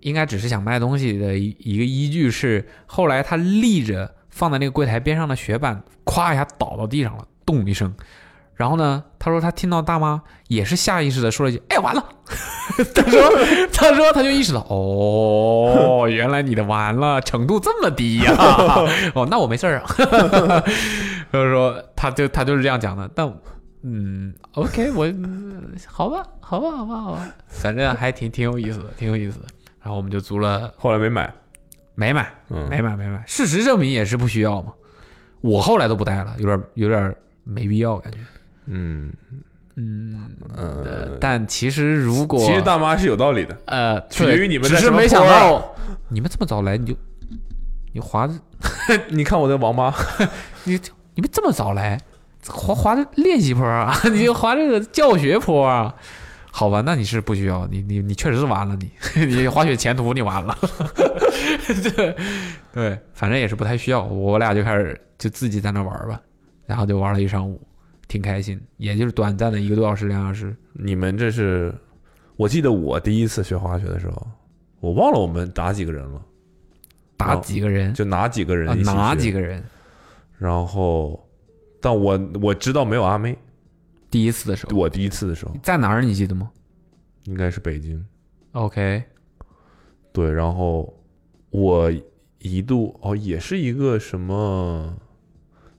[SPEAKER 3] 应该只是想卖东西的一一个依据是，后来他立着放在那个柜台边上的雪板，咵一下倒到地上了，咚一声。然后呢，他说他听到大妈也是下意识的说了一句：“哎，完了。”他说，他说他就意识到，哦，原来你的完了程度这么低呀、 哦，那我没事儿啊。 就是说，他就他就是这样讲的，但。嗯，OK，我嗯好吧，好吧，好吧，好吧，反正还挺挺有意思的，挺有意思的。然后我们就租了，
[SPEAKER 2] 后来没买，
[SPEAKER 3] 没买，
[SPEAKER 2] 嗯，
[SPEAKER 3] 没买没买。事实证明也是不需要嘛。我后来都不带了，有点有点没必要感觉。
[SPEAKER 2] 嗯，
[SPEAKER 3] 嗯，
[SPEAKER 2] 嗯，
[SPEAKER 3] 但其实如果
[SPEAKER 2] 其实大妈是有道理的，
[SPEAKER 3] 呃，
[SPEAKER 2] 取
[SPEAKER 3] 对
[SPEAKER 2] 决于你们
[SPEAKER 3] 只
[SPEAKER 2] 在
[SPEAKER 3] 是
[SPEAKER 2] 什么
[SPEAKER 3] 没想
[SPEAKER 2] 坡儿啊
[SPEAKER 3] 到你们这么早来，你就你划着
[SPEAKER 2] 你看我的王八，
[SPEAKER 3] 你你们这么早来，划划着练习坡儿啊， 你就划这个教学坡儿啊。好吧，那你是不需要，你你你确实是完了，你 你滑雪前途你完了。 对对，反正也是不太需要，我俩就开始就自己在那玩儿吧，然后就玩了一上午，挺开心，也就是短暂的一个多小时两小时。
[SPEAKER 2] 你们这是，我记得我第一次学滑雪的时候，我忘了我们哪几个人了，
[SPEAKER 3] 打几个人？
[SPEAKER 2] 哦就哪几个人
[SPEAKER 3] 啊
[SPEAKER 2] 一起，学，
[SPEAKER 3] 哪几个人？
[SPEAKER 2] 然后，但我我知道没有阿妹，
[SPEAKER 3] 第一次的时候，
[SPEAKER 2] 我第一次的时候
[SPEAKER 3] 在哪儿？你记得吗
[SPEAKER 2] 应该是北京，
[SPEAKER 3] ？OK，
[SPEAKER 2] 对，然后我一度哦，也是一个什么，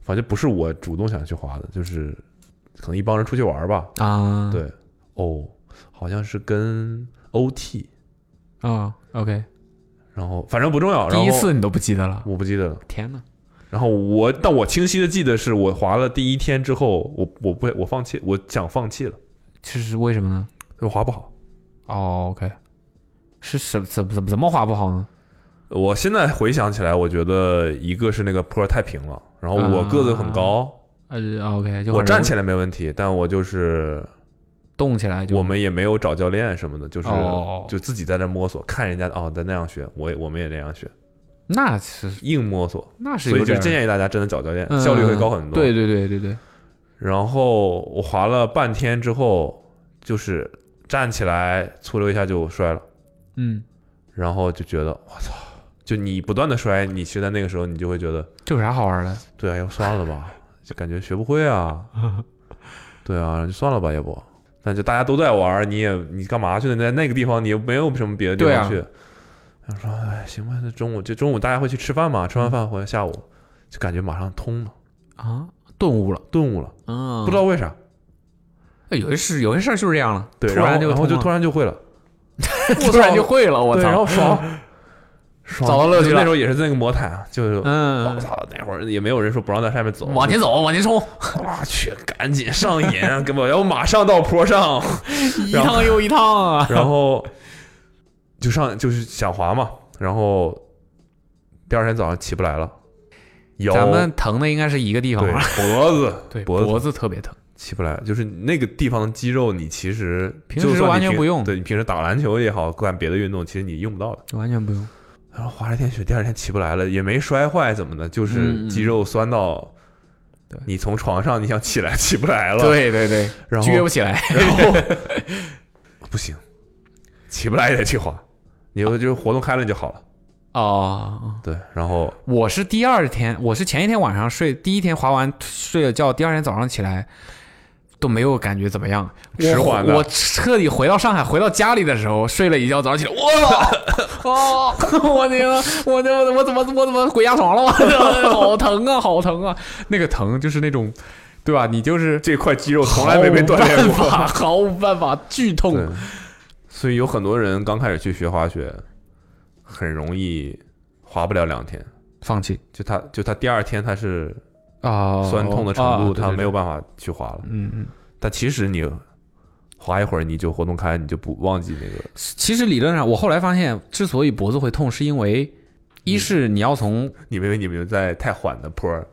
[SPEAKER 2] 反正不是我主动想去滑的，就是可能一帮人出去玩儿吧，
[SPEAKER 3] 啊，
[SPEAKER 2] 对，哦，好像是跟 OT，
[SPEAKER 3] 啊，OK，
[SPEAKER 2] 然后反正不重要，然
[SPEAKER 3] 第
[SPEAKER 2] 后
[SPEAKER 3] 一次你都不记得了？
[SPEAKER 2] 我不记得了。
[SPEAKER 3] 天哪！
[SPEAKER 2] 然后我，但我清晰的记得是我滑了第一天之后，我我不我放弃，我想放弃了，
[SPEAKER 3] 这是为什么呢？
[SPEAKER 2] 我滑不好。
[SPEAKER 3] 哦，OK，是什怎么怎么怎么滑不好呢？
[SPEAKER 2] 我现在回想起来，我觉得一个是那个坡太平了，然后我个子很高，
[SPEAKER 3] 呃，OK，就
[SPEAKER 2] 我站起
[SPEAKER 3] 来
[SPEAKER 2] 来没问题，但我就是
[SPEAKER 3] 动起来就
[SPEAKER 2] 我们也没有找教练什么的，就是、
[SPEAKER 3] 哦
[SPEAKER 2] 就自己在那摸索，看人家哦在那样学，我也我们也那样学，
[SPEAKER 3] 那是
[SPEAKER 2] 硬摸索。
[SPEAKER 3] 那是
[SPEAKER 2] 所以
[SPEAKER 3] 有
[SPEAKER 2] 就
[SPEAKER 3] 点
[SPEAKER 2] 建议大家真的找教练，
[SPEAKER 3] 嗯
[SPEAKER 2] 效率会高很多。
[SPEAKER 3] 对对对对对，
[SPEAKER 2] 然后我滑了半天之后，就是站起来搓溜一下就摔了，
[SPEAKER 3] 嗯，
[SPEAKER 2] 然后就觉得我操，就你不断的摔，你其实在那个时候你就会觉得，
[SPEAKER 3] 这有啥好玩的？
[SPEAKER 2] 对啊，要算了 吧，就感觉学不会啊，对啊，就算了吧，要不，但就大家都在玩儿，你也你干嘛去呢？在那个地方你又没有什么别的地
[SPEAKER 3] 对
[SPEAKER 2] 方
[SPEAKER 3] 啊
[SPEAKER 2] 去，然后说哎行吧，那中午就中午大家会去吃饭嘛，吃完饭回来下午就感觉马上通了，
[SPEAKER 3] 啊，顿悟了，
[SPEAKER 2] 顿悟了，
[SPEAKER 3] 嗯，
[SPEAKER 2] 不知道为啥。
[SPEAKER 3] 哎有些事有些事儿就是这样了，
[SPEAKER 2] 对，
[SPEAKER 3] 突
[SPEAKER 2] 然后
[SPEAKER 3] 就
[SPEAKER 2] 然后就突
[SPEAKER 3] 然
[SPEAKER 2] 然就会了，
[SPEAKER 3] 突然就会了，我
[SPEAKER 2] 对，然
[SPEAKER 3] 操
[SPEAKER 2] 后， 爽，爽
[SPEAKER 3] 找到乐趣了
[SPEAKER 2] 那时候也是在那个魔毯，啊就是我
[SPEAKER 3] 嗯，
[SPEAKER 2] 操，那会儿也没有人说不让在上面走，
[SPEAKER 3] 往前走，往前冲，
[SPEAKER 2] 走，我去，赶紧上瘾，根本要马上到坡上，
[SPEAKER 3] 一
[SPEAKER 2] 然后
[SPEAKER 3] 趟又一趟 啊，
[SPEAKER 2] 然后就上就是想滑嘛，然后第二天早上起不来了，腰
[SPEAKER 3] 咱们疼的应该是一个地方
[SPEAKER 2] 对
[SPEAKER 3] 吧？
[SPEAKER 2] 脖子
[SPEAKER 3] 对，
[SPEAKER 2] 脖子
[SPEAKER 3] 脖子特别疼，
[SPEAKER 2] 起不来，就是那个地方的肌肉，你其实
[SPEAKER 3] 平
[SPEAKER 2] 就
[SPEAKER 3] 时
[SPEAKER 2] 算你
[SPEAKER 3] 完全不用
[SPEAKER 2] 对你平时打篮球也好，干别的运动，其实你用不到的。
[SPEAKER 3] 完全不用，
[SPEAKER 2] 然后滑了一天雪，第二天起不来了，也没摔坏怎么的，就
[SPEAKER 3] 嗯
[SPEAKER 2] 是
[SPEAKER 3] 嗯
[SPEAKER 2] 肌肉酸到，
[SPEAKER 3] 对
[SPEAKER 2] 你从床上你想起来起不来了，，
[SPEAKER 3] 对对对，
[SPEAKER 2] 然后
[SPEAKER 3] 撅不起来，
[SPEAKER 2] 然后不行，起不来也得去滑，你就就是活动开了就好了，
[SPEAKER 3] 哦。
[SPEAKER 2] 对，然后
[SPEAKER 3] 我是第二天，我是前一天晚上睡，第一天滑完睡了觉，第二天早上起来都没有感觉怎么样，
[SPEAKER 2] 迟缓了
[SPEAKER 3] 我。我彻底回到上海，回到家里的时候，睡了一觉，早上起来， 哇，哦， 我那个，我这我怎么我怎么鬼压床了？ 我好疼啊，好疼啊！那个疼就是那种，对吧？你就是
[SPEAKER 2] 这块肌肉从来没被锻炼
[SPEAKER 3] 毫无办
[SPEAKER 2] 过，
[SPEAKER 3] 法毫无办法，剧痛。
[SPEAKER 2] 对，所以有很多人刚开始去学滑雪，很容易滑不了两天，
[SPEAKER 3] 放弃
[SPEAKER 2] 就他就他第二天他是
[SPEAKER 3] 啊，
[SPEAKER 2] 酸痛的程度，
[SPEAKER 3] 啊
[SPEAKER 2] 他没，有
[SPEAKER 3] 对对对
[SPEAKER 2] 办法去滑了。
[SPEAKER 3] 嗯嗯。
[SPEAKER 2] 但其实你滑一会儿，你就活动开，你就不忘记那个。
[SPEAKER 3] 其实理论上，我后来发现，之所以脖子会痛，是因为一
[SPEAKER 2] 嗯
[SPEAKER 3] 是你要从
[SPEAKER 2] 你们以为你们在太缓的坡儿，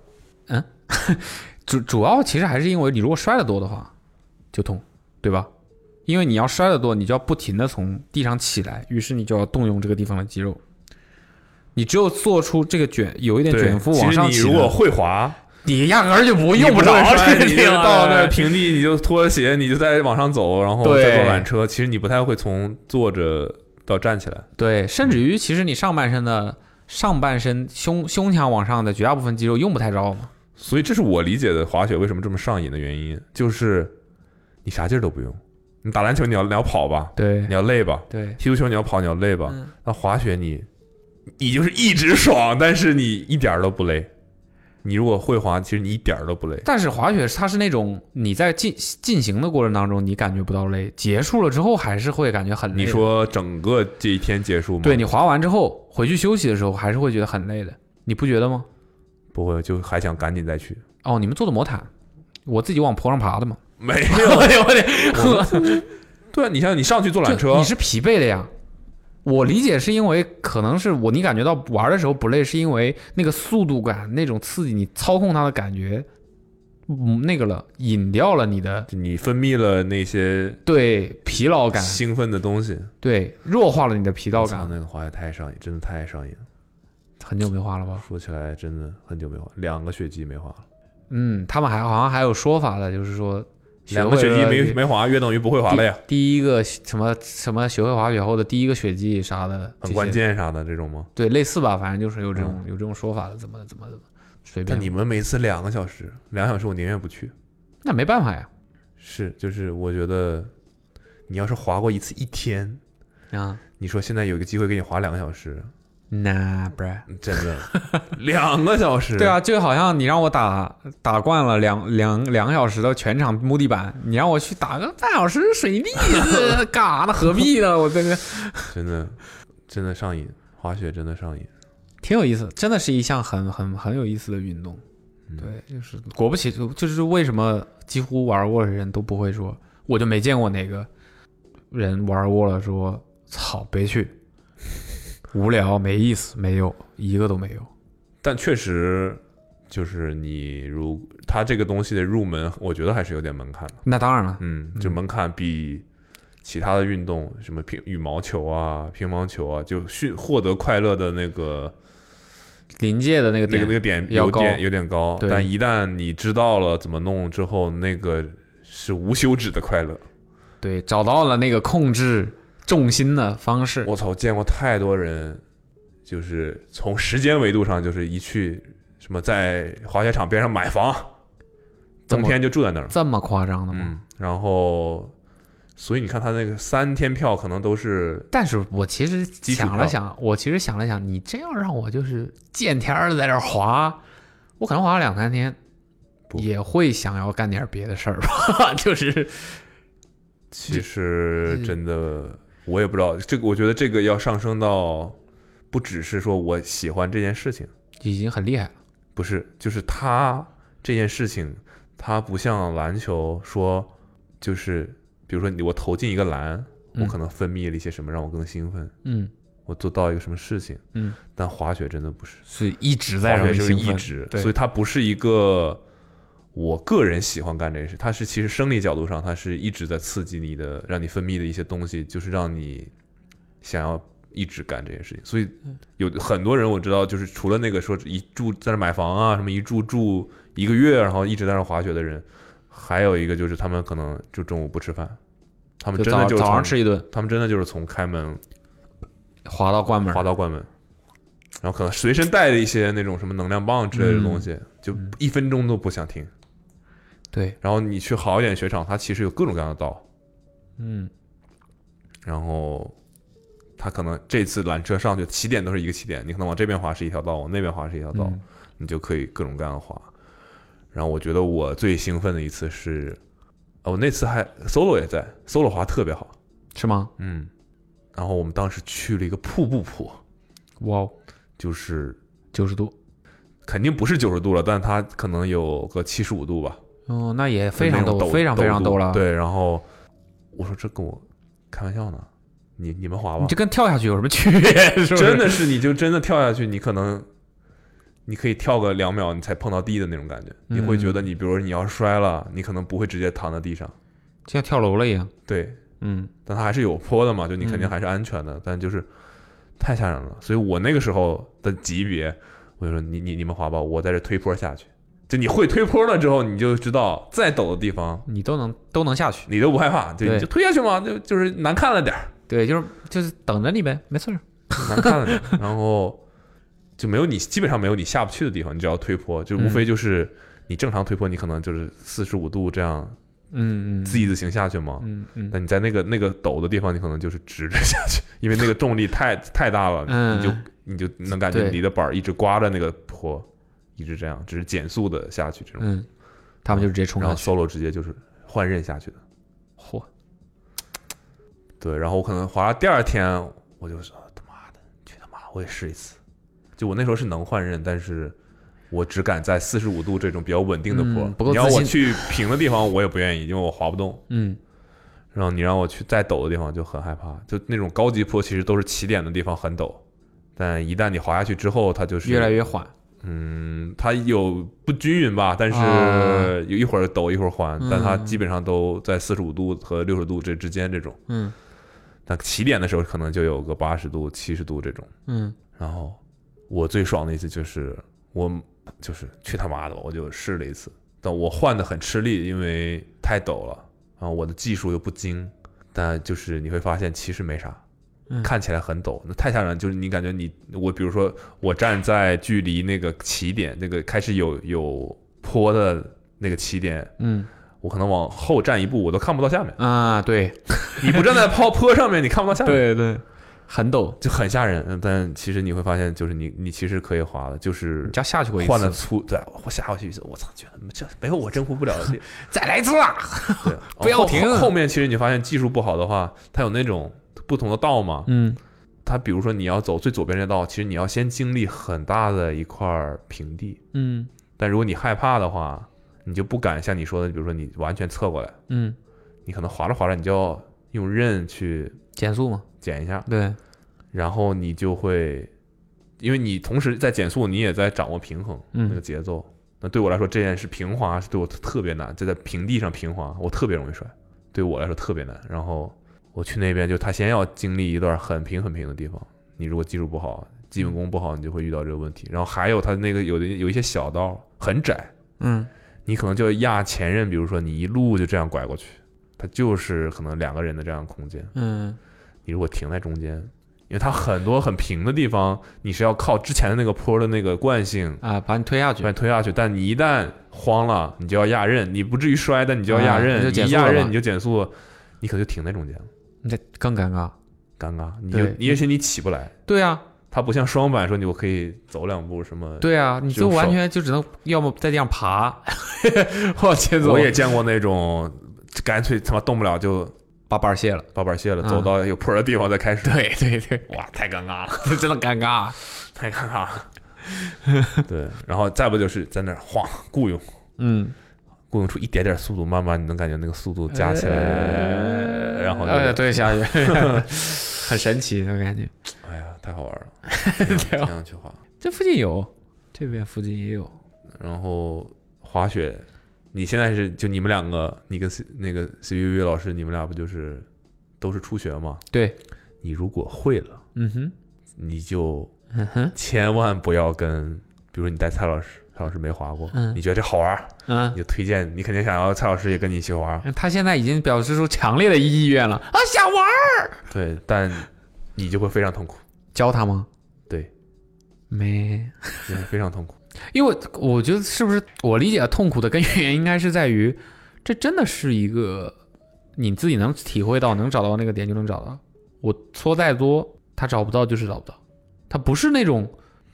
[SPEAKER 3] 主主要其实还是因为你如果摔得多的话，就痛，对吧？因为你要摔得多，你就要不停的从地上起来，于是你就要动用这个地方的肌肉。你只有做出这个卷，有一点卷腹往上
[SPEAKER 2] 其
[SPEAKER 3] 起
[SPEAKER 2] 实
[SPEAKER 3] 的，
[SPEAKER 2] 你如果会滑，
[SPEAKER 3] 你压根儿就不
[SPEAKER 2] 你
[SPEAKER 3] 用
[SPEAKER 2] 不
[SPEAKER 3] 着
[SPEAKER 2] 会摔
[SPEAKER 3] 这个
[SPEAKER 2] 你
[SPEAKER 3] 地
[SPEAKER 2] 就
[SPEAKER 3] 方
[SPEAKER 2] 到那儿平地，你就脱鞋，你就再往上走，然后
[SPEAKER 3] 对
[SPEAKER 2] 再坐缆车。其实你不太会从坐着到站起来。
[SPEAKER 3] 对，甚至于其实你上半身的上半身胸胸腔往上的绝大部分肌肉用不太着嘛。
[SPEAKER 2] 所以这是我理解的滑雪为什么这么上瘾的原因，就是你啥劲儿都不用。你打篮球你要你要跑吧，
[SPEAKER 3] 对
[SPEAKER 2] 你要累吧，
[SPEAKER 3] 对，
[SPEAKER 2] 踢足球你要跑你要累吧，
[SPEAKER 3] 嗯
[SPEAKER 2] 那滑雪你你就是一直爽，但是你一点儿都不累。你如果会滑，其实你一点儿都不累。
[SPEAKER 3] 但是滑雪它是那种你在进进行的过程当中，你感觉不到累，结束了之后还是会感觉很累。
[SPEAKER 2] 你说整个这一天结束吗？
[SPEAKER 3] 对你滑完之后回去休息的时候，还是会觉得很累的，你不觉得吗？
[SPEAKER 2] 不会，就还想赶紧再去。
[SPEAKER 3] 哦，你们做的魔毯，我自己往坡上爬的嘛。
[SPEAKER 2] 没
[SPEAKER 3] 哎呦
[SPEAKER 2] 有，
[SPEAKER 3] 我 的我的，
[SPEAKER 2] 对啊，你像你上去坐缆
[SPEAKER 3] 就
[SPEAKER 2] 车
[SPEAKER 3] 你，是疲惫的呀。我理解是因为可能是我你感觉到玩的时候不累，是因为那个速度感、那种刺激，你操控它的感觉，嗯，那个了，引掉了你的
[SPEAKER 2] 你分泌了那些
[SPEAKER 3] 对疲劳感，
[SPEAKER 2] 兴奋的东西。
[SPEAKER 3] 对弱化了你的疲劳
[SPEAKER 2] 操
[SPEAKER 3] 感。
[SPEAKER 2] 那个滑也太上瘾，真的太上瘾了。
[SPEAKER 3] 很久没滑了吧？
[SPEAKER 2] 说起来真的很久没滑，两个雪季没滑了，
[SPEAKER 3] 嗯，他们还好像还有说法的，就是说
[SPEAKER 2] 两个
[SPEAKER 3] 学
[SPEAKER 2] 雪
[SPEAKER 3] 会
[SPEAKER 2] 季
[SPEAKER 3] 了
[SPEAKER 2] 没没滑，约等于不会滑了呀，
[SPEAKER 3] 第第一个什么什么学会滑雪后的第一个雪季啥的，
[SPEAKER 2] 很
[SPEAKER 3] 这些
[SPEAKER 2] 关。键啥的这种吗？
[SPEAKER 3] 对，类似吧，反正就是有这种、有这种说法的，怎么怎么怎么随便
[SPEAKER 2] 但。你们每次两个小时，两个小时我宁愿不去。
[SPEAKER 3] 那没办法呀，
[SPEAKER 2] 是，就是我觉得你要是滑过一次一天，
[SPEAKER 3] 啊，
[SPEAKER 2] 你说现在有一个机会给你滑两个小时，
[SPEAKER 3] 那不是。
[SPEAKER 2] 真的 两个小时，
[SPEAKER 3] 对，啊，就好像你让我打打惯了两两两个小时的全场木地板，你让我去打个半小时水地， 这干啥呢？何必呢？我真的
[SPEAKER 2] 真的真的上瘾，滑雪真的上瘾。
[SPEAKER 3] 挺有意思，真的是一项很很很有意思的运动。对，就是嗯果不其就就是为什么几乎玩过的人都不会说，我就没见过哪个人玩过了说操别 去，无聊没意思，没有一个都没有。
[SPEAKER 2] 但确实就是你如它这个东西的入门，我觉得还是有点门槛的。
[SPEAKER 3] 那当然了，
[SPEAKER 2] 嗯，就门槛比其他的运动，什么乒羽毛球啊、乒乓球啊，就训获得快乐的那个
[SPEAKER 3] 临界的那个
[SPEAKER 2] 那
[SPEAKER 3] 点
[SPEAKER 2] 个那个点
[SPEAKER 3] 要
[SPEAKER 2] 有点
[SPEAKER 3] 高
[SPEAKER 2] 有点高。
[SPEAKER 3] 对
[SPEAKER 2] 但一旦你知道了怎么弄之后，那个是无休止的快乐。
[SPEAKER 3] 对，找到了那个控制重心的方式。
[SPEAKER 2] 我操，见过太多人，就是从时间维度上，就是一去什么在滑雪场边上买房，
[SPEAKER 3] 这么
[SPEAKER 2] 冬天就住在那儿。
[SPEAKER 3] 这么夸张的吗？
[SPEAKER 2] 嗯，然后，所以你看他那个三天票可能都是
[SPEAKER 3] 但是我其实
[SPEAKER 2] 基础
[SPEAKER 3] 想了
[SPEAKER 2] 票
[SPEAKER 3] 想，我其实想了想，你真要让我就是见天儿在这儿滑，我可能滑两三天，
[SPEAKER 2] 不
[SPEAKER 3] 也会想要干点别的事儿吧。 就是
[SPEAKER 2] 其实真的，我也不知道这个。我觉得这个要上升到，不只是说我喜欢这件事情，
[SPEAKER 3] 已经很厉害了，
[SPEAKER 2] 不是，就是他这件事情，它不像篮球说，就是比如说你我投进一个篮，我
[SPEAKER 3] 嗯
[SPEAKER 2] 可能分泌了一些什么让我更兴奋，
[SPEAKER 3] 嗯，
[SPEAKER 2] 我做到一个什么事情，
[SPEAKER 3] 嗯。
[SPEAKER 2] 但滑雪真的不是，
[SPEAKER 3] 所以一直在
[SPEAKER 2] 滑
[SPEAKER 3] 让
[SPEAKER 2] 雪
[SPEAKER 3] 人
[SPEAKER 2] 就是
[SPEAKER 3] 兴
[SPEAKER 2] 一
[SPEAKER 3] 奋
[SPEAKER 2] 直，
[SPEAKER 3] 对
[SPEAKER 2] 所以它不是一个。我个人喜欢干这件事，它是其实生理角度上，它是一直在刺激你的，让你分泌的一些东西，就是让你想要一直干这件事情。所以有
[SPEAKER 3] 嗯
[SPEAKER 2] 很多人我知道，就是除了那个说一住在那买房啊，什么一住住一个月，然后一直在那滑雪的人，还有一个就是他们可能就中午不吃饭，他们
[SPEAKER 3] 就
[SPEAKER 2] 真的
[SPEAKER 3] 早
[SPEAKER 2] 就是
[SPEAKER 3] 早上
[SPEAKER 2] 从
[SPEAKER 3] 吃一顿，
[SPEAKER 2] 他们真的就是从开门
[SPEAKER 3] 滑到关门
[SPEAKER 2] 滑
[SPEAKER 3] 儿，
[SPEAKER 2] 到关门，然后可能随身带了一些那种什么能量棒之类的东西，就一分钟都不想停。
[SPEAKER 3] 对，
[SPEAKER 2] 然后你去好一点雪场，它其实有各种各样的道，
[SPEAKER 3] 嗯，
[SPEAKER 2] 然后它可能这次缆车上去起点都是一个起点，你可能往这边滑是一条道，往那边滑是一条道，
[SPEAKER 3] 嗯
[SPEAKER 2] 你就可以各种各样的滑。然后我觉得我最兴奋的一次是，哦，我那次还 solo 也在，solo 滑特别好，
[SPEAKER 3] 是吗？
[SPEAKER 2] 嗯。然后我们当时去了一个瀑布坡，
[SPEAKER 3] 哇哦，
[SPEAKER 2] 就是
[SPEAKER 3] 九十度，
[SPEAKER 2] 肯定不是九十度了，但它可能有个七十五度吧，
[SPEAKER 3] 哦，那也非常
[SPEAKER 2] 那种
[SPEAKER 3] 陡，非常非常
[SPEAKER 2] 度
[SPEAKER 3] 陡了。，
[SPEAKER 2] 对，然后我说这跟我开玩笑呢，你你们滑吧
[SPEAKER 3] 你这，跟跳下去有什么区别？是不是
[SPEAKER 2] 真的是你就真的跳下去，你可能你可以跳个两秒，你才碰到地的那种感觉，你会觉得你比如说你要是摔了，你可能不会直接躺在地上，
[SPEAKER 3] 就像跳楼了一样。
[SPEAKER 2] 对，
[SPEAKER 3] 嗯，
[SPEAKER 2] 但它还是有坡的嘛，就你肯定
[SPEAKER 3] 嗯
[SPEAKER 2] 还是安全的，但就是太吓人了，所以我那个时候的级别，我就说你你你们滑吧，我在这推坡下去。就你会推坡了之后，你就知道再陡的地方
[SPEAKER 3] 你都能都能下去。
[SPEAKER 2] 你都不害怕，对，
[SPEAKER 3] 对
[SPEAKER 2] 你就推下去嘛，就就是难看了点儿，
[SPEAKER 3] 对，就是就是等着你呗，没事儿。
[SPEAKER 2] 难看了点儿，然后就没有你基本上没有你下不去的地方，你只要推坡，就
[SPEAKER 3] 嗯
[SPEAKER 2] 无非就是你正常推坡，你可能就是四十五度这样
[SPEAKER 3] 嗯嗯，
[SPEAKER 2] Z 字形下去嘛，
[SPEAKER 3] 嗯嗯
[SPEAKER 2] 那你在那个那个陡的地方，你可能就是直着下去，因为那个重力太太大了，
[SPEAKER 3] 嗯
[SPEAKER 2] 你就你就能感觉
[SPEAKER 3] 对
[SPEAKER 2] 你的板儿一直刮着那个坡，一直这样，只是减速的下去这种，
[SPEAKER 3] 嗯，他们就直接冲
[SPEAKER 2] 然
[SPEAKER 3] 上
[SPEAKER 2] 后 solo
[SPEAKER 3] 去。
[SPEAKER 2] 直接就是换刃下去的。
[SPEAKER 3] 嚯，
[SPEAKER 2] 对，然后我可能滑第二天，我就说他妈的，去他妈，我也试一次。就我那时候是能换刃，但是我只敢在四十五度这种比较稳定的坡。
[SPEAKER 3] 嗯不够
[SPEAKER 2] 你让
[SPEAKER 3] 自
[SPEAKER 2] 我
[SPEAKER 3] 信
[SPEAKER 2] 去平的地方，我也不愿意，因为我滑不动。
[SPEAKER 3] 嗯
[SPEAKER 2] 然后你让我去再陡的地方就很害怕，就那种高级坡其实都是起点的地方很陡，但一旦你滑下去之后，它就是
[SPEAKER 3] 越来越缓，
[SPEAKER 2] 嗯，它有不均匀吧，但
[SPEAKER 3] 啊
[SPEAKER 2] 是有一会儿陡一会儿缓，但它
[SPEAKER 3] 嗯
[SPEAKER 2] 基本上都在四十五度和六十度这之间这种。
[SPEAKER 3] 嗯
[SPEAKER 2] 但起点的时候可能就有个八十度、七十度这种。
[SPEAKER 3] 嗯
[SPEAKER 2] 然后我最爽的一次就是我就是去他妈的吧，我就试了一次，但我换的很吃力，因为太陡了，然后我的技术又不精，但就是你会发现其实没啥
[SPEAKER 3] 嗯。
[SPEAKER 2] 看起来很陡，那太吓人了。就是你感觉你我，比如说我站在距离那个起点，那个开始有有坡的那个起点，
[SPEAKER 3] 嗯
[SPEAKER 2] 我可能往后站一步，我都看不到下面。
[SPEAKER 3] 啊，对
[SPEAKER 2] 你不站在坡坡上面，你看不到下面。
[SPEAKER 3] 对，很陡，
[SPEAKER 2] 就很吓人。嗯但其实你会发现，就是你你其实可以滑的，就是
[SPEAKER 3] 加下去过一次，
[SPEAKER 2] 换了粗，对，我下回去一次，我操，觉得这没有我征服不了的 地。
[SPEAKER 3] 再来一次啊，
[SPEAKER 2] 对，
[SPEAKER 3] 不要
[SPEAKER 2] 后
[SPEAKER 3] 停
[SPEAKER 2] 后后面其实你发现技术不好的话，它有那种不同的道嘛。
[SPEAKER 3] 嗯
[SPEAKER 2] 它比如说你要走最左边这道，其实你要先经历很大的一块儿平地，
[SPEAKER 3] 嗯
[SPEAKER 2] 但如果你害怕的话，你就不敢像你说的，比如说你完全侧过来，
[SPEAKER 3] 嗯，
[SPEAKER 2] 你可能滑着滑着你就要用刃去
[SPEAKER 3] 减速嘛，
[SPEAKER 2] 剪一下，
[SPEAKER 3] 对，
[SPEAKER 2] 然后你就会，因为你同时在减速，你也在掌握平衡
[SPEAKER 3] 嗯
[SPEAKER 2] 那个节奏。那对我来说，这件事平滑是对我特别难，就在平地上平滑，我特别容易摔，对我来说特别难。然后我去那边，就他先要经历一段很平很平的地方，你如果技术不好，基本功不好，你就会遇到这个问题。然后还有他那个有的有一些小道很窄，
[SPEAKER 3] 嗯
[SPEAKER 2] 你可能就压前任，比如说你一路就这样拐过去，它就是可能两个人的这样的空间。
[SPEAKER 3] 嗯
[SPEAKER 2] 你如果停在中间，因为它很多很平的地方，你是要靠之前的那个坡的那个惯性
[SPEAKER 3] 啊，把你推下去
[SPEAKER 2] 把，你推下去。但你一旦慌了，你就要压刃，你不至于摔，但你就要压刃，
[SPEAKER 3] 啊你就
[SPEAKER 2] 你
[SPEAKER 3] 减
[SPEAKER 2] 一
[SPEAKER 3] 速了
[SPEAKER 2] 压刃
[SPEAKER 3] 嘛
[SPEAKER 2] 你就减速，你可能就停在中间了，
[SPEAKER 3] 那更尴尬。
[SPEAKER 2] 尴尬，你就
[SPEAKER 3] 对
[SPEAKER 2] 你而且你起不来。
[SPEAKER 3] 对啊，
[SPEAKER 2] 它不像双板说你我可以走两步什么。
[SPEAKER 3] 对啊，你就
[SPEAKER 2] 就
[SPEAKER 3] 完
[SPEAKER 2] 手
[SPEAKER 3] 全就只能要么在地上 爬，往前走，
[SPEAKER 2] 我也见过那种干脆他妈动不了就
[SPEAKER 3] 把板儿卸了。
[SPEAKER 2] 把板卸了，
[SPEAKER 3] 嗯
[SPEAKER 2] 走到有坡的地方再开始。
[SPEAKER 3] 对对对，
[SPEAKER 2] 哇，太尴尬了。
[SPEAKER 3] 这 真的尴尬。
[SPEAKER 2] 太尴尬了。对，然后再不就是在那儿晃雇佣，
[SPEAKER 3] 嗯，
[SPEAKER 2] 雇佣出一点点速度，慢慢你能感觉那个速度加起来，然后就、
[SPEAKER 3] 哎，对，下去，很神奇那种感觉。
[SPEAKER 2] 哎呀，太好玩 了，挺想挺想去滑。
[SPEAKER 3] 这附近有，这边附近也有。
[SPEAKER 2] 然后滑雪，你现在是就你们两个，你跟 C, 那个 C V V 老师，你们俩不就是都是初学吗？
[SPEAKER 3] 对，
[SPEAKER 2] 你如果会了，
[SPEAKER 3] 嗯哼，
[SPEAKER 2] 你就
[SPEAKER 3] 嗯哼，
[SPEAKER 2] 千万不要跟，比如说你带蔡老师，蔡老师没滑过，
[SPEAKER 3] 嗯
[SPEAKER 2] 你觉得这好玩儿，你
[SPEAKER 3] 嗯。
[SPEAKER 2] 就推荐，你肯定想要蔡老师也跟你一起玩儿，
[SPEAKER 3] 他现在已经表示出强烈的意愿了啊，想玩儿。
[SPEAKER 2] 对，但你就会非常痛苦，
[SPEAKER 3] 教他吗？
[SPEAKER 2] 对，
[SPEAKER 3] 没，
[SPEAKER 2] 你会非常痛苦。
[SPEAKER 3] 因为我我觉得是不是我理解的痛苦的根源应该是在于，这真的是一个你自己能体会到、能找到那个点就能找到。我搓再多，他找不到就是找不到，他不是那种，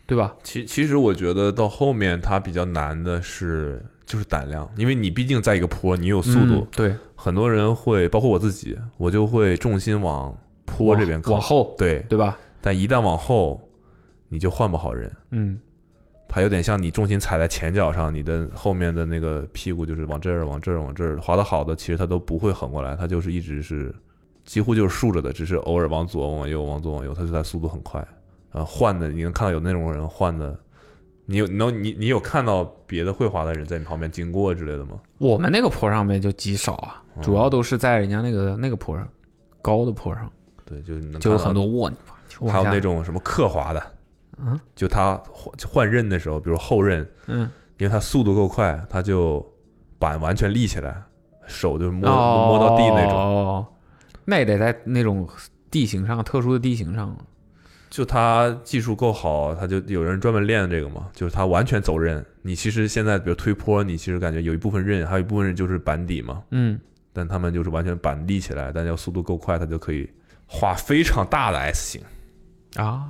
[SPEAKER 3] 对吧？
[SPEAKER 2] 其其实我觉得到后面它比较难的是就是胆量，因为你毕竟在一个坡，你有速度
[SPEAKER 3] 嗯，对，
[SPEAKER 2] 很多人会，包括我自己，我就会重心往坡这边靠，
[SPEAKER 3] 往后，
[SPEAKER 2] 对，
[SPEAKER 3] 对吧？
[SPEAKER 2] 但一旦往后，你就换不好人。
[SPEAKER 3] 嗯
[SPEAKER 2] 它有点像你重心踩在前脚上，你的后面的那个屁股就是往这儿、往这儿、往这儿滑的好的，其实它都不会横过来，它就是一直是几乎就是竖着的，只是偶尔往左、往右、往左、往右，它就在速度很快。呃，换的你能看到有那种人换的，你有能你你有看到别的会滑的人在你旁边经过之类的吗？
[SPEAKER 3] 我们那个坡上面就极少啊，主要都是在人家那个那个坡上，高的坡上
[SPEAKER 2] 对，就是你能
[SPEAKER 3] 就有
[SPEAKER 2] 看到
[SPEAKER 3] 很多卧你妈就
[SPEAKER 2] 还
[SPEAKER 3] 往
[SPEAKER 2] 有
[SPEAKER 3] 下
[SPEAKER 2] 那种什么刻滑的，
[SPEAKER 3] 嗯，
[SPEAKER 2] 就他换换刃的时候，比如后刃，
[SPEAKER 3] 嗯
[SPEAKER 2] 因为他速度够快，他就板完全立起来，手就摸、
[SPEAKER 3] 哦
[SPEAKER 2] 摸到地那种。
[SPEAKER 3] 哦，那也得在那种地形上，特殊的地形上。
[SPEAKER 2] 就他技术够好，他就有人专门练这个嘛，就是他完全走刃。你其实现在比如推坡，你其实感觉有一部分刃，还有一部分刃就是板底嘛，
[SPEAKER 3] 嗯，
[SPEAKER 2] 但他们就是完全板立起来，但要速度够快，他就可以画非常大的 S 型。
[SPEAKER 3] 啊，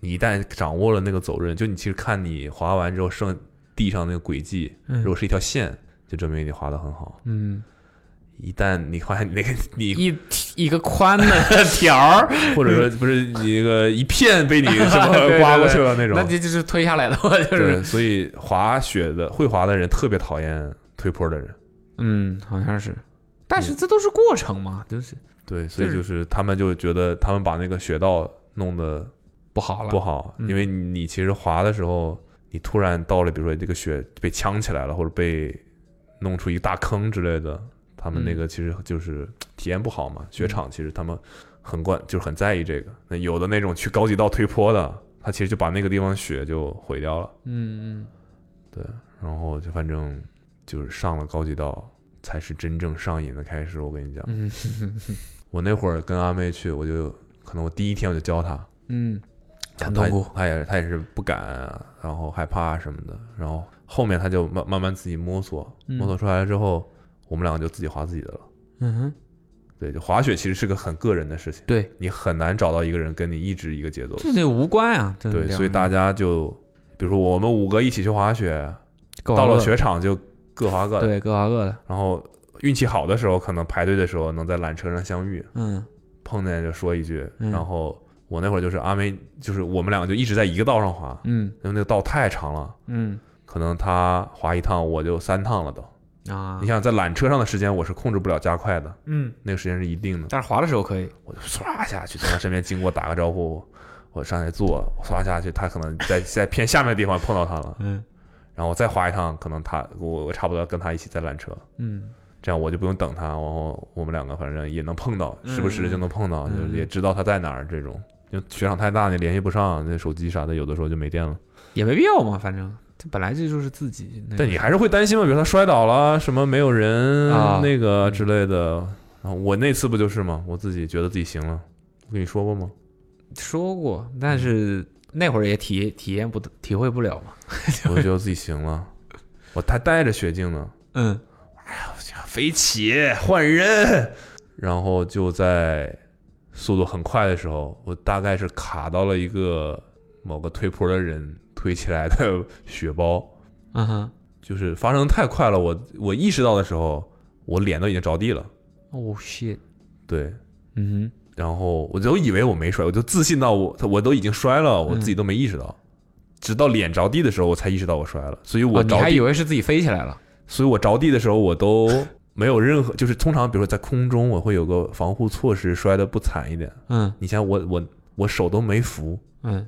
[SPEAKER 2] 你一旦掌握了那个走刃，就你其实看你滑完之后剩地上那个轨迹，
[SPEAKER 3] 嗯
[SPEAKER 2] 如果是一条线，就证明你滑得很好。
[SPEAKER 3] 嗯，
[SPEAKER 2] 一旦你发现你那个你
[SPEAKER 3] 一一个宽的条儿，
[SPEAKER 2] 或者说不是你那个一片被你什
[SPEAKER 3] 对对
[SPEAKER 2] 么
[SPEAKER 3] 对
[SPEAKER 2] 刮过去了那种
[SPEAKER 3] 那。这就是推下来的，我就是
[SPEAKER 2] 对，所以滑雪的会滑的人特别讨厌推坡的人。
[SPEAKER 3] 嗯，好像是，但是这都是过程嘛，就是
[SPEAKER 2] 对，所以就是他们就觉得他们把那个雪道弄得
[SPEAKER 3] 不好了，
[SPEAKER 2] 不好，
[SPEAKER 3] 嗯
[SPEAKER 2] 因为你其实滑的时候，你突然到了，比如说这个雪被呛起来了，或者被弄出一大坑之类的，他
[SPEAKER 3] 嗯
[SPEAKER 2] 们那个其实就是体验不好嘛。雪场其实他们很关，就是很在意这个。那有的那种去高级道推坡的，他其实就把那个地方雪就毁掉了。
[SPEAKER 3] 嗯嗯，
[SPEAKER 2] 对，然后就反正就是上了高级道，才是真正上瘾的开始。我跟你讲，
[SPEAKER 3] 嗯
[SPEAKER 2] 我那会儿跟阿妹去，我就可能我第一天我就教她，
[SPEAKER 3] 嗯，
[SPEAKER 2] 然
[SPEAKER 3] 很
[SPEAKER 2] 后
[SPEAKER 3] 痛
[SPEAKER 2] 他
[SPEAKER 3] 苦，
[SPEAKER 2] 他也他也是不敢啊，然后害怕啊什么的，然后后面他就慢慢慢自己摸索，
[SPEAKER 3] 嗯
[SPEAKER 2] 摸索出来了之后，我们两个就自己滑自己的了。
[SPEAKER 3] 嗯哼，
[SPEAKER 2] 对，就滑雪其实是个很个人的事情，
[SPEAKER 3] 对，
[SPEAKER 2] 你很难找到一个人跟你一直一个节奏。
[SPEAKER 3] 这得无关啊，这
[SPEAKER 2] 对，
[SPEAKER 3] 两
[SPEAKER 2] 所以大家就，比如说我们五个一起去滑雪，
[SPEAKER 3] 各
[SPEAKER 2] 到
[SPEAKER 3] 玩
[SPEAKER 2] 了
[SPEAKER 3] 各的
[SPEAKER 2] 雪场就各滑各的，
[SPEAKER 3] 对各玩各的，
[SPEAKER 2] 然后运气好的时候，可能排队的时候能在缆车上相遇，
[SPEAKER 3] 嗯
[SPEAKER 2] 碰见就说一句，
[SPEAKER 3] 嗯
[SPEAKER 2] 然后我那会儿就是阿梅，就是我们两个就一直在一个道上滑，
[SPEAKER 3] 嗯
[SPEAKER 2] 因为那个道太长了。
[SPEAKER 3] 嗯
[SPEAKER 2] 可能他滑一趟我就三趟了都。
[SPEAKER 3] 啊
[SPEAKER 2] 你，想在缆车上的时间我是控制不了加快的，
[SPEAKER 3] 嗯，
[SPEAKER 2] 那个时间是一定的。
[SPEAKER 3] 但是滑的时候可以，
[SPEAKER 2] 我就唰下去，从他身边经过打个招呼，我上去坐，我唰下去，他可能在在偏下面的地方碰到他了，
[SPEAKER 3] 嗯
[SPEAKER 2] 然后我再滑一趟，可能他我我差不多跟他一起在缆车，
[SPEAKER 3] 嗯
[SPEAKER 2] 这样我就不用等他，然后我们两个反正也能碰到，时不时就能碰到，
[SPEAKER 3] 嗯
[SPEAKER 2] 就是也知道他在哪儿这种。因为雪场太大，你联系不上，那手机啥的有的时候就没电了。
[SPEAKER 3] 也没必要嘛，反正这本来这就是自己那个，
[SPEAKER 2] 但你还是会担心嘛，比如他摔倒了，什么没有人、
[SPEAKER 3] 啊
[SPEAKER 2] 那个之类的。然后我那次不就是吗？我自己觉得自己行了，我跟你说过 吗？
[SPEAKER 3] 说过，但是那会儿也体体验不体会不了嘛，
[SPEAKER 2] 我就觉得自己行了，我还戴着雪镜呢，
[SPEAKER 3] 嗯
[SPEAKER 2] 飞起换人，然后就在速度很快的时候，我大概是卡到了一个某个推坡的人推起来的雪包，
[SPEAKER 3] 嗯哼，
[SPEAKER 2] 就是发生得太快了，我 我意识到的时候，我脸都已经着地了，
[SPEAKER 3] 哦 shit，
[SPEAKER 2] 对，
[SPEAKER 3] 嗯哼，
[SPEAKER 2] 然后我就以为我没摔，我就自信到我我都已经摔了，我自己都没意识到，直到脸着地的时候我才意识到我摔了，所以我
[SPEAKER 3] 哦你
[SPEAKER 2] 着
[SPEAKER 3] 还
[SPEAKER 2] 地，
[SPEAKER 3] 以为是自己飞起来了，
[SPEAKER 2] 所以我着地的时候我都 没有任何，就是通常比如说在空中我会有个防护措施，摔得不惨一点。
[SPEAKER 3] 嗯
[SPEAKER 2] 你像我我我手都没扶，
[SPEAKER 3] 嗯，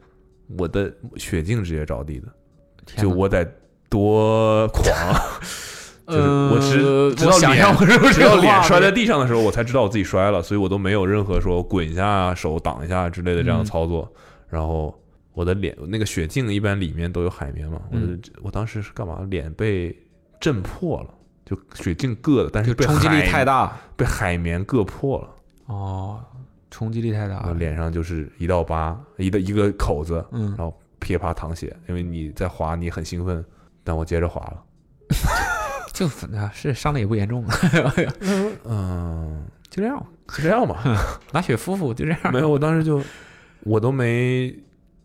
[SPEAKER 2] 我的雪镜直接着地的，
[SPEAKER 3] 天
[SPEAKER 2] 就
[SPEAKER 3] 哪
[SPEAKER 2] 我得多 狂，就是我直
[SPEAKER 3] 呃
[SPEAKER 2] 直到
[SPEAKER 3] 我想
[SPEAKER 2] 脸
[SPEAKER 3] 象不出
[SPEAKER 2] 只
[SPEAKER 3] 这
[SPEAKER 2] 要
[SPEAKER 3] 个画
[SPEAKER 2] 脸摔在
[SPEAKER 3] 面
[SPEAKER 2] 地上的时候，我才知道我自己摔了，所以我都没有任何说滚一下、手挡一下之类的这
[SPEAKER 3] 嗯
[SPEAKER 2] 样的操作。然后我的脸，那个雪镜一般里面都有海绵嘛，我的
[SPEAKER 3] 嗯
[SPEAKER 2] 我当时是干嘛？脸被震破了，就雪镜硌了，但是被
[SPEAKER 3] 冲击力
[SPEAKER 2] 海
[SPEAKER 3] 太，大
[SPEAKER 2] 被海绵硌破了，
[SPEAKER 3] 哦，冲击力太大
[SPEAKER 2] 我
[SPEAKER 3] 了，
[SPEAKER 2] 脸上就是一道疤，一个一个口子，
[SPEAKER 3] 嗯
[SPEAKER 2] 然，后噼啪淌血。因为你在滑，你很兴奋，但我接着滑了。
[SPEAKER 3] 就反正是伤的也不严重，啊
[SPEAKER 2] 嗯，
[SPEAKER 3] 就这样，
[SPEAKER 2] 就这样吧。
[SPEAKER 3] 拿雪敷敷，就这 样，
[SPEAKER 2] 没有，我当时就我都没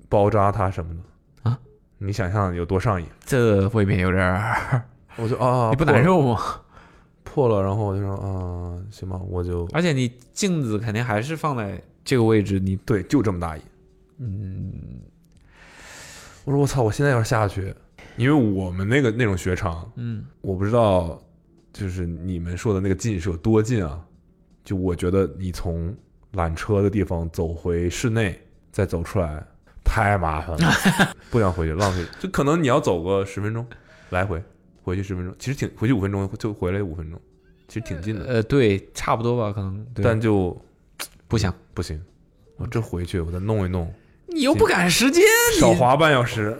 [SPEAKER 2] 包扎他什么的
[SPEAKER 3] 啊，
[SPEAKER 2] 你想象有多上瘾？
[SPEAKER 3] 这未免有点儿，
[SPEAKER 2] 我就啊，
[SPEAKER 3] 你不
[SPEAKER 2] 破
[SPEAKER 3] 难
[SPEAKER 2] 了
[SPEAKER 3] 受吗？
[SPEAKER 2] 破了，然后我就说啊，行吧，我就
[SPEAKER 3] 而且你镜子肯定还是放在这个位置，你
[SPEAKER 2] 对，就这么大瘾。
[SPEAKER 3] 嗯
[SPEAKER 2] 我说我操，我现在要是下去，因为我们那个那种雪场，
[SPEAKER 3] 嗯
[SPEAKER 2] 我不知道就是你们说的那个近是有多近啊？就我觉得你从缆车的地方走回室内，再走出来太麻烦了，不想回去，浪费。就可能你要走个十分钟，来回回去十分钟，其实挺回去五分钟就回来五分钟，其实挺近的，
[SPEAKER 3] 呃对，差不多吧，可能对
[SPEAKER 2] 但就
[SPEAKER 3] 不想，
[SPEAKER 2] 不行。我这回去我再弄一弄，
[SPEAKER 3] 你又不赶时间，你
[SPEAKER 2] 少滑半小时。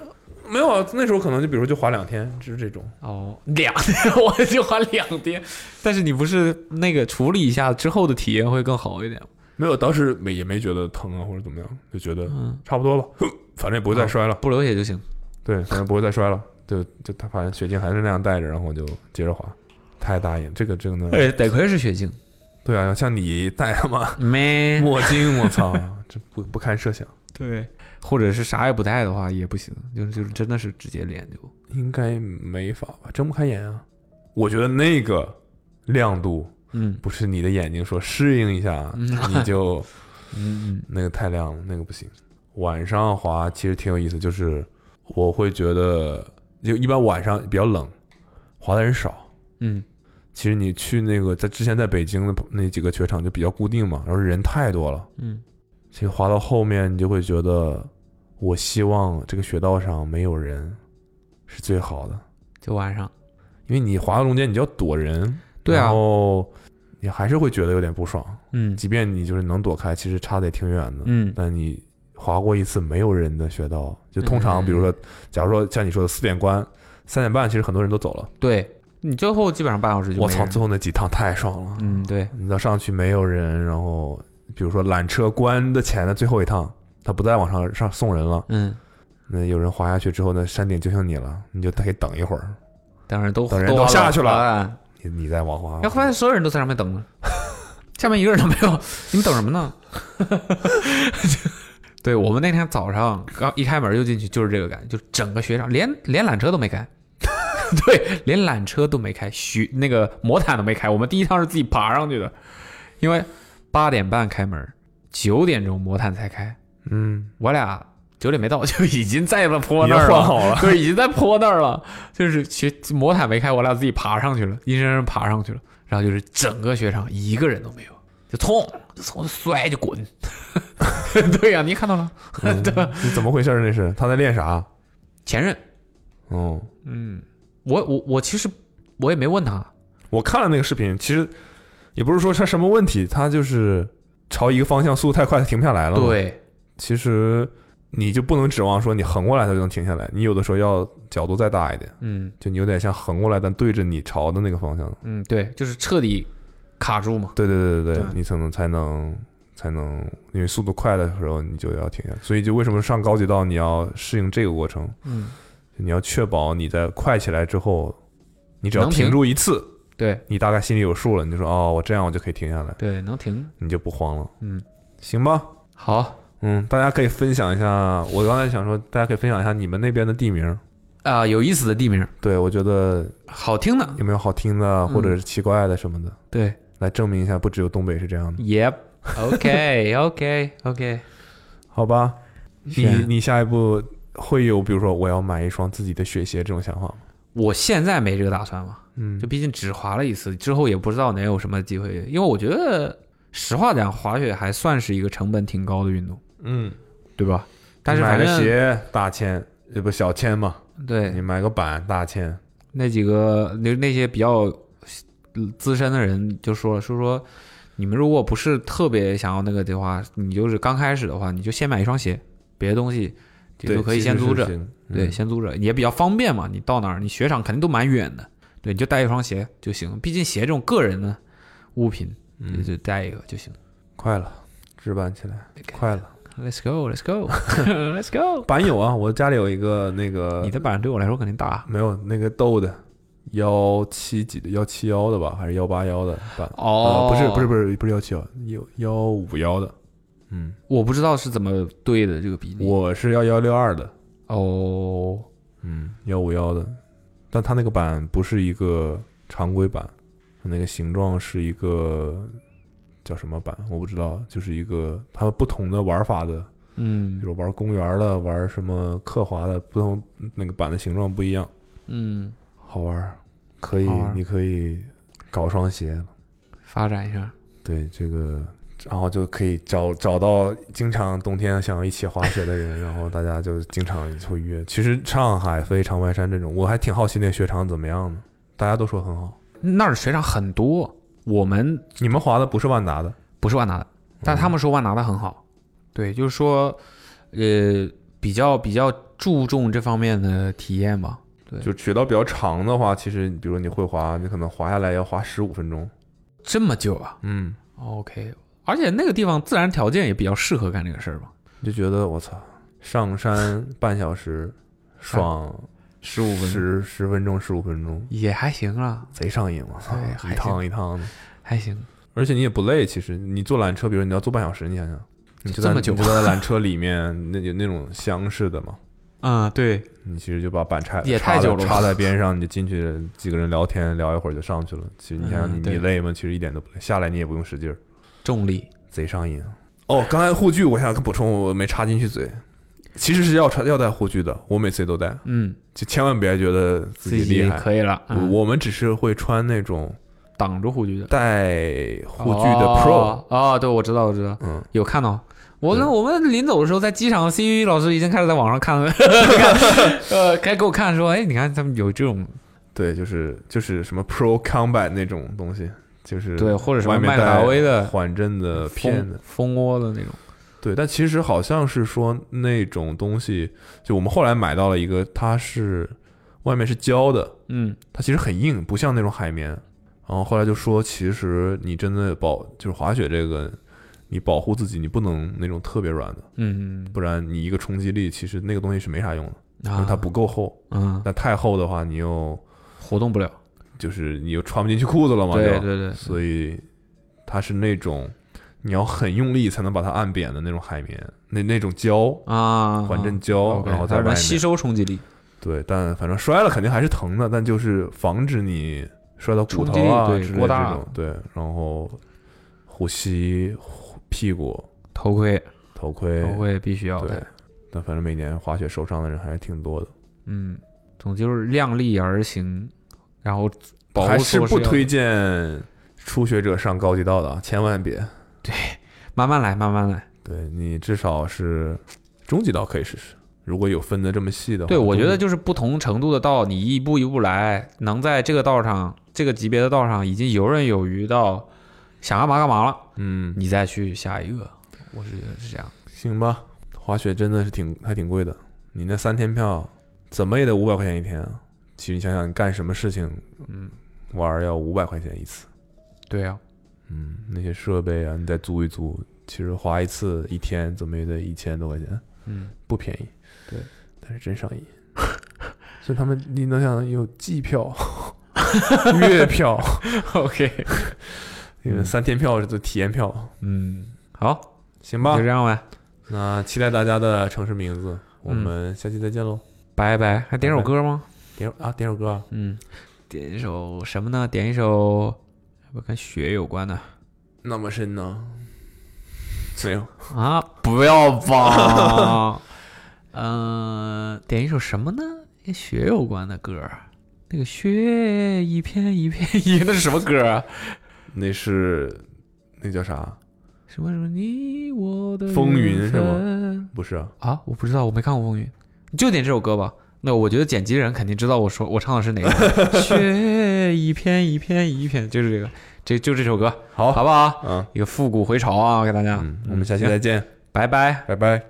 [SPEAKER 2] 没有，啊，那时候可能就比如就滑两天，就是这种。
[SPEAKER 3] 哦，两 天我就花两天，但是你不是那个处理一下之后的体验会更好一点吗？
[SPEAKER 2] 没有，当时没也没觉得疼啊或者怎么样，就觉得
[SPEAKER 3] 嗯，
[SPEAKER 2] 差不多吧，反正也不会再摔了。
[SPEAKER 3] 不流血就行。
[SPEAKER 2] 对，反正不会再摔了。就就他反正雪镜还是那样戴着，然后我就接着滑，太大瘾，这个真的。
[SPEAKER 3] 哎，得亏是血镜，
[SPEAKER 2] 对啊，像你戴他妈
[SPEAKER 3] 没
[SPEAKER 2] 墨镜，我操， 这不不堪设想。
[SPEAKER 3] 对，或者是啥也不带的话也不行，就就是真的是直接脸就
[SPEAKER 2] 应该没法吧？睁不开眼啊！我觉得那个亮度
[SPEAKER 3] 嗯
[SPEAKER 2] 不是你的眼睛说适应一下，你就
[SPEAKER 3] 嗯
[SPEAKER 2] 那个太亮了，那个不行。晚上滑其实挺有意思，就是我会觉得，就一般晚上比较冷，滑的人少。
[SPEAKER 3] 嗯
[SPEAKER 2] 其实你去那个在之前在北京的那几个雪场就比较固定嘛，然后人太多了。
[SPEAKER 3] 嗯
[SPEAKER 2] 其实滑到后面，你就会觉得，我希望这个雪道上没有人是最好的，
[SPEAKER 3] 就晚上
[SPEAKER 2] 因为你滑到中间，你就要躲人，
[SPEAKER 3] 对啊
[SPEAKER 2] 然后你还是会觉得有点不爽，
[SPEAKER 3] 嗯
[SPEAKER 2] 即便你就是能躲开，其实差的也挺远的，
[SPEAKER 3] 嗯
[SPEAKER 2] 但你滑过一次没有人的雪道，就通常
[SPEAKER 3] 嗯
[SPEAKER 2] 比如说，假如说像你说的四点关。三点半，其实很多人都走了。
[SPEAKER 3] 对你最后基本上半小时就
[SPEAKER 2] 我
[SPEAKER 3] 没
[SPEAKER 2] 操，
[SPEAKER 3] 人
[SPEAKER 2] 最后那几趟太爽了！
[SPEAKER 3] 嗯对
[SPEAKER 2] 你到上去没有人，然后比如说缆车关的前的最后一趟，他不再往上上送人了，
[SPEAKER 3] 嗯
[SPEAKER 2] 那有人滑下去之后呢，山顶就剩你了，你就可以等一会儿，
[SPEAKER 3] 当然都
[SPEAKER 2] 等人
[SPEAKER 3] 都
[SPEAKER 2] 都
[SPEAKER 3] 滑
[SPEAKER 2] 下去了
[SPEAKER 3] 啊
[SPEAKER 2] 你你再往滑
[SPEAKER 3] 然后。发现所有人都在上面等着，下面一个人都没有，你们等什么呢？ 对我们那天早上刚一开门就进去，就是这个感觉，就整个雪场连连缆车都没开， 对，连缆车都没开，雪那个魔毯都没开，我们第一趟是自己爬上去的，因为八点半开门，九点钟魔毯才开，
[SPEAKER 2] 嗯，
[SPEAKER 3] 我俩九点没到就已经在了坡
[SPEAKER 2] 你
[SPEAKER 3] 那
[SPEAKER 2] 要
[SPEAKER 3] 儿
[SPEAKER 2] 换
[SPEAKER 3] 了，
[SPEAKER 2] 好 了，
[SPEAKER 3] 对，已经在坡那儿了，就是雪魔毯没开，我俩自己爬上去了，硬生生爬上去了，然后就是整个雪场一个人都没有，就冲，就冲，就摔，就 滚。对呀、你看到了， 对吧？
[SPEAKER 2] 嗯你怎么回事儿？那是他在练啥？
[SPEAKER 3] 嗯前任，
[SPEAKER 2] 嗯，
[SPEAKER 3] 嗯，我我我其实我也没问他，
[SPEAKER 2] 我看了那个视频，其实也不是说他什么问题，他就是朝一个方向速度太快，他停不下
[SPEAKER 3] 嗯
[SPEAKER 2] 来了。，
[SPEAKER 3] 对，
[SPEAKER 2] 其实你就不能指望说你横过来他就能停下来，你有的时候要角度再大一点，
[SPEAKER 3] 嗯
[SPEAKER 2] 就你有点像横过来，但对着你朝的那个方向。
[SPEAKER 3] 嗯，对，就是彻底卡住嘛，
[SPEAKER 2] 对对对对
[SPEAKER 3] 对
[SPEAKER 2] 你才能才能才能，因为速度快的时候你就要停下，所以就为什么上高级道你要适应这个过程，
[SPEAKER 3] 嗯，
[SPEAKER 2] 你要确保你在快起来之后，你只要
[SPEAKER 3] 能停
[SPEAKER 2] 停住一次，
[SPEAKER 3] 对
[SPEAKER 2] 你大概心里有数了，你就说哦，我这样我就可以停下来，
[SPEAKER 3] 对，能停，
[SPEAKER 2] 你就不慌了，
[SPEAKER 3] 嗯，
[SPEAKER 2] 行吧，
[SPEAKER 3] 好
[SPEAKER 2] 嗯，大家可以分享一下，我刚才想说，大家可以分享一下你们那边的地名，
[SPEAKER 3] 啊、有意思的地名，
[SPEAKER 2] 对我觉得
[SPEAKER 3] 好听的，
[SPEAKER 2] 有没有好听的或者是奇怪的什么的，
[SPEAKER 3] 对
[SPEAKER 2] 来证明一下，不只有东北是这样的，
[SPEAKER 3] ，Yep，OK，OK，OK。
[SPEAKER 2] 好吧？你
[SPEAKER 3] 是
[SPEAKER 2] 你下一步会有比如说我要买一双自己的雪鞋这种想法吗？
[SPEAKER 3] 我现在没这个打算嘛，
[SPEAKER 2] 嗯
[SPEAKER 3] 就毕竟只滑了一次，之后也不知道能有什么机会。因为我觉得，实话讲，滑雪还算是一个成本挺高的运动，
[SPEAKER 2] 嗯，
[SPEAKER 3] 对吧？但是
[SPEAKER 2] 买
[SPEAKER 3] 反
[SPEAKER 2] 个
[SPEAKER 3] 正
[SPEAKER 2] 鞋嗯大千，这不小千嘛？你
[SPEAKER 3] 对
[SPEAKER 2] 买个板大千，
[SPEAKER 3] 那几个那那些比较呃资深的人就说了，说说你们如果不是特别想要那个的话，你就是刚开始的话，你就先买一双鞋，别的东西
[SPEAKER 2] 对，
[SPEAKER 3] 就可以
[SPEAKER 2] 其实
[SPEAKER 3] 先
[SPEAKER 2] 是嗯
[SPEAKER 3] 租着。
[SPEAKER 2] 行
[SPEAKER 3] 对，，先租着也比较方便嘛。你到哪儿，你雪场肯定都蛮远的，对，你就带一双鞋就行。毕竟鞋这种个人的物品，就
[SPEAKER 2] 嗯，嗯
[SPEAKER 3] 就带一个就行。
[SPEAKER 2] 快了，置办起来，快了。
[SPEAKER 3] Let's go, let's go, let's go。
[SPEAKER 2] 板有啊，我家里有一个那个，
[SPEAKER 3] 你的板对我来说肯定大
[SPEAKER 2] 没有那个豆的幺七几的幺七幺的吧，还是幺八幺的板？呃
[SPEAKER 3] 哦
[SPEAKER 2] 不是不是不是不是幺七幺，幺幺五幺的。嗯，
[SPEAKER 3] 我不知道是怎么对的这个比例。
[SPEAKER 2] 我是要幺六二的，
[SPEAKER 3] 哦，
[SPEAKER 2] 嗯，幺五幺的，但它那个板不是一个常规板，它那个形状是一个叫什么板我不知道，就是一个它们不同的玩法的，比
[SPEAKER 3] 嗯
[SPEAKER 2] 如玩公园的，玩什么刻滑的，不同那个板的形状不一样，
[SPEAKER 3] 嗯，
[SPEAKER 2] 好玩儿，可以
[SPEAKER 3] 好玩儿
[SPEAKER 2] 你可以搞双鞋，
[SPEAKER 3] 发展一下。
[SPEAKER 2] 对这个，然后就可以找找到经常冬天想要一起滑雪的人，然后大家就经常会约。其实上海飞长白山这种，我还挺好奇那雪场怎么样呢？大家都说很好。
[SPEAKER 3] 那儿雪场很多，我们
[SPEAKER 2] 你们滑的不是万达的，
[SPEAKER 3] 不是万达的，但他们说万达的很好。对，就是说，呃，比较比较注重这方面的体验吧。
[SPEAKER 2] 就雪道比较长的话，其实比如你会滑，你可能滑下来要滑十五分钟。
[SPEAKER 3] 这么久啊
[SPEAKER 2] 嗯，
[SPEAKER 3] ？OK，而且那个地方自然条件也比较适合干这个事儿吧？
[SPEAKER 2] 你就觉得我操，上山半小时，爽
[SPEAKER 3] 十五分
[SPEAKER 2] 十十分钟十五分钟，
[SPEAKER 3] 也还行啦，
[SPEAKER 2] 贼上瘾，我操
[SPEAKER 3] 对，还
[SPEAKER 2] 一趟一趟的。
[SPEAKER 3] 还行。
[SPEAKER 2] 而且你也不累，其实你坐缆车，比如你要坐半小时，你想想，你就
[SPEAKER 3] 这
[SPEAKER 2] 在
[SPEAKER 3] 么久
[SPEAKER 2] 你就在缆车里面，那有那种厢式的嘛，
[SPEAKER 3] 啊，对，
[SPEAKER 2] 你其实就把板插
[SPEAKER 3] 也
[SPEAKER 2] 插
[SPEAKER 3] 太久
[SPEAKER 2] 在
[SPEAKER 3] 了
[SPEAKER 2] 插
[SPEAKER 3] 吧
[SPEAKER 2] 在边上，你就进去几个人聊天聊一会儿就上去了。其实你想想你、
[SPEAKER 3] 嗯对
[SPEAKER 2] 你累吗？其实一点都不累，下来你也不用使劲儿，
[SPEAKER 3] 重力
[SPEAKER 2] 贼上瘾。哦，刚才护具我想补充，我没插进去嘴，其实是要插要带护具的，我每次也都带，
[SPEAKER 3] 嗯，
[SPEAKER 2] 就千万别觉得自己厉害。
[SPEAKER 3] 可以了，嗯
[SPEAKER 2] 我我们只是会穿那种
[SPEAKER 3] 挡住护具的
[SPEAKER 2] 带护具的 Pro，、
[SPEAKER 3] 哦哦，对，我知道，我知道，
[SPEAKER 2] 嗯，
[SPEAKER 3] 有看哦到。我那我们临走的时候，在机场，C U 老师已经开始在网上 看了，呃，开给我看说，哎，你看他们有这种
[SPEAKER 2] 对，就是就是什么 Pro Combat 那种东西，就是
[SPEAKER 3] 对，或者什么
[SPEAKER 2] 外面
[SPEAKER 3] 麦达
[SPEAKER 2] 带
[SPEAKER 3] 威的
[SPEAKER 2] 缓震
[SPEAKER 3] 呃
[SPEAKER 2] 的片
[SPEAKER 3] 蜂
[SPEAKER 2] 的，
[SPEAKER 3] 蜂窝的那种，
[SPEAKER 2] 对，但其实好像是说那种东西，就我们后来买到了一个，它是外面是胶的，
[SPEAKER 3] 嗯，
[SPEAKER 2] 它其实很硬，不像那种海绵。然后后来就说，其实你真的保就是滑雪这个，你保护自己，你不能那种特别软的，
[SPEAKER 3] 嗯，
[SPEAKER 2] 不然你一个冲击力，其实那个东西是没啥用的，因
[SPEAKER 3] 啊
[SPEAKER 2] 为，它不够厚。
[SPEAKER 3] 嗯，
[SPEAKER 2] 那太厚的话，你又
[SPEAKER 3] 活动不了，
[SPEAKER 2] 就是你又穿不进去裤子了嘛，
[SPEAKER 3] 对
[SPEAKER 2] 就
[SPEAKER 3] 对对，
[SPEAKER 2] 所以它是那种你要很用力才能把它按扁的那种海绵，那那种胶，
[SPEAKER 3] 啊，
[SPEAKER 2] 缓震胶，
[SPEAKER 3] OK，
[SPEAKER 2] 然后
[SPEAKER 3] 它
[SPEAKER 2] 在外
[SPEAKER 3] 能吸
[SPEAKER 2] 面。
[SPEAKER 3] 收冲击力，
[SPEAKER 2] 对，但反正摔了肯定还是疼的，但就是防止你摔到骨
[SPEAKER 3] 冲击
[SPEAKER 2] 头
[SPEAKER 3] 力
[SPEAKER 2] 啊
[SPEAKER 3] 对
[SPEAKER 2] 之类
[SPEAKER 3] 过
[SPEAKER 2] 这
[SPEAKER 3] 大
[SPEAKER 2] 种。对，然后呼吸、呼屁股、
[SPEAKER 3] 头盔
[SPEAKER 2] 头盔，
[SPEAKER 3] 头盔必须要
[SPEAKER 2] 对
[SPEAKER 3] 戴，。
[SPEAKER 2] 但反正每年滑雪受伤的人还是挺多的，
[SPEAKER 3] 嗯，总之就是量力而行，然后保护
[SPEAKER 2] 还是
[SPEAKER 3] 措施
[SPEAKER 2] 不
[SPEAKER 3] 要
[SPEAKER 2] 推荐初学者上高级道的，啊，千万别。
[SPEAKER 3] 慢慢来，慢慢来。
[SPEAKER 2] 对你至少是中级道可以试试，如果有分的这么细的话。
[SPEAKER 3] 对，我觉
[SPEAKER 2] 中
[SPEAKER 3] 得就是不同程度的道，你一步一步来，能在这个道上、这个级别的道上已经游刃有余到想干嘛干嘛了，
[SPEAKER 2] 嗯，
[SPEAKER 3] 你再去下一个。我是觉得是这样。
[SPEAKER 2] 行吧，滑雪真的是挺还挺贵的，你那三天票怎么也得五百块钱一天啊。其实你想想，你干什么事情，
[SPEAKER 3] 嗯，
[SPEAKER 2] 玩儿要五百块钱一次，
[SPEAKER 3] 对啊，
[SPEAKER 2] 嗯，那些设备啊，你再租一租，其实滑一次一天怎么也得一千多块钱，
[SPEAKER 3] 嗯，
[SPEAKER 2] 不便宜。
[SPEAKER 3] 对，
[SPEAKER 2] 但是真上瘾。 所以他们，你能想有季票、 月 票，
[SPEAKER 3] OK，
[SPEAKER 2] 因为三天票是体验票，
[SPEAKER 3] 嗯，好，
[SPEAKER 2] 行吧
[SPEAKER 3] 就这？样呗，
[SPEAKER 2] 那期待大家的城市名字，我
[SPEAKER 3] 嗯
[SPEAKER 2] 们下期再见喽！
[SPEAKER 3] 拜拜。还点首
[SPEAKER 2] 拜拜
[SPEAKER 3] 歌吗？
[SPEAKER 2] 点啊，点首歌啊。
[SPEAKER 3] 嗯，点一首什么呢？点一首不跟雪有关的
[SPEAKER 2] 那么深呢？没有，
[SPEAKER 3] 啊？不要 吧。嗯、点一首什么呢？跟雪有关的歌儿。那个雪一片一片一， 那是什么歌啊？
[SPEAKER 2] 那是那叫啥？
[SPEAKER 3] 什么什么你我的
[SPEAKER 2] 风云
[SPEAKER 3] 缘
[SPEAKER 2] 是吗
[SPEAKER 3] 分
[SPEAKER 2] 不是啊，
[SPEAKER 3] 啊？我不知道，我没看过风云，你就点这首歌吧。那我觉得剪辑人肯定知道我说我唱的是哪 个。雪一片一片一片，就是这个，这就这首歌，
[SPEAKER 2] 好
[SPEAKER 3] 好不好？
[SPEAKER 2] 嗯
[SPEAKER 3] 一个复古回潮啊，给大家。
[SPEAKER 2] 嗯，我们下期再
[SPEAKER 3] 行
[SPEAKER 2] 见，
[SPEAKER 3] 拜拜。
[SPEAKER 2] 拜拜。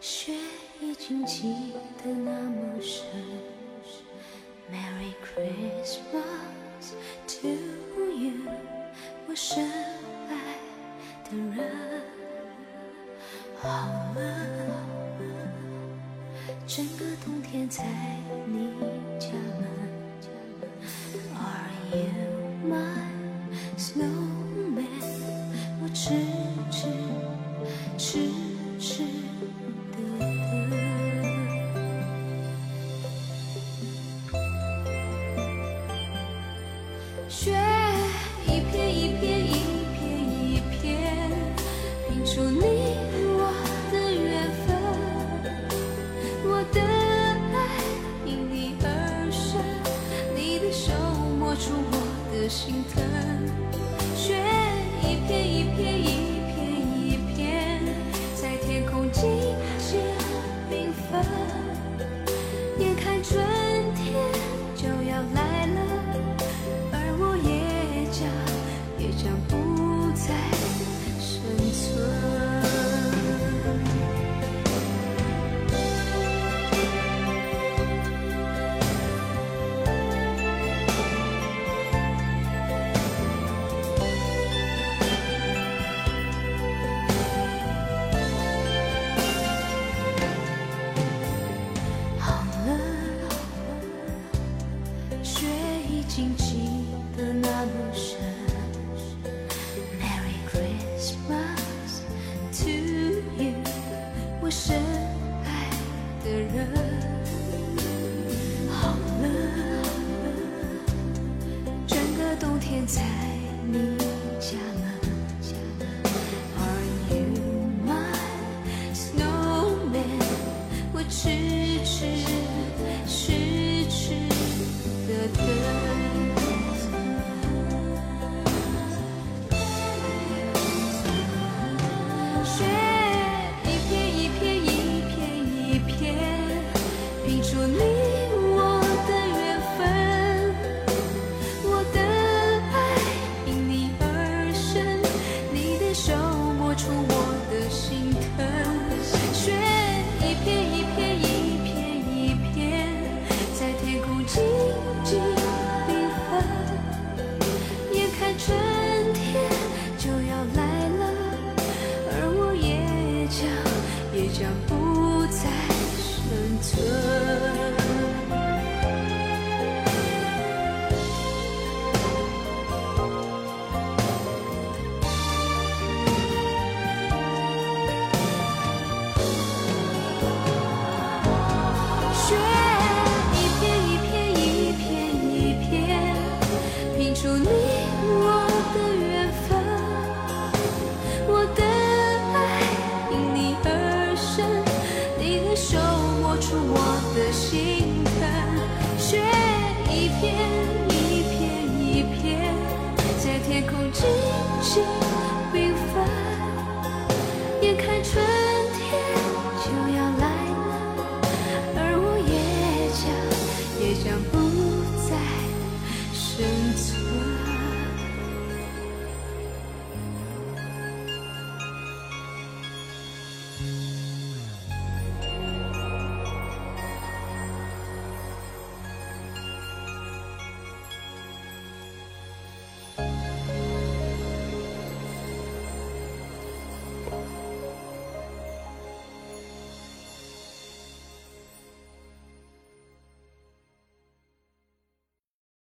[SPEAKER 6] 雪已经积得那么深。Merry Christmas to you，我深爱的人。好了，整个冬天在你家门。Are you my snowman？我痴痴痴痴的等。雪一片一片一片一片，拼出你我的缘分。我的爱因你而生，你的手摸出我的心疼。雪一片一片一知己